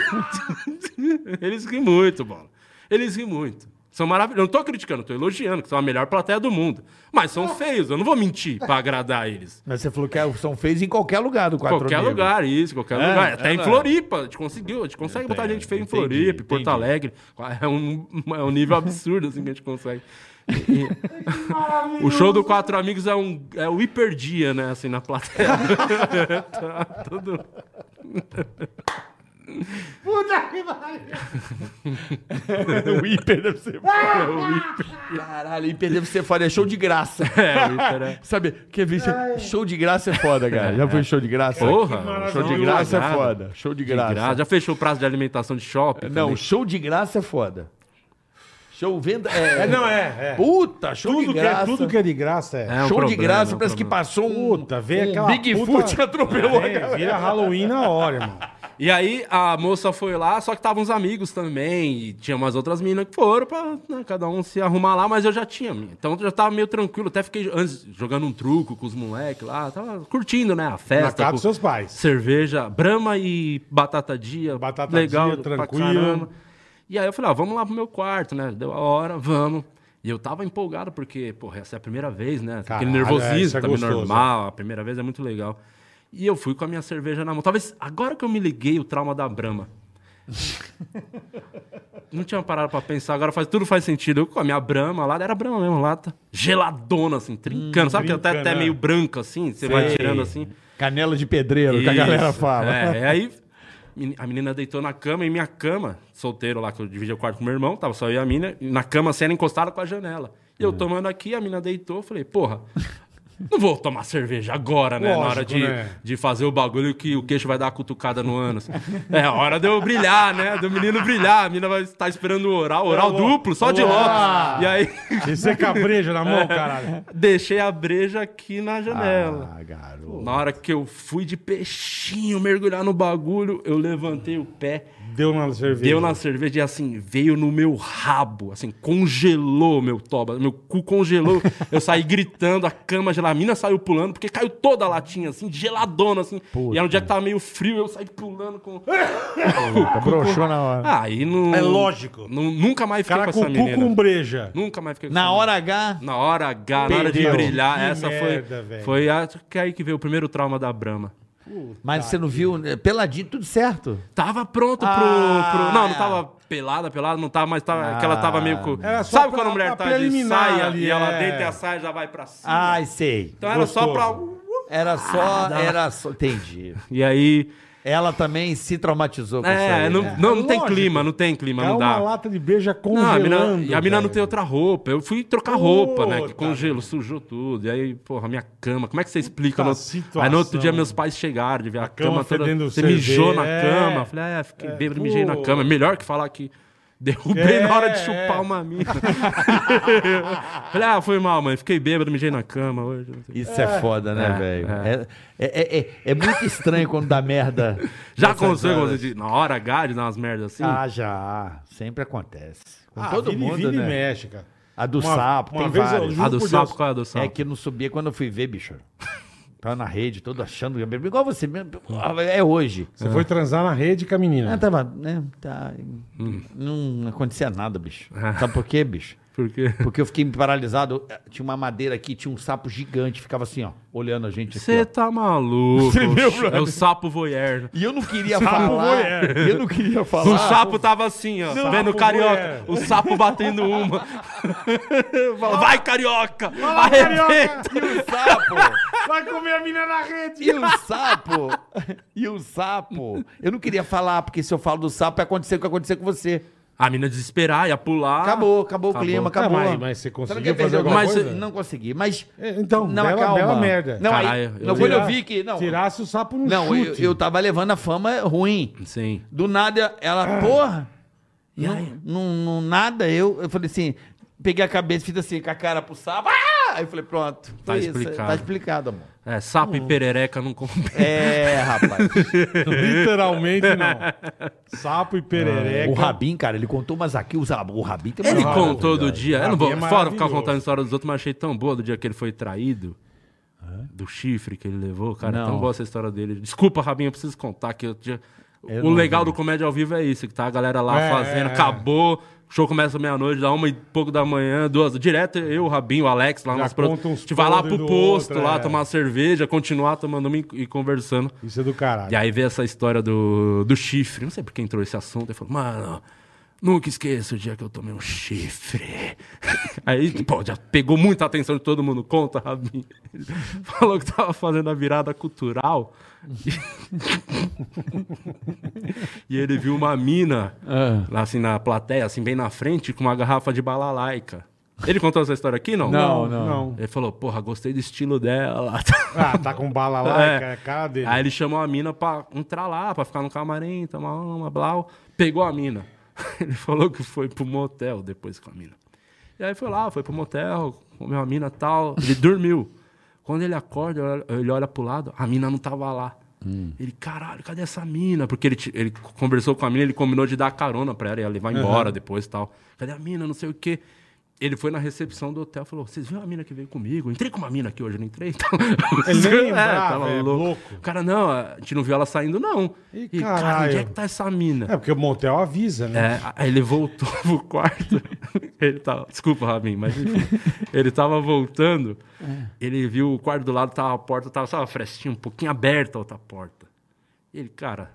Speaker 5: muito. eles riem muito, bola. Eles riem muito. São maravilhosos. Não tô criticando, tô elogiando, que são a melhor plateia do mundo. Mas são feios, eu não vou mentir pra agradar eles.
Speaker 3: Mas você falou que é, são feios em qualquer lugar do Quatro
Speaker 5: qualquer
Speaker 3: Negros.
Speaker 5: lugar, isso, qualquer lugar. Até em Floripa, a gente conseguiu, a gente consegue botar gente feia em
Speaker 3: É, entendi,
Speaker 5: Floripa, em Porto
Speaker 3: entendi.
Speaker 5: Alegre. É um, é um nível absurdo assim que a gente consegue. E- o show do Quatro Amigos é um é o hiperdia, né? Assim, na plateia. tá tudo.
Speaker 3: o hiper deve ser foda. Caralho, o hiper deve ser foda. É show de graça.
Speaker 5: É, o hiper é.
Speaker 3: Sabe, quer ver? Show de graça é foda, cara. Já foi show de graça?
Speaker 5: Porra,
Speaker 3: Show de graça é foda. Show de graça.
Speaker 5: Graça. Já fechou o prazo de alimentação de shopping?
Speaker 3: Não,
Speaker 5: também?
Speaker 3: show de graça é foda. Show venda.
Speaker 4: É,
Speaker 3: É,
Speaker 4: não, é. é.
Speaker 3: Puta, show
Speaker 4: Tudo,
Speaker 3: de
Speaker 4: que é,
Speaker 3: graça.
Speaker 4: tudo que é de graça é.
Speaker 5: É um
Speaker 3: show de
Speaker 5: problema,
Speaker 3: graça,
Speaker 5: é um
Speaker 3: parece que
Speaker 5: problema.
Speaker 3: passou um.
Speaker 4: Puta, veio aquela
Speaker 3: Bigfoot
Speaker 4: puta-
Speaker 3: atropelou a
Speaker 4: É,
Speaker 3: cara.
Speaker 4: vira Halloween na hora, irmão.
Speaker 5: E aí a moça foi lá, só que estavam uns amigos também, e tinha umas outras meninas que foram pra né, cada um se arrumar lá, mas eu já tinha a minha. Então eu já tava meio tranquilo, até fiquei antes jogando um truco com os moleques lá, tava curtindo, né, a
Speaker 4: Na
Speaker 5: festa.
Speaker 4: casa
Speaker 5: com
Speaker 4: dos seus pais.
Speaker 5: Cerveja, brama e batata dia,
Speaker 4: Batata
Speaker 5: legal,
Speaker 4: dia,
Speaker 5: pra
Speaker 4: tranquilo.
Speaker 5: caramba. E aí eu falei, ó, vamos lá pro meu quarto, né, deu a hora, vamos. E eu tava empolgado, porque, porra, essa é a primeira vez, né,
Speaker 4: Caralho,
Speaker 5: aquele
Speaker 4: é, isso
Speaker 5: nervosismo
Speaker 4: é
Speaker 5: também
Speaker 4: gostoso,
Speaker 5: normal, a primeira vez é muito legal. E eu fui com a minha cerveja na mão. Talvez agora que eu me liguei o trauma da Brahma. Não tinha parado pra pensar, agora faz, tudo faz sentido. Eu com a minha Brahma lá, era Brahma mesmo, lata. Geladona, assim, trincando. Sabe que até,
Speaker 4: trincando,
Speaker 5: até
Speaker 4: né?
Speaker 5: meio branca, assim? Você vai tirando assim.
Speaker 3: Canela de pedreiro, que a
Speaker 5: Isso.
Speaker 3: galera fala.
Speaker 5: É, e aí meni- a menina deitou na cama e minha cama, solteiro lá, que eu dividia o quarto com meu irmão, tava só eu e a mina, e na cama sendo encostada com a janela. E
Speaker 3: Hum.
Speaker 5: eu tomando aqui, a menina deitou, eu falei, porra. Não vou tomar cerveja agora, né? na hora
Speaker 4: Lógico,
Speaker 5: de,
Speaker 4: né?
Speaker 5: de fazer o bagulho que o queixo vai dar a cutucada no ânus. É hora de eu brilhar, né? Do menino brilhar. A menina vai estar esperando o oral, oral
Speaker 3: Tá
Speaker 5: duplo, só de Lopes. E aí,
Speaker 4: E você cabreja na mão, caralho.
Speaker 5: deixei a breja aqui na janela.
Speaker 3: Ah, garoto.
Speaker 5: Na hora que eu fui de peixinho mergulhar no bagulho, eu levantei o pé.
Speaker 4: Deu na cerveja.
Speaker 5: Deu na cerveja e assim, veio no meu rabo, assim, congelou meu toba, meu cu congelou. eu saí gritando, a cama gelada, a mina saiu pulando, porque caiu toda a latinha, assim, geladona, assim. E era um dia que tava meio frio, eu saí pulando com.
Speaker 4: Tá
Speaker 3: Broxou na hora.
Speaker 5: Ah, aí não.
Speaker 4: É lógico.
Speaker 5: Não- nunca mais fiquei
Speaker 4: Cara
Speaker 5: com
Speaker 4: com
Speaker 5: essa
Speaker 4: cu
Speaker 5: menina.
Speaker 4: com breja.
Speaker 5: Nunca mais fiquei com
Speaker 3: Na
Speaker 5: essa
Speaker 3: hora H,
Speaker 5: Na hora H, na hora de
Speaker 4: Perdeu.
Speaker 5: brilhar,
Speaker 4: Que
Speaker 5: essa
Speaker 4: merda,
Speaker 5: foi.
Speaker 4: velho.
Speaker 5: Foi acho que é aí que veio o primeiro trauma da Brahma.
Speaker 3: mas você não viu, né? peladinho, tudo certo.
Speaker 5: Tava pronto pro,
Speaker 4: Ah.
Speaker 5: pro- Não, não tava pelada, pelada, não tava, mas tava. que ela tava meio. Co...
Speaker 4: Era só
Speaker 5: Sabe
Speaker 4: pra-
Speaker 5: quando a mulher
Speaker 4: pra
Speaker 5: tá de
Speaker 4: preliminar
Speaker 5: saia
Speaker 4: ali,
Speaker 5: e ela
Speaker 4: é.
Speaker 5: deita e a saia já vai pra cima?
Speaker 3: Ai, sei.
Speaker 5: então era só pra.
Speaker 4: gostoso.
Speaker 3: Era só, era só, entendi.
Speaker 5: E aí.
Speaker 3: Ela também se traumatizou com isso
Speaker 5: É,
Speaker 3: aí,
Speaker 5: não,
Speaker 3: né?
Speaker 5: não, não tem
Speaker 4: Lógico.
Speaker 5: clima, não tem clima,
Speaker 4: É
Speaker 5: não dá.
Speaker 4: uma lata de breja
Speaker 5: Não, a mina,
Speaker 4: congelando.
Speaker 5: e a mina não tem
Speaker 4: velho.
Speaker 5: outra roupa. Eu fui trocar roupa, né? Que
Speaker 4: Puta,
Speaker 5: congelo, sujou tudo. E aí, porra, minha cama. Como é que você explica?
Speaker 4: Puta
Speaker 5: no-
Speaker 4: situação.
Speaker 5: Aí no outro dia meus pais chegaram de ver a, cama toda.
Speaker 4: fedendo
Speaker 5: Você mijou na
Speaker 4: cerveja, é.
Speaker 5: cama. Eu Falei, é, fiquei bêbado, mijei na
Speaker 4: pô.
Speaker 5: cama. Melhor que falar que derrubei
Speaker 4: É,
Speaker 5: na hora de
Speaker 4: é.
Speaker 5: chupar uma mina. Falei, ah, foi mal, mãe. Fiquei bêbado, mijei na cama hoje. não sei.
Speaker 3: Isso é, foda, né,
Speaker 5: É,
Speaker 3: velho? É. é- é- é- é muito estranho quando dá merda.
Speaker 5: Já
Speaker 3: nessas
Speaker 5: aconteceu com
Speaker 3: horas.
Speaker 5: você de- na hora H de dar umas merdas assim?
Speaker 3: Ah, já. Sempre acontece. Com
Speaker 4: Ah,
Speaker 3: todo
Speaker 4: vira e
Speaker 3: mundo,
Speaker 4: vira e
Speaker 3: né?
Speaker 4: mexe, cara.
Speaker 3: A do
Speaker 4: Uma-
Speaker 3: sapo,
Speaker 4: uma
Speaker 3: tem
Speaker 4: vez eu
Speaker 3: várias.
Speaker 4: juro
Speaker 5: a do
Speaker 4: por
Speaker 5: sapo,
Speaker 4: Deus.
Speaker 5: qual é a do sapo?
Speaker 3: É que não subia quando eu fui ver, bicho. Tava na rede, todo achando. Igual você mesmo. É hoje.
Speaker 5: Hum.
Speaker 4: Você foi transar na rede com a menina.
Speaker 3: Ah, tava, né? Tá,
Speaker 5: Hum.
Speaker 3: Não acontecia nada, bicho.
Speaker 5: Ah.
Speaker 3: Sabe por quê, bicho?
Speaker 5: Porque...
Speaker 3: Porque eu fiquei paralisado. eh, Tinha uma madeira aqui, tinha um sapo gigante, ficava assim, ó, olhando a gente aqui.
Speaker 5: Você
Speaker 3: ó.
Speaker 5: tá maluco. é o sapo voyeur.
Speaker 3: E eu não queria
Speaker 4: Sapo é. Um
Speaker 3: falar.
Speaker 4: voyeur.
Speaker 3: E eu não queria
Speaker 5: O
Speaker 3: falar.
Speaker 5: sapo tava assim, ó, vendo o carioca. O sapo batendo uma. Fala, Vai, carioca! Arrebenta!
Speaker 3: E o sapo.
Speaker 4: Vai comer a menina na rede.
Speaker 3: E o sapo. E o sapo. Eu não queria falar, porque se eu falo do sapo, ia acontecer o que aconteceu com você.
Speaker 5: A mina desesperar, ia pular.
Speaker 3: Acabou, acabou, o
Speaker 5: acabou.
Speaker 3: clima,
Speaker 4: Ah,
Speaker 3: acabou.
Speaker 4: mas, mas você
Speaker 3: Sabe
Speaker 4: conseguiu
Speaker 3: quem
Speaker 4: fazer
Speaker 3: perdeu
Speaker 4: alguma
Speaker 5: Mas-
Speaker 4: coisa?
Speaker 3: Não consegui, mas.
Speaker 4: É, Então,
Speaker 3: Não,
Speaker 4: bela,
Speaker 3: calma.
Speaker 4: bela merda.
Speaker 3: Não, aí,
Speaker 5: Caralho, eu
Speaker 3: não quando eu vi que. Não,
Speaker 4: Tirasse o sapo no
Speaker 3: não eu,
Speaker 4: um chute.
Speaker 3: eu tava levando a fama ruim.
Speaker 5: Sim.
Speaker 3: Do nada,
Speaker 4: Ah.
Speaker 3: ela, porra. Não, não, não nada, eu, eu falei assim. Peguei a cabeça e fiz assim, com a cara pro sapo. Ah! Aí eu falei, pronto.
Speaker 5: Tá
Speaker 3: foi isso,
Speaker 5: explicado.
Speaker 3: Tá explicado, amor.
Speaker 5: É, sapo e perereca não compram.
Speaker 3: É, rapaz.
Speaker 4: Literalmente não. Sapo e perereca.
Speaker 3: o Rabin, cara, ele contou umas aqui. O, Zab- o Rabin tem
Speaker 5: Ele
Speaker 3: umas-
Speaker 5: contou do dia. Eu não vou
Speaker 4: Rabin é
Speaker 5: fora ficar
Speaker 4: maravilhoso.
Speaker 5: contando a história dos outros, mas achei tão boa do dia que ele foi traído. Do chifre que ele levou, cara. é
Speaker 3: Não.
Speaker 5: Tão boa essa história dele. Desculpa, Rabinho, eu preciso contar que eu tinha-
Speaker 3: Eu
Speaker 5: O
Speaker 3: não
Speaker 5: legal
Speaker 3: vi.
Speaker 5: do comédia ao vivo é isso, que tá a galera lá
Speaker 4: É,
Speaker 5: fazendo,
Speaker 4: é, é.
Speaker 5: acabou, o show começa meia-noite, dá uma e pouco da manhã, duas, direto eu, o Rabinho, o Alex, lá
Speaker 4: Já
Speaker 5: nas
Speaker 4: conta
Speaker 5: pro... A
Speaker 4: uns
Speaker 5: gente vai lá
Speaker 4: podres
Speaker 5: pro
Speaker 4: do
Speaker 5: posto,
Speaker 4: outro,
Speaker 5: lá
Speaker 4: é.
Speaker 5: tomar uma cerveja, continuar tomando uma e- e conversando.
Speaker 4: Isso é do caralho.
Speaker 5: E aí veio essa história do, do chifre. Não sei por que entrou esse assunto. Eu falei, mano, nunca esqueço o dia que eu tomei um chifre. aí, pô, já pegou muita atenção de todo mundo. Conta, Rabinho. Ele Falou que tava fazendo a virada cultural. e ele viu uma mina,
Speaker 4: Ah.
Speaker 5: lá assim, na plateia, assim, bem na frente, com uma garrafa de balalaica. Ele contou essa história aqui, não?
Speaker 4: Não, não.
Speaker 5: Ele falou, porra, gostei do estilo dela.
Speaker 4: Ah, tá com bala lá,
Speaker 5: É.
Speaker 4: cara, cara dele.
Speaker 5: Aí ele chamou a mina pra entrar lá, pra ficar no camarim, tomar uma, blau. Pegou a mina. Ele falou que foi pro motel depois com a mina. E aí foi lá, foi pro motel, comeu a mina e tal. Ele dormiu. Quando ele acorda, ele olha- ele olha pro lado, a mina não tava lá.
Speaker 4: Hum.
Speaker 5: Ele, caralho, cadê essa mina? Porque ele, ti- ele conversou com a mina, ele combinou de dar carona pra ela, ia levar embora depois e tal. Cadê a mina? Não sei o quê. Ele foi na recepção do hotel e falou: Vocês viram a mina que veio comigo? Eu Entrei com uma mina aqui hoje, eu não entrei? Então,
Speaker 4: Ele nem
Speaker 5: É,
Speaker 4: lembrava,
Speaker 5: tava
Speaker 4: é,
Speaker 5: louco.
Speaker 4: louco.
Speaker 5: O cara, não, a gente não viu ela saindo, não.
Speaker 4: Ih,
Speaker 5: cara, onde é
Speaker 4: caralho.
Speaker 5: que tá essa mina?
Speaker 4: É porque o motel avisa, né?
Speaker 5: É, aí ele voltou pro quarto. Ele tava, desculpa, Rabin, mas enfim. ele tava voltando. Ele viu o quarto do lado, tava a porta, tava só uma frestinha um pouquinho aberta a outra porta. Ele, cara,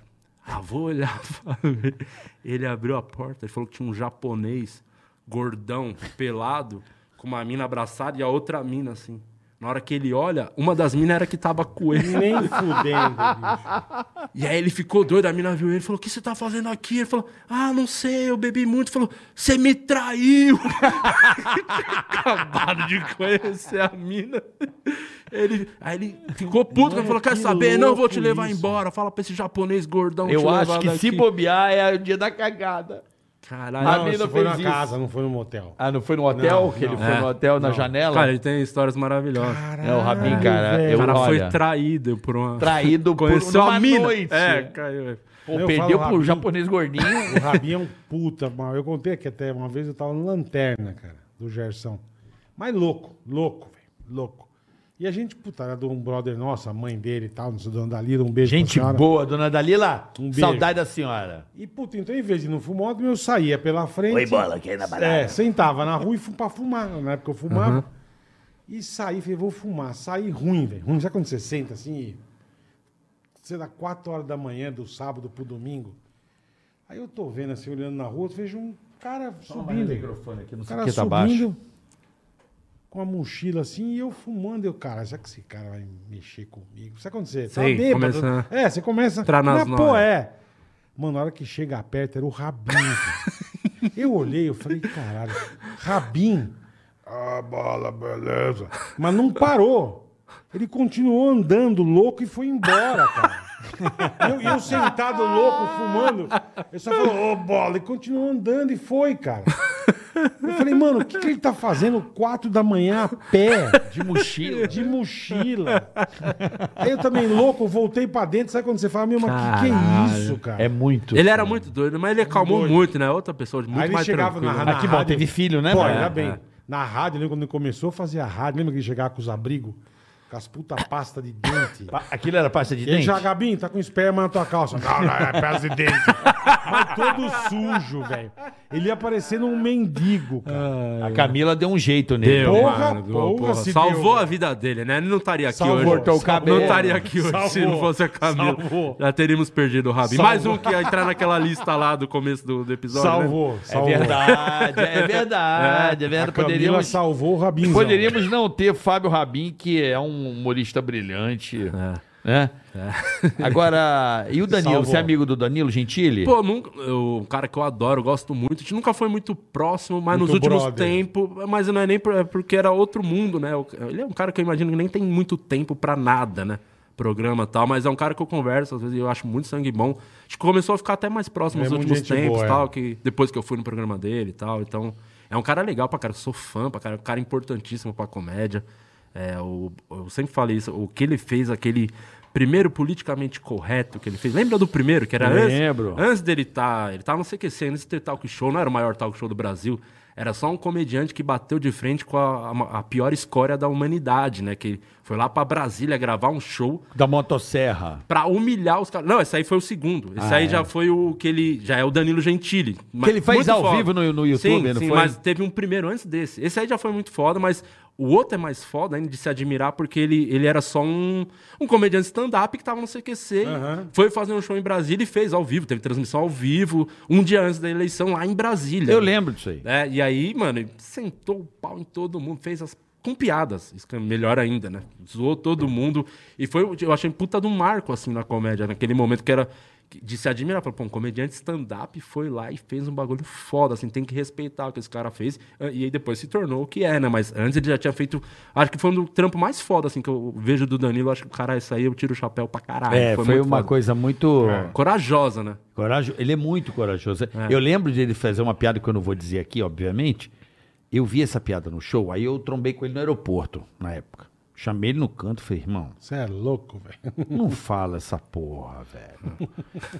Speaker 5: ah, vou olhar pra ver. Ele abriu a porta, ele falou que tinha um japonês gordão, pelado, com uma mina abraçada e a outra mina assim. Na hora que ele olha, uma das minas era que tava com ele.
Speaker 4: Nem fudendo, bicho.
Speaker 5: E aí ele ficou doido, a mina viu ele e falou: O que você tá fazendo aqui? Ele falou: Ah, não sei, eu bebi muito. Falou: Você me traiu. Acabado de conhecer a mina. Ele, aí ele ficou puto, ele falou: Quer
Speaker 4: que
Speaker 5: saber? Não, vou te
Speaker 4: louco
Speaker 5: levar
Speaker 4: isso."
Speaker 5: embora. Fala pra esse japonês gordão te
Speaker 3: Eu
Speaker 5: levar
Speaker 3: acho que
Speaker 5: daqui."
Speaker 3: se bobear é o dia da cagada.
Speaker 5: Caralho.
Speaker 3: A
Speaker 4: Não,
Speaker 3: mina
Speaker 4: isso foi
Speaker 3: fez
Speaker 4: na
Speaker 3: isso.
Speaker 4: casa, não foi no motel.
Speaker 3: Ah, não foi no hotel?
Speaker 4: Não,
Speaker 3: que ele
Speaker 4: não.
Speaker 3: foi no hotel, na
Speaker 4: Não.
Speaker 3: janela?
Speaker 5: Cara, ele tem histórias maravilhosas.
Speaker 3: é, o Rabin, cara.
Speaker 5: o
Speaker 3: Eu,
Speaker 5: cara
Speaker 3: olha,
Speaker 5: foi traído por uma.
Speaker 3: traído por
Speaker 5: Conheceu
Speaker 3: uma
Speaker 5: a mina.
Speaker 3: noite.
Speaker 5: É, caiu.
Speaker 3: Pô,
Speaker 4: Eu
Speaker 3: perdeu
Speaker 4: falo
Speaker 3: pro
Speaker 4: Rabin.
Speaker 3: japonês gordinho.
Speaker 4: O Rabinho é um puta, mano. Eu contei que até uma vez eu tava no Lanterna, cara, do Gerson. Mas louco, louco, velho, louco. E a gente, puta, era de um brother nosso, a mãe dele e tal, não sei, dona Dalila, um beijo pra
Speaker 3: Gente
Speaker 4: senhora.
Speaker 3: boa, dona Dalila.
Speaker 4: Um beijo.
Speaker 3: saudade da senhora.
Speaker 4: E, puta, então em vez de ir no fumódromo, eu saía pela frente. Oi, bola, que na parada. É, sentava na rua e fui pra fumar, na época eu fumava. E saí, falei, vou fumar. Saí ruim, velho, ruim. Sabe quando você senta assim e... Sei lá, quatro horas da manhã, do sábado pro domingo. Aí eu tô vendo assim, olhando na rua, eu vejo um cara
Speaker 3: um
Speaker 4: subindo.
Speaker 3: aqui,
Speaker 4: O cara
Speaker 3: que tá
Speaker 4: subindo
Speaker 3: baixo.
Speaker 4: com a mochila assim e eu fumando. Eu, cara, será que esse cara vai mexer comigo? Sabe quando você
Speaker 5: Sim,
Speaker 4: bêbado?
Speaker 5: começa
Speaker 4: É, você começa.
Speaker 5: entrar nas
Speaker 4: mas, pô,
Speaker 5: noias.
Speaker 4: é. Mano, na hora que chega perto, era o Rabin. cara. eu olhei, eu falei, caralho, Rabin.
Speaker 6: Ah, bola, beleza.
Speaker 4: Mas não parou. Ele continuou andando louco e foi embora, cara. E eu, e eu sentado louco, fumando. Eu só falei, ô bola, e continuou andando e foi, cara. Eu falei, mano, o que, que ele tá fazendo quatro da manhã a pé? De mochila. De mochila. Aí eu também, louco, voltei pra dentro. Sabe quando você fala, meu, mas que que é
Speaker 5: Caralho.
Speaker 4: isso, cara?
Speaker 3: É muito.
Speaker 5: Ele era muito doido, mas ele acalmou
Speaker 4: Doido.
Speaker 5: muito, né? Outra pessoa de muito
Speaker 4: Aí ele
Speaker 5: mais
Speaker 4: chegava na,
Speaker 5: tranquila.
Speaker 4: na
Speaker 3: Ah, que bom,
Speaker 4: rádio.
Speaker 3: teve filho, né?
Speaker 4: Pô,
Speaker 3: mano?
Speaker 4: ainda bem. Na rádio, lembra quando começou a fazer a rádio? Lembra que ele chegava com os abrigos? Com as puta pasta de dente.
Speaker 3: Pa- Aquilo era pasta de
Speaker 4: E aí,
Speaker 3: dente?
Speaker 4: já, Gabinho, tá com esperma na tua calça.
Speaker 6: Não, não, é peça de dente.
Speaker 4: Mas todo sujo, velho. Ele ia parecendo um mendigo, cara.
Speaker 3: A Camila deu um jeito nele.
Speaker 5: Deu,
Speaker 4: Porra,
Speaker 5: mano, deu,
Speaker 4: porra,
Speaker 5: porra.
Speaker 4: se
Speaker 5: Salvou
Speaker 4: deu.
Speaker 5: a vida dele, né? Ele não estaria aqui
Speaker 4: Salvou,
Speaker 5: hoje.
Speaker 4: cortou o
Speaker 3: cabelo.
Speaker 5: Não estaria aqui hoje se
Speaker 4: Salvou.
Speaker 5: não fosse a Camila.
Speaker 4: Salvou.
Speaker 5: Já teríamos perdido o Rabi.
Speaker 4: Salvou.
Speaker 5: Mais um que ia entrar naquela lista lá do começo do, do episódio. né?
Speaker 4: Salvou,
Speaker 3: É
Speaker 4: salvou.
Speaker 3: verdade, é verdade, é
Speaker 4: A Camila
Speaker 3: verdade. Poderíamos,
Speaker 4: salvou o Rabinho.
Speaker 3: poderíamos não ter Fábio Rabin, que é um humorista brilhante, né? Agora, e o Danilo?
Speaker 4: Salvou.
Speaker 3: Você é amigo do Danilo Gentili?
Speaker 5: Pô, nunca, eu, um cara que eu adoro, eu gosto muito. A gente nunca foi muito próximo, mas
Speaker 4: Muito
Speaker 5: nos últimos
Speaker 4: brother.
Speaker 5: tempos. Mas não é nem por- é porque era outro mundo, né? Eu- Ele é um cara que eu imagino que nem tem muito tempo pra nada, né? Programa e tal, mas é um cara que eu converso, às vezes e eu acho muito sangue bom. Acho que começou a ficar até mais
Speaker 4: É
Speaker 5: próximo nos
Speaker 4: muito
Speaker 5: últimos
Speaker 4: gente
Speaker 5: tempos
Speaker 4: boa,
Speaker 5: e tal,
Speaker 4: é.
Speaker 5: que depois que eu fui no programa dele e tal. Então, é um cara legal pra cara, eu sou fã pra cara, um cara importantíssimo pra comédia. É, o, eu sempre falei isso, o que ele fez, aquele primeiro politicamente correto que ele fez. Lembra do primeiro, que era antes?
Speaker 3: Lembro.
Speaker 5: Antes dele estar. ele tava no CQC, antes de ter talk show, não era o maior talk show do Brasil. Era só um comediante que bateu de frente com a, a- a pior escória da humanidade, né? Que foi lá pra Brasília gravar um show
Speaker 3: Da motosserra.
Speaker 5: pra humilhar os caras. Não, esse aí foi o segundo. Esse aí já foi o que ele. Já é o Danilo Gentili.
Speaker 3: Ah,
Speaker 5: Mas
Speaker 3: é. ele fez
Speaker 5: muito
Speaker 3: ao vivo no- no YouTube,
Speaker 5: sim,
Speaker 3: não
Speaker 5: sim,
Speaker 3: foi?
Speaker 5: Mas teve um primeiro antes desse. Esse aí já foi muito foda, mas o outro é mais foda ainda de se admirar porque ele, ele era só um, um comediante stand-up que tava no CQC. e
Speaker 4: Aham.
Speaker 5: Foi fazer um show em Brasília e fez ao vivo. Teve transmissão ao vivo, um dia antes da eleição lá em Brasília.
Speaker 3: Eu lembro disso aí.
Speaker 5: É, e aí, mano, ele sentou o pau em todo mundo, fez as. Com piadas, isso que é melhor ainda, né? Zoou todo mundo. E foi, eu achei um puta de um marco, assim, na comédia, naquele momento que era de se admirar. Falei, pô, um comediante stand-up foi lá e fez um bagulho foda, assim, tem que respeitar o que esse cara fez. Ah, E aí depois se tornou o que é, né? Mas antes ele já tinha feito. Acho que foi um do trampo mais foda, assim, que eu vejo do Danilo. Acho que, cara, isso aí eu tiro o chapéu pra caralho.
Speaker 3: É, foi,
Speaker 5: muito
Speaker 3: uma
Speaker 5: foda.
Speaker 3: coisa muito.
Speaker 5: Corajosa, né?
Speaker 3: Corajo... Ele é muito corajoso. Eu lembro de ele fazer uma piada que eu não vou dizer aqui, obviamente. Eu vi essa piada no show, aí eu trombei com ele no aeroporto, na época. Chamei ele no canto e falei, irmão,
Speaker 4: Você é louco, velho.
Speaker 3: não fala essa porra, velho.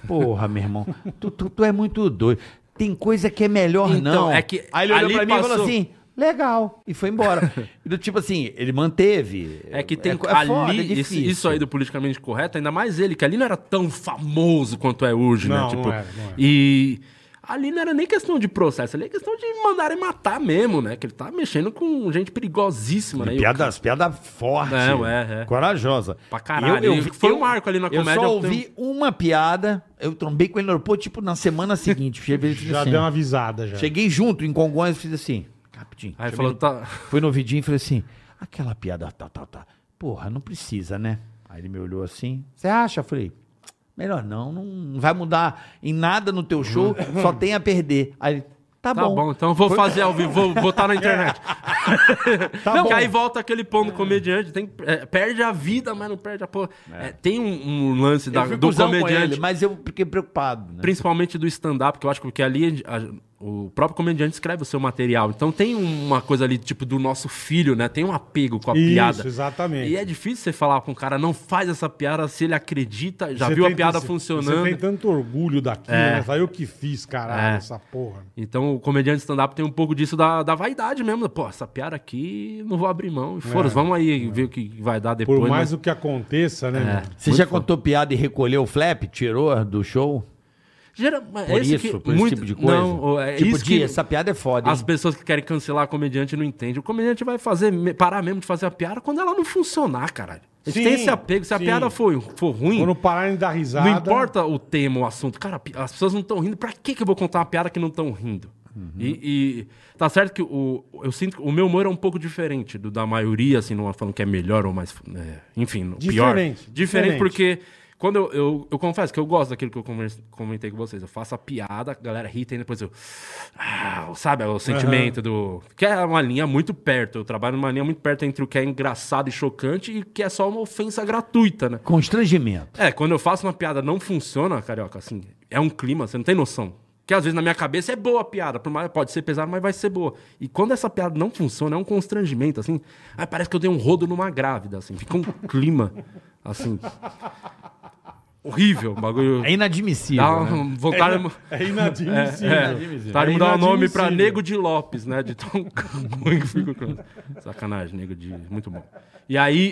Speaker 3: Porra, meu irmão, tu, tu, tu é muito doido. Tem coisa que é melhor
Speaker 5: Então,
Speaker 3: não.
Speaker 5: é que
Speaker 3: aí ele olhou
Speaker 5: ali
Speaker 3: pra mim e falou
Speaker 5: passou-
Speaker 3: assim, legal. E foi embora. E do tipo assim, ele manteve.
Speaker 5: É que tem
Speaker 3: co-
Speaker 5: ali,
Speaker 3: foda, é
Speaker 5: esse-
Speaker 3: difícil.
Speaker 5: isso aí do politicamente correto, ainda mais ele, que ali não era tão famoso quanto é hoje,
Speaker 4: Não,
Speaker 5: né? Tipo,
Speaker 4: não era, não era.
Speaker 5: E ali não era nem questão de processo, ali é questão de mandarem matar mesmo, né? Que ele tá mexendo com gente perigosíssima, né? E o cara-
Speaker 3: Piadas, piada forte.
Speaker 5: Não, é, é.
Speaker 3: Corajosa.
Speaker 5: Pra caralho. E foi um marco ali na
Speaker 3: Eu
Speaker 5: comédia,
Speaker 3: só
Speaker 5: eu um-
Speaker 3: ouvi uma piada, eu trombei com ele no aeroporto, tipo, na semana seguinte. Cheguei, fiz
Speaker 4: Já
Speaker 3: assim.
Speaker 4: deu uma avisada, já.
Speaker 3: Cheguei junto em Congonhas e fiz assim, rapidinho.
Speaker 5: Aí
Speaker 3: Chamei
Speaker 5: falou,
Speaker 3: no-
Speaker 5: tá.
Speaker 3: Fui no vidinho e falei assim, aquela piada tal, tal, tal. Porra, não precisa, né? Aí ele me olhou assim, você acha? Eu falei, melhor não, não- não vai mudar em nada no teu show, só tem a perder. Aí ele, tá,
Speaker 5: Uhum. Tá bom, então eu vou fazer ao vivo, vou botar na internet. não, que aí volta aquele ponto do comediante, tem, é, perde a vida, mas não perde a porra. É, tem um, um lance da,
Speaker 3: Eu fui
Speaker 5: do
Speaker 3: cuzão com
Speaker 5: comediante. É.
Speaker 3: ele, mas eu fiquei preocupado, né?
Speaker 5: Principalmente do stand-up, que eu acho que ali a- O próprio comediante escreve o seu material. Então tem uma coisa ali, tipo, do nosso filho, né? Tem um apego com a
Speaker 4: Isso,
Speaker 5: piada.
Speaker 4: exatamente.
Speaker 5: E é difícil você falar com o cara, não faz essa piada se ele acredita, já
Speaker 4: Você
Speaker 5: viu a
Speaker 4: tem-
Speaker 5: piada
Speaker 4: você-
Speaker 5: funcionando.
Speaker 4: Você tem tanto orgulho daquilo,
Speaker 5: É.
Speaker 4: né? Fala, eu que fiz, caralho,
Speaker 5: É.
Speaker 4: essa porra.
Speaker 5: Então o comediante stand-up tem um pouco disso da, da vaidade mesmo. Pô, essa piada aqui, não vou abrir mão. E foda vamos aí ver o que vai dar depois.
Speaker 4: É. Por mais
Speaker 5: mas-
Speaker 4: o que aconteça, né?
Speaker 5: É.
Speaker 4: meu?
Speaker 3: Você já contou piada e recolheu o flap? Tirou do show?
Speaker 5: Gera- mas
Speaker 3: Por
Speaker 5: esse
Speaker 3: isso,
Speaker 5: É que-
Speaker 3: por esse tipo de coisa?
Speaker 5: Não, é
Speaker 3: tipo, de,
Speaker 5: isso que
Speaker 3: essa piada é foda.
Speaker 5: as
Speaker 3: hein?
Speaker 5: pessoas que querem cancelar o comediante não entendem. O comediante vai fazer, me- parar mesmo de fazer a piada quando ela não funcionar, caralho. Eles
Speaker 4: Sim,
Speaker 5: têm esse apego. Se a
Speaker 4: sim.
Speaker 5: piada for, for ruim,
Speaker 4: Quando pararem de dar risada.
Speaker 5: Não importa o tema, o assunto. Cara, pi- as pessoas não estão rindo. Pra que que eu vou contar uma piada que não estão rindo? E, e tá certo que o, eu sinto que o meu humor é um pouco diferente do da maioria, assim, não falando que é melhor ou mais. né, enfim, no- pior.
Speaker 4: Diferente, diferente.
Speaker 5: Diferente, porque quando eu, eu, eu confesso que eu gosto daquilo que eu converse- comentei com vocês. Eu faço a piada, a galera ri, e depois eu. Ah, sabe, é o sentimento do. Que é uma linha muito perto. Eu trabalho numa linha muito perto entre o que é engraçado e chocante e o que é só uma ofensa gratuita, né?
Speaker 3: Constrangimento.
Speaker 5: É, quando eu faço uma piada não funciona, carioca, assim, é um clima, você não tem noção. Que às vezes na minha cabeça é boa a piada, por mais- pode ser pesada, mas vai ser boa. E quando essa piada não funciona, é um constrangimento, assim. Aí parece que eu dei um rodo numa grávida, assim. Fica um clima, assim. Horrível, o bagulho.
Speaker 3: É inadmissível.
Speaker 5: Dá um-
Speaker 3: né?
Speaker 5: uma vontade.
Speaker 4: É inadmissível.
Speaker 5: É, tá
Speaker 4: É
Speaker 5: de mudar o nome pra
Speaker 4: inadmissível.
Speaker 5: Nego de Lopes, né? De tão ruim que fica o clima. Sacanagem, Nego de. Muito bom. E aí,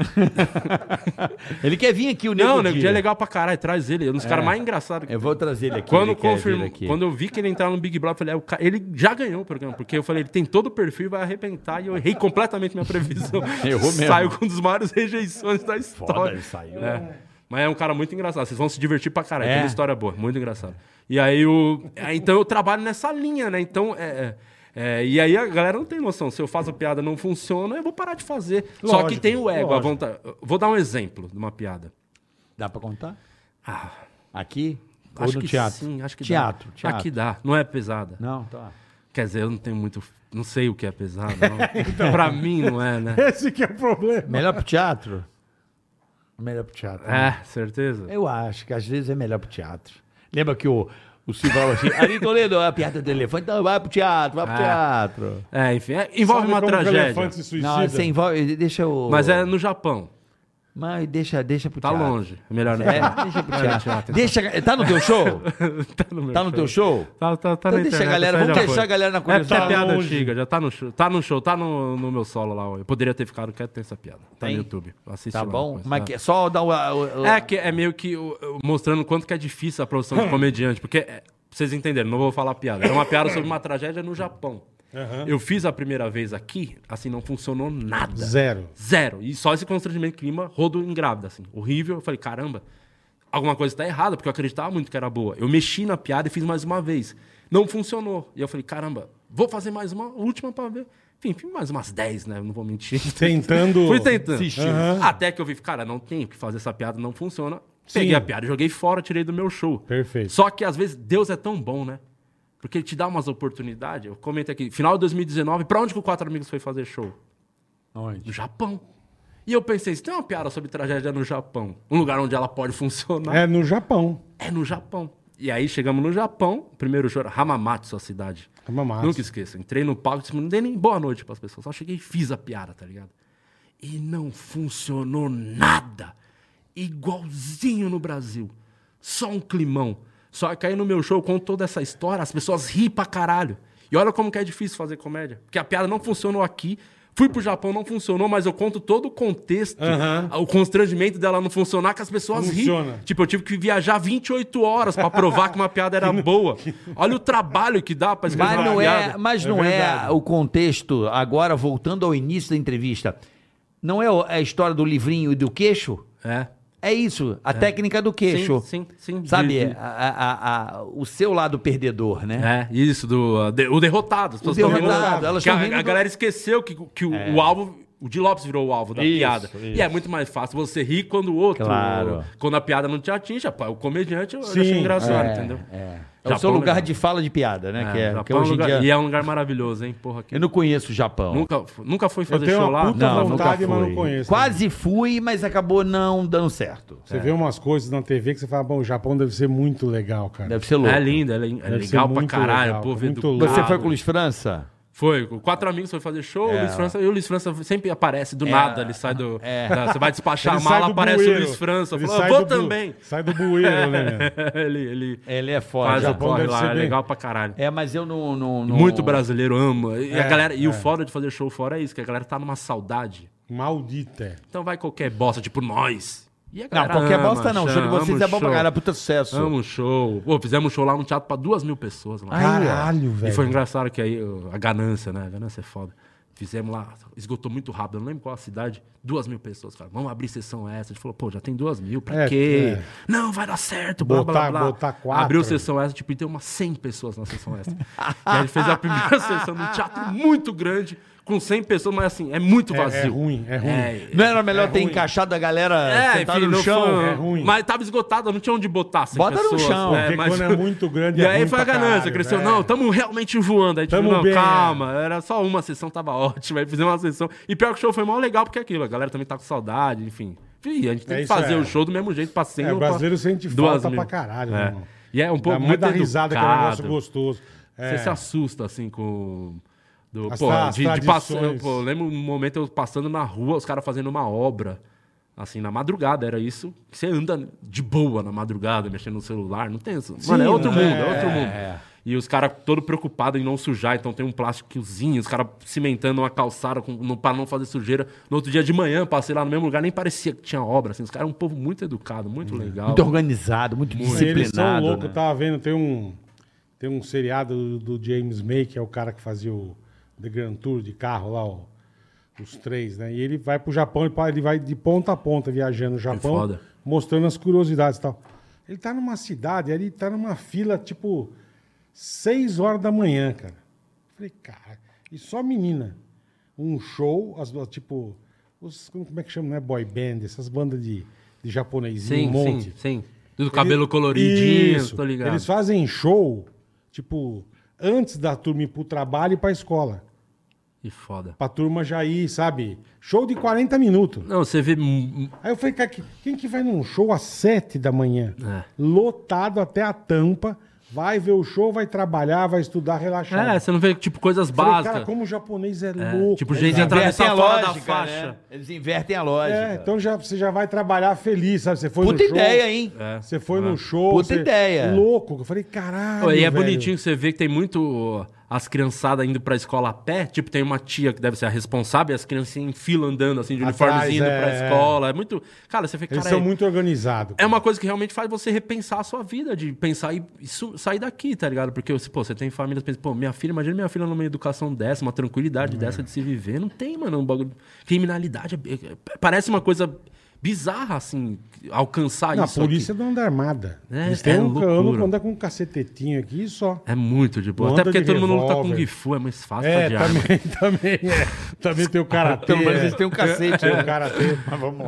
Speaker 3: Ele quer vir aqui, o Nego
Speaker 5: não, o
Speaker 3: Di.
Speaker 5: Nego Di é legal pra caralho, traz ele. É um dos caras mais engraçados. que
Speaker 3: Eu vou trazer ele aqui.
Speaker 5: Quando,
Speaker 3: ele quer vir
Speaker 5: confirmou,
Speaker 3: aqui.
Speaker 5: quando eu vi que ele entrar no Big Brother, eu falei, "Ah, o cara- ele já ganhou o programa, porque eu falei, ele tem todo o perfil, vai arrebentar, e eu errei completamente minha previsão.
Speaker 3: Errou mesmo.
Speaker 5: Saiu com um dos maiores rejeições da história.
Speaker 3: Foda, ele saiu.
Speaker 5: É. Mas é um cara muito engraçado, vocês vão se divertir pra caralho,
Speaker 3: É.
Speaker 5: tem uma história boa, muito engraçado. E aí, o... é, então eu trabalho nessa linha, né, então... é- é- é, e aí a galera não tem noção, se eu faço a piada e não funciona, eu vou parar de fazer. Só que
Speaker 4: Lógico,
Speaker 5: tem o ego, a
Speaker 4: lógico.
Speaker 5: vontade. Vou dar um exemplo de uma piada.
Speaker 3: Dá pra contar?
Speaker 5: Ah,
Speaker 3: Aqui? Ou
Speaker 5: acho
Speaker 3: no
Speaker 5: que
Speaker 3: teatro?
Speaker 5: sim, acho que
Speaker 3: Teatro,
Speaker 5: dá.
Speaker 3: teatro.
Speaker 5: Aqui dá, não é pesada.
Speaker 3: Não, tá.
Speaker 5: Quer dizer, eu não tenho muito. Não sei o que é pesado. Não.
Speaker 3: Então.
Speaker 5: Pra mim não é, né?
Speaker 4: Esse que é o problema.
Speaker 3: Melhor pro teatro? Melhor pro teatro. né?
Speaker 5: É, certeza.
Speaker 3: Eu acho que às vezes é melhor pro teatro. Lembra que o, o Silvio falava assim, Ari Toledo, a piada do elefante, não, vai pro teatro, vai pro
Speaker 5: É.
Speaker 3: teatro.
Speaker 5: É, enfim, é- envolve
Speaker 4: Sabe
Speaker 5: uma
Speaker 4: como que o
Speaker 5: tragédia.
Speaker 4: elefante se suicida?
Speaker 3: Não, você envolve, deixa o...
Speaker 5: Mas é no Japão.
Speaker 3: Mas deixa, deixa pro
Speaker 5: Tá
Speaker 3: teatro.
Speaker 5: longe. É melhor não.
Speaker 3: É, deixa pro teatro. Deixa, tá no teu show?
Speaker 5: tá no, meu
Speaker 3: Tá no teu show?
Speaker 5: Tá, tá, tá
Speaker 3: Então
Speaker 5: na
Speaker 3: deixa a
Speaker 5: internet,
Speaker 3: galera-
Speaker 5: essa aí
Speaker 3: vamos
Speaker 5: já
Speaker 3: deixar
Speaker 5: foi.
Speaker 3: a galera na
Speaker 5: É porque
Speaker 3: curiosidade.
Speaker 5: a piada
Speaker 4: Tá longe.
Speaker 5: antiga, já tá no show, tá no, show, tá no, no meu solo lá. ó. Eu poderia ter ficado quieto, tem essa piada. Tá
Speaker 3: Tem?
Speaker 5: no YouTube. Assiste
Speaker 3: Tá
Speaker 5: lá
Speaker 3: bom?
Speaker 5: depois,
Speaker 3: Mas
Speaker 5: tá?
Speaker 3: que, só dá o... o- o-
Speaker 5: É que é meio que o- o- mostrando quanto que é difícil a profissão de comediante, porque é, pra vocês entenderem, não vou falar piada. É uma piada sobre uma tragédia no Japão. Eu fiz a primeira vez aqui, assim, não funcionou nada.
Speaker 4: Zero.
Speaker 5: Zero. E só esse constrangimento de clima, rodo engrávida, assim. Horrível. Eu falei, caramba, alguma coisa tá errada, porque eu acreditava muito que era boa. Eu mexi na piada e fiz mais uma vez. Não funcionou. E eu falei, caramba, vou fazer mais uma, última pra ver. Enfim, fiz mais umas 10, né? Não vou mentir.
Speaker 4: Tentando. Ah,
Speaker 5: Fui tentando.
Speaker 4: Aham.
Speaker 5: Até que eu vi, cara, não tem o que fazer, essa piada não funciona. Peguei
Speaker 4: Sim.
Speaker 5: a piada, joguei fora, tirei do meu show.
Speaker 4: Perfeito.
Speaker 5: Só que às vezes Deus é tão bom, né? Porque ele te dá umas oportunidades. Eu comento aqui, final de 2019, pra onde que o Quatro Amigos foi fazer show? No Japão. E eu pensei, se tem uma piada sobre tragédia no Japão, um lugar onde ela pode funcionar,
Speaker 4: É no Japão.
Speaker 5: é, no Japão. E aí chegamos no Japão, primeiro show, era Hamamatsu, a cidade.
Speaker 4: Hamamatsu.
Speaker 5: Nunca esqueça. Entrei no palco, disse, não dei nem boa noite pras pessoas. Só cheguei e fiz a piada, tá ligado? E não funcionou nada. Igualzinho no Brasil. Só um climão. Só que aí no meu show eu conto toda essa história, as pessoas riem pra caralho. E olha como que é difícil fazer comédia. Porque a piada não funcionou aqui. Fui pro Japão, não funcionou, mas eu conto todo o contexto,
Speaker 4: Aham.
Speaker 5: o constrangimento dela não funcionar, que as pessoas
Speaker 4: Funciona.
Speaker 5: riem. Tipo, eu tive que viajar 28 horas pra provar que uma piada era boa. Olha o trabalho que dá pra escrever
Speaker 3: Mas
Speaker 5: uma
Speaker 3: não é,
Speaker 5: piada.
Speaker 3: mas
Speaker 4: É
Speaker 3: não é,
Speaker 4: verdade.
Speaker 3: o contexto, agora voltando ao início da entrevista, não é o- a história do livrinho e do queixo?
Speaker 5: É.
Speaker 3: É isso, a técnica do queixo.
Speaker 5: Sim, sim, sim.
Speaker 3: Sabe,
Speaker 7: é.
Speaker 5: De- de-
Speaker 3: a- a- a- o seu lado perdedor, né?
Speaker 5: É, isso, do, uh, de- o derrotado. As pessoas
Speaker 3: derrotado,
Speaker 5: tão rindo.
Speaker 3: elas
Speaker 5: Que a,
Speaker 3: tão rindo
Speaker 5: a
Speaker 3: do-
Speaker 5: galera esqueceu que, que o, o alvo O Di Lopes virou o alvo da
Speaker 7: É. Isso,
Speaker 5: piada. E é
Speaker 7: isso.
Speaker 5: muito mais fácil você rir quando o outro.
Speaker 7: Claro.
Speaker 5: Quando a piada não te atinge, pá, o comediante eu
Speaker 4: Sim,
Speaker 5: achei engraçado,
Speaker 7: é,
Speaker 5: entendeu?
Speaker 7: É, É
Speaker 5: Japão,
Speaker 7: o seu lugar
Speaker 5: né?
Speaker 7: de fala de piada, né? que é,
Speaker 5: Japão
Speaker 7: que
Speaker 5: é um
Speaker 7: hoje em
Speaker 5: lugar-
Speaker 7: dia.
Speaker 5: E é um lugar maravilhoso, hein? Porra, que...
Speaker 7: Eu não conheço o Japão.
Speaker 5: Nunca, nunca fui
Speaker 4: Eu
Speaker 5: fazer
Speaker 4: tenho
Speaker 5: show
Speaker 4: uma
Speaker 5: lá.
Speaker 4: puta
Speaker 7: Não, nunca
Speaker 4: vontade, mas não
Speaker 7: fui.
Speaker 4: conheço.
Speaker 7: Quase fui, mas acabou não dando certo.
Speaker 4: Você vê umas coisas na TV que você fala, bom, o Japão deve ser muito legal, cara.
Speaker 7: Deve ser louco.
Speaker 5: É lindo, é, li- é
Speaker 4: Deve ser
Speaker 5: legal pra
Speaker 4: muito
Speaker 5: caralho.
Speaker 4: legal,
Speaker 5: o povo
Speaker 4: cara, muito
Speaker 5: educado.
Speaker 4: louco.
Speaker 7: Você foi com o Luiz França?
Speaker 5: Foi, com quatro amigos foi fazer show,
Speaker 7: É,
Speaker 5: o Luiz França, e o Luiz França sempre aparece do nada, ele sai do.
Speaker 7: é.
Speaker 5: da- você vai despachar
Speaker 4: Ele
Speaker 5: a
Speaker 4: sai
Speaker 5: mala,
Speaker 4: do
Speaker 5: aparece o
Speaker 4: bueiro.
Speaker 5: Luiz França.
Speaker 4: Ele
Speaker 5: Falou, eu
Speaker 4: sai do
Speaker 5: vou
Speaker 4: bu-
Speaker 5: também.
Speaker 4: Sai do bueiro, né? meu?
Speaker 5: ele, ele
Speaker 7: Ele Tá é foda.
Speaker 5: faz o
Speaker 4: Japão
Speaker 5: corre
Speaker 4: deve ser
Speaker 5: lá, é
Speaker 4: bem-
Speaker 5: legal pra caralho.
Speaker 7: É, mas eu não. não- não-
Speaker 5: Muito brasileiro ama. E, a
Speaker 4: É,
Speaker 5: galera, e
Speaker 4: é.
Speaker 5: o foda de fazer show fora é isso, que a galera tá numa saudade.
Speaker 4: Maldita.
Speaker 5: Então vai qualquer bosta, tipo nós. E a
Speaker 7: Não,
Speaker 5: galera
Speaker 7: qualquer
Speaker 5: ama,
Speaker 7: bosta não. O show de
Speaker 5: chama,
Speaker 7: vocês
Speaker 5: ama
Speaker 7: é
Speaker 5: o
Speaker 7: bom pra
Speaker 5: show.
Speaker 7: caralho. Puta sucesso.
Speaker 5: Amo um show. Pô, fizemos um show lá num teatro pra duas mil pessoas. Lá.
Speaker 4: Caralho,
Speaker 5: E
Speaker 4: velho.
Speaker 5: foi engraçado que aí eu- a ganância, né? A ganância é foda. Fizemos lá, esgotou muito rápido, eu não lembro qual a cidade, duas mil pessoas, cara. Vamos abrir sessão essa. A gente falou, pô, já tem duas mil, pra
Speaker 4: É,
Speaker 5: quê?
Speaker 4: é.
Speaker 5: Não, vai dar certo, blá,
Speaker 4: Botar-
Speaker 5: blá, blá.
Speaker 4: botar quatro.
Speaker 5: Abriu sessão essa, tipo, e tem umas 100 pessoas na sessão essa. e aí a gente fez a primeira sessão num teatro muito grande, com 100 pessoas, mas assim, é muito
Speaker 4: É,
Speaker 5: vazio.
Speaker 4: é ruim, é ruim.
Speaker 7: Não era melhor ter encaixado a galera
Speaker 5: É,
Speaker 7: sentada
Speaker 5: enfim,
Speaker 7: no
Speaker 5: não
Speaker 7: chão?
Speaker 5: foi-
Speaker 4: é ruim.
Speaker 5: Mas tava esgotado, não tinha onde botar. cem
Speaker 7: Bota no
Speaker 5: pessoas,
Speaker 7: chão,
Speaker 5: né,
Speaker 4: Porque
Speaker 5: mas-
Speaker 4: quando é muito grande,
Speaker 5: E
Speaker 4: é
Speaker 5: aí
Speaker 4: ruim
Speaker 5: foi a
Speaker 4: pra
Speaker 5: ganância,
Speaker 4: caralho,
Speaker 5: cresceu.
Speaker 4: né?
Speaker 5: Não, tamo realmente voando. Aí a gente
Speaker 4: Tamo
Speaker 5: viu, não,
Speaker 4: bem, é.
Speaker 5: calma, era só uma sessão, tava ótimo. Aí fizemos uma sessão. E pior que o show foi mó legal, porque é aquilo, a galera também tá com saudade, enfim. E a gente tem
Speaker 4: É
Speaker 5: que
Speaker 4: isso,
Speaker 5: fazer
Speaker 4: é.
Speaker 5: o show do mesmo jeito, pra 100
Speaker 4: É, o
Speaker 5: ou pra
Speaker 4: brasileiro sente
Speaker 5: duas
Speaker 4: falta
Speaker 5: mil.
Speaker 4: pra caralho, meu
Speaker 5: É.
Speaker 4: irmão.
Speaker 5: E é um pouco
Speaker 4: Dá muito da
Speaker 5: educado.
Speaker 4: risada, que é um negócio gostoso. É.
Speaker 5: Você se assusta, assim, com... Do,
Speaker 4: As
Speaker 5: pô,
Speaker 4: tra- as
Speaker 5: de, de passar,
Speaker 4: tradições.
Speaker 5: eu, pô, eu lembro um momento eu passando na rua, os caras fazendo uma obra. Assim, na madrugada, era isso. Você anda de boa na madrugada, mexendo no celular, não tem isso. Mano, é outro
Speaker 4: né?
Speaker 5: mundo, é outro
Speaker 4: É,
Speaker 5: mundo. E os caras todo preocupados em não sujar, então tem um plásticozinho, os caras cimentando uma calçada com, no, pra não fazer sujeira. No outro dia de manhã, passei lá no mesmo lugar, nem parecia que tinha obra. Assim, os caras é um povo muito educado,
Speaker 4: Hum.
Speaker 5: muito legal.
Speaker 7: Muito
Speaker 4: Então,
Speaker 7: organizado, muito
Speaker 4: E eles são
Speaker 7: disciplinado.
Speaker 4: loucos, tá?
Speaker 7: né?
Speaker 4: eu tava vendo, tem um, tem um seriado do, do James May, que é o cara que fazia o The Grand Tour de carro lá, o- os três, né? E ele vai pro Japão, ele pa- ele vai de ponta a ponta viajando no Japão,
Speaker 5: foda.
Speaker 4: mostrando as curiosidades e tal. Ele tá numa cidade, ele tá numa fila, tipo, seis horas da manhã, cara. Falei, cara, e só menina. Um show, as, duas, tipo, os, como como é que chama, né? Boy band, essas bandas de, de japonesinho, um
Speaker 5: Sim,
Speaker 4: monte.
Speaker 5: sim, sim. Do cabelo coloridinho, tô ligado.
Speaker 4: Eles fazem show, tipo, antes da turma ir pro trabalho e pra escola.
Speaker 5: E foda.
Speaker 4: Pra turma já ir, sabe? Show de 40 minutos.
Speaker 5: Não, você vê. hum, hum,
Speaker 4: Aí eu falei, cara, que- quem que vai num show às 7 da manhã?
Speaker 5: É.
Speaker 4: Lotado até a tampa, vai ver o show, vai trabalhar, vai estudar, relaxar.
Speaker 5: É, você não vê, tipo, coisas
Speaker 4: Falei,
Speaker 5: básicas.
Speaker 4: cara, como o japonês é,
Speaker 5: É,
Speaker 4: louco.
Speaker 5: tipo, gente
Speaker 4: cara.
Speaker 5: atravessar
Speaker 7: Invertem a
Speaker 5: fora da
Speaker 7: lógica,
Speaker 5: faixa.
Speaker 7: né? Eles invertem a lógica.
Speaker 4: É, então já, você já vai trabalhar feliz, sabe? Você foi
Speaker 7: Puta
Speaker 4: no show.
Speaker 7: ideia, hein?
Speaker 5: É.
Speaker 4: Você foi no show.
Speaker 7: Puta
Speaker 4: você-
Speaker 7: ideia.
Speaker 4: Louco. Eu falei, caralho.
Speaker 5: Pô, e é
Speaker 4: velho.
Speaker 5: bonitinho você ver que tem muito as criançadas indo pra escola a pé. Tipo, tem uma tia que deve ser a responsável e as crianças em fila andando, assim, de
Speaker 4: Atrás,
Speaker 5: uniformezinho indo
Speaker 4: é.
Speaker 5: pra escola. É muito. Cara, você fica.
Speaker 4: Eles
Speaker 5: Cara,
Speaker 4: são
Speaker 5: é-
Speaker 4: muito organizados.
Speaker 5: É uma coisa que realmente faz você repensar a sua vida, de pensar e e su- sair daqui, tá ligado? Porque pô, você tem família, você pensa, pô, minha filha, imagina minha filha numa educação dessa, uma
Speaker 4: É.
Speaker 5: tranquilidade dessa de se viver. Não tem, mano, um bagulho. Criminalidade é- é- é- parece uma coisa bizarra, assim, alcançar
Speaker 4: Não, a
Speaker 5: isso.
Speaker 4: polícia
Speaker 5: aqui.
Speaker 4: não anda armada.
Speaker 5: É,
Speaker 4: Eles têm
Speaker 5: é
Speaker 4: um cano
Speaker 5: loucura.
Speaker 4: que anda com um cacetetinho aqui e só.
Speaker 5: É muito de boa.
Speaker 4: Não
Speaker 5: Até
Speaker 4: anda
Speaker 5: porque
Speaker 4: de
Speaker 5: todo mundo luta com
Speaker 4: revólver.
Speaker 5: Gifu, é mais fácil
Speaker 4: É,
Speaker 5: de arma. Então,
Speaker 4: também, também, é. Também tem o karatê.
Speaker 7: Pelo menos
Speaker 4: é.
Speaker 7: eles têm um cacete.
Speaker 4: Tem o karatê.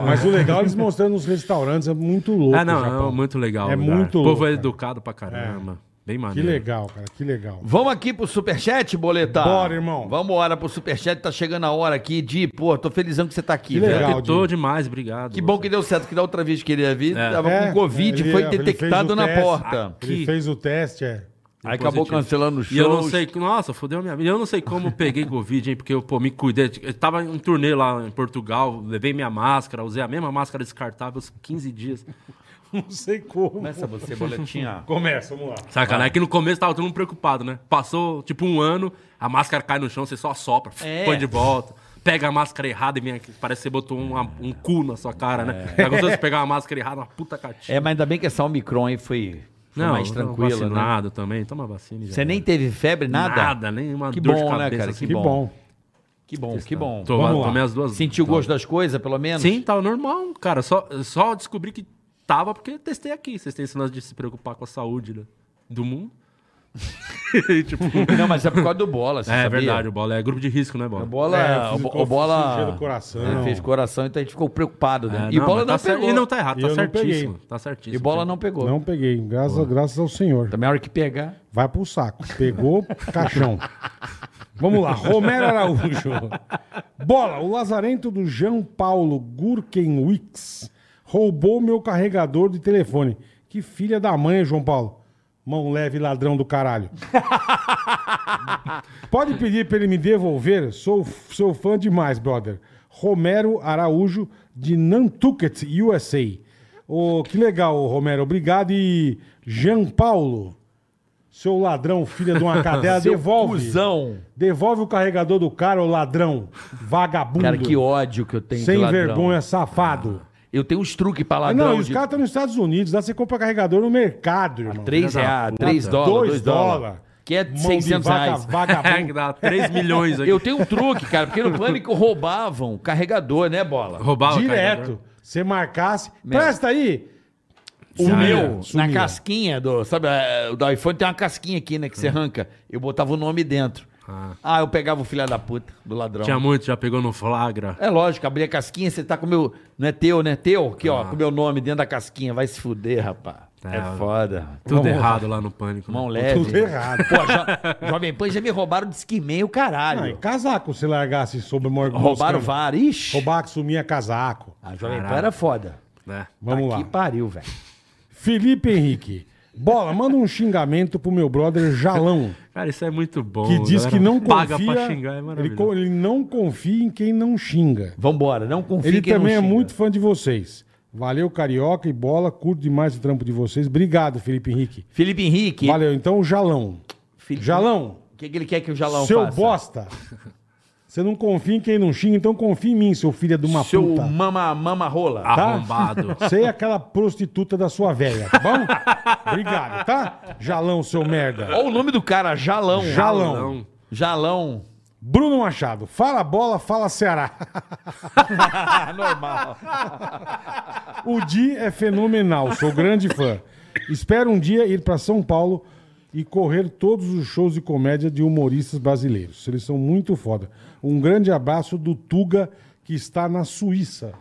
Speaker 4: Mas o legal é eles mostrando nos restaurantes, é muito louco.
Speaker 5: Ah, não,
Speaker 4: o Japão.
Speaker 5: é muito legal.
Speaker 4: É
Speaker 5: o lugar.
Speaker 4: muito
Speaker 5: O
Speaker 4: louco,
Speaker 5: povo é
Speaker 4: cara.
Speaker 5: educado pra caramba. Bem
Speaker 4: Que
Speaker 5: maneiro.
Speaker 4: legal, cara, que legal.
Speaker 7: Vamos aqui pro superchat, Boleta?
Speaker 4: Bora, irmão.
Speaker 7: Vamos embora pro superchat, tá chegando a hora aqui de... Pô, tô felizão que você tá aqui,
Speaker 4: Que
Speaker 7: velho.
Speaker 4: legal,
Speaker 5: Tô
Speaker 4: Dinho.
Speaker 5: demais, obrigado.
Speaker 7: Que bom
Speaker 5: Lucas.
Speaker 7: que deu certo, que da outra vez que ele ia vir,
Speaker 5: É.
Speaker 7: tava
Speaker 4: É,
Speaker 7: com Covid,
Speaker 4: ele-
Speaker 7: foi
Speaker 4: ele fez o
Speaker 7: detectado na
Speaker 4: teste.
Speaker 7: porta.
Speaker 5: Ah,
Speaker 4: Ele
Speaker 5: que-
Speaker 4: fez o teste, é.
Speaker 7: Aí acabou
Speaker 5: positivo.
Speaker 7: cancelando o show.
Speaker 5: E eu não sei, nossa, fodeu a minha vida. Eu não sei como eu peguei Covid, hein? Porque eu, pô, me cuidei. Eu tava em um turnê lá em Portugal, levei minha máscara, usei a mesma máscara descartável uns 15 dias.
Speaker 4: Não sei como.
Speaker 7: Começa você, Boletinha.
Speaker 4: Começa, vamos lá.
Speaker 5: Sacanagem, que no começo tava todo mundo preocupado, né? Passou tipo um ano, a máscara cai no chão, você só sopra,
Speaker 7: É.
Speaker 5: põe de volta. Pega a máscara errada e vem aqui, parece que você botou um, um cu na sua cara, né? É. Aconteceu você pegar uma máscara errada, uma puta catinha.
Speaker 7: É, mas ainda bem que essa Omicron aí foi, foi mais tranquila, né?
Speaker 5: vacinado também, toma vacina. e já
Speaker 7: Você
Speaker 5: era.
Speaker 7: nem teve febre, nada?
Speaker 5: Nada, nem uma
Speaker 7: Que
Speaker 5: dor de
Speaker 7: bom, né,
Speaker 5: cabeça.
Speaker 7: cara?
Speaker 5: assim.
Speaker 4: Que bom.
Speaker 7: Que bom, que bom.
Speaker 5: Tô-
Speaker 4: Vamos lá.
Speaker 5: tomei as duas.
Speaker 7: Sentiu o
Speaker 5: tá.
Speaker 7: gosto das coisas, pelo menos?
Speaker 5: Sim, tava normal, cara. Só, só descobri que tava porque eu testei aqui. Vocês têm esse lance de se preocupar com a saúde né, do mundo. tipo,
Speaker 3: Não, mas é por causa do bola, você
Speaker 5: é
Speaker 3: sabia?
Speaker 5: verdade, o bola é grupo de risco, né,
Speaker 3: O
Speaker 5: bola?
Speaker 3: bola,
Speaker 4: É, eu
Speaker 3: o,
Speaker 4: fiz
Speaker 3: bo-
Speaker 4: o-
Speaker 3: o
Speaker 4: fiz o
Speaker 3: bola
Speaker 4: do coração.
Speaker 3: ele fez coração, então a gente ficou preocupado, né?
Speaker 5: É,
Speaker 3: e o bola
Speaker 5: mas
Speaker 3: não
Speaker 5: tá cer-
Speaker 3: pegou.
Speaker 5: E não tá errado,
Speaker 4: E
Speaker 5: tá
Speaker 4: eu não peguei.
Speaker 5: certíssimo. Tá certíssimo.
Speaker 3: E bola não pegou.
Speaker 4: Não é peguei, graças, graças ao senhor.
Speaker 5: Tá.
Speaker 3: Também a hora que pegar.
Speaker 4: Vai pro saco. Pegou, caixão. Vamos lá, Romero Araújo. Bola, o lazarento do João Paulo Gurkenwicks roubou meu carregador de telefone. Que filha da mãe, João Paulo. Mão leve, ladrão do caralho. Pode pedir pra ele me devolver? Sou, sou fã demais, brother. Romero Araújo, de Nantucket, USA. Ô, que legal, Romero. Obrigado. E Jean Paulo, seu ladrão, filha de uma cadela, É, devolve.
Speaker 3: Cusão.
Speaker 4: Devolve o carregador do cara, ô ladrão. Vagabundo.
Speaker 3: Cara, que ódio que eu tenho de
Speaker 4: Sem
Speaker 3: ladrão.
Speaker 4: vergonha, safado. Ah,
Speaker 3: Eu tenho uns truques pra
Speaker 4: não,
Speaker 3: ladrão.
Speaker 4: e os
Speaker 3: de- Ah,
Speaker 4: caras tá estão nos Estados Unidos. Lá você compra carregador no mercado, irmão.
Speaker 3: Três
Speaker 5: Filha da
Speaker 3: reais,
Speaker 5: puta.
Speaker 3: três dólares, dois dólares. Que é
Speaker 4: Mão de
Speaker 3: 600
Speaker 4: vaca,
Speaker 3: reais.
Speaker 5: É, que
Speaker 4: um Vagabundo.
Speaker 5: dá 3 milhões aqui.
Speaker 3: Eu tenho um truque, cara, porque no pânico roubavam carregador, né, bola?
Speaker 5: Roubava o
Speaker 4: Direto.
Speaker 5: carregador.
Speaker 4: Você marcasse.
Speaker 3: Meu.
Speaker 4: Presta aí.
Speaker 3: O
Speaker 5: Já
Speaker 3: meu,
Speaker 5: era,
Speaker 4: sumia.
Speaker 3: na casquinha do. Sabe, é, o do iPhone tem uma casquinha aqui, né? Que
Speaker 4: Hum.
Speaker 3: você arranca. Eu botava o nome dentro. Ah, eu pegava o filho da puta, do ladrão.
Speaker 5: Tinha muito, já pegou no flagra.
Speaker 3: É lógico, abri a casquinha, você tá com o meu. Não é teu, né? Teu? Aqui,
Speaker 4: Ah.
Speaker 3: ó, com o meu nome dentro da casquinha. Vai se fuder, rapaz. É,
Speaker 5: É,
Speaker 3: foda.
Speaker 5: Tudo errado lá no pânico. né?
Speaker 3: Mão leve.
Speaker 4: Tudo errado.
Speaker 3: Pô, jo... Jovem Pan já me roubaram de esquimei o
Speaker 4: Não, Ah, e
Speaker 3: caralho.
Speaker 4: casaco se largasse sobre o Morgan.
Speaker 3: roubaram vários. Ah, tá Ixi.
Speaker 4: Roubar, sumia casaco.
Speaker 3: A Jovem Pan
Speaker 5: Caralho.
Speaker 3: era foda.
Speaker 5: É.
Speaker 4: Vamos
Speaker 3: Tá
Speaker 4: lá.
Speaker 3: Que pariu, velho.
Speaker 4: Felipe Henrique. Bola, manda um xingamento pro meu brother Jalão,
Speaker 5: Cara, isso é muito bom.
Speaker 4: que diz
Speaker 5: galera.
Speaker 4: que não
Speaker 5: Paga
Speaker 4: confia.
Speaker 5: pra xingar, é
Speaker 4: ele,
Speaker 5: maravilhoso.
Speaker 4: co- ele não confia em quem não xinga.
Speaker 3: Vambora, não confia
Speaker 4: Ele
Speaker 3: em quem não
Speaker 4: também é
Speaker 3: xinga.
Speaker 4: muito fã de vocês. Valeu, Carioca e Bola. Curto demais o trampo de vocês. Obrigado, Felipe Henrique.
Speaker 3: Felipe Henrique.
Speaker 4: Valeu. Então, Jalão.
Speaker 3: Felipe-
Speaker 4: Jalão,
Speaker 3: O que, que ele quer que o Jalão
Speaker 4: seu
Speaker 3: faça?
Speaker 4: bosta. Você não confia em quem não xinga, então confia em mim, seu filho de uma
Speaker 3: Seu
Speaker 4: puta.
Speaker 3: mama, mama rola.
Speaker 4: tá?
Speaker 5: Arrombado.
Speaker 4: Você é aquela prostituta da sua velha, tá bom? Obrigado, tá? Jalão, seu merda.
Speaker 3: Olha o nome do cara, Jalão.
Speaker 4: Jalão.
Speaker 5: Então,
Speaker 3: Jalão.
Speaker 4: Bruno Machado, fala bola, fala Ceará.
Speaker 3: Ah, é Normal.
Speaker 4: O Di é fenomenal, sou grande fã. Espero um dia ir pra São Paulo e correr todos os shows de comédia de humoristas brasileiros. Eles são muito foda. Um grande abraço do Tuga, que está na Suíça.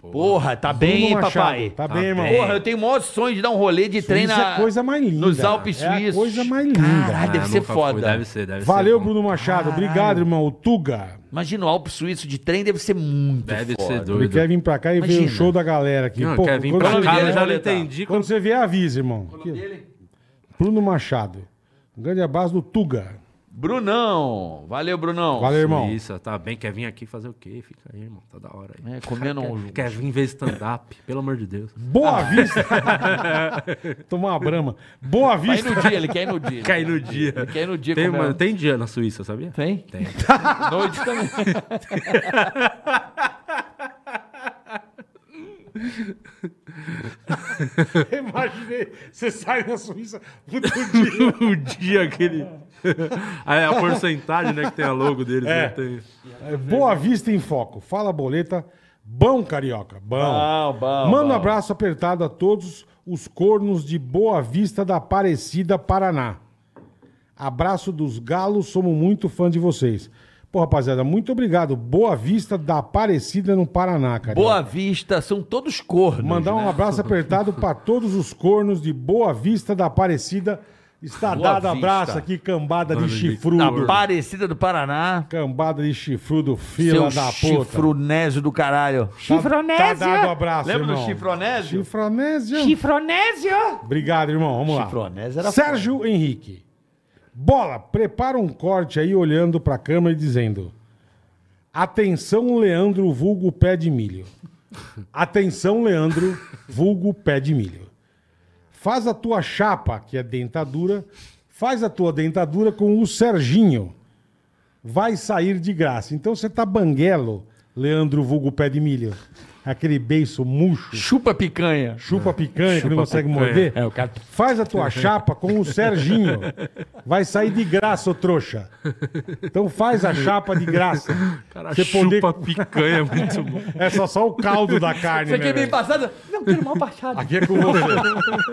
Speaker 3: Porra, tá bem, hein,
Speaker 4: Bruno Machado,
Speaker 3: papai?
Speaker 4: Tá, bem, irmão.
Speaker 3: Porra, eu tenho o maior sonho de dar um rolê de trem
Speaker 4: Suíça
Speaker 3: na...
Speaker 4: é coisa mais linda.
Speaker 3: Nos Alpes
Speaker 4: É a
Speaker 3: Suíços.
Speaker 4: coisa mais linda.
Speaker 3: Caralho,
Speaker 5: Ah,
Speaker 3: deve ser
Speaker 5: nunca fui.
Speaker 3: foda.
Speaker 5: Deve ser, deve
Speaker 4: Valeu,
Speaker 5: ser. bom.
Speaker 4: Bruno Machado. Obrigado, irmão. O Tuga.
Speaker 3: Imagina o Alpes Suíço de trem, deve ser muito
Speaker 5: Deve
Speaker 3: foda.
Speaker 5: ser
Speaker 4: Ele
Speaker 5: doido.
Speaker 4: quer vir pra cá e ver o
Speaker 3: Imagina.
Speaker 4: show da galera aqui.
Speaker 5: Não,
Speaker 4: Pô,
Speaker 5: quer vir
Speaker 4: quando
Speaker 5: pra
Speaker 4: você
Speaker 5: cá,
Speaker 4: vier-
Speaker 5: eu já não
Speaker 3: Boletar.
Speaker 5: entendi.
Speaker 4: Quando você vier, avisa, irmão. Bruno Machado. Um grande abraço do Tuga.
Speaker 3: Brunão. Valeu, Brunão.
Speaker 4: Valeu, irmão.
Speaker 5: Isso, tá bem. Quer vir aqui fazer o quê? Fica aí, irmão. Tá da hora aí.
Speaker 3: É, comendo um...
Speaker 5: Quer vir ver stand-up? Pelo amor de Deus.
Speaker 4: Boa Vista. Tomar uma brama. Boa
Speaker 3: Vai no
Speaker 4: Vista.
Speaker 3: dia, ele quer ir no dia.
Speaker 5: Cai no dia.
Speaker 3: Ele quer ir no dia
Speaker 5: Tem,
Speaker 3: comer.
Speaker 5: mano, tem dia na Suíça, sabia?
Speaker 3: Tem?
Speaker 5: Tem.
Speaker 3: Noite também.
Speaker 4: Imaginei. Você sai na Suíça. Puta,
Speaker 5: o dia que ele. Ah, é a porcentagem, né? Que tem a logo deles.
Speaker 4: É.
Speaker 5: né, tem-
Speaker 4: É, Boa Vista em Foco. Fala, boleta. Bom, carioca. Bom.
Speaker 3: Bom, bom,
Speaker 4: Manda um
Speaker 3: bom.
Speaker 4: abraço apertado a todos os cornos de Boa Vista da Aparecida, Paraná. Abraço dos galos, somos muito fã de vocês. Pô, rapaziada, muito obrigado. Boa Vista da Aparecida no Paraná, cara.
Speaker 3: Boa Vista, são todos cornos.
Speaker 4: Mandar um abraço apertado para todos os cornos de Boa Vista da Aparecida. Está
Speaker 3: Boa
Speaker 4: dado abraço
Speaker 3: Vista. tá
Speaker 4: aqui, cambada de
Speaker 5: Mano,
Speaker 4: chifrudo.
Speaker 3: Aparecida do Paraná.
Speaker 4: Cambada de chifrudo, fila
Speaker 3: seu
Speaker 4: da puta.
Speaker 3: chifronésio do caralho.
Speaker 4: Tá, tá dado um abraço,
Speaker 3: Lembra
Speaker 4: irmão.
Speaker 3: do chifronésio?
Speaker 4: Chifronésio.
Speaker 2: Chifronésio!
Speaker 4: Obrigado, irmão. Vamos lá.
Speaker 3: Chifronésio era
Speaker 4: Sérgio Henrique. Bola, prepara um corte aí olhando pra câmera e dizendo: Atenção, Leandro, vulgo pé de milho. Atenção, Leandro, vulgo pé de milho. Faz a tua chapa, que é dentadura, faz a tua dentadura com o Serginho. Vai sair de graça. Então você tá banguelo, Leandro, vulgo pé de milho. Aquele beiço murcho.
Speaker 3: Chupa picanha.
Speaker 4: Chupa a picanha que não consegue morder.
Speaker 3: É, o cara-
Speaker 4: Faz a tua chapa com o Serginho. Vai sair de graça, ô trouxa. Então faz a chapa de graça.
Speaker 5: Cara,
Speaker 4: Você poder-
Speaker 5: chupa picanha é muito bom.
Speaker 4: É só, só o caldo da carne,
Speaker 3: Isso aqui
Speaker 4: né?
Speaker 3: é bem
Speaker 4: velho?
Speaker 3: passado. Não, quero mal baixado.
Speaker 4: Aqui é com você.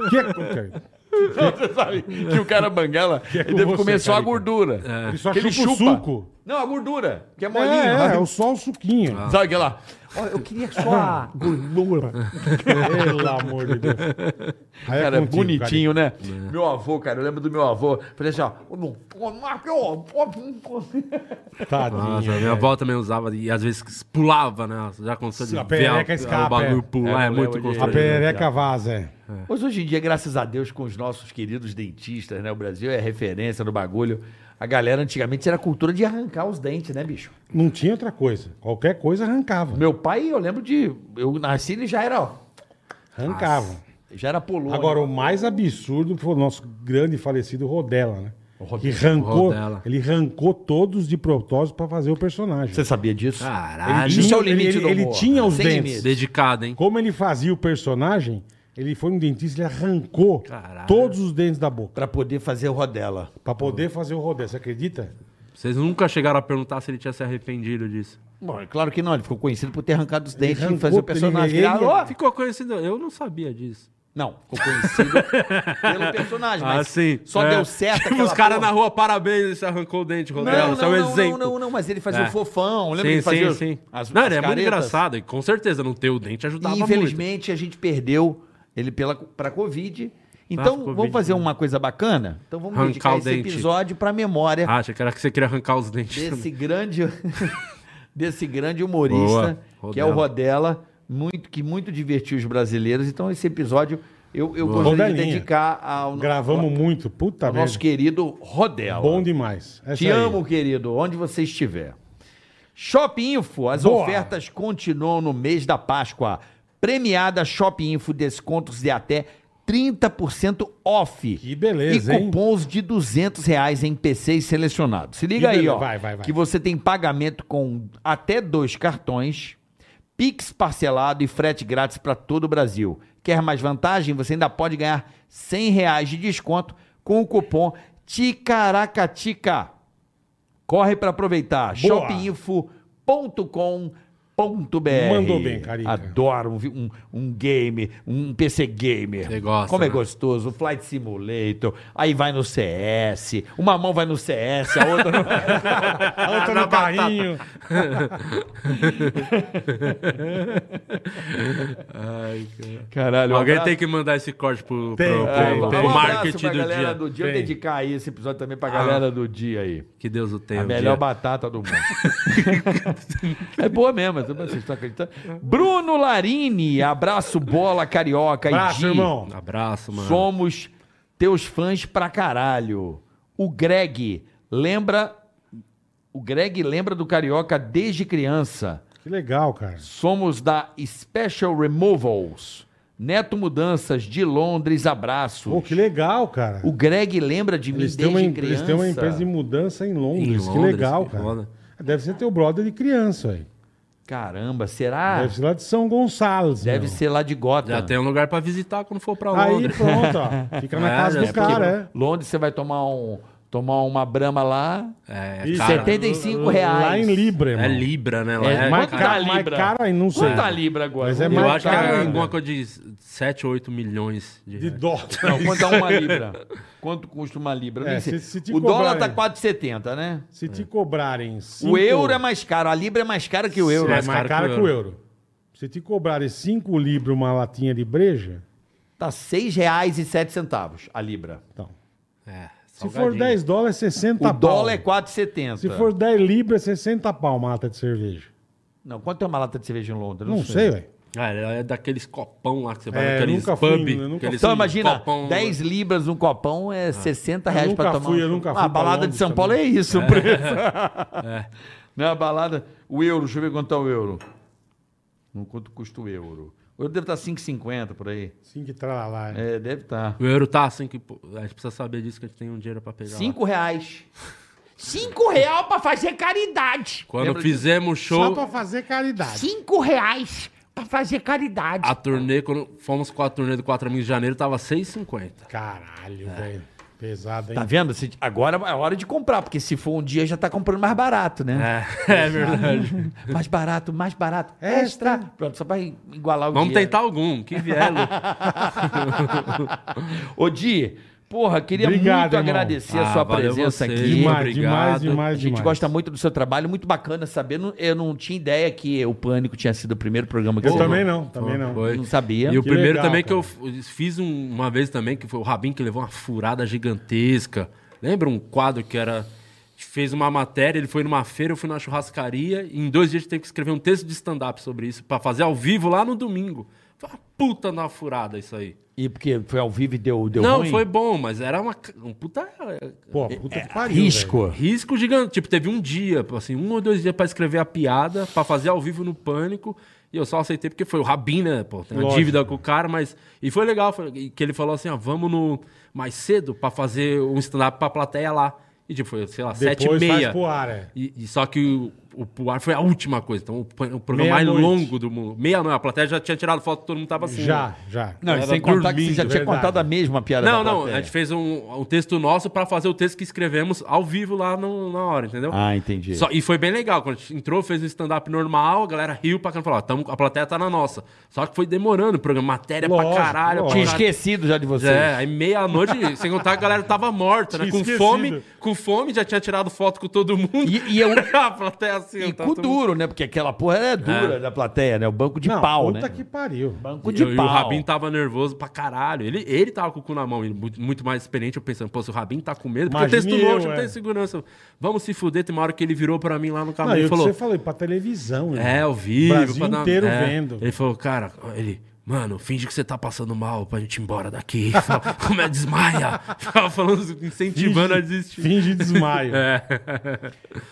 Speaker 4: Aqui é com... cara.
Speaker 3: Não, você sabe que o cara banguela,
Speaker 4: é com
Speaker 3: ele deve
Speaker 4: você,
Speaker 3: comer só a
Speaker 4: Carica.
Speaker 3: gordura.
Speaker 4: Ele só
Speaker 3: Que
Speaker 4: chupa,
Speaker 3: ele
Speaker 4: o
Speaker 3: chupa.
Speaker 4: suco.
Speaker 3: Não, a gordura, que é Ah.
Speaker 4: É,
Speaker 3: molinha.
Speaker 4: é,
Speaker 3: sabe?
Speaker 4: é só o suquinho.
Speaker 3: Sabe é aquela? Ó, eu queria só a gordura.
Speaker 4: Pelo amor de Deus. Aí é
Speaker 3: Cara, é
Speaker 4: contigo, É.
Speaker 3: bonitinho, né? Meu avô, cara, eu lembro do meu avô. Falei assim, ó, "Ô, não, ô, Marco, ô, ô, ô."
Speaker 4: Carica. Tadinho. É.
Speaker 5: Nossa, minha
Speaker 4: velho.
Speaker 5: avó também usava e às vezes pulava, né? Já aconteceu de
Speaker 4: A pereca
Speaker 5: ver
Speaker 4: escapa,
Speaker 5: o bagulho
Speaker 4: é.
Speaker 5: pular, é,
Speaker 1: É,
Speaker 5: muito
Speaker 1: hoje-
Speaker 4: A
Speaker 5: constrangedor.
Speaker 4: pereca vaza, é.
Speaker 3: Mas hoje em dia, graças a Deus, com os nossos queridos dentistas, né? O Brasil é referência no bagulho. A galera antigamente era cultura de arrancar os dentes, né, bicho?
Speaker 4: Não tinha outra coisa. Qualquer coisa arrancava.
Speaker 3: Meu pai, eu lembro de. Eu nasci e já era, ó.
Speaker 4: Arrancava.
Speaker 3: Já era né? polônia.
Speaker 4: Agora, o mais absurdo foi o nosso grande e falecido Rodela, né? Que
Speaker 3: Rodela.
Speaker 4: arrancou,
Speaker 5: Rodela.
Speaker 4: ele arrancou todos de propósito pra fazer o personagem.
Speaker 3: Você sabia disso?
Speaker 5: Caralho,
Speaker 3: Isso é o
Speaker 4: ele-
Speaker 3: limite
Speaker 4: ele-
Speaker 3: do
Speaker 4: ele
Speaker 3: humor.
Speaker 4: tinha os
Speaker 3: Sem
Speaker 4: dentes.
Speaker 3: limite.
Speaker 5: dedicado, hein?
Speaker 4: Como ele fazia o personagem, ele foi no dentista, ele arrancou
Speaker 5: Caralho.
Speaker 4: todos os dentes da boca
Speaker 3: Pra poder fazer rodela.
Speaker 4: pra poder fazer o rodel. Você acredita?
Speaker 5: Vocês nunca chegaram a perguntar se ele tinha se arrependido disso.
Speaker 3: Bom, é claro que não, ele ficou conhecido por ter arrancado os dentes
Speaker 4: arrancou,
Speaker 3: e fazer o
Speaker 4: ele-
Speaker 3: personagem.
Speaker 4: ele-
Speaker 3: Virado, ó.
Speaker 5: Ficou conhecido, eu não sabia disso.
Speaker 3: Não, ficou conhecido pelo personagem, Ah, mas só
Speaker 5: é.
Speaker 3: deu certo
Speaker 5: Tipo,
Speaker 3: aquela
Speaker 5: os caras
Speaker 3: porra.
Speaker 5: na rua, parabéns, ele se arrancou o dente, Rodela.
Speaker 3: Não,
Speaker 5: Isso é um
Speaker 3: não, não, não,
Speaker 5: exemplo.
Speaker 3: não, não, mas ele fazia
Speaker 5: É.
Speaker 3: o fofão, lembra?
Speaker 5: Sim,
Speaker 3: ele fazia
Speaker 5: sim,
Speaker 3: os-
Speaker 5: sim.
Speaker 3: As,
Speaker 5: não,
Speaker 3: as
Speaker 5: ele é muito
Speaker 3: caretas?
Speaker 5: engraçado. e Com certeza, não ter o dente ajudava
Speaker 3: E, infelizmente, a gente perdeu ele pela, pra Covid. Então,
Speaker 5: pro
Speaker 3: vamos
Speaker 5: Covid,
Speaker 3: fazer
Speaker 5: né?
Speaker 3: uma coisa bacana? Então, vamos
Speaker 5: Arrancar
Speaker 3: dedicar
Speaker 5: o
Speaker 3: esse
Speaker 5: dente.
Speaker 3: episódio pra memória
Speaker 5: muito. Ah, achei que era que você queria arrancar os dentes.
Speaker 3: é. desse
Speaker 5: também.
Speaker 3: grande desse grande humorista
Speaker 5: Boa,
Speaker 3: que é o Rodela, muito que muito divertiu os brasileiros. Então esse episódio eu, eu
Speaker 4: Boa.
Speaker 3: gostaria de
Speaker 4: Rodelinha.
Speaker 3: dedicar ao,
Speaker 4: Gravamos muito, puta
Speaker 3: ao
Speaker 4: merda.
Speaker 3: nosso querido Rodela.
Speaker 4: Bom demais. Essa
Speaker 3: Te
Speaker 4: É aí.
Speaker 3: amo, querido, onde você estiver. Shopping Info, as
Speaker 4: Boa.
Speaker 3: ofertas continuam no mês da Páscoa. Premiada Shopping Info, descontos de até 30% off.
Speaker 4: Que beleza,
Speaker 3: E
Speaker 4: hein?
Speaker 3: cupons de 200 reais em PCs selecionados. Se liga
Speaker 4: Que
Speaker 3: aí,
Speaker 4: beleza.
Speaker 3: ó.
Speaker 4: Vai, vai, vai.
Speaker 3: Que você tem pagamento com até dois cartões, Pix parcelado e frete grátis para todo o Brasil. Quer mais vantagem? Você ainda pode ganhar R$ 100 reais de desconto com o cupom TICARACATICA. Corre para aproveitar.
Speaker 4: Boa.
Speaker 3: Shopinfo.com.br
Speaker 4: Mandou bem, Carica.
Speaker 3: Adoro um, vi- um- um game, um PC gamer.
Speaker 5: Você gosta,
Speaker 3: Como é
Speaker 5: né?
Speaker 3: gostoso. Flight Simulator. Aí vai no CS. Uma mão vai no CS, a outra no...
Speaker 4: A outra tá no carrinho.
Speaker 5: Ai, cara.
Speaker 3: Caralho, um
Speaker 5: Alguém
Speaker 3: abraço.
Speaker 5: tem que mandar esse corte pro, pro,
Speaker 4: Tem,
Speaker 5: pro-
Speaker 4: tem,
Speaker 5: pro
Speaker 4: tem.
Speaker 3: Um abraço
Speaker 5: marketing
Speaker 3: pra
Speaker 5: do
Speaker 3: galera
Speaker 5: dia.
Speaker 3: do dia. Eu
Speaker 4: Tem.
Speaker 3: dedicar aí esse episódio também pra galera do dia aí.
Speaker 5: Que Deus o tenha.
Speaker 3: A
Speaker 5: um
Speaker 3: melhor
Speaker 5: dia.
Speaker 3: batata do mundo. é boa mesmo, mas vocês estão tá acreditando. Bruno Larini, abraço, bola, carioca. e
Speaker 4: Abraço,
Speaker 3: Di.
Speaker 4: irmão.
Speaker 5: Um Abraço, mano.
Speaker 3: Somos teus fãs pra caralho. O Greg lembra. O Greg lembra do carioca desde criança.
Speaker 4: Que legal, cara.
Speaker 3: Somos da Special Removals. Neto Mudanças de Londres, abraços.
Speaker 4: Pô, que legal, cara.
Speaker 3: O Greg lembra de mim
Speaker 4: Eles
Speaker 3: desde
Speaker 4: têm, uma, em-
Speaker 3: criança.
Speaker 4: eles têm uma empresa de mudança em Londres.
Speaker 5: Em
Speaker 4: que
Speaker 5: Londres,
Speaker 4: legal,
Speaker 5: que
Speaker 4: cara.
Speaker 5: foda.
Speaker 4: Deve ser teu brother de criança, aí.
Speaker 3: Caramba, será?
Speaker 4: Deve ser lá de São Gonçalo.
Speaker 3: Deve ser lá de Gotham.
Speaker 5: Já tem um lugar pra visitar quando for pra
Speaker 4: Aí
Speaker 5: Londres.
Speaker 4: pronto, ó. Fica na
Speaker 5: É,
Speaker 4: casa
Speaker 5: já
Speaker 4: do
Speaker 5: sei.
Speaker 4: cara, é.
Speaker 3: Londres você vai tomar um tomar uma brama lá,
Speaker 5: É,
Speaker 4: Isso,
Speaker 5: cara,
Speaker 3: 75
Speaker 4: Lá
Speaker 3: reais.
Speaker 4: em Libra, irmão.
Speaker 5: É Libra, né? Lá
Speaker 3: É,
Speaker 5: é,
Speaker 4: Mais
Speaker 3: Quanto
Speaker 4: caro,
Speaker 3: tá
Speaker 4: mais
Speaker 3: Libra?
Speaker 4: caro aí, não sei.
Speaker 3: Quanto a Libra agora?
Speaker 4: Mas é
Speaker 5: Eu
Speaker 4: mais
Speaker 5: acho que
Speaker 4: caro
Speaker 5: é
Speaker 4: ainda.
Speaker 5: alguma coisa de 7, 8 milhões de,
Speaker 4: De
Speaker 5: reais.
Speaker 4: dólar.
Speaker 3: Não, quanto um a uma libra? Quanto custa uma libra? Eu nem
Speaker 4: É,
Speaker 3: sei.
Speaker 4: se- se te
Speaker 3: o dólar
Speaker 4: cobrarem.
Speaker 3: tá 4,70, né?
Speaker 4: Se te cobrarem cinco...
Speaker 3: O euro é mais caro, a libra é mais cara que o euro.
Speaker 4: É
Speaker 5: mais
Speaker 4: mais,
Speaker 5: caro
Speaker 4: caro
Speaker 5: que o
Speaker 4: que o euro. Se te cobrarem 5 libras uma latinha de breja,
Speaker 3: Tá R$ 6,07 a libra.
Speaker 4: então.
Speaker 5: É,
Speaker 4: Se
Speaker 5: salgadinho.
Speaker 4: for 10 dólares, é
Speaker 3: o
Speaker 4: 60 pau.
Speaker 3: dólar é 4,70.
Speaker 4: Se for 10 libras, é 60 pau uma lata de cerveja.
Speaker 3: Não, quanto é uma lata de cerveja em Londres?
Speaker 4: Não, sei, velho.
Speaker 5: Ah, é daqueles copão lá que você vai
Speaker 4: É,
Speaker 5: naqueles
Speaker 4: nunca fui, eu nunca
Speaker 5: aqueles
Speaker 3: Então imagina,
Speaker 5: copão-
Speaker 3: 10 libras um copão é 60 reais
Speaker 4: Eu
Speaker 3: pra
Speaker 4: nunca
Speaker 3: tomar.
Speaker 4: fui,
Speaker 3: um
Speaker 4: eu nunca
Speaker 3: chopp.
Speaker 4: fui
Speaker 3: Ah, A
Speaker 4: pra
Speaker 3: balada
Speaker 4: Londres
Speaker 3: de São Paulo é isso, o preço. Não, a balada... O euro, deixa eu ver quanto é o euro. Não, Quanto custa o euro? O euro deve tá estar 5,50 por aí.
Speaker 4: 5 tralalá. É.
Speaker 3: É, deve estar.
Speaker 5: O euro tá assim que pô, a gente precisa saber disso que a gente tem um dinheiro pra pegar. lá.
Speaker 3: 5 reais. 5 real pra fazer caridade.
Speaker 5: Quando
Speaker 3: Lembra
Speaker 5: fizemos o
Speaker 4: Só
Speaker 5: show,
Speaker 4: pra fazer caridade.
Speaker 3: 5 reais pra fazer caridade.
Speaker 5: a turnê, quando fomos com a turnê do 4 Amigos de Janeiro, tava 6,50.
Speaker 4: Caralho, velho. Pesado, hein?
Speaker 3: Tá vendo? Se- Agora é hora de comprar, porque se for um dia já tá comprando mais barato, né?
Speaker 5: É, é verdade.
Speaker 3: Mais barato, mais barato.
Speaker 4: É.
Speaker 3: Extra. Pronto, só pra igualar o
Speaker 5: Vamos
Speaker 3: dia.
Speaker 5: tentar algum, que vier, Lu.
Speaker 3: Ô, Di, porra, queria
Speaker 4: Obrigado,
Speaker 3: muito
Speaker 4: irmão.
Speaker 3: agradecer a
Speaker 5: Ah,
Speaker 3: sua
Speaker 5: valeu
Speaker 3: presença
Speaker 5: você.
Speaker 3: aqui.
Speaker 5: Demais,
Speaker 4: demais,
Speaker 5: Obrigado.
Speaker 4: demais,
Speaker 3: A gente
Speaker 4: demais.
Speaker 3: gosta muito do seu trabalho, muito bacana saber. Não- Eu não tinha ideia que o Pânico tinha sido o primeiro programa que
Speaker 4: Eu
Speaker 3: você-
Speaker 4: também não, também não.
Speaker 5: Foi.
Speaker 3: Não sabia.
Speaker 5: E o
Speaker 4: Que
Speaker 5: primeiro
Speaker 4: legal,
Speaker 5: também que
Speaker 4: cara.
Speaker 5: eu f- fiz um- uma vez também, que foi o Rabin que levou uma furada gigantesca. Lembra um quadro que era. a gente Fez uma matéria, ele foi numa feira, eu fui numa churrascaria, e em dois dias a gente teve que escrever um texto de stand-up sobre isso, pra fazer ao vivo lá no domingo. Foi uma puta na furada isso aí.
Speaker 3: E porque foi ao vivo e deu, deu
Speaker 5: Não,
Speaker 3: ruim?
Speaker 5: foi bom, mas era uma, c- um puta é,
Speaker 4: Pô, puta que pariu. velho.
Speaker 3: Risco.
Speaker 5: risco gigante. Tipo, teve um dia, assim, um ou dois dias pra escrever a piada, pra fazer ao vivo no pânico. E eu só aceitei porque foi o Rabin, né? Pô, tem uma
Speaker 4: Lógico.
Speaker 5: dívida com o cara, mas. E foi legal, foi- e que ele falou assim: ó, vamos no mais cedo pra fazer um stand-up pra plateia lá. E tipo, foi, sei lá, sete e
Speaker 4: Depois faz
Speaker 5: meia.
Speaker 4: pro ar, é.
Speaker 5: E, e só que o, o pro ar foi a última coisa. Então, o, pan- o programa mais
Speaker 4: Meia-noite.
Speaker 5: longo do mundo. Meia não, a plateia já tinha tirado foto, todo mundo tava assim.
Speaker 4: Já, já.
Speaker 3: Não, e
Speaker 5: Era
Speaker 3: sem contar que você
Speaker 4: dormindo,
Speaker 3: já tinha
Speaker 4: verdade.
Speaker 3: contado a mesma piada
Speaker 5: Não,
Speaker 3: da
Speaker 5: não,
Speaker 3: plateia.
Speaker 5: a gente fez um, um texto nosso pra fazer o texto que escrevemos ao vivo lá no- na hora, entendeu?
Speaker 3: Ah, entendi.
Speaker 5: Só- e foi bem legal. Quando a gente entrou, fez o stand-up normal, a galera riu pra caramba. Falou, ó, tamo- a plateia tá na nossa. Só que foi demorando o programa, matéria
Speaker 4: Lógico,
Speaker 5: pra caralho.
Speaker 4: lógico.
Speaker 5: pra
Speaker 3: Tinha
Speaker 5: caralho.
Speaker 3: esquecido já de você.
Speaker 5: É, aí meia-noite, sem contar que a galera tava morta, né?
Speaker 4: Tinha
Speaker 5: Com
Speaker 4: esquecido.
Speaker 5: fome, com fome, já tinha tirado foto com todo mundo.
Speaker 3: E- e eu-
Speaker 5: a plateia assim,
Speaker 3: E
Speaker 5: ó, tá
Speaker 3: cu
Speaker 5: todo mundo-
Speaker 3: duro, né? Porque aquela porra é dura da plateia, né? O banco de
Speaker 4: Não,
Speaker 3: pau,
Speaker 4: puta
Speaker 3: né?
Speaker 4: que pariu.
Speaker 3: Banco
Speaker 5: E
Speaker 3: de
Speaker 5: eu- e
Speaker 3: pau.
Speaker 5: o Rabin tá tava nervoso pra caralho. Ele, ele tava com o cu na mão, ele muito, muito mais experiente. Eu pensando, pô, se o Rabin tá com medo, porque o
Speaker 4: Imagine
Speaker 5: texto longe,
Speaker 4: eu,
Speaker 5: não
Speaker 4: é.
Speaker 5: tem segurança. Vamos se fuder. Tem uma hora que ele virou pra mim lá no
Speaker 4: Não,
Speaker 5: caminho
Speaker 4: e
Speaker 5: e
Speaker 4: o que
Speaker 5: falou:
Speaker 4: você falou, ir pra televisão.
Speaker 5: É, ao vivo.
Speaker 4: Brasil
Speaker 5: pra dar-
Speaker 4: inteiro
Speaker 5: é.
Speaker 4: vendo.
Speaker 5: Ele falou, cara, ele... Mano, finge que você tá passando mal pra gente ir embora daqui. Como é desmaia. Ficava falando, incentivando a desistir.
Speaker 4: Finge desmaio.
Speaker 5: É.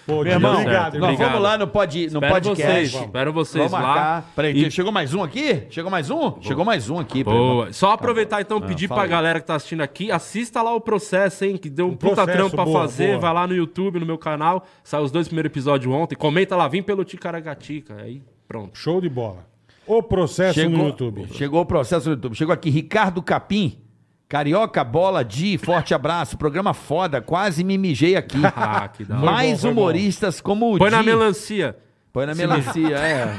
Speaker 4: Pô,
Speaker 3: Meu irmão, é,
Speaker 4: obrigado,
Speaker 5: certo,
Speaker 3: nós
Speaker 4: irmão.
Speaker 5: obrigado.
Speaker 3: vamos lá no, pod, no
Speaker 5: Espero
Speaker 3: podcast.
Speaker 5: vocês, espero vocês
Speaker 3: Vamos
Speaker 5: lá.
Speaker 3: marcar. Peraí,
Speaker 5: E-
Speaker 3: tem- chegou mais um aqui? Chegou mais um? Chegou mais um aqui. peraí.
Speaker 5: Boa. Só aproveitar
Speaker 4: Ah,
Speaker 5: então, pedir
Speaker 3: fala
Speaker 5: pra
Speaker 3: aí.
Speaker 5: galera que tá assistindo aqui, assista lá o processo, hein? Que deu um
Speaker 4: O
Speaker 5: puta
Speaker 4: processo,
Speaker 5: trampo pra
Speaker 4: boa,
Speaker 5: fazer.
Speaker 4: boa.
Speaker 5: Vai lá no YouTube, no meu canal. Saiu os dois primeiros episódios ontem. Comenta lá, vim pelo Ticaracatica. Aí, pronto.
Speaker 4: Show de bola. O processo
Speaker 3: Chegou,
Speaker 4: no YouTube.
Speaker 3: Chegou o processo no YouTube. Chegou aqui Ricardo Capim. Carioca, bola, Di, forte abraço. Programa foda, quase me mijei aqui.
Speaker 5: Ah, que da hora.
Speaker 3: Mais
Speaker 4: foi bom.
Speaker 3: humoristas como o
Speaker 5: Põe na
Speaker 3: Di.
Speaker 5: melancia.
Speaker 3: Põe na melancia, é.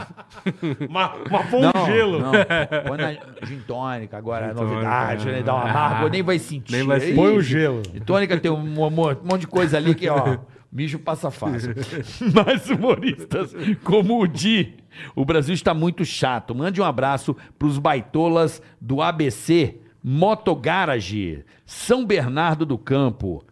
Speaker 4: Uma, uma pão
Speaker 3: Não,
Speaker 4: de gelo.
Speaker 3: não. Põe na Um gin tônica agora, é novidade,
Speaker 5: tônica,
Speaker 3: né?
Speaker 5: é.
Speaker 3: Dá uma amargo, nem vai sentir. um
Speaker 5: Nem vai sentir.
Speaker 4: Põe o gelo.
Speaker 3: Gin tônica tem um, mo- mo- um monte de coisa ali que, ó, mijo passa fácil. Mas humoristas como o Di, o Brasil está muito chato. Mande um abraço pros baitolas do ABC, Moto Garage, São Bernardo do Campo.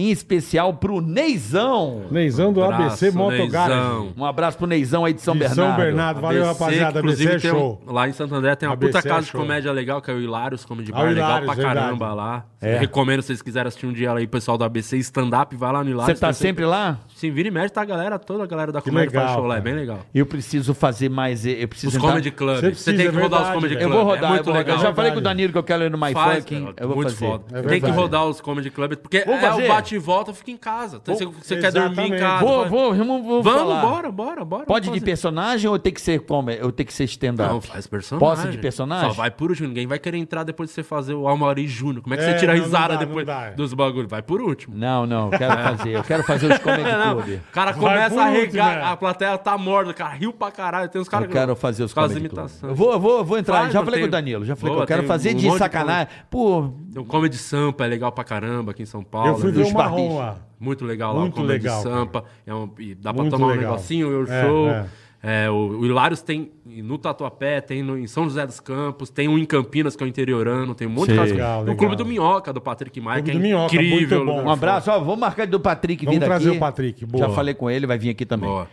Speaker 3: Em especial pro Neizão.
Speaker 4: Neizão do ABC
Speaker 5: Abraço,
Speaker 4: Motogarage.
Speaker 5: Neizão.
Speaker 3: Um abraço pro Neizão aí de São
Speaker 4: De
Speaker 3: Bernardo.
Speaker 4: São Bernardo. Valeu,
Speaker 5: ABC,
Speaker 4: rapaziada. ABC
Speaker 5: inclusive,
Speaker 4: é
Speaker 5: tem um-
Speaker 4: show.
Speaker 5: lá em Santo André tem uma
Speaker 4: ABC
Speaker 5: puta casa
Speaker 4: é
Speaker 5: de
Speaker 4: show.
Speaker 5: comédia legal, que é o Hilários Comedy
Speaker 4: Ah,
Speaker 5: Bar.
Speaker 4: o
Speaker 5: legal
Speaker 4: Hilários,
Speaker 5: pra caramba
Speaker 4: verdade. É.
Speaker 5: lá. Recomendo, se vocês quiserem assistir um dia lá aí, pessoal do ABC Stand-Up, vai lá no
Speaker 3: Você
Speaker 5: Hilários.
Speaker 3: tá
Speaker 5: Tem um
Speaker 3: sempre lá?
Speaker 5: Sim, vira e mexe, tá a galera, toda a galera da comédia
Speaker 4: legal,
Speaker 5: faz show lá. É
Speaker 4: cara.
Speaker 5: bem legal.
Speaker 3: Eu preciso fazer mais. eh, Eu preciso
Speaker 5: Os
Speaker 3: entrar-
Speaker 5: comedy
Speaker 4: Você
Speaker 5: clubs. Você,
Speaker 4: precisa,
Speaker 5: tem que
Speaker 4: é
Speaker 5: rodar os
Speaker 4: verdade,
Speaker 5: comedy
Speaker 4: velho.
Speaker 3: Eu
Speaker 5: clubs.
Speaker 3: vou rodar,
Speaker 5: é
Speaker 3: eu
Speaker 5: muito
Speaker 3: vou rodar.
Speaker 5: legal.
Speaker 3: Eu já falei com o Danilo que eu quero ir no My
Speaker 5: Faz,
Speaker 3: Fucking.
Speaker 5: cara,
Speaker 3: Eu vou
Speaker 5: muito
Speaker 3: fazer.
Speaker 5: foda.
Speaker 4: É
Speaker 5: tem que
Speaker 4: verdade.
Speaker 5: rodar os comedy clubs, porque
Speaker 3: Vou
Speaker 5: é
Speaker 3: fazer.
Speaker 5: o bate e volta, fica em casa. Então, Você,
Speaker 4: Vou-
Speaker 5: você quer dormir em
Speaker 4: exatamente.
Speaker 5: casa?
Speaker 3: Vou,
Speaker 5: vai-
Speaker 3: vou, vamos, vou
Speaker 5: Vamos,
Speaker 3: falar.
Speaker 5: bora, bora, bora.
Speaker 3: Pode
Speaker 5: vamos
Speaker 3: de personagem ou tem que ser como? Eu tenho que ser stand-up.
Speaker 5: Não, faz personagem.
Speaker 3: Posso de personagem?
Speaker 5: Só vai por último. Ninguém vai querer entrar depois de você fazer o Almauri Júnior. Como é que
Speaker 4: É,
Speaker 5: você tira a
Speaker 4: não, não
Speaker 5: risada
Speaker 4: dá, não
Speaker 5: depois
Speaker 4: dá.
Speaker 5: dos bagulhos? Vai por último.
Speaker 3: Não, não, eu quero
Speaker 5: É.
Speaker 3: fazer. Eu quero fazer os comedy club.
Speaker 5: O cara
Speaker 4: Vai
Speaker 5: começa
Speaker 4: por
Speaker 5: a
Speaker 4: último,
Speaker 5: regar,
Speaker 4: é.
Speaker 5: a plateia tá morta, cara. Riu pra caralho. Tem uns caras
Speaker 3: Eu quero fazer os
Speaker 5: com as
Speaker 3: comedy club.
Speaker 5: imitações.
Speaker 3: Eu vou, eu vou, eu vou entrar.
Speaker 5: Faz,
Speaker 3: já
Speaker 5: mano,
Speaker 3: falei
Speaker 5: tem-
Speaker 3: com o Danilo. Já falei
Speaker 5: Boa,
Speaker 3: que eu quero
Speaker 5: tem
Speaker 3: fazer
Speaker 5: um
Speaker 3: de
Speaker 5: monte de
Speaker 3: sacanagem. Pô, um
Speaker 5: Tem o Comedy Sampa, é legal pra caramba aqui em São Paulo.
Speaker 4: Eu fui
Speaker 5: né?
Speaker 4: ver
Speaker 3: dos
Speaker 4: o Marrom
Speaker 3: barbichos.
Speaker 4: lá.
Speaker 5: Muito legal lá
Speaker 4: Muito
Speaker 5: o Comedy
Speaker 4: legal, cara.
Speaker 5: Sampa. É um- e dá pra
Speaker 4: Muito
Speaker 5: tomar
Speaker 4: legal.
Speaker 5: um negocinho, eu
Speaker 4: É,
Speaker 5: show.
Speaker 4: é.
Speaker 5: É, o, o Hilários tem no Tatuapé, tem no- em São José dos Campos, tem um em Campinas, que é o interiorano, tem um monte
Speaker 3: Sei.
Speaker 5: de casa.
Speaker 4: Legal,
Speaker 5: O
Speaker 4: legal.
Speaker 5: Clube do Minhoca, do Patrick Maia,
Speaker 4: Clube
Speaker 5: que é
Speaker 4: do Minhoca, muito
Speaker 5: incrível. né?
Speaker 4: bom.
Speaker 5: lugar.
Speaker 3: um abraço. Ó, vamos marcar do Patrick
Speaker 4: Vamos
Speaker 3: vir aqui.
Speaker 4: trazer o Patrick, boa.
Speaker 3: Já falei com ele, vai vir aqui também.
Speaker 5: Boa.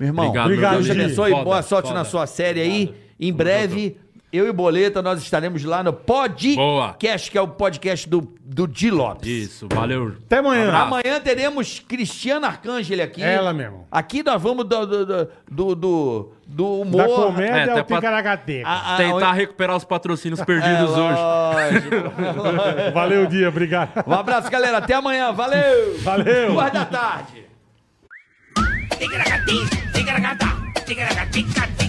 Speaker 3: Meu irmão,
Speaker 5: Obrigado,
Speaker 4: meu
Speaker 3: Deus te
Speaker 4: Deus.
Speaker 3: abençoe.
Speaker 5: Foda,
Speaker 3: Boa sorte
Speaker 5: foda.
Speaker 3: na sua série aí. Em breve, eu e Boleta, nós estaremos lá no
Speaker 5: Boa.
Speaker 3: Podcast, que é o podcast do, do Di Lopes.
Speaker 5: Isso, valeu.
Speaker 4: Até amanhã.
Speaker 5: Abraço.
Speaker 3: Amanhã teremos Cristiano Arcângel aqui.
Speaker 4: Ela mesmo.
Speaker 3: Aqui nós vamos do, do, do- do, do, do
Speaker 4: Da
Speaker 3: humor.
Speaker 5: É,
Speaker 4: comédia ao
Speaker 5: até pra- Ah.
Speaker 4: Ticaracateca.
Speaker 3: a- a-
Speaker 5: Tentar recuperar os patrocínios
Speaker 3: É,
Speaker 5: perdidos hoje.
Speaker 3: lógico.
Speaker 4: Valeu, dia. Obrigado.
Speaker 3: um abraço, galera. Até amanhã. Valeu.
Speaker 4: Valeu.
Speaker 3: Duas da tarde.
Speaker 2: Ticaracatica, ticaracatica, ticaracatica, ticaracatica.